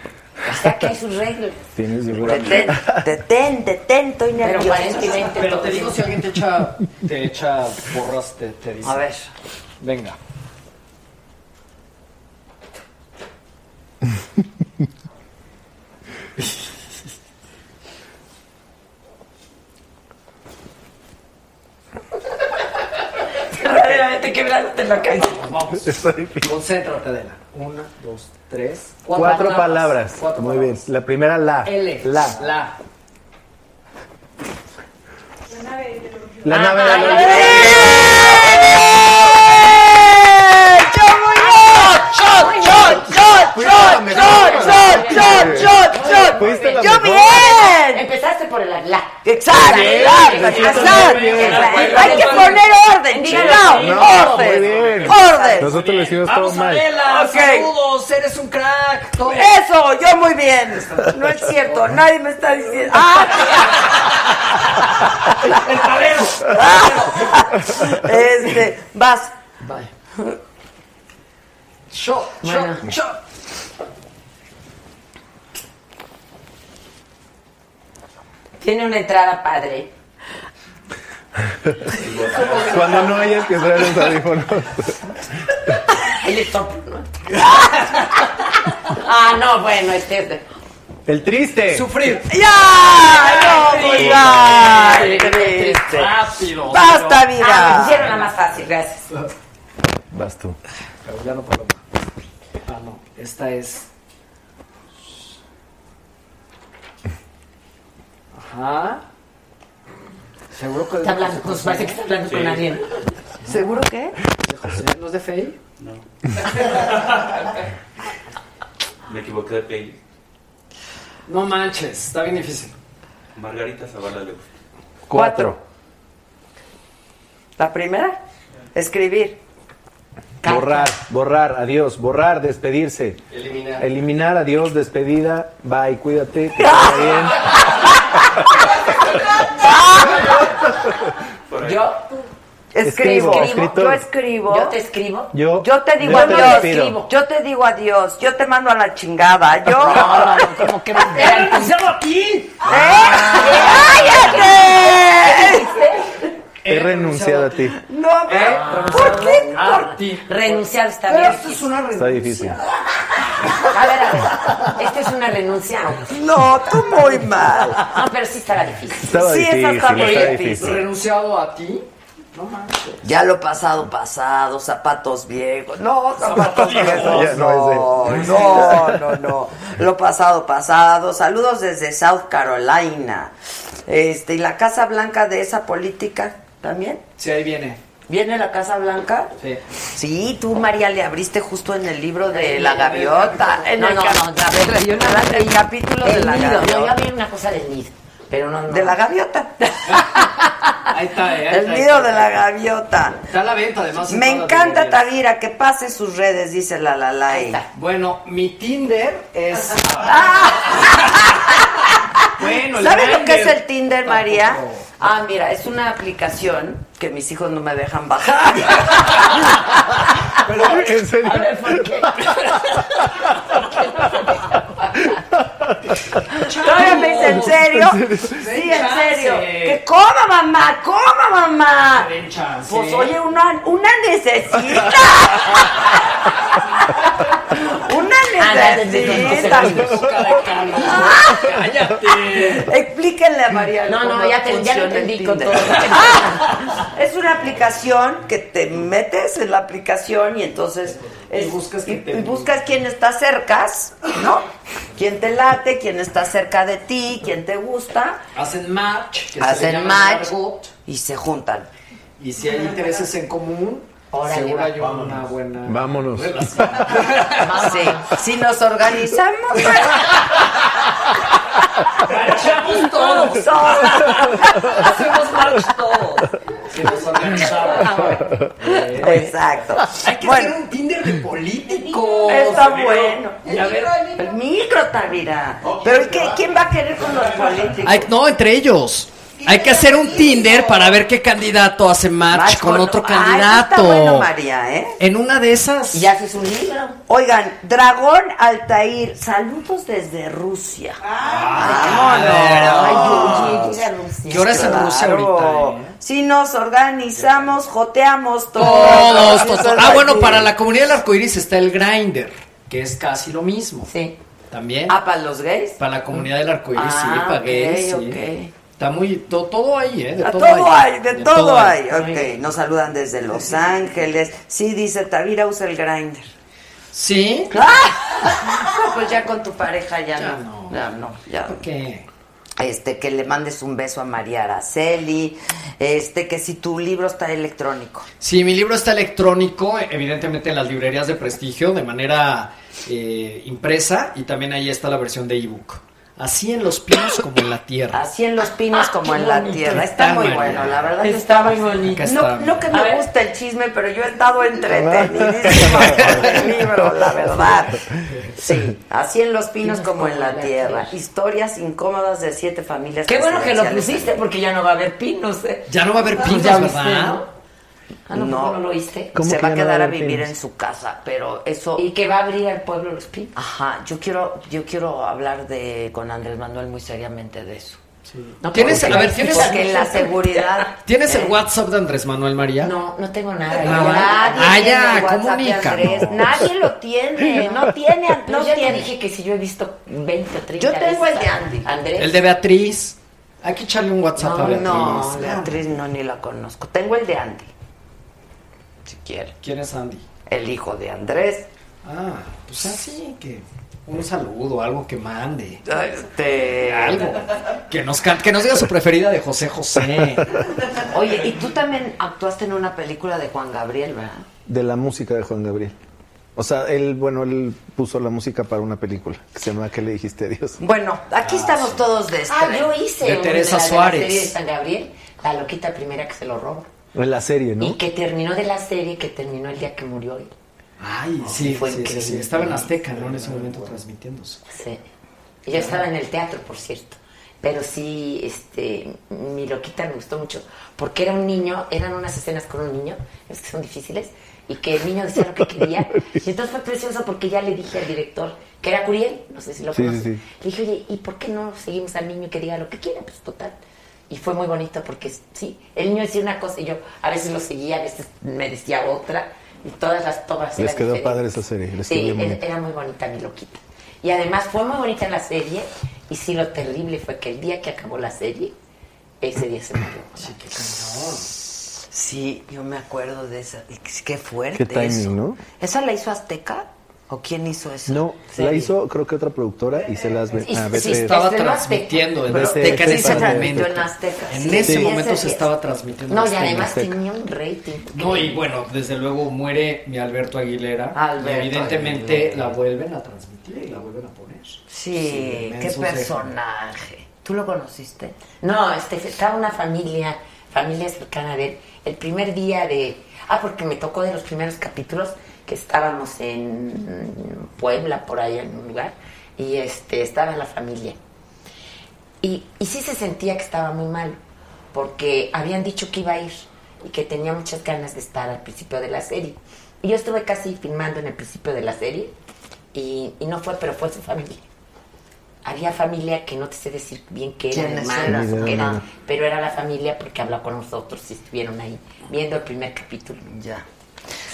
Speaker 8: Hasta que hay sus reglas.
Speaker 10: Tienes un
Speaker 2: Detén, detén, detén, estoy
Speaker 8: Pero
Speaker 2: nerviosa.
Speaker 8: 40 y 20.
Speaker 9: Pero te
Speaker 8: todos.
Speaker 9: digo si alguien te echa, te echa borras, te, te dice.
Speaker 2: A ver.
Speaker 9: Venga.
Speaker 8: Verdaderamente quebrándote la cabeza.
Speaker 9: Vamos.
Speaker 10: Está difícil.
Speaker 9: Concéntrate, Adela. Una, dos, tres.
Speaker 10: Cuatro palabras.
Speaker 9: Cuatro
Speaker 10: Muy bien. La primera, la.
Speaker 9: L.
Speaker 10: La.
Speaker 9: La.
Speaker 10: La nave de la Fuiste la
Speaker 2: ¡Yo
Speaker 10: mejor.
Speaker 2: bien!
Speaker 8: Empezaste por el la. la.
Speaker 2: ¡Exacto!
Speaker 8: Bien,
Speaker 2: exacto,
Speaker 8: exacto,
Speaker 2: exacto.
Speaker 8: bien.
Speaker 2: Hay que poner orden,
Speaker 8: Dígalo,
Speaker 2: chingado.
Speaker 8: sí.
Speaker 10: No, muy
Speaker 2: ¡Orden!
Speaker 10: bien.
Speaker 2: ¡Orden!
Speaker 10: Nosotros le hicimos todo
Speaker 9: Vamos,
Speaker 10: mal.
Speaker 9: Adela.
Speaker 2: Ok.
Speaker 9: Saludos. Eres un crack. Todo.
Speaker 2: Eso, yo muy bien. No es cierto, nadie me está diciendo. ¡Ah!
Speaker 9: El tablero.
Speaker 2: Este, vas.
Speaker 9: Vaya. Shot, shot, shot.
Speaker 8: Tiene una entrada padre.
Speaker 10: Cuando no hayas que traer los audífonos.
Speaker 8: Ahí le topo. ¿no? ah, no, bueno, este es de...
Speaker 10: El triste.
Speaker 9: Sufrir.
Speaker 8: ¡Ya!
Speaker 2: ¡No, pues, dale, triste!
Speaker 8: Rápido.
Speaker 2: ¡Basta, vida!
Speaker 8: Ah, me hicieron la más fácil, gracias.
Speaker 10: Vas tú.
Speaker 9: Cabullano Paloma. Ah, no. Esta es. Ajá. Seguro que.
Speaker 8: Está hablando, pues parece que está hablando con alguien.
Speaker 2: ¿Seguro qué?
Speaker 9: De José, ¿No es de Fey?
Speaker 12: No. Me equivoqué de peli.
Speaker 9: No manches, está bien difícil.
Speaker 12: Margarita Zavala le gusta.
Speaker 10: Cuatro.
Speaker 2: ¿La primera? Escribir.
Speaker 10: Borrar, borrar, adiós, borrar, despedirse. Eliminar. Eliminar, adiós, despedida. Bye, cuídate, que te vaya bien.
Speaker 8: Yo
Speaker 2: Escribo.
Speaker 10: Escribo, escritor.
Speaker 2: Yo escribo.
Speaker 8: Yo te escribo.
Speaker 10: Yo,
Speaker 2: Yo te digo
Speaker 10: yo te
Speaker 2: adiós.
Speaker 10: despido.
Speaker 2: Yo te digo adiós. Yo te mando a la chingada. Yo.
Speaker 8: como que me aquí.
Speaker 10: He renunciado a ti.
Speaker 2: No,
Speaker 9: ¿Eh?
Speaker 10: ¿Eh?
Speaker 2: pero ¿por qué?
Speaker 8: Ah, renunciar está
Speaker 2: Pero
Speaker 8: bien.
Speaker 2: esto es una
Speaker 10: Está difícil.
Speaker 8: A ver, a ver. Esta es una renuncia.
Speaker 2: No, tú muy mal.
Speaker 8: No, pero sí estará difícil.
Speaker 10: Estaba
Speaker 2: Sí, esa
Speaker 10: difícil,
Speaker 2: está muy
Speaker 10: estaba
Speaker 2: difícil.
Speaker 10: difícil.
Speaker 9: Renunciado a ti. No manches.
Speaker 2: Ya lo pasado, pasado, zapatos viejos. No, zapatos
Speaker 10: Eso ya
Speaker 2: viejos.
Speaker 10: no
Speaker 2: No,
Speaker 10: es de-
Speaker 2: no, no, no. Lo pasado, pasado. Saludos desde South Carolina. Este, y la Casa Blanca de esa política también.
Speaker 9: Sí, ahí viene.
Speaker 2: ¿Viene la Casa Blanca?
Speaker 9: Sí.
Speaker 2: Sí, tú, María, le abriste justo en el libro de La Gaviota. En
Speaker 8: No,
Speaker 2: el
Speaker 8: no,
Speaker 2: cap-
Speaker 8: no, a ver, yo no-
Speaker 2: ¿verdad? El capítulo de
Speaker 8: El
Speaker 2: La
Speaker 8: nido. Yo
Speaker 2: Gaviota.
Speaker 8: había una cosa del nido. Pero no, no.
Speaker 2: De La Gaviota.
Speaker 9: Ahí está, eh, ahí
Speaker 2: El
Speaker 9: está, ahí
Speaker 2: nido
Speaker 9: está.
Speaker 2: de La Gaviota.
Speaker 9: Está a la venta, además. en
Speaker 2: Me
Speaker 9: todas las
Speaker 2: encanta
Speaker 9: librerías.
Speaker 2: Tavira, que pase sus redes, dice la la la.
Speaker 8: Ahí está.
Speaker 9: Bueno, mi Tinder es. bueno, el
Speaker 2: ¿Sabes Ah, lo que es
Speaker 9: Grindr.
Speaker 2: el Tinder, María?
Speaker 9: Tampoco.
Speaker 2: Ah, mira, es una aplicación que mis hijos no me dejan bajar.
Speaker 10: Pero, en serio.
Speaker 8: A ver, ¿por qué?
Speaker 2: Todavía me dice, ¿en serio? Sí, en
Speaker 9: chance.
Speaker 2: serio. Que coma, mamá, coma, mamá.
Speaker 9: Den chance.
Speaker 2: Pues oye, una, una necesita. una
Speaker 8: Ana, necesito
Speaker 2: necesita.
Speaker 8: hacer un poco de calma.
Speaker 9: Cállate.
Speaker 2: Explíquenle a María.
Speaker 8: No, no,
Speaker 2: cómo
Speaker 8: ya te- ya
Speaker 2: funciona
Speaker 8: lo
Speaker 2: el
Speaker 8: entendí con
Speaker 2: Tinder.
Speaker 8: todo.
Speaker 2: Ah, es una aplicación que te metes en la aplicación y entonces es-
Speaker 9: buscas
Speaker 2: y-
Speaker 9: que te-
Speaker 2: y buscas quién está cerca, ¿no? Quién te late, quién está cerca de ti, quién te gusta.
Speaker 9: Hacen match. que se le
Speaker 2: Hacen
Speaker 9: llama
Speaker 2: match
Speaker 9: argot,
Speaker 2: y se juntan.
Speaker 9: Y si hay intereses en común,
Speaker 8: Órale,
Speaker 9: seguro
Speaker 8: va.
Speaker 9: hay una buena.
Speaker 10: Vámonos.
Speaker 2: Sí. Si nos organizamos,
Speaker 8: Marchamos todos. Hacemos march todos.
Speaker 9: Si nos organizamos. Eh,
Speaker 2: exacto.
Speaker 9: Hay que
Speaker 2: Bueno.
Speaker 9: hacer un Tinder de políticos.
Speaker 2: Está
Speaker 9: amigo.
Speaker 2: bueno.
Speaker 9: Y a ver,
Speaker 2: El micro, Tavira. Pero es que, ¿quién va a querer con los políticos?
Speaker 9: Hay- no, entre ellos. Hay que hacer un Tinder para ver qué candidato hace match,
Speaker 2: Más
Speaker 9: con, otro
Speaker 2: Ah, eso
Speaker 9: candidato.
Speaker 2: Está bueno, María, ¿eh?
Speaker 9: En una de esas.
Speaker 8: Y haces un libro.
Speaker 2: Oigan, Dragón Altair, saludos desde Rusia.
Speaker 8: Ay, oye, llega
Speaker 9: ¿Qué hora es en Rusia ahorita? eh?
Speaker 2: Si nos organizamos, joteamos todos.
Speaker 9: Todos, todos.
Speaker 2: Eso es
Speaker 9: Ah, bueno,
Speaker 2: así.
Speaker 9: para la comunidad del arcoiris está el Grinder, que es casi lo mismo.
Speaker 8: Sí.
Speaker 9: También.
Speaker 2: Ah, para los gays.
Speaker 9: Para la comunidad del arcoiris, sí,
Speaker 2: Ah,
Speaker 9: para
Speaker 2: ok,
Speaker 9: gays, sí.
Speaker 2: ok.
Speaker 9: Está muy. to- todo ahí, ¿eh? De
Speaker 2: Ah,
Speaker 9: todo,
Speaker 2: todo hay, de,
Speaker 9: De
Speaker 2: todo, hay. Ok, nos saludan desde Los Ángeles. Sí, dice Tavira, usa el grinder.
Speaker 9: Sí.
Speaker 2: pues ya con tu pareja ya,
Speaker 9: Ya
Speaker 2: no.
Speaker 9: no.
Speaker 2: Ya no, ya no.
Speaker 9: ¿Qué?
Speaker 2: Este, que le mandes un beso a María Araceli. Este, que si tu libro está electrónico.
Speaker 9: Sí, mi libro está electrónico, evidentemente en las librerías de prestigio, de manera eh, impresa, y también ahí está la versión de ebook. Así en los pinos como en la tierra.
Speaker 2: Así en los pinos como en la tierra. Está,
Speaker 9: Ah, Está
Speaker 2: muy
Speaker 9: María.
Speaker 2: bueno, la verdad. que
Speaker 8: Está muy
Speaker 9: Acá
Speaker 8: bonito.
Speaker 9: está.
Speaker 2: Ah, No, no que
Speaker 8: A
Speaker 2: me
Speaker 8: ver.
Speaker 2: gusta el chisme, pero yo he estado entretenidísimo con el libro, la verdad. Sí, así en los pinos como en la tierra. Historias incómodas de siete familias.
Speaker 8: Qué bueno que lo
Speaker 2: presidenciales.
Speaker 8: pusiste porque ya no va a haber pinos, ¿eh?
Speaker 9: Ya no va a haber pinos,
Speaker 8: Ya viste,
Speaker 9: ¿verdad?
Speaker 8: ¿no? Ah, no,
Speaker 2: No.
Speaker 8: ¿cómo no lo oíste?
Speaker 10: ¿Cómo
Speaker 2: Se
Speaker 10: que
Speaker 2: va a
Speaker 10: ya no
Speaker 2: quedar
Speaker 10: va
Speaker 2: a
Speaker 10: a haber
Speaker 2: vivir
Speaker 10: pinos?
Speaker 2: en su casa, pero eso.
Speaker 8: Y que va a abrir al pueblo los pinos.
Speaker 2: Ajá, yo quiero, yo quiero hablar de con Andrés Manuel muy seriamente de eso.
Speaker 8: No,
Speaker 9: ¿Tienes, a
Speaker 8: porque
Speaker 9: ver, ¿tienes,
Speaker 8: porque en la seguridad-
Speaker 9: ¿Tienes el WhatsApp de Andrés Manuel María?
Speaker 8: No, no tengo nada.
Speaker 9: Ah,
Speaker 8: Nadie
Speaker 9: ah,
Speaker 8: tiene
Speaker 9: ya,
Speaker 8: el WhatsApp de
Speaker 9: comunica.
Speaker 8: Andrés. Nadie lo tiene. No tiene.
Speaker 2: No
Speaker 8: No yo
Speaker 2: tiene.
Speaker 8: te dije que si yo he visto 20 o 30
Speaker 2: Yo tengo
Speaker 8: veces
Speaker 2: el de
Speaker 8: a
Speaker 2: Andy.
Speaker 8: Andrés.
Speaker 9: El de Beatriz. Hay que echarle un WhatsApp a
Speaker 8: No,
Speaker 9: Beatriz. Ah,
Speaker 8: no, Beatriz no ni la conozco. Tengo el de Andy. Si quiere.
Speaker 9: ¿Quién es Andy?
Speaker 8: El hijo de Andrés.
Speaker 9: Ah, pues así que un saludo, algo que mande.
Speaker 8: Este.
Speaker 9: Algo. Que nos, can- que nos diga su preferida de José José.
Speaker 2: Oye, y tú también actuaste en una película de Juan Gabriel, ¿verdad?
Speaker 10: De la música de Juan Gabriel. O sea, él, bueno, él puso la música para una película que se llama ¿Qué le dijiste a Dios?
Speaker 2: Bueno, aquí estamos todos de
Speaker 8: Ah, yo hice.
Speaker 10: De
Speaker 8: un-
Speaker 10: Teresa
Speaker 8: la- la
Speaker 10: Suárez.
Speaker 8: serie de San Gabriel, la loquita primera que se lo roba.
Speaker 10: En la serie, ¿no?
Speaker 8: Y que terminó de la serie, que terminó el día que murió él.
Speaker 9: Ay, sí,
Speaker 8: Oh, fue
Speaker 9: sí, sí, sí.
Speaker 8: increíble.
Speaker 9: Estaba en Azteca, ¿no? En ese momento transmitiéndose.
Speaker 8: Sí. Yo estaba en el teatro, por cierto. Pero sí, este, mi loquita me gustó mucho. Porque era un niño, eran unas escenas con un niño, es que son difíciles, y que el niño decía lo que quería. Y entonces fue precioso porque ya le dije al director, que era Curiel, no sé si lo
Speaker 10: Sí, sí,
Speaker 8: conoces.
Speaker 10: sí.
Speaker 8: Le dije, oye, ¿y por qué no seguimos al niño que diga lo que quiera? Pues total. Y fue muy bonito porque sí, el niño decía una cosa y yo a veces lo seguía, a veces me decía otra, y todas las tomas
Speaker 10: Les
Speaker 8: eran
Speaker 10: quedó
Speaker 8: diferentes.
Speaker 10: padre esa serie. Les
Speaker 8: Sí,
Speaker 10: quedó bien
Speaker 8: era-
Speaker 10: bonita.
Speaker 8: era muy bonita mi loquita. Y además fue muy bonita la serie. Y sí, lo terrible fue que el día que acabó la serie, ese día se murió.
Speaker 2: Sí, yo me acuerdo de esa. Es- Qué fuerte.
Speaker 10: Qué timing,
Speaker 2: eso.
Speaker 10: ¿no?
Speaker 2: ¿Esa la hizo Azteca? ¿O quién hizo eso?
Speaker 10: No,
Speaker 2: Serie.
Speaker 10: la hizo creo que otra productora y se las ve.
Speaker 2: Y-
Speaker 10: ah,
Speaker 2: sí,
Speaker 10: vete-
Speaker 9: estaba transmitiendo en
Speaker 10: Pero-
Speaker 9: Azteca en
Speaker 10: sí,
Speaker 9: ese
Speaker 10: se transmitió
Speaker 9: momento.
Speaker 8: en Azteca,
Speaker 9: En
Speaker 8: sí.
Speaker 9: ese
Speaker 8: Sí.
Speaker 9: momento
Speaker 8: Ese
Speaker 9: se
Speaker 8: día.
Speaker 9: estaba transmitiendo.
Speaker 8: No,
Speaker 9: en
Speaker 8: y
Speaker 9: Azteca.
Speaker 8: además tenía un rating.
Speaker 9: No, y bueno, desde luego muere mi Alberto Aguilera.
Speaker 8: Alberto
Speaker 9: y evidentemente
Speaker 8: Aguilera.
Speaker 9: la vuelven a transmitir y la vuelven a poner.
Speaker 2: Sí, qué
Speaker 9: inmenso
Speaker 2: personaje. ¿Tú lo conociste?
Speaker 8: No, este, estaba una familia, familia cercana de él. El primer día de. Ah, porque me tocó de los primeros capítulos que estábamos en Puebla, por ahí en un lugar, y este, estaba la familia. Y, y sí se sentía que estaba muy mal, porque habían dicho que iba a ir y que tenía muchas ganas de estar al principio de la serie. Y yo estuve casi filmando en el principio de la serie y, y no fue, pero fue su familia. Había familia que no te sé decir bien qué eran,
Speaker 2: ¿Quiénes
Speaker 8: hermanas
Speaker 2: eran?
Speaker 8: o qué eran,
Speaker 2: Ajá.
Speaker 8: pero era la familia porque habló con nosotros y estuvieron ahí viendo el primer capítulo.
Speaker 2: Ya.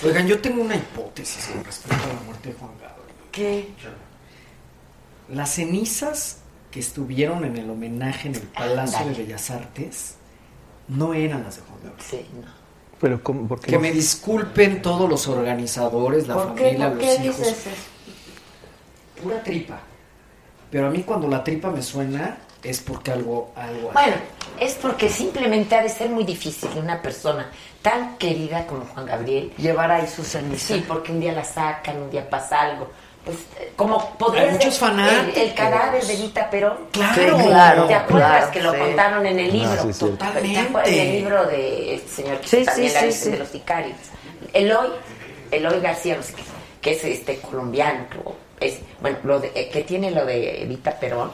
Speaker 9: Oigan, yo tengo una hipótesis con respecto a la muerte de Juan Gabriel.
Speaker 8: ¿Qué?
Speaker 9: Las cenizas que estuvieron en el homenaje en el Palacio
Speaker 8: Ándale.
Speaker 9: de Bellas Artes no eran las de Juan Gabriel.
Speaker 8: Sí, no.
Speaker 10: Pero ¿cómo? ¿Por qué?
Speaker 9: Que me disculpen todos los organizadores, la
Speaker 8: ¿Por qué?
Speaker 9: familia,
Speaker 8: ¿Por
Speaker 9: los
Speaker 8: qué
Speaker 9: hijos.
Speaker 8: dices eso?
Speaker 9: Una tripa. Pero a mí cuando la tripa me suena es porque algo, algo. hay.
Speaker 8: Bueno, es porque simplemente ha de ser muy difícil una persona tan querida como Juan Gabriel
Speaker 2: Llevar ahí sus cenizas.
Speaker 8: Sí, porque un día la sacan, un día pasa algo. Pues, eh, como podría
Speaker 9: Hay
Speaker 8: ser
Speaker 9: muchos fanáticos.
Speaker 8: El, el cadáver de Vita Perón.
Speaker 9: Claro.
Speaker 2: Sí, claro,
Speaker 8: ¿Te acuerdas
Speaker 2: claro,
Speaker 8: que lo
Speaker 2: sí.
Speaker 8: contaron en el
Speaker 2: No,
Speaker 8: libro?
Speaker 2: sí, es cierto.
Speaker 8: ¿Te acuerdas
Speaker 9: Totalmente.
Speaker 8: del libro de este señor que
Speaker 2: Sí,
Speaker 8: hizo también
Speaker 2: sí,
Speaker 8: la
Speaker 2: sí,
Speaker 8: Virgen
Speaker 2: sí.
Speaker 8: de los Sicarios? Eloy, Eloy García, no sé qué, que es este colombiano, creo, es, bueno, lo de- eh, que tiene lo de Vita Perón.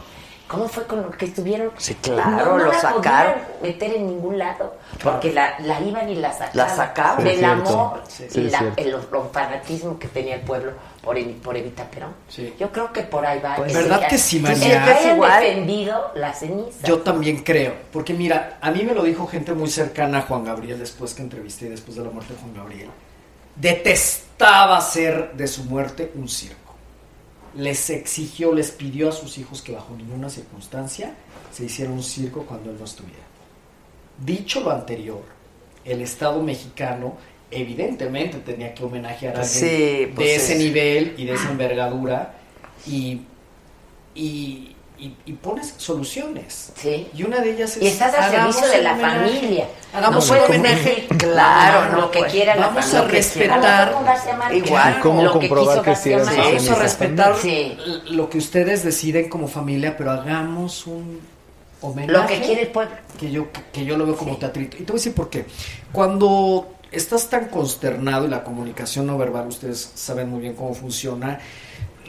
Speaker 8: ¿Cómo fue con lo que estuvieron?
Speaker 2: Sí, claro,
Speaker 8: no, no
Speaker 2: lo
Speaker 8: la
Speaker 2: sacaron.
Speaker 8: podían meter en ningún lado, porque la, la iban y la sacaban.
Speaker 2: La sacaban. Sí,
Speaker 8: Del
Speaker 2: es cierto.
Speaker 8: amor
Speaker 2: Sí,
Speaker 8: y
Speaker 2: sí, es
Speaker 8: la-
Speaker 2: cierto.
Speaker 8: el, el fanatismo que tenía el pueblo por, Evi- por Evita Perón. Yo creo que por ahí va.
Speaker 9: Pues,
Speaker 8: ese
Speaker 9: ¿verdad
Speaker 8: ya-
Speaker 9: que sí,
Speaker 8: el
Speaker 9: María?
Speaker 8: que
Speaker 9: Es
Speaker 8: hayan
Speaker 9: igual.
Speaker 8: defendido la ceniza.
Speaker 9: Yo también creo, porque mira, a mí me lo dijo gente muy cercana a Juan Gabriel después que entrevisté y después de la muerte de Juan Gabriel. Detestaba hacer de su muerte un circo. Les exigió, les pidió a sus hijos que bajo ninguna circunstancia se hiciera un circo cuando él no estuviera. Dicho lo anterior, el Estado mexicano evidentemente tenía que homenajear a
Speaker 2: Pues
Speaker 9: alguien
Speaker 2: sí, pues
Speaker 9: de ese
Speaker 2: es.
Speaker 9: nivel y de esa envergadura y, y, y- y pones soluciones.
Speaker 8: Sí.
Speaker 9: Y una de ellas es...
Speaker 8: Y estás al
Speaker 9: hagamos
Speaker 8: servicio de
Speaker 9: un
Speaker 8: la
Speaker 9: homenaje.
Speaker 8: familia.
Speaker 9: Hagamos
Speaker 8: No
Speaker 9: un
Speaker 8: puedes
Speaker 9: homenaje.
Speaker 8: decir, claro, lo que
Speaker 9: pues,
Speaker 8: quiera la
Speaker 9: Vamos
Speaker 8: familia,
Speaker 9: a
Speaker 8: lo que quiera.
Speaker 9: respetar...
Speaker 8: Como García Márquez.
Speaker 10: Igual. ¿Y cómo
Speaker 8: Lo que
Speaker 10: comprobar
Speaker 8: quiso
Speaker 10: que sí era
Speaker 8: García
Speaker 10: su
Speaker 8: Márquez.
Speaker 9: Vamos a
Speaker 10: Feminista
Speaker 9: respetar
Speaker 8: Sí.
Speaker 9: l- lo que ustedes deciden como familia, pero hagamos un homenaje.
Speaker 8: Lo que quiere el pueblo.
Speaker 9: que yo, que yo lo veo como teatrito. Y te voy a decir por qué. Cuando estás tan consternado y la comunicación no verbal, ustedes saben muy bien cómo funciona.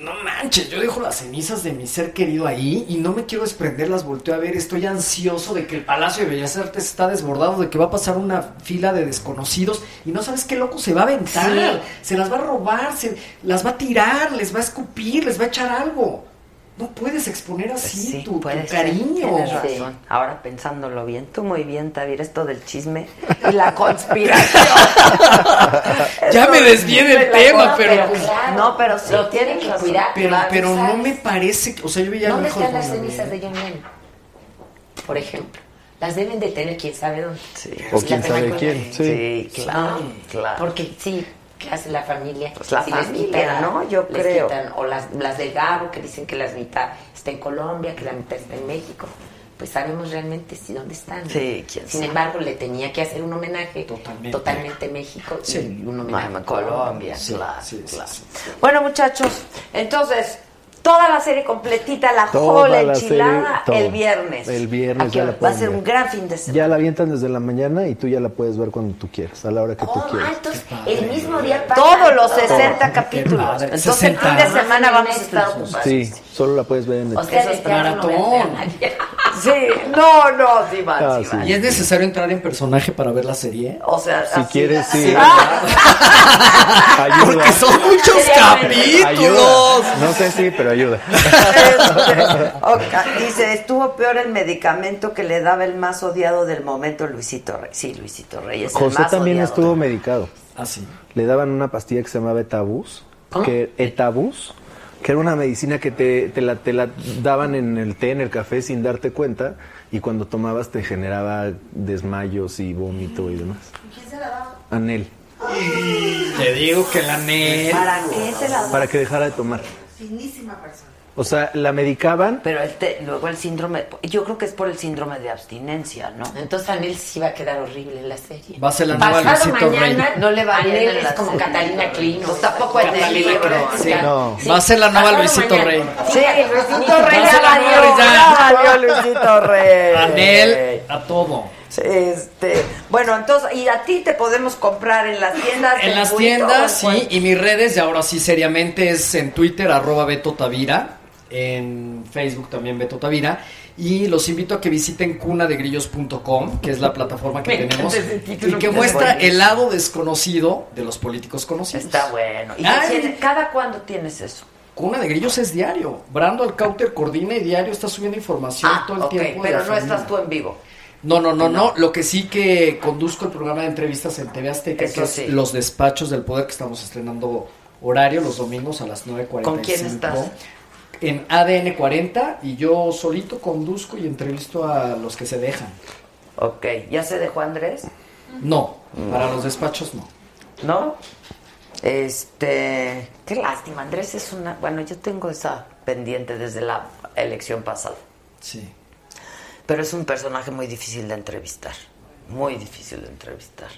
Speaker 9: No manches, yo dejo las cenizas de mi ser querido ahí y no me quiero desprender, las volteo a ver, estoy ansioso de que el Palacio de Bellas Artes está desbordado, de que va a pasar una fila de desconocidos y no sabes qué loco se va a aventar,
Speaker 8: Sí.
Speaker 9: se las va a robar, se las va a tirar, les va a escupir, les va a echar algo. No puedes exponer así
Speaker 2: Pues Sí,
Speaker 9: tu, tu
Speaker 2: puede ser.
Speaker 9: cariño.
Speaker 2: Tienes razón. Ahora pensándolo bien, tú muy bien, Tavir, esto del chisme y la conspiración.
Speaker 9: Ya
Speaker 2: Eso
Speaker 9: me desvié
Speaker 2: de
Speaker 9: del
Speaker 2: la
Speaker 9: tema,
Speaker 2: joda,
Speaker 9: pero pues-
Speaker 2: claro, no, pero sí,
Speaker 8: Lo tienen
Speaker 2: tienes
Speaker 8: que
Speaker 2: razón.
Speaker 8: cuidar.
Speaker 9: Pero,
Speaker 8: Claro,
Speaker 9: pero no
Speaker 8: ¿sabes?
Speaker 9: me parece que. O sea, yo veía lo
Speaker 8: ¿Dónde
Speaker 9: mejor
Speaker 8: están las cenizas de John Lennon? Por ejemplo. Las deben de tener quién sabe dónde.
Speaker 10: O
Speaker 8: Si
Speaker 10: quién
Speaker 8: las dejan
Speaker 10: sabe
Speaker 8: con-
Speaker 10: quién,
Speaker 2: Eh,
Speaker 10: sí.
Speaker 8: Sí, claro, Porque sí, ¿qué hace la familia?
Speaker 2: Pues la
Speaker 8: Si
Speaker 2: familia, ¿no? Yo
Speaker 8: les
Speaker 2: creo.
Speaker 8: quitan, o las, las del Gabo, que dicen que la mitad está en Colombia, que la mitad está en México. Pues sabemos realmente si dónde están. ¿no?
Speaker 2: Sí, quién
Speaker 8: Sin
Speaker 2: sabe.
Speaker 8: embargo, le tenía que hacer un homenaje totalmente, México
Speaker 2: Sí.
Speaker 8: y un homenaje
Speaker 2: Mamá
Speaker 8: a
Speaker 2: Colombia,
Speaker 8: Colombia.
Speaker 2: claro,
Speaker 8: claro.
Speaker 2: Bueno, muchachos, entonces, toda la serie completita, la
Speaker 10: Toda
Speaker 2: jola
Speaker 10: la serie,
Speaker 2: enchilada,
Speaker 10: todo.
Speaker 2: el viernes.
Speaker 10: El viernes
Speaker 2: ¿A qué
Speaker 10: ya la
Speaker 2: hora? Va a
Speaker 10: pueden
Speaker 2: ser
Speaker 10: ver.
Speaker 2: un gran fin de semana.
Speaker 10: Ya la avientan desde la mañana y tú ya la puedes ver cuando tú quieras, a la hora que tú
Speaker 2: Oh,
Speaker 10: quieras.
Speaker 8: Oh, ah, el mismo día
Speaker 2: Todos Ah, los
Speaker 8: todo.
Speaker 2: 60 capítulos. Entonces, el
Speaker 10: 60.
Speaker 2: fin de semana vamos a estar ocupados.
Speaker 10: Sí, solo la puedes ver en el...
Speaker 2: O sea, de teatro no voy a
Speaker 9: maratón.
Speaker 2: ver a nadie. Sí, no, no, sí, va,
Speaker 10: Ah,
Speaker 2: sí, va.
Speaker 10: sí.
Speaker 9: ¿Y es necesario entrar en personaje para ver la serie?
Speaker 2: O sea,
Speaker 10: Si
Speaker 2: así. Ah.
Speaker 10: quieres, sí.
Speaker 9: Ayuda. Porque son muchos
Speaker 13: é
Speaker 9: capítulos.
Speaker 10: Ayuda. No sé si, pero ayuda.
Speaker 2: Ok, Dice, estuvo peor el medicamento que le daba el más odiado del momento, Luisito Rey. Sí, Luisito Rey es el
Speaker 10: José
Speaker 2: Este, más
Speaker 10: también
Speaker 2: odiado.
Speaker 10: estuvo medicado.
Speaker 9: Ah, sí.
Speaker 10: Le daban una pastilla que se llamaba Etabus,
Speaker 2: ¿Cómo?
Speaker 10: que Etabus, que era una medicina que te, te la, te la daban en el té, en el café, sin darte cuenta, y cuando tomabas te generaba desmayos y vómito y demás.
Speaker 4: ¿Quién se la daba?
Speaker 10: Anel,
Speaker 9: Te digo que la
Speaker 2: ¿Para qué se la
Speaker 10: para que dejara de tomar.
Speaker 2: Finísima persona.
Speaker 10: O sea, la medicaban.
Speaker 2: Pero el té- luego el síndrome, yo creo que es por el síndrome de abstinencia, ¿no?
Speaker 8: Entonces Anel sí va a quedar horrible en la serie.
Speaker 9: Va a ser la nueva
Speaker 8: Pasado
Speaker 9: Luisito
Speaker 8: mañana
Speaker 9: Rey.
Speaker 2: No le va bien
Speaker 8: Anel
Speaker 2: en
Speaker 8: es
Speaker 2: la
Speaker 8: como
Speaker 2: serie.
Speaker 8: Catalina Clino.
Speaker 2: Pues tampoco es
Speaker 8: Catalina
Speaker 2: del libro.
Speaker 8: Clino.
Speaker 9: Sí,
Speaker 10: No.
Speaker 9: Va a ser la nueva Luisito Rey.
Speaker 2: Sí, Luisito
Speaker 9: Va
Speaker 2: Rey
Speaker 9: a
Speaker 2: ya
Speaker 9: ser la
Speaker 2: valió,
Speaker 9: nueva
Speaker 2: ya
Speaker 9: Luisito.
Speaker 2: valió Luisito Rey.
Speaker 9: Anel a todo.
Speaker 2: Este, bueno, entonces, y a ti te podemos comprar en las tiendas.
Speaker 9: En las
Speaker 2: Pulito,
Speaker 9: tiendas,
Speaker 2: ¿o en
Speaker 9: sí, y mis redes, y ahora sí, seriamente, es en Twitter, arroba Beto Tavira, en Facebook también Beto Tavira, y los invito a que visiten cunadegrillos.com, que es la plataforma que
Speaker 2: Me encanta
Speaker 9: tenemos,
Speaker 2: ese
Speaker 9: y
Speaker 2: título,
Speaker 9: que
Speaker 2: es
Speaker 9: muestra
Speaker 2: buenísimo.
Speaker 9: el lado desconocido de los políticos conocidos.
Speaker 2: Está bueno. ¿Y
Speaker 9: Ay.
Speaker 2: qué tiene- cada cuándo tienes eso?
Speaker 9: Cuna de Grillos es diario. Brando Alcauter coordina y diario está subiendo información
Speaker 2: Ah,
Speaker 9: todo el
Speaker 2: ok,
Speaker 9: tiempo. de
Speaker 2: pero
Speaker 9: la
Speaker 2: no
Speaker 9: familia.
Speaker 2: estás tú en vivo.
Speaker 9: No, no, no, no. Lo que sí que conduzco el programa de entrevistas en TV Azteca,
Speaker 2: Eso
Speaker 9: que es
Speaker 2: sí.
Speaker 9: Los Despachos del Poder, que estamos estrenando horario los domingos a las 9.45.
Speaker 2: ¿Con quién estás?
Speaker 9: En ADN 40 y yo solito conduzco y entrevisto a los que se dejan.
Speaker 2: Ok, ¿ya se dejó Andrés?
Speaker 9: No, para los despachos no.
Speaker 2: ¿No? Este, qué lástima, Andrés es una, bueno, yo tengo esa pendiente desde la elección pasada,
Speaker 9: Sí.
Speaker 2: pero es un personaje muy difícil de entrevistar, muy difícil de entrevistar.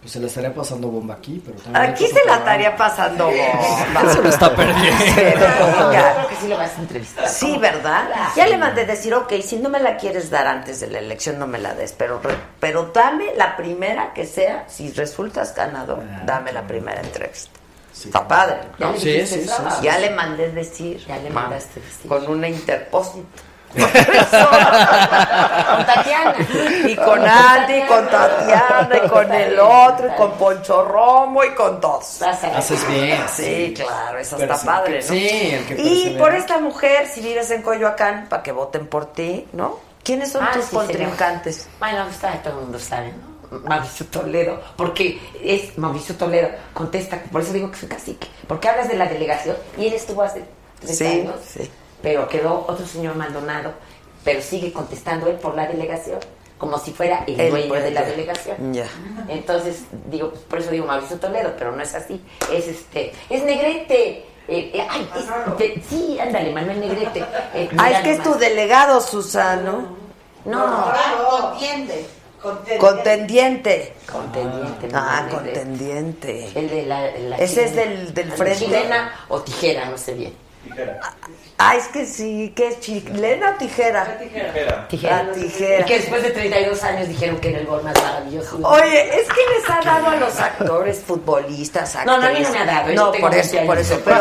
Speaker 9: Pues se la estaría pasando bomba aquí, pero también... hay
Speaker 2: Aquí
Speaker 9: otro
Speaker 2: se la
Speaker 9: programa.
Speaker 2: estaría pasando bomba.
Speaker 9: Se lo está perdiendo.
Speaker 2: Pero,
Speaker 8: Claro
Speaker 2: ya.
Speaker 8: que sí lo vas a entrevistar.
Speaker 2: Sí, ¿verdad?
Speaker 8: Claro.
Speaker 2: Ya le mandé decir, ok, si no me la quieres dar antes de la elección, no me la des, pero, re- pero dame la primera que sea, si resultas ganador, dame la primera entrevista. Está padre, ¿no?
Speaker 9: Sí, sí, sí, sí.
Speaker 2: Ya le mandé decir.
Speaker 8: Ya le
Speaker 2: ma,
Speaker 8: mandaste decir.
Speaker 2: Con una interpósito. con Tatiana. Y con Andy, y con Tatiana, y con el otro, y con Poncho Romo, y con todos.
Speaker 8: Vas a-
Speaker 9: Haces bien.
Speaker 2: Sí, claro, eso está
Speaker 9: Perse-
Speaker 2: padre, ¿no?
Speaker 9: Sí, el que
Speaker 2: Y
Speaker 9: persevera.
Speaker 2: por esta mujer, si vives en Coyoacán, para que voten por ti, ¿no? ¿Quiénes son
Speaker 8: Ah,
Speaker 2: tus
Speaker 8: sí,
Speaker 2: contrincantes?
Speaker 8: señor. Bueno, pues, sabe, todo el mundo sabe, ¿no? Mauricio Toledo, porque es Mauricio Toledo, contesta, por eso digo que soy cacique, porque hablas de la delegación y él estuvo hace tres
Speaker 2: Sí,
Speaker 8: años,
Speaker 2: sí.
Speaker 8: pero quedó otro señor Maldonado, pero sigue contestando él por la delegación, como si fuera el
Speaker 2: Él,
Speaker 8: dueño
Speaker 2: pues,
Speaker 8: de la
Speaker 2: ya.
Speaker 8: delegación.
Speaker 2: Ya.
Speaker 8: Entonces, digo, pues, por eso digo Mauricio Toledo, pero no es así, es este, es Negrete, eh, eh, ay, es- de- sí, ándale, Manuel Negrete. eh,
Speaker 2: Ah, es
Speaker 8: mira
Speaker 2: que es tu
Speaker 8: nomás.
Speaker 2: delegado, Susano.
Speaker 8: No,
Speaker 4: Ah, Contiende. Contiende.
Speaker 2: Contendiente.
Speaker 8: Contendiente. ¿no?
Speaker 2: Ah,
Speaker 8: El de-
Speaker 2: contendiente.
Speaker 8: El de la. la
Speaker 2: Ese es
Speaker 8: chilena.
Speaker 2: del- del
Speaker 8: La
Speaker 2: frente.
Speaker 8: Chilena o tijera, no sé bien.
Speaker 2: Ah, es que sí, que es chilena o tijera.
Speaker 8: Tijera.
Speaker 2: La tijera. Oh.
Speaker 8: Y Ah, que después de 32 años dijeron que era el gol más maravilloso.
Speaker 2: Oye, es que les ha dado a los actores, futbolistas,
Speaker 8: No,
Speaker 2: actrices.
Speaker 8: no, a mí no me ha dado. yo
Speaker 2: No,
Speaker 8: tengo
Speaker 2: por
Speaker 8: 20
Speaker 2: eso, por
Speaker 8: años.
Speaker 2: eso. Pero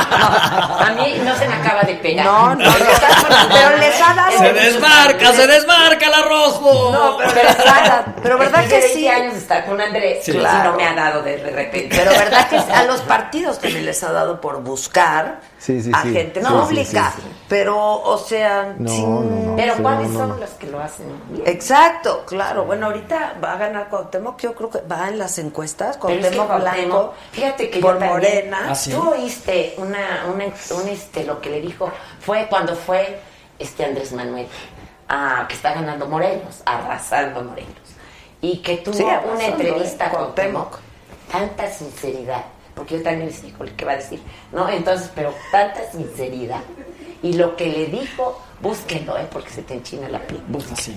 Speaker 8: A mí no se me acaba de pegar.
Speaker 2: No, no, pero les ha dado-
Speaker 9: Se desmarca, se desmarca la rojo.
Speaker 2: No, pero verdad, pero verdad que sí.
Speaker 8: 20 años de estar con Andrés, pues
Speaker 9: Sí.
Speaker 8: sí,
Speaker 2: Claro.
Speaker 8: no me ha dado de repente.
Speaker 2: Pero verdad que a los partidos también les ha dado por buscar
Speaker 10: Sí, Sí, sí,
Speaker 2: a
Speaker 10: sí.
Speaker 2: gente
Speaker 10: Sí, sí,
Speaker 2: pública.
Speaker 10: sí, sí.
Speaker 2: Pero, o sea,
Speaker 10: No,
Speaker 2: sin-
Speaker 10: no, no, Pero sí, ¿cuáles no, son no.
Speaker 2: los que lo hacen? Exacto, claro. Bueno, ahorita va a ganar Cuauhtémoc, yo creo que va en las encuestas,
Speaker 8: Pero es que
Speaker 2: Cuauhtémoc Blanco,
Speaker 8: Cuauhtémoc, fíjate que
Speaker 2: por
Speaker 8: yo también-
Speaker 2: Morena.
Speaker 8: Ah, ¿sí? Tú oíste una, una, un, este, lo que le dijo, fue cuando fue este Andrés Manuel, ah, que está ganando Morelos, arrasando Morelos, y que tuvo
Speaker 2: Sí, arrasando,
Speaker 8: una entrevista
Speaker 2: ¿eh?
Speaker 8: con Cuauhtémoc, tanta sinceridad, porque yo también les digo, ¿qué va a decir? No, entonces, pero tanta sinceridad, y lo que le dijo, búsquenlo, ¿eh? porque se te enchina la piel.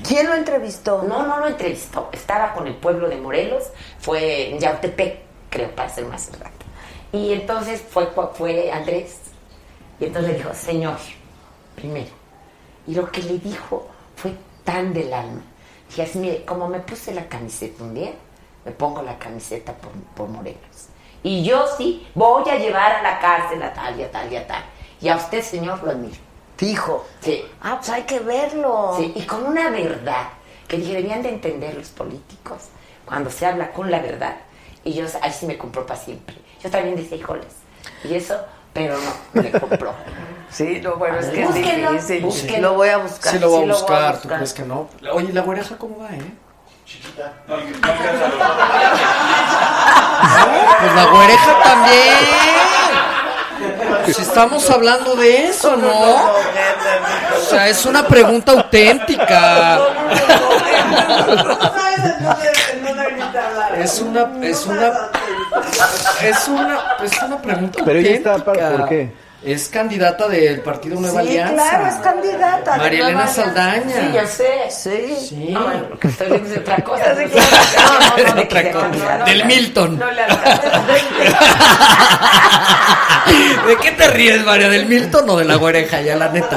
Speaker 2: ¿Quién lo entrevistó?
Speaker 8: No, no lo entrevistó. Estaba con el pueblo de Morelos, fue en Yautepec, creo, para ser más exacto. Y entonces fue, cua- fue Andrés, y entonces le dijo, señor, primero. Y lo que le dijo fue tan del alma. Dije, así, mire, como me puse la camiseta un día, me pongo la camiseta por, por Morelos. Y yo sí voy a llevar a la cárcel a tal y a tal y a tal. Y a usted, señor, lo admiro.
Speaker 2: Dijo.
Speaker 8: Sí.
Speaker 2: Ah, pues hay que verlo.
Speaker 8: Sí, y con una verdad que dije, debían de entender los políticos cuando se habla con la verdad. Y yo, ahí sí me compró para siempre. Yo también decía, híjoles. Y eso, pero no, me compró.
Speaker 2: Sí, no, bueno, es que
Speaker 8: Búsquenlo,
Speaker 2: es difícil.
Speaker 8: búsquenlo.
Speaker 2: Lo voy a buscar.
Speaker 9: Sí lo va a
Speaker 2: sí lo voy
Speaker 9: buscar, ¿tú
Speaker 2: buscar.
Speaker 9: crees que no? Oye, ¿la güereja cómo va, eh?
Speaker 2: Ah,
Speaker 9: Pues la güereja también. Pues estamos hablando de eso, ¿no? O sea, es una pregunta auténtica. Es una, es una, es una, es una pregunta
Speaker 10: Pero ella
Speaker 9: auténtica.
Speaker 10: está par- ¿por qué?
Speaker 9: Es candidata del partido Nueva
Speaker 2: Sí,
Speaker 9: Alianza.
Speaker 2: claro, es candidata. de
Speaker 9: María Elena
Speaker 2: Nueva Alianza.
Speaker 9: Saldaña.
Speaker 2: Sí, ya sé. Sí.
Speaker 9: Sí.
Speaker 2: Ah, bueno, porque estoy viendo otra cosa. No,
Speaker 9: Era otra cosa. Del Milton. ¿De qué te ríes, María? ¿Del Milton o de la güereja? Ya, la neta.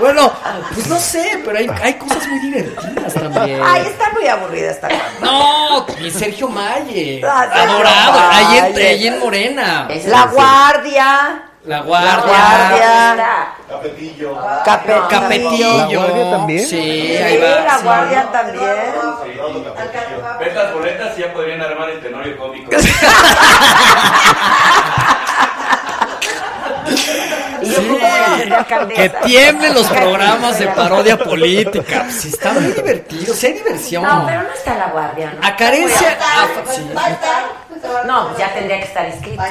Speaker 9: Bueno, pues no sé, pero hay, hay cosas muy divertidas también.
Speaker 2: Ay, está muy aburrida esta cosa.
Speaker 9: No, y Sergio Maye.
Speaker 2: Ah, Sergio
Speaker 9: Adorado. Ahí en,
Speaker 2: Maye.
Speaker 9: ahí en Morena.
Speaker 2: La Guardia.
Speaker 9: La
Speaker 2: Ah,
Speaker 9: guardia.
Speaker 2: Guardia.
Speaker 6: Capetillo.
Speaker 2: Capetillo.
Speaker 9: Capetillo.
Speaker 10: ¿La Guardia también?
Speaker 9: Sí,
Speaker 2: Sí,
Speaker 9: Eh, ahí va.
Speaker 2: la
Speaker 9: sí.
Speaker 2: Guardia también.
Speaker 12: Ves las boletas y ya podrían armar el tenorio cómico.
Speaker 8: Y yo, ¿cómo voy a ser alcaldesa?
Speaker 9: Que tiemblen los programas de parodia política. Pues Sí, está muy divertido. Sí, hay diversión.
Speaker 8: No, pero no está la guardia, ¿no?
Speaker 9: A carencia. Ah,
Speaker 8: No, ya tendría que estar escrito.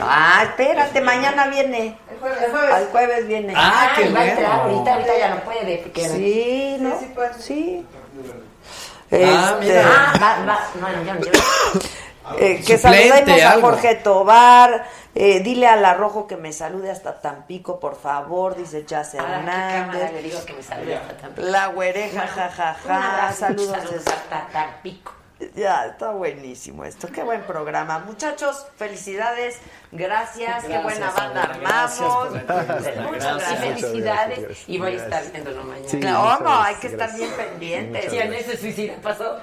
Speaker 2: Ah, espérate, mañana viene. El jueves. Al jueves viene.
Speaker 9: Ah, qué
Speaker 8: va a entrar
Speaker 9: bueno.
Speaker 8: ahorita, ahorita ya no puede. Porque
Speaker 2: Sí, ¿no? Este, Sí.
Speaker 9: Ah, mira.
Speaker 8: Ah, va, va. No, yo, yo.
Speaker 2: Eh, que
Speaker 9: Suplente,
Speaker 2: saludemos a
Speaker 9: algo.
Speaker 2: Jorge Tobar. eh, dile a la Rojo que me salude hasta Tampico, por favor, dice Chas
Speaker 8: A la cámara
Speaker 2: Hernández.
Speaker 8: le digo que me salude hasta Tampico.
Speaker 2: La güereja, jajaja.
Speaker 8: Un abrazo,
Speaker 2: Saludos desde-
Speaker 8: hasta Tampico.
Speaker 2: Ya, está buenísimo esto. Qué buen programa. Muchachos, felicidades. Gracias. qué buena
Speaker 9: Gracias,
Speaker 2: banda
Speaker 9: Adela, gracias
Speaker 2: armamos.
Speaker 9: por la entrevista,
Speaker 2: Muchas
Speaker 8: Muchas
Speaker 2: gracias.
Speaker 8: felicidades
Speaker 10: gracias,
Speaker 8: y voy a estar
Speaker 10: gracias.
Speaker 8: viéndolo mañana.
Speaker 10: Sí,
Speaker 2: No,
Speaker 10: muchas
Speaker 2: no,
Speaker 10: gracias,
Speaker 2: hay que estar
Speaker 10: gracias.
Speaker 2: bien pendientes.
Speaker 10: Muchas
Speaker 8: Si en ese suicida pasó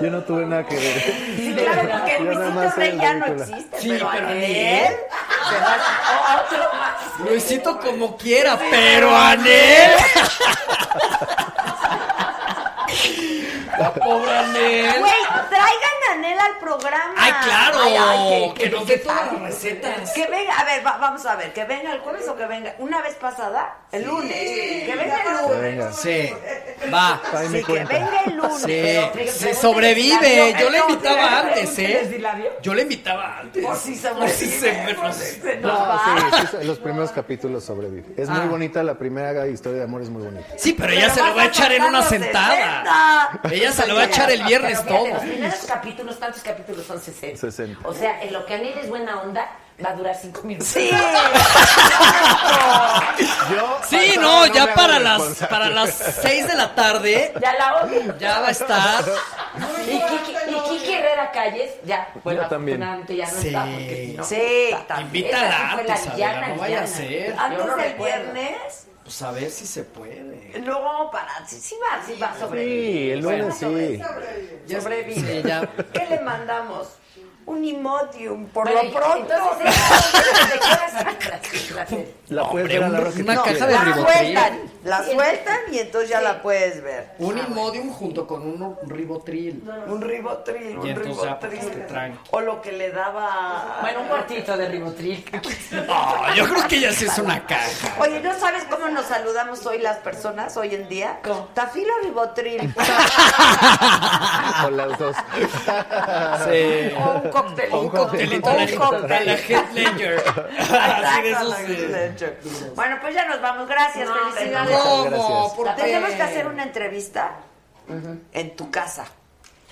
Speaker 10: Yo no tuve nada que ver.
Speaker 2: Sí, claro, porque el
Speaker 10: Yo nada
Speaker 2: Luisito
Speaker 10: más soy
Speaker 2: Rey
Speaker 10: el
Speaker 2: ya no
Speaker 10: ridículo.
Speaker 2: existe,
Speaker 9: Sí,
Speaker 2: pero,
Speaker 9: pero
Speaker 2: a
Speaker 9: ni
Speaker 2: él
Speaker 9: él.
Speaker 2: se va a otro más.
Speaker 9: Luisito como quiera, pero Anel. La pobre Anel.
Speaker 2: Güey, traigan a Anel al programa.
Speaker 9: Ay, claro,
Speaker 2: Ay, ay,
Speaker 9: que nos dé todas las recetas.
Speaker 2: Que venga, a ver, va- vamos a ver, que venga el jueves o que venga una vez pasada, el lunes. Que venga el
Speaker 10: Que
Speaker 2: lunes.
Speaker 10: venga.
Speaker 9: Sí, va.
Speaker 10: Ahí me
Speaker 2: Sí, que
Speaker 10: cuenta.
Speaker 2: venga el lunes.
Speaker 9: Sí,
Speaker 2: Pero
Speaker 9: sí,
Speaker 2: pre-
Speaker 9: sobrevive.
Speaker 2: pregúntale si la-
Speaker 9: Yo le
Speaker 2: no,
Speaker 9: invitaba antes,
Speaker 2: pregúntale
Speaker 9: ¿eh?
Speaker 2: si la vio.
Speaker 9: Yo le invitaba antes.
Speaker 2: Por si se
Speaker 9: Por si se
Speaker 2: muere,
Speaker 9: me-
Speaker 2: por si se nos
Speaker 10: No,
Speaker 2: va.
Speaker 10: sí, sí, los primeros capítulos sobrevive. Es muy bonita la primera historia de amor, es muy bonita.
Speaker 9: Sí, pero ella
Speaker 2: Pero
Speaker 9: se lo
Speaker 2: vas
Speaker 9: va a echar en
Speaker 2: contar
Speaker 9: una
Speaker 2: los
Speaker 9: sentada.
Speaker 2: 60.
Speaker 9: Ella se lo va a echar el viernes
Speaker 8: Pero
Speaker 9: todo.
Speaker 8: fíjate, Los primeros capítulos, tantos capítulos son 60.
Speaker 10: 60.
Speaker 8: O sea, en lo que Anel es buena onda, va a durar 5 minutos.
Speaker 2: Sí.
Speaker 10: Yo,
Speaker 9: Sí, no, ya para las para las 6 de la tarde
Speaker 8: Ya la odio.
Speaker 9: ya va a estar.
Speaker 8: Y Kiki, y Kiki Herrera Calles, ya. Bueno,
Speaker 10: Yo también.
Speaker 8: afortunadamente ya no
Speaker 9: Sí.
Speaker 8: está porque si no.
Speaker 2: Sí, también.
Speaker 8: Esa sí
Speaker 9: Invítala
Speaker 8: fue la
Speaker 9: antes, Adela,
Speaker 8: villana,
Speaker 9: no vaya a
Speaker 8: villana.
Speaker 9: ser.
Speaker 8: Yo
Speaker 2: Antes
Speaker 8: no
Speaker 2: del
Speaker 8: recuerdo.
Speaker 2: viernes
Speaker 9: Pues a ver si se puede.
Speaker 2: No, para, sí, sí va, sí va sobre
Speaker 10: Sí, el lunes sí.
Speaker 2: Ya sobrevive.
Speaker 9: Sí, ya.
Speaker 2: ¿Qué le mandamos? Un imodium, por
Speaker 8: Bueno,
Speaker 2: lo pronto.
Speaker 8: entonces,
Speaker 2: ¿de qué hora sale la- la- la-
Speaker 10: La puedes
Speaker 9: Hombre,
Speaker 10: ver a la
Speaker 9: un-
Speaker 10: hora que
Speaker 9: una
Speaker 10: tú
Speaker 9: caja
Speaker 10: quieras.
Speaker 9: de
Speaker 2: la
Speaker 9: ribotril.
Speaker 2: sueltan, la sueltan y entonces ya
Speaker 9: Sí.
Speaker 2: la puedes ver.
Speaker 9: Un Imodium junto con un ribotril.
Speaker 2: Un ribotril,
Speaker 9: Y
Speaker 2: un
Speaker 9: entonces ya, pues, te
Speaker 2: ribotril.
Speaker 9: traen.
Speaker 2: O lo que le daba.
Speaker 8: Bueno, un cuartito de ribotril.
Speaker 9: No, yo creo que ya sí es una caja.
Speaker 2: Oye, ¿no sabes cómo nos saludamos hoy las personas hoy en día? ¿Cómo? Tafilo ribotril.
Speaker 10: O las dos.
Speaker 9: Sí.
Speaker 2: O un coctelito.
Speaker 10: O un coctelito.
Speaker 2: O un
Speaker 10: La gente-
Speaker 2: cóctel.
Speaker 10: la
Speaker 9: Heath Ledger. Así de
Speaker 2: Exacto,
Speaker 9: esos,
Speaker 2: la
Speaker 9: eh.
Speaker 2: Heath Ledger. Bueno, pues ya nos vamos. Gracias,
Speaker 8: No,
Speaker 2: felicidades.
Speaker 9: ¿cómo? Muchas gracias. ¿Por qué?
Speaker 2: Tenemos que hacer una entrevista en tu casa.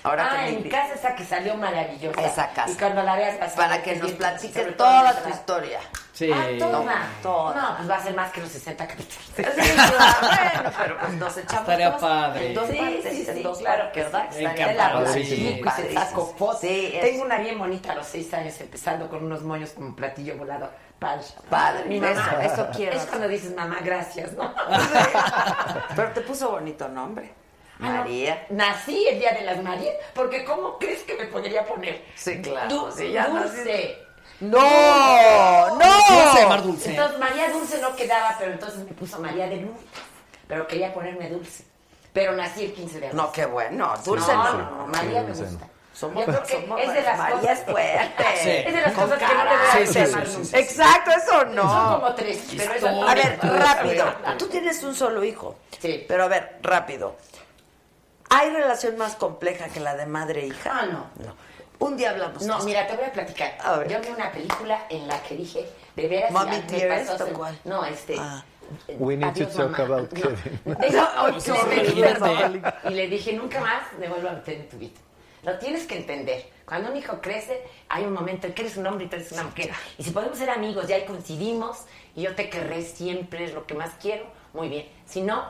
Speaker 2: Ahora que
Speaker 8: ah,
Speaker 2: me
Speaker 8: en mi
Speaker 2: invitas.
Speaker 8: casa esa que salió maravillosa.
Speaker 2: Esa casa.
Speaker 8: Y cuando la veas vas a
Speaker 2: Para
Speaker 8: ver
Speaker 2: que nos
Speaker 8: bien, sobre
Speaker 2: platiques
Speaker 8: todo
Speaker 2: toda
Speaker 8: nuestra-
Speaker 2: tu historia.
Speaker 9: Sí.
Speaker 8: Ah, toda.
Speaker 2: Toda.
Speaker 8: No, pues va a ser más que los 60 capítulos.
Speaker 2: Sí, claro, bueno, pero pues nos echamos
Speaker 9: Estaría
Speaker 2: dos,
Speaker 9: padre.
Speaker 2: en dos
Speaker 8: Sí,
Speaker 2: partes,
Speaker 8: sí,
Speaker 2: en
Speaker 8: sí,
Speaker 2: dos
Speaker 8: claro
Speaker 2: partes,
Speaker 8: que
Speaker 2: ¿verdad?
Speaker 9: sí.
Speaker 2: Estaría
Speaker 9: Encantado,
Speaker 2: padrísimo,
Speaker 9: sí.
Speaker 8: Y se sacó fotos.
Speaker 2: Sí, es
Speaker 8: Tengo una bien bonita a los 6 años, empezando con unos moños como platillo volado. Padre,
Speaker 2: Padre,
Speaker 8: Mi mamá,
Speaker 2: eso, eso quiero.
Speaker 8: Es cuando dices, mamá, gracias, ¿no?
Speaker 2: Pero te puso bonito nombre.
Speaker 8: Ah, no.
Speaker 2: María.
Speaker 8: Nací el día de las Marías, porque ¿cómo crees que me podría poner?
Speaker 2: Sí, claro.
Speaker 8: Du-
Speaker 2: sí, ya
Speaker 8: dulce.
Speaker 2: ¡No! ¡No!
Speaker 9: Dulce de mar dulce.
Speaker 8: Entonces María Dulce no quedaba, pero entonces me puso María de Lourdes. Pero quería ponerme dulce. Pero nací el 15 de agosto.
Speaker 2: No, qué bueno. Dulce
Speaker 8: no,
Speaker 2: no.
Speaker 8: no, no, María me gusta.
Speaker 2: Somos,
Speaker 8: Yo creo que
Speaker 2: somos
Speaker 8: es de las
Speaker 2: María
Speaker 8: cosas-
Speaker 2: es fuerte.
Speaker 9: Sí.
Speaker 8: Es de las
Speaker 2: Con
Speaker 8: cosas que no
Speaker 2: cara.
Speaker 8: le
Speaker 9: Sí,
Speaker 8: voy a
Speaker 9: sí,
Speaker 8: llamar
Speaker 9: sí, sí.
Speaker 2: Exacto, eso no.
Speaker 8: Son como tres, pero esas
Speaker 9: Historia.
Speaker 8: son
Speaker 2: A ver,
Speaker 8: tres.
Speaker 2: rápido.
Speaker 8: A ver,
Speaker 2: Tú tienes un solo hijo.
Speaker 8: Sí.
Speaker 2: Pero a ver, rápido. ¿Hay relación más compleja que la de madre e hija?
Speaker 8: Ah, no.
Speaker 2: Un día hablamos. de
Speaker 8: No,
Speaker 2: esto.
Speaker 8: mira, te voy a platicar.
Speaker 2: A ver.
Speaker 8: Yo vi una película en la que dije, de veras,
Speaker 2: Mommy
Speaker 8: ya, me
Speaker 2: Dearest,
Speaker 8: pasó
Speaker 2: ¿o
Speaker 8: sen-
Speaker 2: cuál?
Speaker 8: No, este.
Speaker 2: Ah.
Speaker 8: eh,
Speaker 10: We need to
Speaker 8: adiós,
Speaker 10: talk
Speaker 8: mamá.
Speaker 10: about
Speaker 8: No.
Speaker 10: Kevin.
Speaker 8: Eso,
Speaker 9: pues,
Speaker 8: se
Speaker 9: sí,
Speaker 8: me
Speaker 9: imagínate.
Speaker 8: quitó. Y le dije, nunca más me vuelvo a meter en tu vida. Lo tienes que entender. Cuando un hijo crece, hay un momento en que eres un hombre y tú eres una mujer. Y si podemos ser amigos, ya ahí coincidimos, y yo te querré siempre, es lo que más quiero, muy bien. Si no,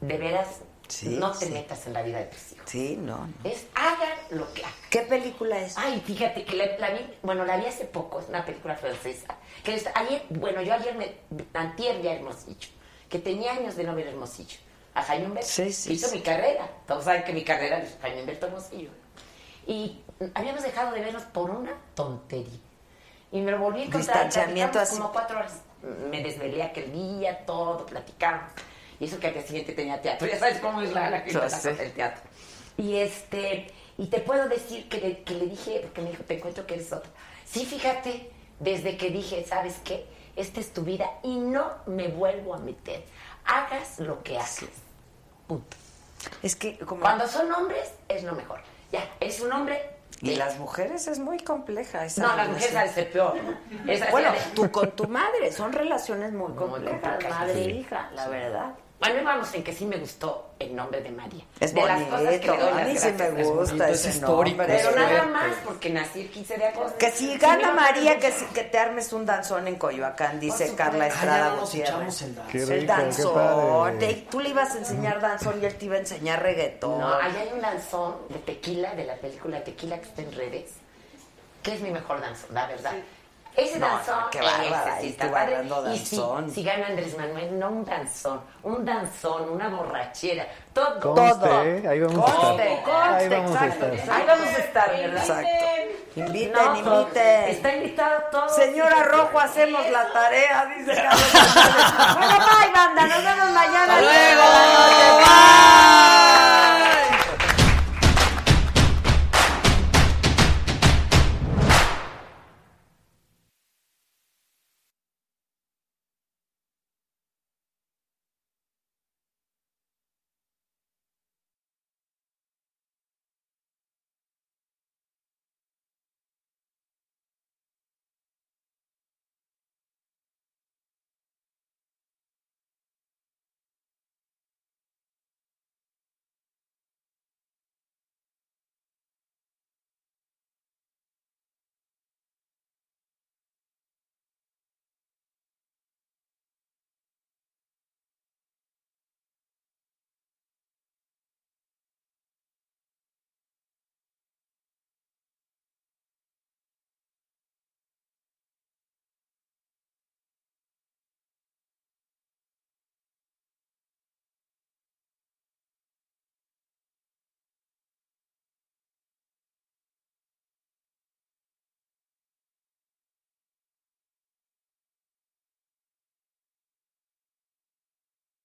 Speaker 8: de veras,
Speaker 2: Sí,
Speaker 8: no te
Speaker 2: sí.
Speaker 8: metas en la vida de tus hijos.
Speaker 2: Sí, no. no.
Speaker 8: Es hagan lo que hagan.
Speaker 2: ¿Qué película es?
Speaker 8: Ay, fíjate que la, la vi, bueno, la vi hace poco, es una película francesa. Que es- ayer, bueno, yo ayer me, antier vi a Hermosillo, que tenía años de no ver Hermosillo. A Jaime Humberto,
Speaker 2: Sí, sí,
Speaker 8: que hizo
Speaker 2: sí.
Speaker 8: mi carrera. Todos saben que mi carrera es Jaime Humberto Hermosillo. Y habíamos dejado de vernos por una tontería. Y me lo volví a encontrar.
Speaker 2: Distanciamiento
Speaker 8: platicamos
Speaker 2: así.
Speaker 8: Como cuatro horas. Me desvelé aquel día, todo, platicamos. Y eso que al día siguiente tenía teatro. Ya sabes cómo es la, la gente
Speaker 2: Yo
Speaker 8: la
Speaker 2: sé.
Speaker 8: cosa del teatro. Y este, y te puedo decir que le, que le dije, porque me dijo, te encuentro que eres otra. Sí, fíjate, desde que dije, ¿sabes qué? Esta es tu vida y no me vuelvo a meter. Hagas lo que haces. Punto.
Speaker 2: Es que como...
Speaker 8: Cuando son hombres, es lo mejor. Ya, es un hombre.
Speaker 2: Y
Speaker 8: eh,
Speaker 2: las mujeres es muy compleja esa
Speaker 8: No, las
Speaker 2: relación.
Speaker 8: mujeres han de ser peor. Esa
Speaker 2: Bueno,
Speaker 8: sí ha de-
Speaker 2: tú con tu madre. Son relaciones muy complejas.
Speaker 8: complejas,
Speaker 2: Madre e
Speaker 8: sí.
Speaker 2: hija, la verdad.
Speaker 8: Bueno, vamos en que sí me gustó el nombre de María.
Speaker 2: Es
Speaker 8: de las
Speaker 2: bonito.
Speaker 8: cosas que le doy
Speaker 2: a
Speaker 8: las
Speaker 2: mí sí me
Speaker 8: gracias.
Speaker 2: gusta
Speaker 9: bonito, es
Speaker 2: ese
Speaker 9: histórico,
Speaker 2: nombre.
Speaker 8: Pero
Speaker 9: es
Speaker 8: nada
Speaker 9: fuerte.
Speaker 8: más porque nací el 15 de agosto.
Speaker 2: Que si
Speaker 8: Sí,
Speaker 2: gana
Speaker 8: no,
Speaker 2: María,
Speaker 8: no,
Speaker 2: que,
Speaker 8: no.
Speaker 2: si- que te armes un danzón en Coyoacán, dice
Speaker 8: supuesto.
Speaker 2: Carla
Speaker 8: Ah,
Speaker 9: ya
Speaker 2: Estrada
Speaker 9: nos
Speaker 2: Gutiérrez.
Speaker 9: echamos el danzón.
Speaker 10: Qué
Speaker 2: el
Speaker 10: rico, qué
Speaker 2: danzón.
Speaker 10: padre.
Speaker 2: Te- tú le ibas a enseñar danzón y él te iba a enseñar reggaetón.
Speaker 8: No, ahí hay un danzón de tequila, de la película Tequila que está en redes, que es mi mejor danzón, la verdad. Ese
Speaker 2: No,
Speaker 8: danzón, eh,
Speaker 2: no, qué
Speaker 8: ese
Speaker 2: bárbara,
Speaker 8: sí
Speaker 2: ahí
Speaker 8: está
Speaker 2: tú
Speaker 8: padre.
Speaker 2: bailando
Speaker 8: Y sí,
Speaker 2: danzón.
Speaker 8: si gana Andrés Manuel, no un danzón, un danzón, una borrachera, todo.
Speaker 10: Conste,
Speaker 8: todo.
Speaker 10: ¿eh? ahí vamos a
Speaker 8: Conste,
Speaker 10: estar.
Speaker 8: conste,
Speaker 10: Ahí vamos a
Speaker 8: exacto.
Speaker 10: estar.
Speaker 8: Ahí vamos a estar, ¿verdad?
Speaker 2: Exacto. Inviten,
Speaker 8: No, pues,
Speaker 2: inviten.
Speaker 8: Está invitado todo.
Speaker 2: Señora Rojo, hacemos la tarea, dice Carlos. González. bueno, bye, banda. Nos vemos mañana.
Speaker 9: ¡Hasta
Speaker 2: Nueve de la
Speaker 9: luego!
Speaker 2: noche. Bye.